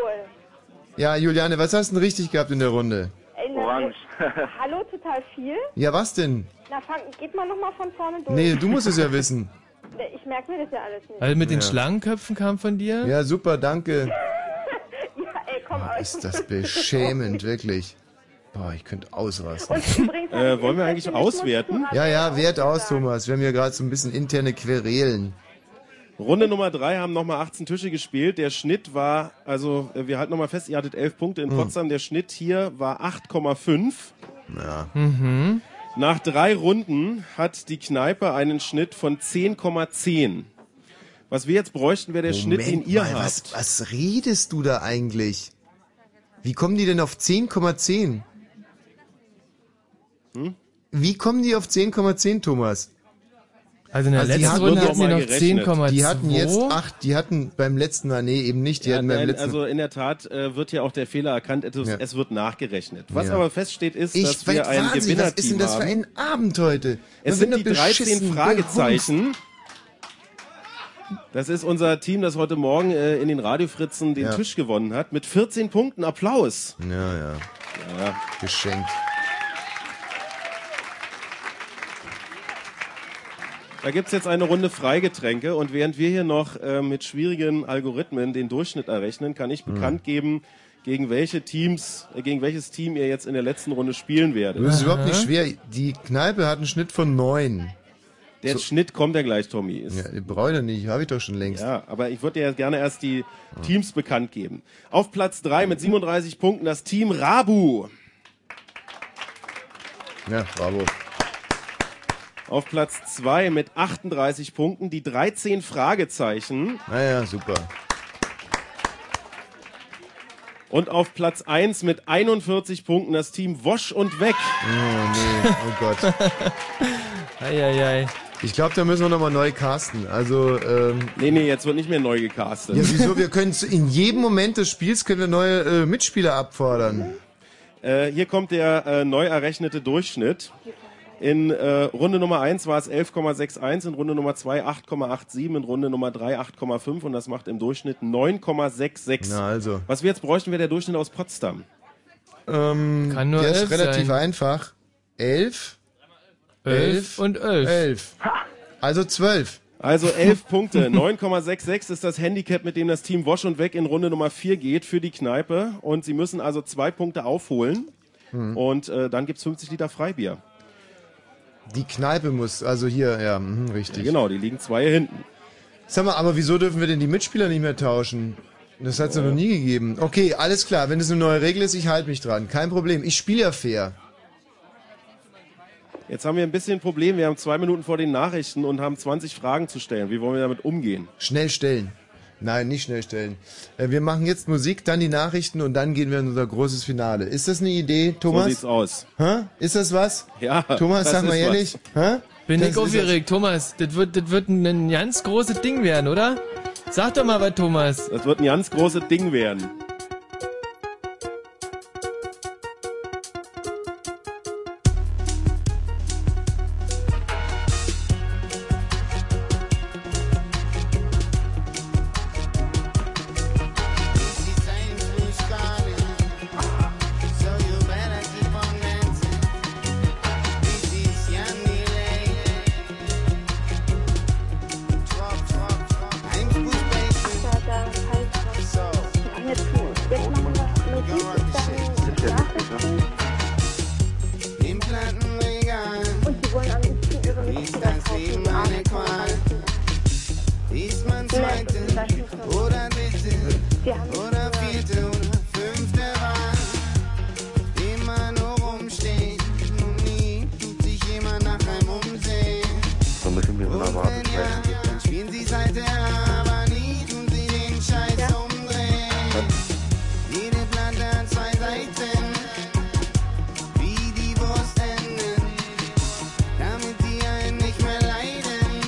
[SPEAKER 1] Ja, Juliane, was hast du denn richtig gehabt in der Runde?
[SPEAKER 11] Ey, na,
[SPEAKER 1] Orange.
[SPEAKER 11] Hallo, total viel.
[SPEAKER 1] Ja, was denn?
[SPEAKER 11] Na, fang, geht mal nochmal von vorne durch.
[SPEAKER 1] Nee, du musst es ja wissen.
[SPEAKER 11] Ich merke mir das ja alles nicht.
[SPEAKER 2] Also mit den
[SPEAKER 1] Ja.
[SPEAKER 2] Schlangenköpfen kam von dir?
[SPEAKER 1] Ja, super, danke.
[SPEAKER 11] ja, ey, komm,
[SPEAKER 1] Boah, ist das beschämend, wirklich. Boah, ich könnte ausrasten.
[SPEAKER 5] Äh, wollen wir eigentlich auswerten?
[SPEAKER 1] Ja, ja, wert aus, Thomas. Wir haben hier gerade so ein bisschen interne Querelen.
[SPEAKER 5] Runde Nummer 3 haben nochmal 18 Tische gespielt. Der Schnitt war, also äh, wir halten nochmal fest, ihr hattet 11 Punkte in
[SPEAKER 1] Hm.
[SPEAKER 5] Potsdam. Der Schnitt hier war 8,5.
[SPEAKER 1] Ja.
[SPEAKER 2] Mhm.
[SPEAKER 5] Nach drei Runden hat die Kneipe einen Schnitt von 10,10. Was wir jetzt bräuchten, wäre der Schnitt, den ihr
[SPEAKER 1] mal,
[SPEAKER 5] habt.
[SPEAKER 1] was, was redest du da eigentlich? Wie kommen die denn auf 10,10?
[SPEAKER 5] Hm?
[SPEAKER 1] Wie kommen die auf 10,10, Thomas?
[SPEAKER 2] Also in der letzten Runde hatten die noch 10,2.
[SPEAKER 1] Die hatten jetzt 8, die hatten beim letzten Mal, nee, eben nicht, die hatten beim
[SPEAKER 5] Nein,
[SPEAKER 1] letzten
[SPEAKER 5] also in der Tat äh, wird ja auch der Fehler erkannt, es,
[SPEAKER 1] Ja.
[SPEAKER 5] es wird nachgerechnet. Was
[SPEAKER 1] Ja.
[SPEAKER 5] aber feststeht ist,
[SPEAKER 1] ich
[SPEAKER 5] dass
[SPEAKER 1] weiß,
[SPEAKER 5] wir ein
[SPEAKER 1] Wahnsinn,
[SPEAKER 5] Gewinnerteam
[SPEAKER 1] was ist denn das für
[SPEAKER 5] haben.
[SPEAKER 1] ein Abend heute?
[SPEAKER 5] Es
[SPEAKER 1] Man
[SPEAKER 5] sind
[SPEAKER 1] wird
[SPEAKER 5] die
[SPEAKER 1] nur
[SPEAKER 5] 13
[SPEAKER 1] beschissen,
[SPEAKER 5] Fragezeichen. Das ist unser Team, das heute Morgen äh, in den Radiofritzen den
[SPEAKER 1] Ja.
[SPEAKER 5] Tisch gewonnen hat. Mit 14 Punkten. Applaus.
[SPEAKER 1] behunzt. Ja, ja.
[SPEAKER 5] ja.
[SPEAKER 1] Geschenkt.
[SPEAKER 5] Da gibt's jetzt eine Runde Freigetränke und während wir hier noch äh, mit schwierigen Algorithmen den Durchschnitt errechnen, kann
[SPEAKER 1] Hm.
[SPEAKER 5] ich bekannt geben, gegen welche Teams, äh, gegen welches Team ihr jetzt in der letzten Runde spielen werdet.
[SPEAKER 1] Das ist überhaupt nicht schwer. Die Kneipe hat einen Schnitt von 9.
[SPEAKER 5] Der Schnitt kommt ja gleich, Tommy. Ist,
[SPEAKER 1] Ja, brauche ich doch nicht, habe ich doch schon längst.
[SPEAKER 5] Ja, aber ich würde dir jetzt gerne erst die Teams bekannt geben. Auf Platz 3 mit 37 Punkten das Team Rabu.
[SPEAKER 1] Ja, bravo.
[SPEAKER 5] Auf Platz 2 mit 38 Punkten die 13 Fragezeichen.
[SPEAKER 1] Naja, Ah super.
[SPEAKER 5] Und auf Platz 1 mit 41 Punkten das Team Wosch und Weg.
[SPEAKER 1] Oh nee, oh Gott.
[SPEAKER 2] Eieiei.
[SPEAKER 1] Ich glaube, da müssen wir nochmal neu casten. Also, ähm,
[SPEAKER 5] Nee, nee, jetzt wird nicht mehr neu gecastet.
[SPEAKER 1] ja, wieso? Wir können zu- in jedem Moment des Spiels können wir neue äh, Mitspieler abfordern.
[SPEAKER 5] Äh, hier kommt der äh, neu errechnete Durchschnitt. In äh, Runde Nummer 1 war es 11,61, in Runde Nummer 2 8,87, in Runde Nummer 3 8,5 und das macht im Durchschnitt 9,66.
[SPEAKER 1] Na also.
[SPEAKER 5] Was wir jetzt bräuchten, wäre der Durchschnitt aus Potsdam.
[SPEAKER 1] Ähm,
[SPEAKER 5] Kann nur
[SPEAKER 1] der
[SPEAKER 5] elf
[SPEAKER 1] ist relativ
[SPEAKER 5] sein.
[SPEAKER 1] einfach. Elf.
[SPEAKER 5] Elf
[SPEAKER 1] und elf. Elf. Also zwölf.
[SPEAKER 5] Also 11 Punkte. 9,66 ist das Handicap, mit dem das Team Wosch und Weg in Runde Nummer 4 geht für die Kneipe. Und sie müssen also zwei Punkte aufholen.
[SPEAKER 1] Mhm.
[SPEAKER 5] Und äh, dann gibt's 50 Liter Freibier.
[SPEAKER 1] Die Kneipe muss, also hier, ja, mhm, richtig.
[SPEAKER 5] Genau, die liegen zwei hinten.
[SPEAKER 1] Sag mal, aber wieso dürfen wir denn die Mitspieler nicht mehr tauschen? Das hat's ja noch nie gegeben. Okay, alles klar, wenn es eine neue Regel ist, ich halte mich dran. Kein Problem, ich spiele ja fair.
[SPEAKER 5] Jetzt haben wir ein bisschen ein Problem. Wir haben zwei Minuten vor den Nachrichten und haben 20 Fragen zu stellen. Wie wollen wir damit umgehen?
[SPEAKER 1] Schnell stellen. Nein, nicht schnell stellen. Äh, Wir machen jetzt Musik, dann die Nachrichten und dann gehen wir in unser großes Finale. Ist das eine Idee, Thomas?
[SPEAKER 5] So sieht's aus.
[SPEAKER 1] Hä? Ist das was?
[SPEAKER 5] Ja,
[SPEAKER 1] Thomas,
[SPEAKER 5] das
[SPEAKER 1] sag mal
[SPEAKER 5] ist
[SPEAKER 1] ehrlich. Hä?
[SPEAKER 2] Bin
[SPEAKER 1] Das
[SPEAKER 2] ich
[SPEAKER 1] ist
[SPEAKER 2] aufgeregt, Thomas. Das wird, das wird ein, ein ganz großes Ding werden, oder? Sag doch mal was, Thomas.
[SPEAKER 5] Das wird ein ganz großes Ding werden.
[SPEAKER 8] Im Plattenregal. Ist das Leben eine Qual? Ist man zweite oder dritte oder vierte oder fünfte Wahl? Immer nur rumstehen und nie tut sich jemand nach einem umsehen.
[SPEAKER 12] So ein bisschen wie so eine Wartezeit.
[SPEAKER 8] Dann spielen sie Seite, aber nie tun sie den Scheiß umdrehen. Jede Platte hat zwei Seiten, wie die Wurst enden. Damit die einen nicht mehr leiden,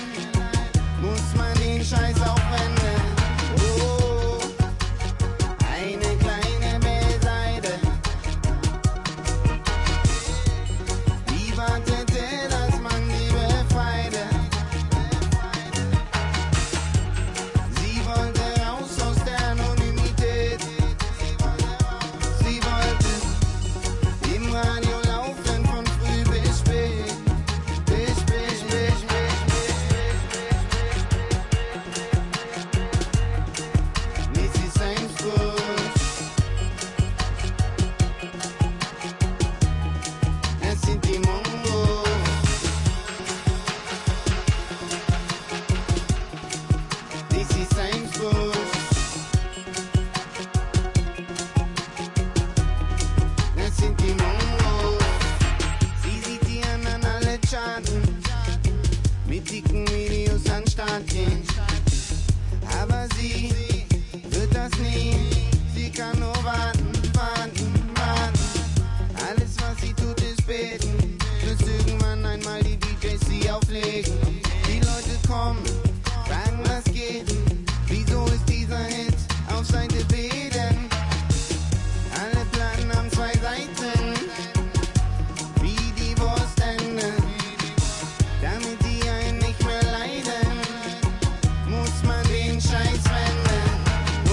[SPEAKER 8] muss man den Scheiß aufwenden. Oh, eine kleine Beiseite. Die wartete, dass man die befreite. Sie wollte raus aus der Anonymität. Sie wollte im Radio laufen von früh bis spät. Bis, bis, bis, bis, bis, bis, bis. Nichts ist ein Frust. Es sind die Mongos. This is time for Let's in the Mongo. Sie sieht die anderen alle Schaden. Mit dicken Videos an den Start gehen. Aber sie wird das nie. Sie kann nur warten, warten, warten. Alles was sie tut ist beten. Bis irgendwann einmal die DJs sie auflegen. Die Leute kommen fragen, was geht? Wieso ist dieser Hit auf Seite B denn? Alle Platten haben zwei Seiten, wie die Wurst enden. Damit die einen nicht mehr leiden, muss man den Scheiß wenden.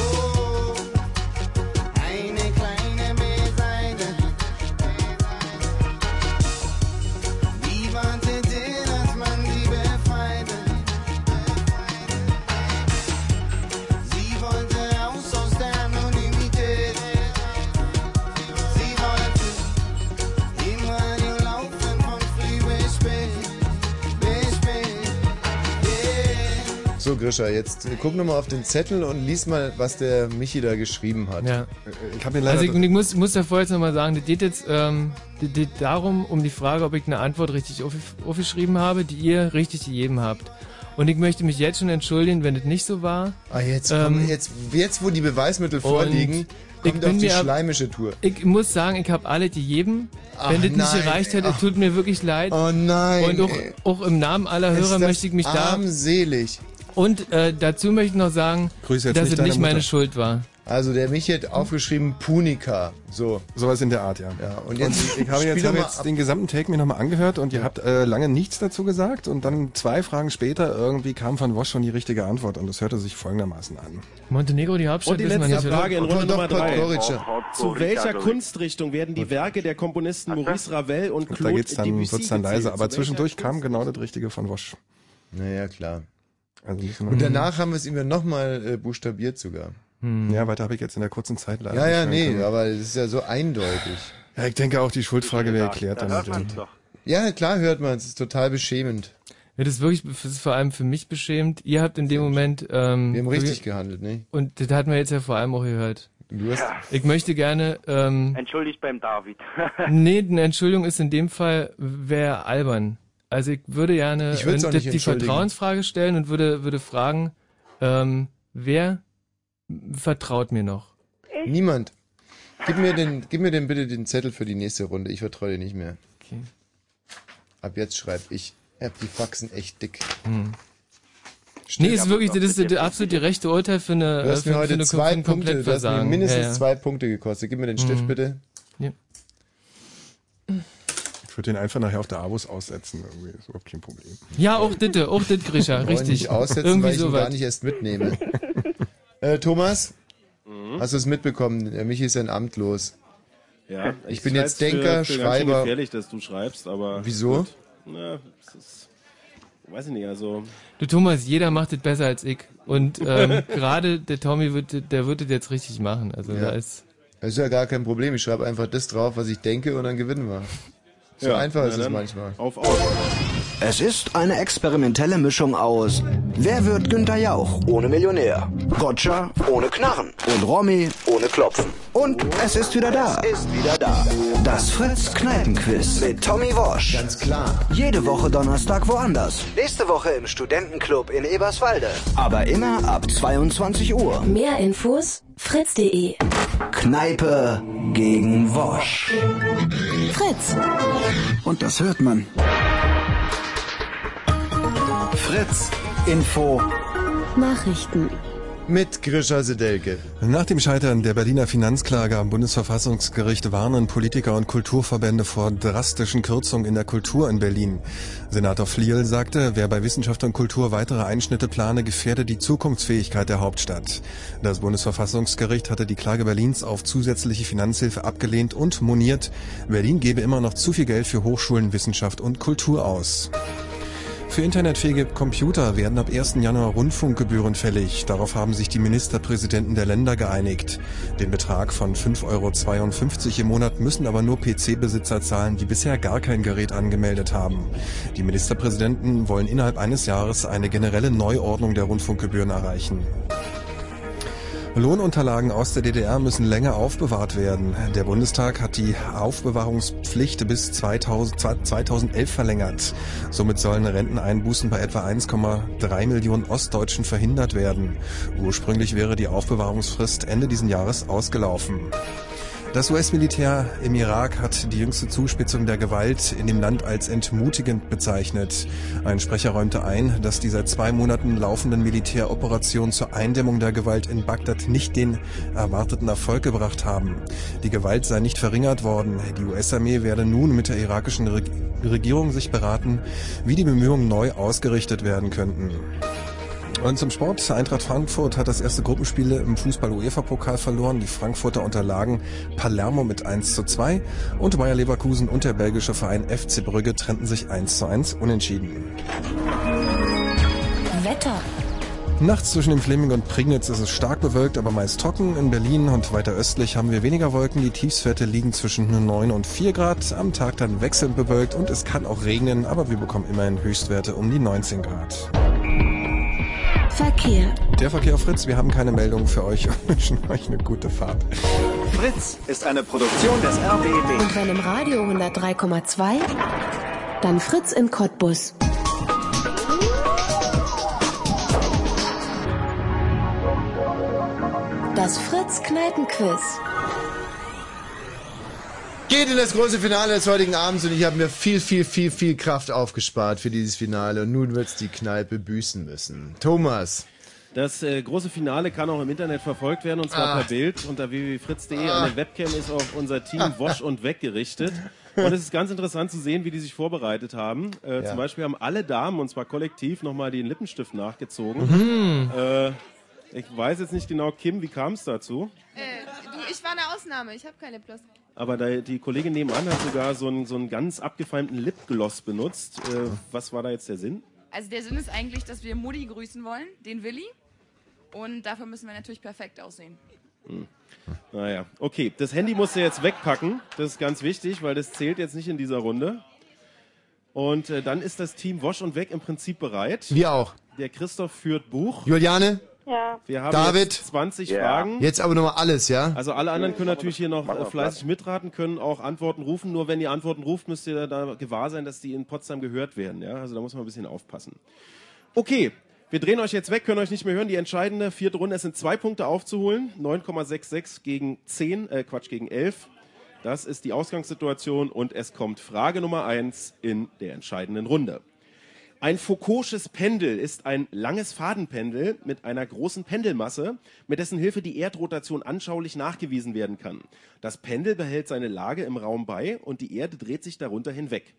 [SPEAKER 8] Oh, eine kleine B-Seite. Die wartete, dass man sie befreite. Sie wollte raus aus der Anonymität. Sie wollte im Radio laufen von früh bis spät. Bis spät. Yeah.
[SPEAKER 1] So, Grisha, jetzt äh, guck nochmal auf den Zettel und lies mal, was der Michi da geschrieben hat. Äh,
[SPEAKER 2] Ja.
[SPEAKER 1] Ich habe
[SPEAKER 2] Also ich, ich muss, muss davor jetzt nochmal sagen, das geht jetzt ähm, das geht darum, um die Frage, ob ich eine Antwort richtig aufgef- aufgeschrieben habe, die ihr richtig gegeben habt. Und ich möchte mich jetzt schon entschuldigen, wenn das nicht so war.
[SPEAKER 1] Ah, jetzt, kommen-
[SPEAKER 2] Ähm,
[SPEAKER 1] jetzt, jetzt, wo die Beweismittel vorliegen,
[SPEAKER 2] ich
[SPEAKER 1] kommt
[SPEAKER 2] bin
[SPEAKER 1] auf die
[SPEAKER 2] mir ab-
[SPEAKER 1] schleimische Tour.
[SPEAKER 2] Ich muss sagen, ich habe alle gegeben.
[SPEAKER 1] Ach,
[SPEAKER 2] Wenn das nicht
[SPEAKER 1] nein,
[SPEAKER 2] erreicht hat,
[SPEAKER 1] ey.
[SPEAKER 2] es tut mir wirklich leid.
[SPEAKER 1] Oh nein.
[SPEAKER 2] Und auch,
[SPEAKER 1] ey.
[SPEAKER 2] auch im Namen aller
[SPEAKER 1] Ist
[SPEAKER 2] Hörer
[SPEAKER 1] das
[SPEAKER 2] möchte ich mich da.
[SPEAKER 1] Armselig.
[SPEAKER 2] Und äh, dazu möchte ich noch sagen,
[SPEAKER 1] Grüß
[SPEAKER 2] dass
[SPEAKER 1] jetzt
[SPEAKER 2] es
[SPEAKER 1] nicht
[SPEAKER 2] nicht
[SPEAKER 1] deine
[SPEAKER 2] meine
[SPEAKER 1] Mutter.
[SPEAKER 2] Schuld war.
[SPEAKER 1] Also der Michi hat aufgeschrieben Punica. So.
[SPEAKER 15] Sowas in der Art, ja.
[SPEAKER 1] ja und
[SPEAKER 15] Und
[SPEAKER 1] jetzt,
[SPEAKER 15] ich habe jetzt,
[SPEAKER 1] spiel doch
[SPEAKER 15] habe
[SPEAKER 1] mal
[SPEAKER 15] jetzt
[SPEAKER 1] ab.
[SPEAKER 15] den gesamten Take mir nochmal angehört und ihr habt äh, lange nichts dazu gesagt und dann zwei Fragen später irgendwie kam von Wosch schon die richtige Antwort und das hörte sich folgendermaßen an.
[SPEAKER 2] Montenegro, die Hauptstadt
[SPEAKER 5] Und die
[SPEAKER 2] wissen wir
[SPEAKER 5] letzte
[SPEAKER 2] nicht, oder?
[SPEAKER 5] Frage in Runde Nummer drei.
[SPEAKER 15] Podgorica.
[SPEAKER 5] Zu welcher
[SPEAKER 15] Podgorica.
[SPEAKER 5] Kunstrichtung werden die Werke der Komponisten Maurice Ravel und
[SPEAKER 15] Da
[SPEAKER 5] Claude
[SPEAKER 15] geht's dann,
[SPEAKER 5] Debussy
[SPEAKER 15] wird's dann
[SPEAKER 5] gezählt?
[SPEAKER 15] leise, aber
[SPEAKER 5] Zu
[SPEAKER 15] zwischendurch kam genau das Richtige von Wosch.
[SPEAKER 1] Naja, klar.
[SPEAKER 15] Also müssen wir-
[SPEAKER 1] Und danach haben wir es ihm ja nochmal äh, buchstabiert sogar.
[SPEAKER 15] Hm. Ja, weiter habe ich jetzt in der kurzen Zeit leider
[SPEAKER 1] Ja, ja,
[SPEAKER 15] nicht hören
[SPEAKER 1] nee,
[SPEAKER 15] können.
[SPEAKER 1] aber es ist ja so eindeutig.
[SPEAKER 15] Ja, ich denke auch, die Schuldfrage wäre erklärt
[SPEAKER 1] Da
[SPEAKER 15] damit.
[SPEAKER 1] hört man's doch. Ja, klar hört man es. Ist total beschämend.
[SPEAKER 2] Ja, das ist wirklich das ist vor allem für mich beschämt. Ihr habt in dem Moment... Ähm,
[SPEAKER 1] Wir haben richtig
[SPEAKER 2] wirklich-
[SPEAKER 1] gehandelt, ne?
[SPEAKER 2] Und das hat man jetzt ja vor allem auch gehört.
[SPEAKER 1] Du hast- Ja.
[SPEAKER 2] Ich möchte gerne...
[SPEAKER 12] Hm.
[SPEAKER 2] Ähm,
[SPEAKER 9] Entschuldigt beim David.
[SPEAKER 2] nee, eine Entschuldigung ist in dem Fall, wäre albern. Also ich würde gerne
[SPEAKER 1] Ich würd's auch
[SPEAKER 2] äh,
[SPEAKER 1] nicht
[SPEAKER 2] die
[SPEAKER 1] entschuldigen.
[SPEAKER 2] Vertrauensfrage stellen und würde, würde fragen, ähm, wer vertraut mir noch?
[SPEAKER 1] Niemand. Gib mir, den, gib mir denn bitte den Zettel für die nächste Runde. Ich vertraue dir nicht mehr.
[SPEAKER 2] Okay.
[SPEAKER 1] Ab jetzt schreib ich. Ich hab die Faxen echt dick.
[SPEAKER 2] Hm. nee, ist wirklich, das ist das absolute rechte Urteil für eine, äh,
[SPEAKER 1] Du hast
[SPEAKER 2] für,
[SPEAKER 1] mir
[SPEAKER 2] für
[SPEAKER 1] heute
[SPEAKER 2] eine
[SPEAKER 1] zwei
[SPEAKER 2] für ein
[SPEAKER 1] Punkte, du hast mir
[SPEAKER 2] Komplettversagen.
[SPEAKER 1] mindestens
[SPEAKER 2] Ja, ja.
[SPEAKER 1] zwei Punkte gekostet. Gib mir den Stift
[SPEAKER 2] Mhm.
[SPEAKER 1] bitte.
[SPEAKER 15] Ich würde den einfach nachher auf der Abos aussetzen. Irgendwie ist überhaupt kein Problem.
[SPEAKER 2] Ja, auch ditte, auch dit, Grisha,
[SPEAKER 1] Wollen
[SPEAKER 2] richtig.
[SPEAKER 1] Nicht aussetzen,
[SPEAKER 2] Irgendwie
[SPEAKER 1] weil ich ihn
[SPEAKER 2] sowas.
[SPEAKER 1] gar nicht erst mitnehme. äh, Thomas,
[SPEAKER 5] Mhm.
[SPEAKER 1] hast du es mitbekommen? Der Michi ist ein Amt los.
[SPEAKER 5] Ja,
[SPEAKER 1] ich, bin
[SPEAKER 5] halte es
[SPEAKER 1] jetzt Denker,
[SPEAKER 5] für, für Ganz schön
[SPEAKER 1] Schreiber.
[SPEAKER 5] gefährlich, dass du schreibst, aber.
[SPEAKER 1] Wieso?
[SPEAKER 5] Gut. Na, es ist. Weiß ich nicht, also.
[SPEAKER 2] Du Thomas, jeder macht das besser als ich. Und ähm, gerade der Tommy wird, das- der wird das jetzt richtig machen. Also da
[SPEAKER 1] Ja.
[SPEAKER 2] ist.
[SPEAKER 1] Das ist ja gar kein Problem. Ich schreibe einfach das drauf, was ich denke, und dann gewinnen wir. So
[SPEAKER 5] Ja,
[SPEAKER 1] einfach
[SPEAKER 5] na
[SPEAKER 1] ist es
[SPEAKER 5] dann.
[SPEAKER 1] manchmal.
[SPEAKER 5] Auf, auf.
[SPEAKER 3] Es ist eine experimentelle Mischung aus Wer wird Günther Jauch ohne Millionär, Roger ohne Knarren und Romy ohne Klopfen. Und es ist wieder da. ist wieder da. Das Fritz Kneipenquiz mit Tommy Walsh. Ganz klar. Jede Woche Donnerstag woanders. Nächste Woche im Studentenclub in Eberswalde. Aber immer ab 22 Uhr.
[SPEAKER 14] Mehr Infos fritz.de.
[SPEAKER 3] Kneipe gegen Wosch.
[SPEAKER 14] Fritz.
[SPEAKER 3] Und das hört man. Fritz Info.
[SPEAKER 14] Nachrichten.
[SPEAKER 1] Mit Grisha Sedelke.
[SPEAKER 15] Nach dem Scheitern der Berliner Finanzklage am Bundesverfassungsgericht warnen Politiker und Kulturverbände vor drastischen Kürzungen in der Kultur in Berlin. Senator Fliel sagte, wer bei Wissenschaft und Kultur weitere Einschnitte plane, gefährde die Zukunftsfähigkeit der Hauptstadt. Das Bundesverfassungsgericht hatte die Klage Berlins auf zusätzliche Finanzhilfe abgelehnt und moniert, Berlin gebe immer noch zu viel Geld für Hochschulen, Wissenschaft und Kultur aus. Für internetfähige Computer werden ab 1. Januar Rundfunkgebühren fällig. Darauf haben sich die Ministerpräsidenten der Länder geeinigt. Den Betrag von 5,52 Euro im Monat müssen aber nur PC-Besitzer zahlen, die bisher gar kein Gerät angemeldet haben. Die Ministerpräsidenten wollen innerhalb eines Jahres eine generelle Neuordnung der Rundfunkgebühren erreichen. Lohnunterlagen aus der DDR müssen länger aufbewahrt werden. Der Bundestag hat die Aufbewahrungspflicht bis 2000, 2011 verlängert. Somit sollen Renteneinbußen bei etwa 1,3 Millionen Ostdeutschen verhindert werden. Ursprünglich wäre die Aufbewahrungsfrist Ende diesen Jahres ausgelaufen. Das US-Militär im Irak hat die jüngste Zuspitzung der Gewalt in dem Land als entmutigend bezeichnet. Ein Sprecher räumte ein, dass die seit zwei Monaten laufenden Militäroperationen zur Eindämmung der Gewalt in Bagdad nicht den erwarteten Erfolg gebracht haben. Die Gewalt sei nicht verringert worden. Die US-Armee werde nun mit der irakischen Reg Regierung sich beraten, wie die Bemühungen neu ausgerichtet werden könnten. Und zum Sport. Eintracht Frankfurt hat das erste Gruppenspiel im Fußball-UEFA-Pokal verloren. Die Frankfurter unterlagen Palermo mit 1 zu 2 und Bayer Leverkusen und der belgische Verein FC Brügge trennten sich 1 zu 1 unentschieden.
[SPEAKER 14] Wetter.
[SPEAKER 15] Nachts zwischen dem Fleming und Prignitz ist es stark bewölkt, aber meist trocken. In Berlin und weiter östlich haben wir weniger Wolken. Die Tiefswerte liegen zwischen 9 und 4 Grad. Am Tag dann wechselnd bewölkt und es kann auch regnen, aber wir bekommen immerhin Höchstwerte um die 19 Grad.
[SPEAKER 14] Verkehr.
[SPEAKER 15] Der Verkehr auf Fritz, wir haben keine Meldung für euch und wünschen euch eine gute Fahrt.
[SPEAKER 3] Fritz ist eine Produktion des RBB.
[SPEAKER 14] Und wenn im Radio 103,2, dann Fritz in Cottbus. Das Fritz Kneipenquiz.
[SPEAKER 1] Geht in das große Finale des heutigen Abends und ich habe mir viel, viel, viel, viel Kraft aufgespart für dieses Finale und nun wird's die Kneipe büßen müssen. Thomas,
[SPEAKER 5] Das äh, große Finale kann auch im Internet verfolgt werden, und
[SPEAKER 4] Ah.
[SPEAKER 5] zwar per Bild. Unter www.fritz.de
[SPEAKER 4] Ah.
[SPEAKER 5] an der Webcam ist auf unser Team Wosch und Weg gerichtet. Und es ist ganz interessant zu sehen, wie die sich vorbereitet haben. Äh,
[SPEAKER 4] Ja.
[SPEAKER 5] Zum Beispiel haben alle Damen, und zwar kollektiv, nochmal den Lippenstift nachgezogen.
[SPEAKER 4] Mhm.
[SPEAKER 5] Äh, ich weiß jetzt nicht genau, Kim, wie kam es dazu?
[SPEAKER 6] Äh, du, ich war eine Ausnahme. Ich habe keine Plus.
[SPEAKER 5] Aber da, die Kollegin nebenan hat sogar so einen, so einen ganz abgefeimten Lipgloss benutzt. Äh, was war da jetzt der Sinn?
[SPEAKER 6] Also der Sinn ist eigentlich, dass wir Mutti grüßen wollen, den Willi. Und dafür müssen wir natürlich perfekt aussehen.
[SPEAKER 5] Hm. Naja, okay. Das Handy musst du jetzt wegpacken. Das ist ganz wichtig, weil das zählt jetzt nicht in dieser Runde. Und äh, dann ist das Team Wosch und Weg im Prinzip bereit.
[SPEAKER 1] Wir auch.
[SPEAKER 5] Der Christoph führt Buch.
[SPEAKER 1] Juliane,
[SPEAKER 11] Ja.
[SPEAKER 5] Wir haben
[SPEAKER 1] David?
[SPEAKER 5] jetzt 20
[SPEAKER 1] Ja.
[SPEAKER 5] Fragen.
[SPEAKER 1] jetzt aber nochmal alles, ja?
[SPEAKER 5] Also alle anderen können natürlich hier noch äh, fleißig mitraten, können auch Antworten rufen. Nur wenn ihr Antworten ruft, müsst ihr da gewahr sein, dass die in Potsdam gehört werden. Ja? Also da muss man ein bisschen aufpassen. Okay, wir drehen euch jetzt weg, können euch nicht mehr hören. Die entscheidende vierte Runde, es sind zwei Punkte aufzuholen. 9,66 gegen 10, äh Quatsch, gegen 11. Das ist die Ausgangssituation und es kommt Frage Nummer 1 in der entscheidenden Runde. Ein Foucault'sches Pendel ist ein langes Fadenpendel mit einer großen Pendelmasse, mit dessen Hilfe die Erdrotation anschaulich nachgewiesen werden kann. Das Pendel behält seine Lage im Raum bei und die Erde dreht sich darunter hinweg.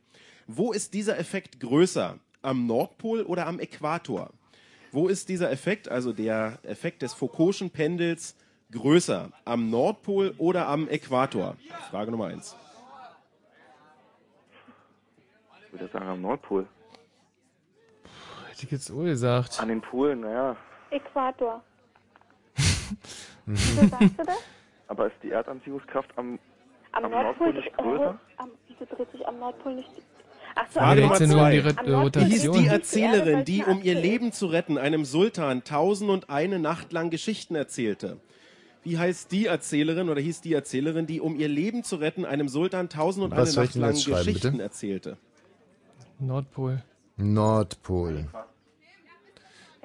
[SPEAKER 5] Wo ist dieser Effekt größer? Am Nordpol oder am Äquator? Wo ist dieser Effekt, also der Effekt des Foucault'schen Pendels, größer? Am Nordpol oder am Äquator? Frage Nummer eins.
[SPEAKER 12] Ich würde sagen am Nordpol.
[SPEAKER 2] Hätte ich jetzt wohl gesagt.
[SPEAKER 12] An den Polen, naja.
[SPEAKER 11] Äquator.
[SPEAKER 12] Wieso
[SPEAKER 11] sagst du das?
[SPEAKER 12] Aber ist die Erdanziehungskraft am,
[SPEAKER 11] Am,
[SPEAKER 12] am
[SPEAKER 11] Nordpol,
[SPEAKER 12] Nordpol nicht größer?
[SPEAKER 11] Äh, am, wieso dreht sich am Nordpol nicht? Ach so,
[SPEAKER 5] Frage
[SPEAKER 11] am
[SPEAKER 5] Nummer
[SPEAKER 11] Nordpol-
[SPEAKER 5] zwei.
[SPEAKER 11] am Nordpol dreht sich
[SPEAKER 5] Wie ist die
[SPEAKER 11] Erde,
[SPEAKER 5] Erzählerin, die
[SPEAKER 11] weil es
[SPEAKER 5] um ihr
[SPEAKER 11] eine Achse
[SPEAKER 5] Leben zu retten einem Sultan tausend und eine Nacht lang Geschichten erzählte? Wie heißt die Erzählerin oder hieß die Erzählerin, die um ihr Leben zu retten einem Sultan tausend und eine
[SPEAKER 1] Was soll ich
[SPEAKER 5] Nacht
[SPEAKER 1] denn
[SPEAKER 5] lang
[SPEAKER 1] jetzt schreiben, bitte?
[SPEAKER 5] Geschichten erzählte?
[SPEAKER 2] Nordpol.
[SPEAKER 1] Nordpol.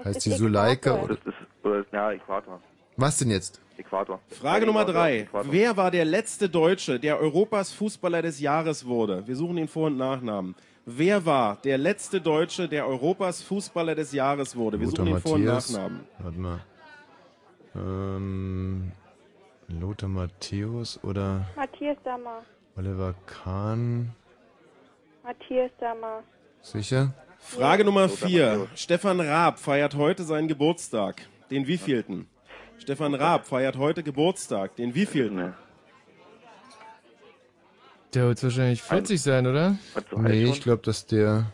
[SPEAKER 1] Heißt die Suleika?
[SPEAKER 12] Oder
[SPEAKER 1] Oder?
[SPEAKER 12] ist, ist, oder ist, ja, Äquator.
[SPEAKER 1] Was denn jetzt?
[SPEAKER 12] Äquator.
[SPEAKER 5] Frage Nummer
[SPEAKER 12] Äquator,
[SPEAKER 5] drei.
[SPEAKER 12] Äquator.
[SPEAKER 5] Wer war der letzte Deutsche, der Europas Fußballer des Jahres wurde? Wir suchen den Vor- und Nachnamen. Wer war der letzte Deutsche, der Europas Fußballer des Jahres wurde? Wir
[SPEAKER 1] Lothar
[SPEAKER 5] suchen den Vor- und
[SPEAKER 1] Matthäus.
[SPEAKER 5] Nachnamen.
[SPEAKER 1] Warte mal. Ähm, Lothar Matthäus oder
[SPEAKER 11] Matthias Sammer.
[SPEAKER 1] Oliver Kahn?
[SPEAKER 11] Matthias Sammer.
[SPEAKER 1] Sicher?
[SPEAKER 5] Frage Nummer 4. Stefan Raab feiert heute seinen Geburtstag. Den wievielten? Stefan Raab feiert heute Geburtstag. Den wievielten?
[SPEAKER 2] Der wird wahrscheinlich 40 sein, oder?
[SPEAKER 1] Nee, ich glaube, dass der.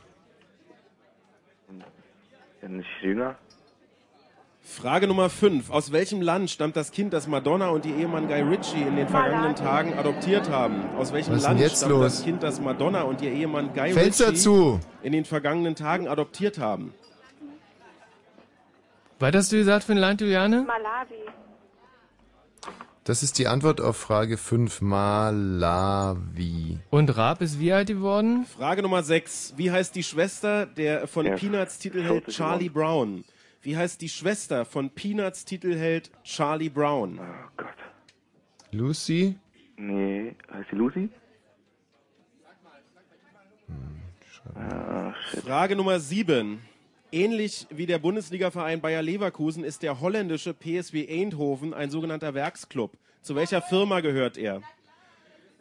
[SPEAKER 12] Ja, nicht jünger.
[SPEAKER 5] Frage Nummer 5. Aus welchem Land stammt das Kind, das Madonna und ihr Ehemann Guy Ritchie in den vergangenen Tagen adoptiert haben? Aus welchem
[SPEAKER 1] Was ist denn
[SPEAKER 5] Land
[SPEAKER 1] jetzt
[SPEAKER 5] stammt
[SPEAKER 1] los?
[SPEAKER 5] das Kind, das Madonna und ihr Ehemann Guy
[SPEAKER 1] Fenster
[SPEAKER 5] Ritchie
[SPEAKER 1] zu!
[SPEAKER 5] in den vergangenen Tagen adoptiert haben?
[SPEAKER 2] Was hast du gesagt für ein Land, Juliane?
[SPEAKER 11] Malawi.
[SPEAKER 1] Das ist die Antwort auf Frage 5. Malawi.
[SPEAKER 2] Und Raab ist wie alt geworden?
[SPEAKER 5] Frage Nummer 6. Wie heißt die Schwester der von
[SPEAKER 2] Ja.
[SPEAKER 5] Peanuts Titelheld
[SPEAKER 2] Schuldig
[SPEAKER 5] Charlie Brown? Wie heißt die Schwester von Peanuts Titelheld Charlie Brown?
[SPEAKER 1] Lucy?
[SPEAKER 12] Nee, Äh, heißt die Lucy? Ah,
[SPEAKER 5] Frage Nummer 7. Ähnlich wie der Bundesligaverein Bayer Leverkusen ist der holländische PSW Eindhoven ein sogenannter Werksclub. Zu welcher Firma gehört er?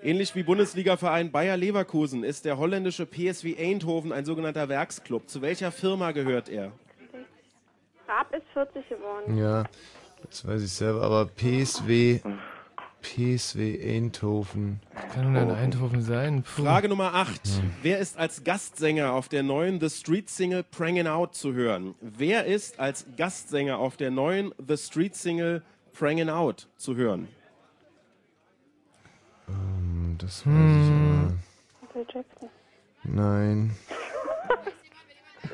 [SPEAKER 5] Ähnlich wie Bundesligaverein Bayer Leverkusen ist der holländische PSW Eindhoven ein sogenannter Werksclub. Zu welcher Firma gehört er?
[SPEAKER 11] Raab ist 40 geworden.
[SPEAKER 1] Ja, das weiß ich selber, aber PSW. PSW Eindhoven. Oh,
[SPEAKER 2] Kann nur in Eindhoven sein. Puh.
[SPEAKER 5] Oh.
[SPEAKER 2] Mhm.
[SPEAKER 5] Frage Nummer 8. Wer ist als Gastsänger auf der neuen The Street Single Prangin' Out zu hören? Wer ist als Gastsänger auf der neuen The Street Single Prangin' Out zu hören?
[SPEAKER 1] Hm, Das weiß
[SPEAKER 2] Hm.
[SPEAKER 11] Michael Jackson.
[SPEAKER 1] ich aber. Nein.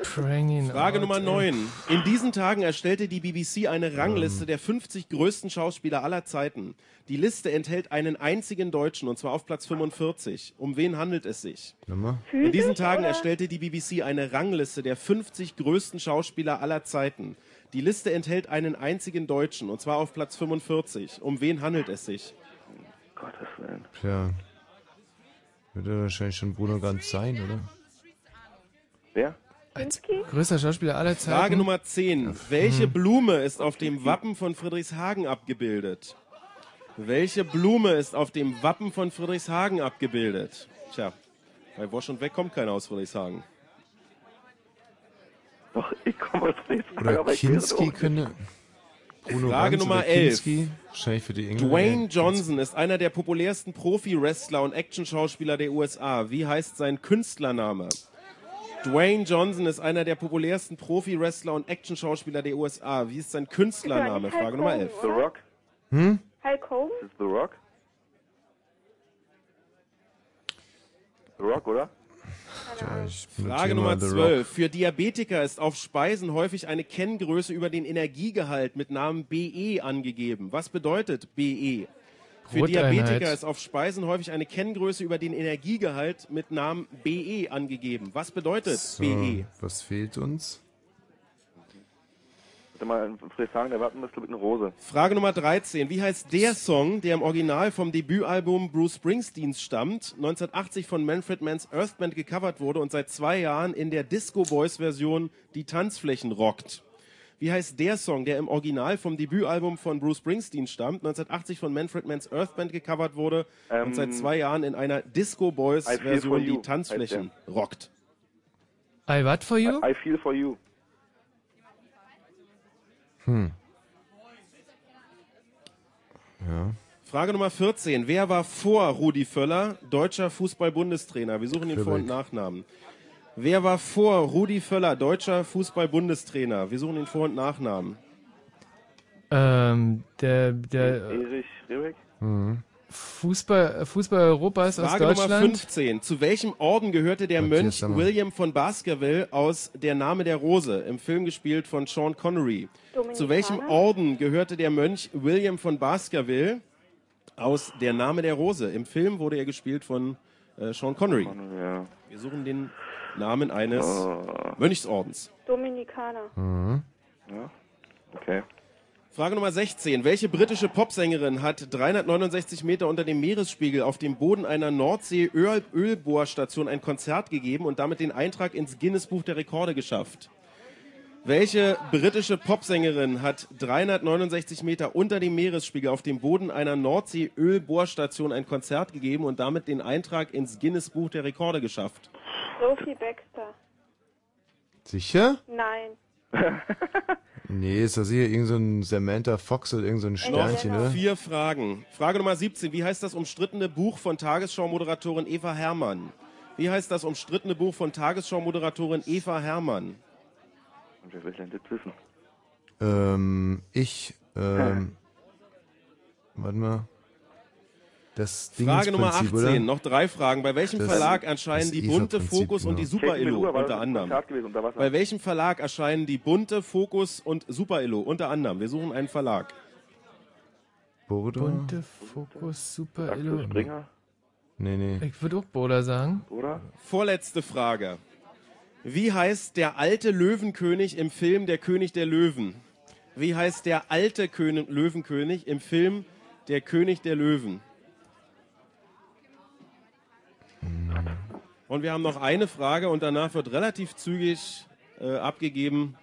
[SPEAKER 2] Pranging
[SPEAKER 5] Frage
[SPEAKER 2] out,
[SPEAKER 5] Nummer
[SPEAKER 2] ey.
[SPEAKER 5] 9. In diesen Tagen erstellte die BBC eine Rangliste der 50 größten Schauspieler aller Zeiten. Die Liste enthält einen einzigen Deutschen, und zwar auf Platz 45. Um wen handelt es sich?
[SPEAKER 1] Nummer?
[SPEAKER 5] In diesen Tagen erstellte die BBC eine Rangliste der 50 größten Schauspieler aller Zeiten. Die Liste enthält einen einzigen Deutschen, und zwar auf Platz 45. Um wen handelt es sich?
[SPEAKER 1] Tja. Wird er wahrscheinlich schon Bruno Ganz sein, oder?
[SPEAKER 12] Wer?
[SPEAKER 11] Kinski?
[SPEAKER 2] Größter Schauspieler aller Zeiten.
[SPEAKER 5] Frage Nummer 10. Welche
[SPEAKER 2] Hm.
[SPEAKER 5] Blume ist auf dem Wappen von Friedrichshagen abgebildet? Welche Blume ist auf dem Wappen von Friedrichshagen abgebildet? Tja, bei Wosch und Weg kommt keiner aus Friedrichshagen.
[SPEAKER 12] Doch, ich komme aus Friedrichshagen.
[SPEAKER 1] Oder
[SPEAKER 5] aber ich wäre
[SPEAKER 1] Kinski
[SPEAKER 5] doch-
[SPEAKER 1] könnte. Bruno
[SPEAKER 5] Frage
[SPEAKER 1] Ganz
[SPEAKER 5] Nummer
[SPEAKER 1] oder
[SPEAKER 5] 11.
[SPEAKER 1] Kinski, wahrscheinlich für die Engländer.
[SPEAKER 5] Dwayne Johnson ist einer der populärsten Profi-Wrestler und Action-Schauspieler der USA. Wie heißt sein Künstlername? Dwayne Johnson ist einer der populärsten Profi-Wrestler und Action-Schauspieler der USA. Wie ist sein Künstlername? Frage Nummer 11.
[SPEAKER 12] The Rock?
[SPEAKER 1] Hm?
[SPEAKER 11] Hulk Hogan?
[SPEAKER 12] Ist The Rock? The Rock, oder?
[SPEAKER 5] Frage Nummer 12. Für Diabetiker ist auf Speisen häufig eine Kenngröße über den Energiegehalt mit Namen BE angegeben. Was bedeutet BE? Für
[SPEAKER 2] Broteinheit.
[SPEAKER 5] Diabetiker ist auf Speisen häufig eine Kenngröße über den Energiegehalt mit Namen BE angegeben. Was bedeutet E?
[SPEAKER 1] So,
[SPEAKER 5] BE?
[SPEAKER 1] was fehlt uns?
[SPEAKER 12] Warte mal, in Friedrichshagen, Äh, der Wappen ist, glaube ich, eine Rose.
[SPEAKER 5] Frage Nummer 13. Wie heißt der Song, der im Original vom Debütalbum Bruce Springsteens stammt, 1980 von Manfred Manns Earthband gecovert wurde und seit zwei Jahren in der Disco Boys Version die Tanzflächen rockt? Wie heißt der Song, der im Original vom Debütalbum von Bruce Springsteen stammt, 1980 von Manfred Manns Earthband gecovert wurde
[SPEAKER 12] Ähm,
[SPEAKER 5] und seit zwei Jahren in einer Disco Boys
[SPEAKER 12] I Feel For
[SPEAKER 5] Version
[SPEAKER 12] You
[SPEAKER 5] die Tanzflächen
[SPEAKER 12] heißt
[SPEAKER 5] rockt?
[SPEAKER 2] I what for you?
[SPEAKER 12] I feel for you.
[SPEAKER 1] Hm. Ja.
[SPEAKER 5] Frage Nummer 14. Wer war vor Rudi Völler deutscher Fußball-Bundestrainer? Wir suchen den
[SPEAKER 1] Quebec.
[SPEAKER 5] Vor- und Nachnamen. Wer war vor Rudi Völler deutscher Fußball-Bundestrainer? Wir suchen den Vor- und Nachnamen.
[SPEAKER 2] Ähm, der, der
[SPEAKER 12] Erich Ribbeck?
[SPEAKER 2] Fußball, Fußball Europas aus
[SPEAKER 5] Mhm. Frage Nummer
[SPEAKER 2] Deutschland.
[SPEAKER 5] 15. Zu welchem Orden gehörte der
[SPEAKER 2] Matthias
[SPEAKER 5] Mönch
[SPEAKER 2] Sammer.
[SPEAKER 5] William von Baskerville aus Der Name der Rose, im Film gespielt von Sean Connery?
[SPEAKER 12] Dominikaner?
[SPEAKER 5] Zu welchem Orden gehörte der Mönch William von Baskerville aus Der Name der Rose? Im Film wurde er gespielt von äh, Sean Connery. Wir suchen den Namen eines Mönchsordens.
[SPEAKER 11] Dominikaner.
[SPEAKER 12] Ja. Okay.
[SPEAKER 5] Frage Nummer 16. Welche britische Popsängerin hat 369 Meter unter dem Meeresspiegel auf dem Boden einer Nordsee-Ölbohrstation ein Konzert gegeben und damit den Eintrag ins Guinness-Buch der Rekorde geschafft? Welche britische Popsängerin hat 369 Meter unter dem Meeresspiegel auf dem Boden einer Nordsee-Ölbohrstation ein Konzert gegeben und damit den Eintrag ins Guinness-Buch der Rekorde geschafft?
[SPEAKER 11] Sophie Baxter.
[SPEAKER 1] Sicher?
[SPEAKER 11] Nein.
[SPEAKER 1] Nee, ist das hier irgend so ein Samantha Fox oder irgend so ein Sternchen,
[SPEAKER 5] Noch
[SPEAKER 1] oder?
[SPEAKER 5] vier Fragen. Frage Nummer 17. Wie heißt das umstrittene Buch von Tagesschau-Moderatorin Eva Hermann? Wie heißt das umstrittene Buch von Tagesschau-Moderatorin Eva Hermann?
[SPEAKER 12] Und wer will denn das wissen?
[SPEAKER 1] Ähm, ich, ähm, warte mal. Das Ding
[SPEAKER 5] Frage Nummer 18.
[SPEAKER 1] Prinzip, oder?
[SPEAKER 5] Noch drei Fragen. Bei welchem
[SPEAKER 1] Das-
[SPEAKER 5] Verlag
[SPEAKER 1] das
[SPEAKER 5] erscheinen die
[SPEAKER 1] Eva
[SPEAKER 5] bunte
[SPEAKER 1] Prinzip, genau.
[SPEAKER 5] Fokus und die
[SPEAKER 1] ja.
[SPEAKER 5] Super
[SPEAKER 1] Kate
[SPEAKER 5] Illo
[SPEAKER 1] Beluga war das
[SPEAKER 5] unter anderem?
[SPEAKER 12] Konzert gewesen, unter Wasser.
[SPEAKER 5] Bei welchem Verlag erscheinen die bunte Fokus und Super Illo unter anderem? Wir suchen einen Verlag.
[SPEAKER 1] Bordeaux?
[SPEAKER 2] Bunte Fokus, Super Illo.
[SPEAKER 1] Nee, nee.
[SPEAKER 2] Ich würde auch Boda sagen.
[SPEAKER 12] Oder?
[SPEAKER 5] Vorletzte Frage. Wie heißt der alte Löwenkönig im Film Der König der Löwen? Wie heißt der alte König, Löwenkönig im Film Der König der Löwen? Und wir haben noch eine Frage und danach wird relativ zügig äh, abgegeben.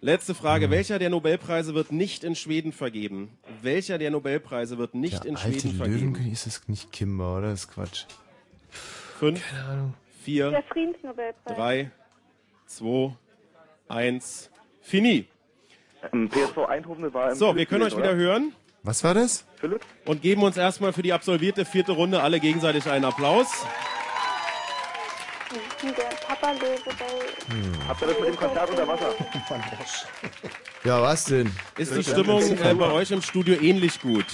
[SPEAKER 5] Letzte
[SPEAKER 1] Mhm.
[SPEAKER 5] Frage. Welcher der Nobelpreise wird nicht in Schweden vergeben? Welcher der Nobelpreise wird nicht
[SPEAKER 1] Der
[SPEAKER 5] in
[SPEAKER 1] alte
[SPEAKER 5] Schweden vergeben?
[SPEAKER 1] Löwenkönig ist das nicht Kimber, oder? Das ist Quatsch.
[SPEAKER 5] Fünf, vier,
[SPEAKER 11] Der Friedensnobelpreis.
[SPEAKER 5] 3, 2, 1, fini.
[SPEAKER 12] PSV Eindhoven war im
[SPEAKER 5] So, wir können euch
[SPEAKER 12] Philipp,
[SPEAKER 5] wieder
[SPEAKER 12] oder?
[SPEAKER 5] hören
[SPEAKER 1] Was war das?
[SPEAKER 12] Philipp?
[SPEAKER 5] und geben uns erstmal für die absolvierte vierte Runde alle gegenseitig einen Applaus.
[SPEAKER 11] Hm, Der Papa lebe bei.
[SPEAKER 12] Hm. Habt ihr das mit dem Konzert unter Wasser?
[SPEAKER 1] Ja, was denn?
[SPEAKER 5] Ist die Stimmung äh, bei euch im Studio ähnlich gut?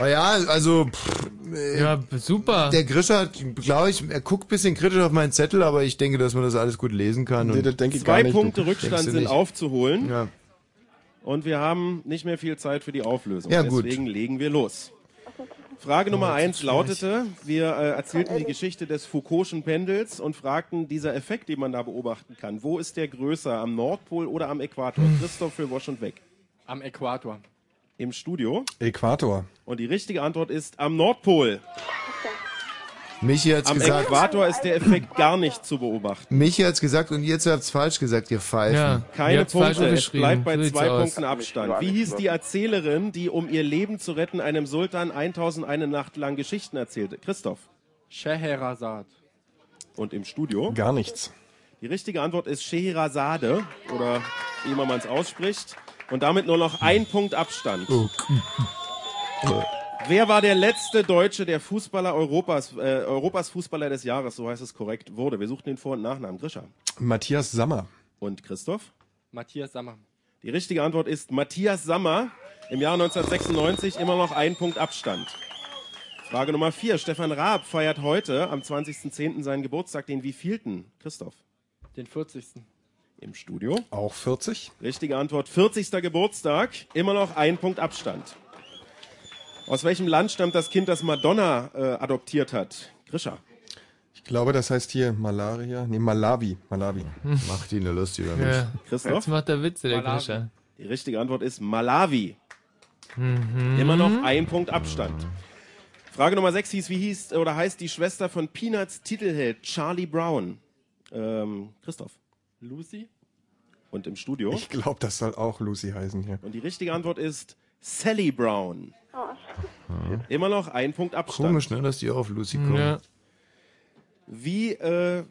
[SPEAKER 1] Oh ja, also. Pff,
[SPEAKER 2] ja, super.
[SPEAKER 1] Der Grischer, glaube ich, er guckt ein bisschen kritisch auf meinen Zettel, aber ich denke, dass man das alles gut lesen kann.
[SPEAKER 15] Nee,
[SPEAKER 1] und-
[SPEAKER 15] das denke ich
[SPEAKER 5] Zwei Punkte Rückstand
[SPEAKER 1] Denkst du
[SPEAKER 5] sind
[SPEAKER 1] nicht?
[SPEAKER 5] aufzuholen.
[SPEAKER 1] Ja.
[SPEAKER 5] Und wir haben nicht mehr viel Zeit für die Auflösung.
[SPEAKER 1] Ja, gut. Oh,
[SPEAKER 5] Deswegen legen wir los. Frage Nummer eins lautete, wir äh, erzählten die Geschichte des Foucault'schen Pendels und fragten, dieser Effekt, den man da beobachten kann, wo ist der größer, am Nordpol oder am Äquator?
[SPEAKER 1] Hm.
[SPEAKER 5] Christoph für Wasch und Weg.
[SPEAKER 17] Am Äquator.
[SPEAKER 5] Im Studio.
[SPEAKER 15] Äquator.
[SPEAKER 5] Und die richtige Antwort ist am Nordpol.
[SPEAKER 1] Michi hat's
[SPEAKER 5] Am
[SPEAKER 1] gesagt.
[SPEAKER 5] Äquator ist der Effekt gar nicht zu beobachten.
[SPEAKER 1] Michi hat's gesagt und ihr zwei habt's falsch gesagt, ihr Pfeifen.
[SPEAKER 5] Keine Punkte, es bleibt bei zwei Punkten Abstand. Wie hieß die Erzählerin, die um ihr Leben zu retten einem Sultan 1001 Nacht lang Geschichten erzählte? Christoph. Scheherazad. Und im Studio?
[SPEAKER 15] Gar nichts.
[SPEAKER 5] Die richtige Antwort ist Scheherazade oder wie immer man es ausspricht. Und damit nur noch ein Punkt Abstand. Wer war der letzte Deutsche, der Fußballer Europas, äh, Europas Fußballer des Jahres, so heißt es korrekt, wurde? Wir suchten den Vor- und Nachnamen. Grischer.
[SPEAKER 15] Matthias Sammer.
[SPEAKER 5] Und Christoph?
[SPEAKER 17] Matthias Sammer.
[SPEAKER 5] Die richtige Antwort ist Matthias Sammer. Im Jahr 1996 immer noch ein Punkt Abstand. Frage Nummer vier. Stefan Raab feiert heute am 20.10. seinen Geburtstag, den wievielten? Christoph.
[SPEAKER 17] Den 40.
[SPEAKER 5] Im Studio.
[SPEAKER 15] Auch 40.
[SPEAKER 5] Richtige Antwort, 40. Geburtstag. Immer noch ein Punkt Abstand. Aus welchem Land stammt das Kind, das Madonna äh, adoptiert hat? Grisha.
[SPEAKER 15] Ich glaube, das heißt hier Malaria. Nee, Malawi. Malawi.
[SPEAKER 1] Hm. Macht ihn eine Lust über
[SPEAKER 15] Ja.
[SPEAKER 5] Christoph?
[SPEAKER 15] Jetzt macht er Witze, der Grisha.
[SPEAKER 5] Die richtige Antwort ist Malawi.
[SPEAKER 2] Mhm.
[SPEAKER 5] Immer noch ein Punkt Abstand. Frage Nummer 6 hieß, wie hieß oder heißt die Schwester von Peanuts Titelheld Charlie Brown? Ähm, Christoph.
[SPEAKER 17] Lucy?
[SPEAKER 5] Und im Studio?
[SPEAKER 15] Ich glaube, das soll auch Lucy heißen hier.
[SPEAKER 5] Und die richtige Antwort ist Sally Brown.
[SPEAKER 1] Ja.
[SPEAKER 5] Immer noch ein Punkt Abstand.
[SPEAKER 1] Oh. Komisch, ne, dass die auf Lucy kommen.
[SPEAKER 5] Ja. Wie, äh,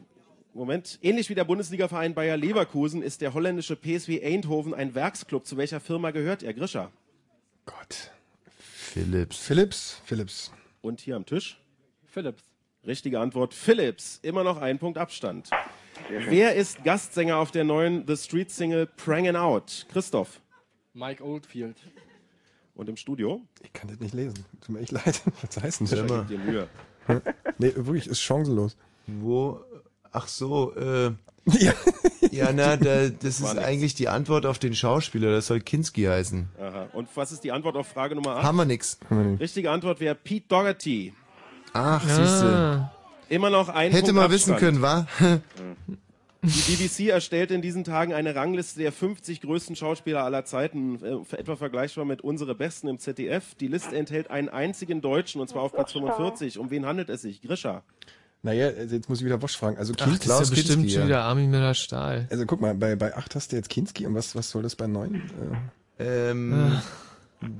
[SPEAKER 5] Moment, ähnlich wie der Bundesligaverein Bayer Leverkusen ist der holländische PSV Eindhoven ein Werksclub. Zu welcher Firma gehört er? Grisha.
[SPEAKER 1] Philips.
[SPEAKER 15] Philips. Philips.
[SPEAKER 5] Und hier am Tisch?
[SPEAKER 17] Philips.
[SPEAKER 5] Richtige Antwort, Philips. Immer noch ein Punkt Abstand.
[SPEAKER 17] schön.
[SPEAKER 5] Wer ist Gastsänger auf der neuen The Street Single Prangin' Out? Christoph.
[SPEAKER 17] Mike Oldfield.
[SPEAKER 5] Und im Studio?
[SPEAKER 15] Ich kann das nicht lesen. Tut mir echt leid. Was heißt denn das?
[SPEAKER 1] Selber.
[SPEAKER 5] Gib dir Mühe.
[SPEAKER 15] Hm? nee, wirklich, ist chancenlos.
[SPEAKER 1] Wo? Ach so, äh. Ja, na, da, das
[SPEAKER 5] War
[SPEAKER 1] ist
[SPEAKER 5] nix.
[SPEAKER 1] eigentlich die Antwort auf den Schauspieler. Das soll Kinski heißen.
[SPEAKER 5] Aha. Und was ist die Antwort auf Frage Nummer 8?
[SPEAKER 1] Haben wir nix. Haben wir nix.
[SPEAKER 5] Richtige Antwort wäre Pete Doherty.
[SPEAKER 1] Ach,
[SPEAKER 5] Ah.
[SPEAKER 1] siehste.
[SPEAKER 5] Immer noch ein
[SPEAKER 1] Hätte
[SPEAKER 5] Punkt
[SPEAKER 1] mal
[SPEAKER 5] Abstand.
[SPEAKER 1] wissen können, wa?
[SPEAKER 5] Die BBC erstellte in diesen Tagen eine Rangliste der 50 größten Schauspieler aller Zeiten, äh, etwa vergleichbar mit unsere Besten im ZDF. Die Liste enthält einen einzigen Deutschen, und zwar auf Platz 45. Um wen handelt es sich? Grisha.
[SPEAKER 15] Naja, also jetzt muss ich wieder Bosch fragen. Also
[SPEAKER 2] Ach, das ist ja bestimmt schon wieder Armin Müller-Stahl.
[SPEAKER 15] Also guck mal, bei, bei 8 hast du jetzt Kinski und was, was soll das bei Äh, 9?
[SPEAKER 1] Ähm,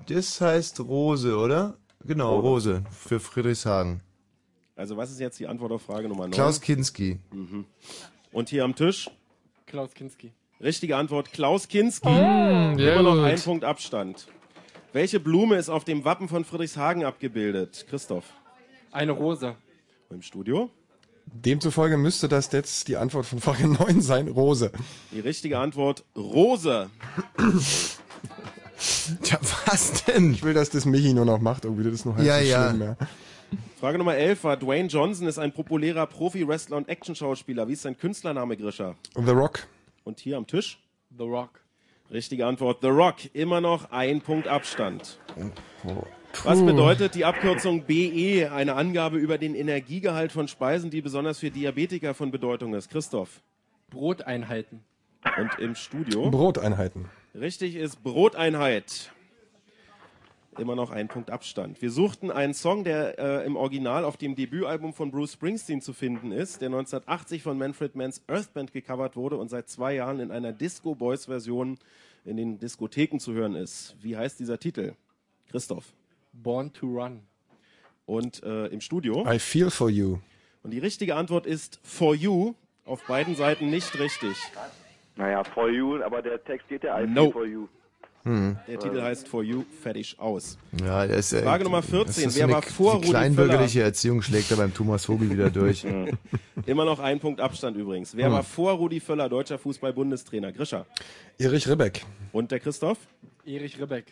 [SPEAKER 1] das heißt Rose, oder? Genau, Rose. Für Friedrichshagen.
[SPEAKER 5] Also was ist jetzt die Antwort auf Frage Nummer 9?
[SPEAKER 1] Klaus Kinski.
[SPEAKER 5] Mhm. Und hier am Tisch?
[SPEAKER 17] Klaus Kinski.
[SPEAKER 5] Richtige Antwort, Klaus Kinski.
[SPEAKER 17] sehr
[SPEAKER 5] Immer noch
[SPEAKER 17] gut.
[SPEAKER 5] ein Punkt Abstand. Welche Blume ist auf dem Wappen von Friedrichshagen abgebildet? Christoph.
[SPEAKER 17] Eine Rose.
[SPEAKER 5] Im Studio?
[SPEAKER 15] Demzufolge müsste das jetzt die Antwort von Frage 9 sein, Rose.
[SPEAKER 5] Die richtige Antwort, Rose.
[SPEAKER 1] Ja, was denn?
[SPEAKER 15] Ich will, dass das Michi nur noch macht, irgendwie das ist noch halb
[SPEAKER 5] Ja,
[SPEAKER 15] so
[SPEAKER 5] ja.
[SPEAKER 15] schlimm, ja.
[SPEAKER 5] Frage Nummer 11 war, Dwayne Johnson ist ein populärer Profi-Wrestler und Action-Schauspieler. Wie ist sein Künstlername, Grisha?
[SPEAKER 15] The Rock.
[SPEAKER 5] Und hier am Tisch?
[SPEAKER 17] The Rock.
[SPEAKER 5] Richtige Antwort, The Rock. Immer noch ein Punkt Abstand.
[SPEAKER 15] Oh,
[SPEAKER 5] Was bedeutet die Abkürzung BE, eine Angabe über den Energiegehalt von Speisen, die besonders für Diabetiker von Bedeutung ist? Christoph.
[SPEAKER 17] Broteinheiten.
[SPEAKER 5] Und im Studio?
[SPEAKER 15] Broteinheiten.
[SPEAKER 5] Richtig ist Broteinheit. Immer noch ein Punkt Abstand. Wir suchten einen Song, der äh, im Original auf dem Debütalbum von Bruce Springsteen zu finden ist, der 1980 von Manfred Manns Earth Band gecovert wurde und seit zwei Jahren in einer Disco Boys Version in den Diskotheken zu hören ist. Wie heißt dieser Titel? Christoph.
[SPEAKER 17] Born to Run.
[SPEAKER 5] Und äh, im Studio?
[SPEAKER 15] I feel for you.
[SPEAKER 5] Und die richtige Antwort ist For You. Auf beiden Seiten nicht richtig.
[SPEAKER 12] Naja, for you, aber der Text geht ja I
[SPEAKER 5] No.
[SPEAKER 12] feel for you.
[SPEAKER 1] Hm.
[SPEAKER 5] Der Titel heißt For You, fertig aus.
[SPEAKER 1] Ja, der ist, äh,
[SPEAKER 5] Frage Nummer
[SPEAKER 1] das ist
[SPEAKER 5] 14.
[SPEAKER 1] so
[SPEAKER 5] Wer
[SPEAKER 1] eine-
[SPEAKER 5] war vor Rudi Völler?
[SPEAKER 1] Die
[SPEAKER 5] Mhm.
[SPEAKER 1] kleinbürgerliche Erziehung schlägt da beim Thomas Vogel wieder durch.
[SPEAKER 5] Immer noch ein Punkt Abstand übrigens. Wer
[SPEAKER 1] Hm.
[SPEAKER 5] war vor Rudi Völler deutscher Fußball-Bundestrainer? Grischer.
[SPEAKER 15] Erich Ribbeck.
[SPEAKER 5] Und der Christoph?
[SPEAKER 17] Erich Ribbeck.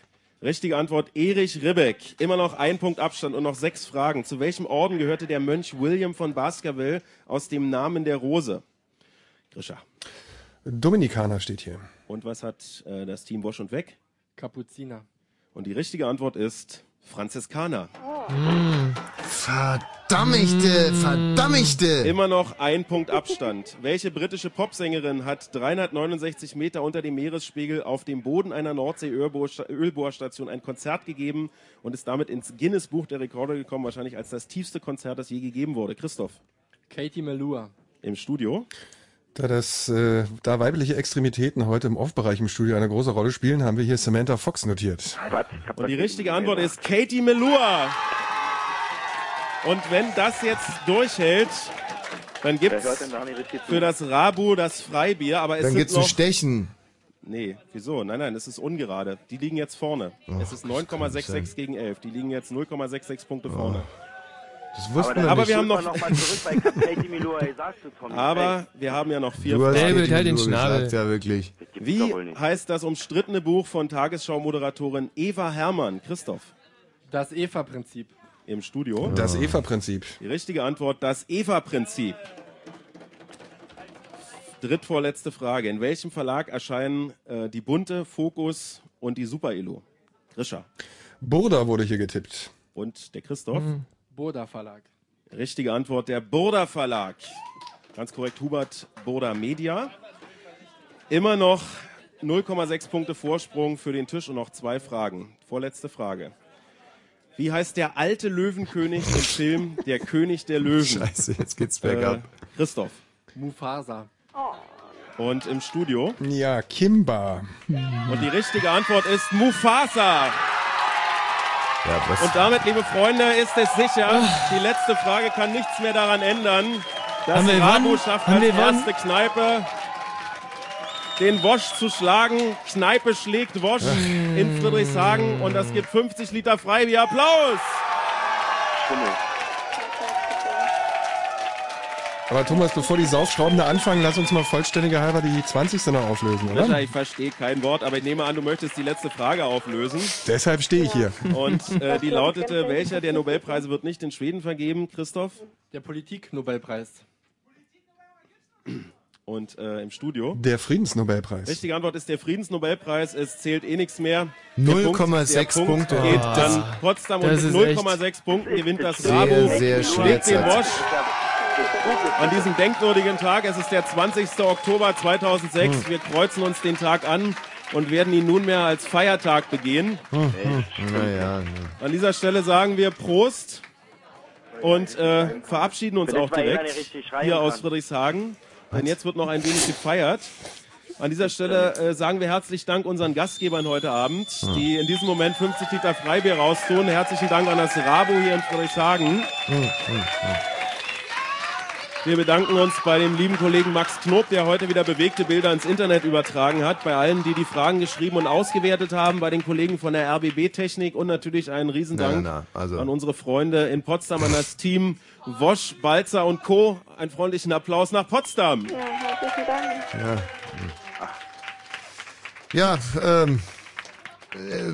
[SPEAKER 5] Richtige Antwort, Erich Ribbeck. Immer noch ein Punkt Abstand und noch sechs Fragen. Zu welchem Orden gehörte der Mönch William von Baskerville aus dem Namen der Rose? Grischer.
[SPEAKER 15] Dominikaner steht hier.
[SPEAKER 5] Und was hat äh, das Team Bosch und Weg?
[SPEAKER 17] Kapuziner.
[SPEAKER 5] Und die richtige Antwort ist Franziskaner.
[SPEAKER 1] Verdammigte, verdammigte.
[SPEAKER 5] Immer noch ein Punkt Abstand. Welche britische Popsängerin hat 369 Meter unter dem Meeresspiegel auf dem Boden einer Nordsee-Ölbohrstation ein Konzert gegeben und ist damit ins Guinness-Buch der Rekorde gekommen, wahrscheinlich als das tiefste Konzert, das je gegeben wurde? Christoph.
[SPEAKER 17] Katie Melua.
[SPEAKER 5] Im Studio.
[SPEAKER 15] Da, das, äh, da weibliche Extremitäten heute im Off-Bereich im Studio eine große Rolle spielen, haben wir hier Samantha Fox notiert.
[SPEAKER 5] Und die richtige Antwort ist Katie Melua. Und wenn das jetzt durchhält, dann
[SPEAKER 12] Wer
[SPEAKER 5] gibt's
[SPEAKER 12] hört denn da nicht richtig zu?
[SPEAKER 5] für das Rabu das Freibier, aber es
[SPEAKER 1] Dann
[SPEAKER 5] sind
[SPEAKER 1] gibt's ein
[SPEAKER 5] noch
[SPEAKER 1] Stechen.
[SPEAKER 5] Nee, wieso? Nein, nein, es ist ungerade. Die liegen jetzt vorne.
[SPEAKER 1] Ach,
[SPEAKER 5] es ist
[SPEAKER 1] das kann nicht
[SPEAKER 5] 9,66 gegen 11. Die liegen jetzt 0,66 Punkte
[SPEAKER 1] Oh.
[SPEAKER 5] vorne.
[SPEAKER 1] Das
[SPEAKER 5] wussten wir nicht.
[SPEAKER 12] wir haben noch. mal zurück, weil ich hab Katie Melua gesagt zu Tommy.
[SPEAKER 5] Aber wir haben ja noch vier
[SPEAKER 1] Du hast
[SPEAKER 5] Fragen.
[SPEAKER 1] David, halt den Schnabel. gesagt, ja, wirklich.
[SPEAKER 5] Wie heißt das umstrittene Buch von Tagesschau-Moderatorin Eva Hermann? Christoph.
[SPEAKER 17] Das Eva-Prinzip.
[SPEAKER 5] Im Studio.
[SPEAKER 15] Das
[SPEAKER 1] Ah.
[SPEAKER 15] Eva-Prinzip.
[SPEAKER 5] Die richtige Antwort, das Eva-Prinzip. Drittvorletzte Frage. In welchem Verlag erscheinen äh, die Bunte, Fokus und die Super Elo? Grisha.
[SPEAKER 15] Burda wurde hier getippt.
[SPEAKER 5] Und der Christoph?
[SPEAKER 2] Mhm.
[SPEAKER 17] Boda Verlag.
[SPEAKER 5] Richtige Antwort, der Burda Verlag. Ganz korrekt, Hubert Burda Media. Immer noch 0,6 Punkte Vorsprung für den Tisch und noch zwei Fragen. Vorletzte Frage. Wie heißt der alte Löwenkönig im Film Der König der Löwen?
[SPEAKER 1] Scheiße, jetzt geht's
[SPEAKER 5] Äh,
[SPEAKER 1] bergab.
[SPEAKER 5] Christoph. Oh.
[SPEAKER 17] Mufasa.
[SPEAKER 5] Und im Studio?
[SPEAKER 15] Äh, Ja, Kimba.
[SPEAKER 5] Und die richtige Antwort ist Mufasa. Und damit, liebe Freunde, ist es sicher, die letzte Frage kann nichts mehr daran ändern. Das
[SPEAKER 2] Oh. Haben wir
[SPEAKER 5] Rabu
[SPEAKER 2] gewonnen?
[SPEAKER 5] schafft
[SPEAKER 2] Haben
[SPEAKER 5] als
[SPEAKER 2] wir gewonnen?
[SPEAKER 5] erste Kneipe den Wosch zu schlagen. Kneipe schlägt Wosch
[SPEAKER 2] Ah.
[SPEAKER 5] in Friedrichshagen und das gibt 50 Liter Freibier. Applaus!
[SPEAKER 15] Aber Thomas, bevor die Saufschrauben da anfangen, lass uns mal vollständiger halber die 20. noch auflösen, oder?
[SPEAKER 5] Sascha, ich verstehe kein Wort, aber ich nehme an, du möchtest die letzte Frage auflösen.
[SPEAKER 15] Deshalb stehe ich hier.
[SPEAKER 5] Und äh, die lautete, welcher der Nobelpreise wird nicht in Schweden vergeben, Christoph?
[SPEAKER 17] Der Politik-Nobelpreis.
[SPEAKER 5] Und äh, im Studio?
[SPEAKER 15] Der Friedensnobelpreis.
[SPEAKER 5] Richtige Antwort ist der Friedensnobelpreis. Es zählt eh nichts mehr.
[SPEAKER 1] 0,6
[SPEAKER 5] Der Punkt
[SPEAKER 1] Punkte.
[SPEAKER 5] geht
[SPEAKER 1] Ah.
[SPEAKER 5] dann Potsdam und
[SPEAKER 1] Das
[SPEAKER 5] mit
[SPEAKER 1] ist echt-
[SPEAKER 5] 0,6 Punkten gewinnt das
[SPEAKER 1] Sehr,
[SPEAKER 5] Rabo.
[SPEAKER 1] sehr schwer,
[SPEAKER 5] den
[SPEAKER 1] Zeit.
[SPEAKER 5] Bosch. An diesem denkwürdigen Tag, es ist der 20. Oktober 2006,
[SPEAKER 1] Hm.
[SPEAKER 5] wir kreuzen uns den Tag an und werden ihn nunmehr als Feiertag begehen.
[SPEAKER 1] Hm, Naja,
[SPEAKER 5] An dieser Stelle sagen wir Prost und äh, verabschieden uns
[SPEAKER 12] Wenn
[SPEAKER 5] auch
[SPEAKER 12] jetzt mal einer
[SPEAKER 5] direkt
[SPEAKER 12] richtig schreien
[SPEAKER 5] hier aus
[SPEAKER 12] kann.
[SPEAKER 5] Friedrichshagen, denn jetzt wird noch ein wenig gefeiert. An dieser Stelle äh, sagen wir herzlich Dank unseren Gastgebern heute Abend,
[SPEAKER 12] Ah.
[SPEAKER 1] Ja.
[SPEAKER 5] die in diesem Moment 50 Liter Freibier raustun. Herzlichen Dank an das Rabo hier in Friedrichshagen.
[SPEAKER 1] Hm,
[SPEAKER 5] Wir bedanken uns bei dem lieben Kollegen Max Knob, der heute wieder bewegte Bilder ins Internet übertragen hat, bei allen, die die Fragen geschrieben und ausgewertet haben, bei den Kollegen von der RBB Technik und natürlich einen Riesendank
[SPEAKER 1] Na, na, na, also.
[SPEAKER 5] an unsere Freunde in Potsdam, an das Team Wosch, Balzer und Co. Einen freundlichen Applaus nach Potsdam.
[SPEAKER 11] Ja, herzlichen Dank.
[SPEAKER 1] ja. Hm. Ja, ähm, äh,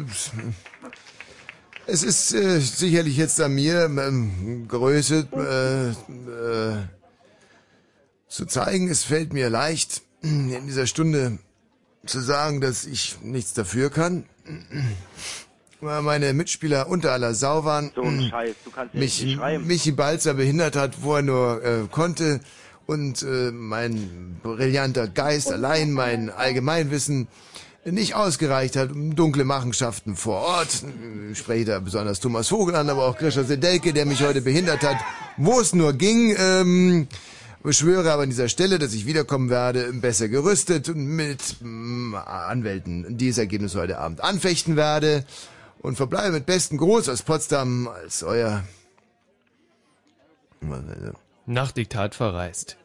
[SPEAKER 1] es ist äh, sicherlich jetzt an mir, ähm, Größe äh, äh, zu zeigen. Es fällt mir leicht, in dieser Stunde zu sagen, dass ich nichts dafür kann. Weil meine Mitspieler unter aller Sau waren. Hm.
[SPEAKER 12] So ein Scheiß, du kannst nicht
[SPEAKER 1] mich,
[SPEAKER 12] schreiben.
[SPEAKER 1] Michi Balzer behindert hat, wo er nur äh, konnte. Und äh, mein brillanter Geist, allein mein Allgemeinwissen, nicht ausgereicht hat, um dunkle Machenschaften vor Ort. Ich spreche da besonders Thomas Vogel an, aber auch Grisha Sedelke, der mich heute behindert hat, wo es nur ging. Ähm, beschwöre aber an dieser Stelle, dass ich wiederkommen werde, besser gerüstet und mit mm, Anwälten dieses Ergebnis heute Abend anfechten werde und verbleibe mit besten Gruß aus Potsdam als euer
[SPEAKER 5] also.
[SPEAKER 2] Nach Diktat verreist.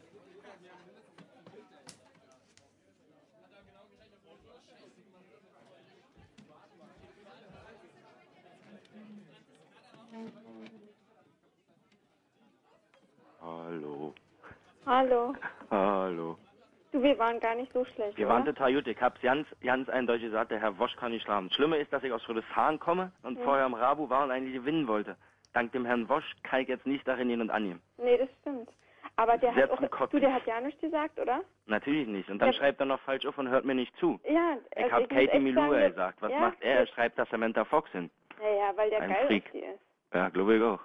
[SPEAKER 12] Hallo.
[SPEAKER 11] Hallo.
[SPEAKER 12] Hallo.
[SPEAKER 11] Du, wir waren gar nicht so schlecht.
[SPEAKER 12] Wir
[SPEAKER 11] oder?
[SPEAKER 12] waren total gut. Ich hab's ganz, ganz eindeutig gesagt, der Herr Wosch kann nicht schlafen. Schlimme ist, dass ich aus Friedrichshagen komme und
[SPEAKER 11] Ja.
[SPEAKER 12] vorher im Rabu war und eigentlich gewinnen wollte. Dank dem Herrn Wosch kann ich jetzt nicht darin gehen und annehmen.
[SPEAKER 11] Nee, das stimmt. Aber der
[SPEAKER 12] Sehr
[SPEAKER 11] hat
[SPEAKER 12] zum
[SPEAKER 11] auch, du,
[SPEAKER 12] Kotzen.
[SPEAKER 11] der hat ja nichts gesagt, oder?
[SPEAKER 12] Natürlich nicht. Und dann
[SPEAKER 11] Ja.
[SPEAKER 12] schreibt er noch falsch auf und hört mir nicht zu.
[SPEAKER 11] Ja,
[SPEAKER 12] Ich
[SPEAKER 11] also
[SPEAKER 12] hab
[SPEAKER 11] muss
[SPEAKER 12] Katie
[SPEAKER 11] echt sagen,
[SPEAKER 12] Milua
[SPEAKER 11] dass-
[SPEAKER 12] gesagt. Was
[SPEAKER 11] ja,
[SPEAKER 12] macht er? Er schreibt da Samantha Fox hin.
[SPEAKER 11] Naja, weil der
[SPEAKER 12] Ein
[SPEAKER 11] geil
[SPEAKER 12] Freak.
[SPEAKER 11] auf die ist.
[SPEAKER 12] Ja, glaube ich auch.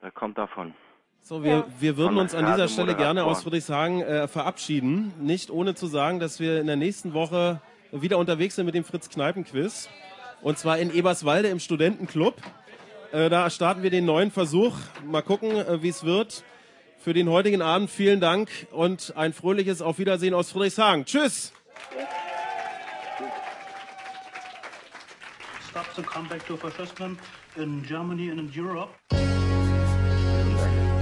[SPEAKER 12] Da kommt davon.
[SPEAKER 5] So, wir, wir würden
[SPEAKER 12] Von
[SPEAKER 5] uns an dieser
[SPEAKER 12] Radio
[SPEAKER 5] Stelle gerne
[SPEAKER 12] Moderatoren.
[SPEAKER 5] aus Friedrichshagen äh, verabschieden. Nicht ohne zu sagen, dass wir in der nächsten Woche wieder unterwegs sind mit dem Fritz-Kneipen-Quiz. Und zwar in Eberswalde im Studentenclub. Äh, da starten wir den neuen Versuch. Mal gucken, äh, wie es wird. Für den heutigen Abend vielen Dank und ein fröhliches Auf Wiedersehen aus Friedrichshagen. Tschüss!
[SPEAKER 4] stops the comeback to fascism in Germany and in Europe. Oh,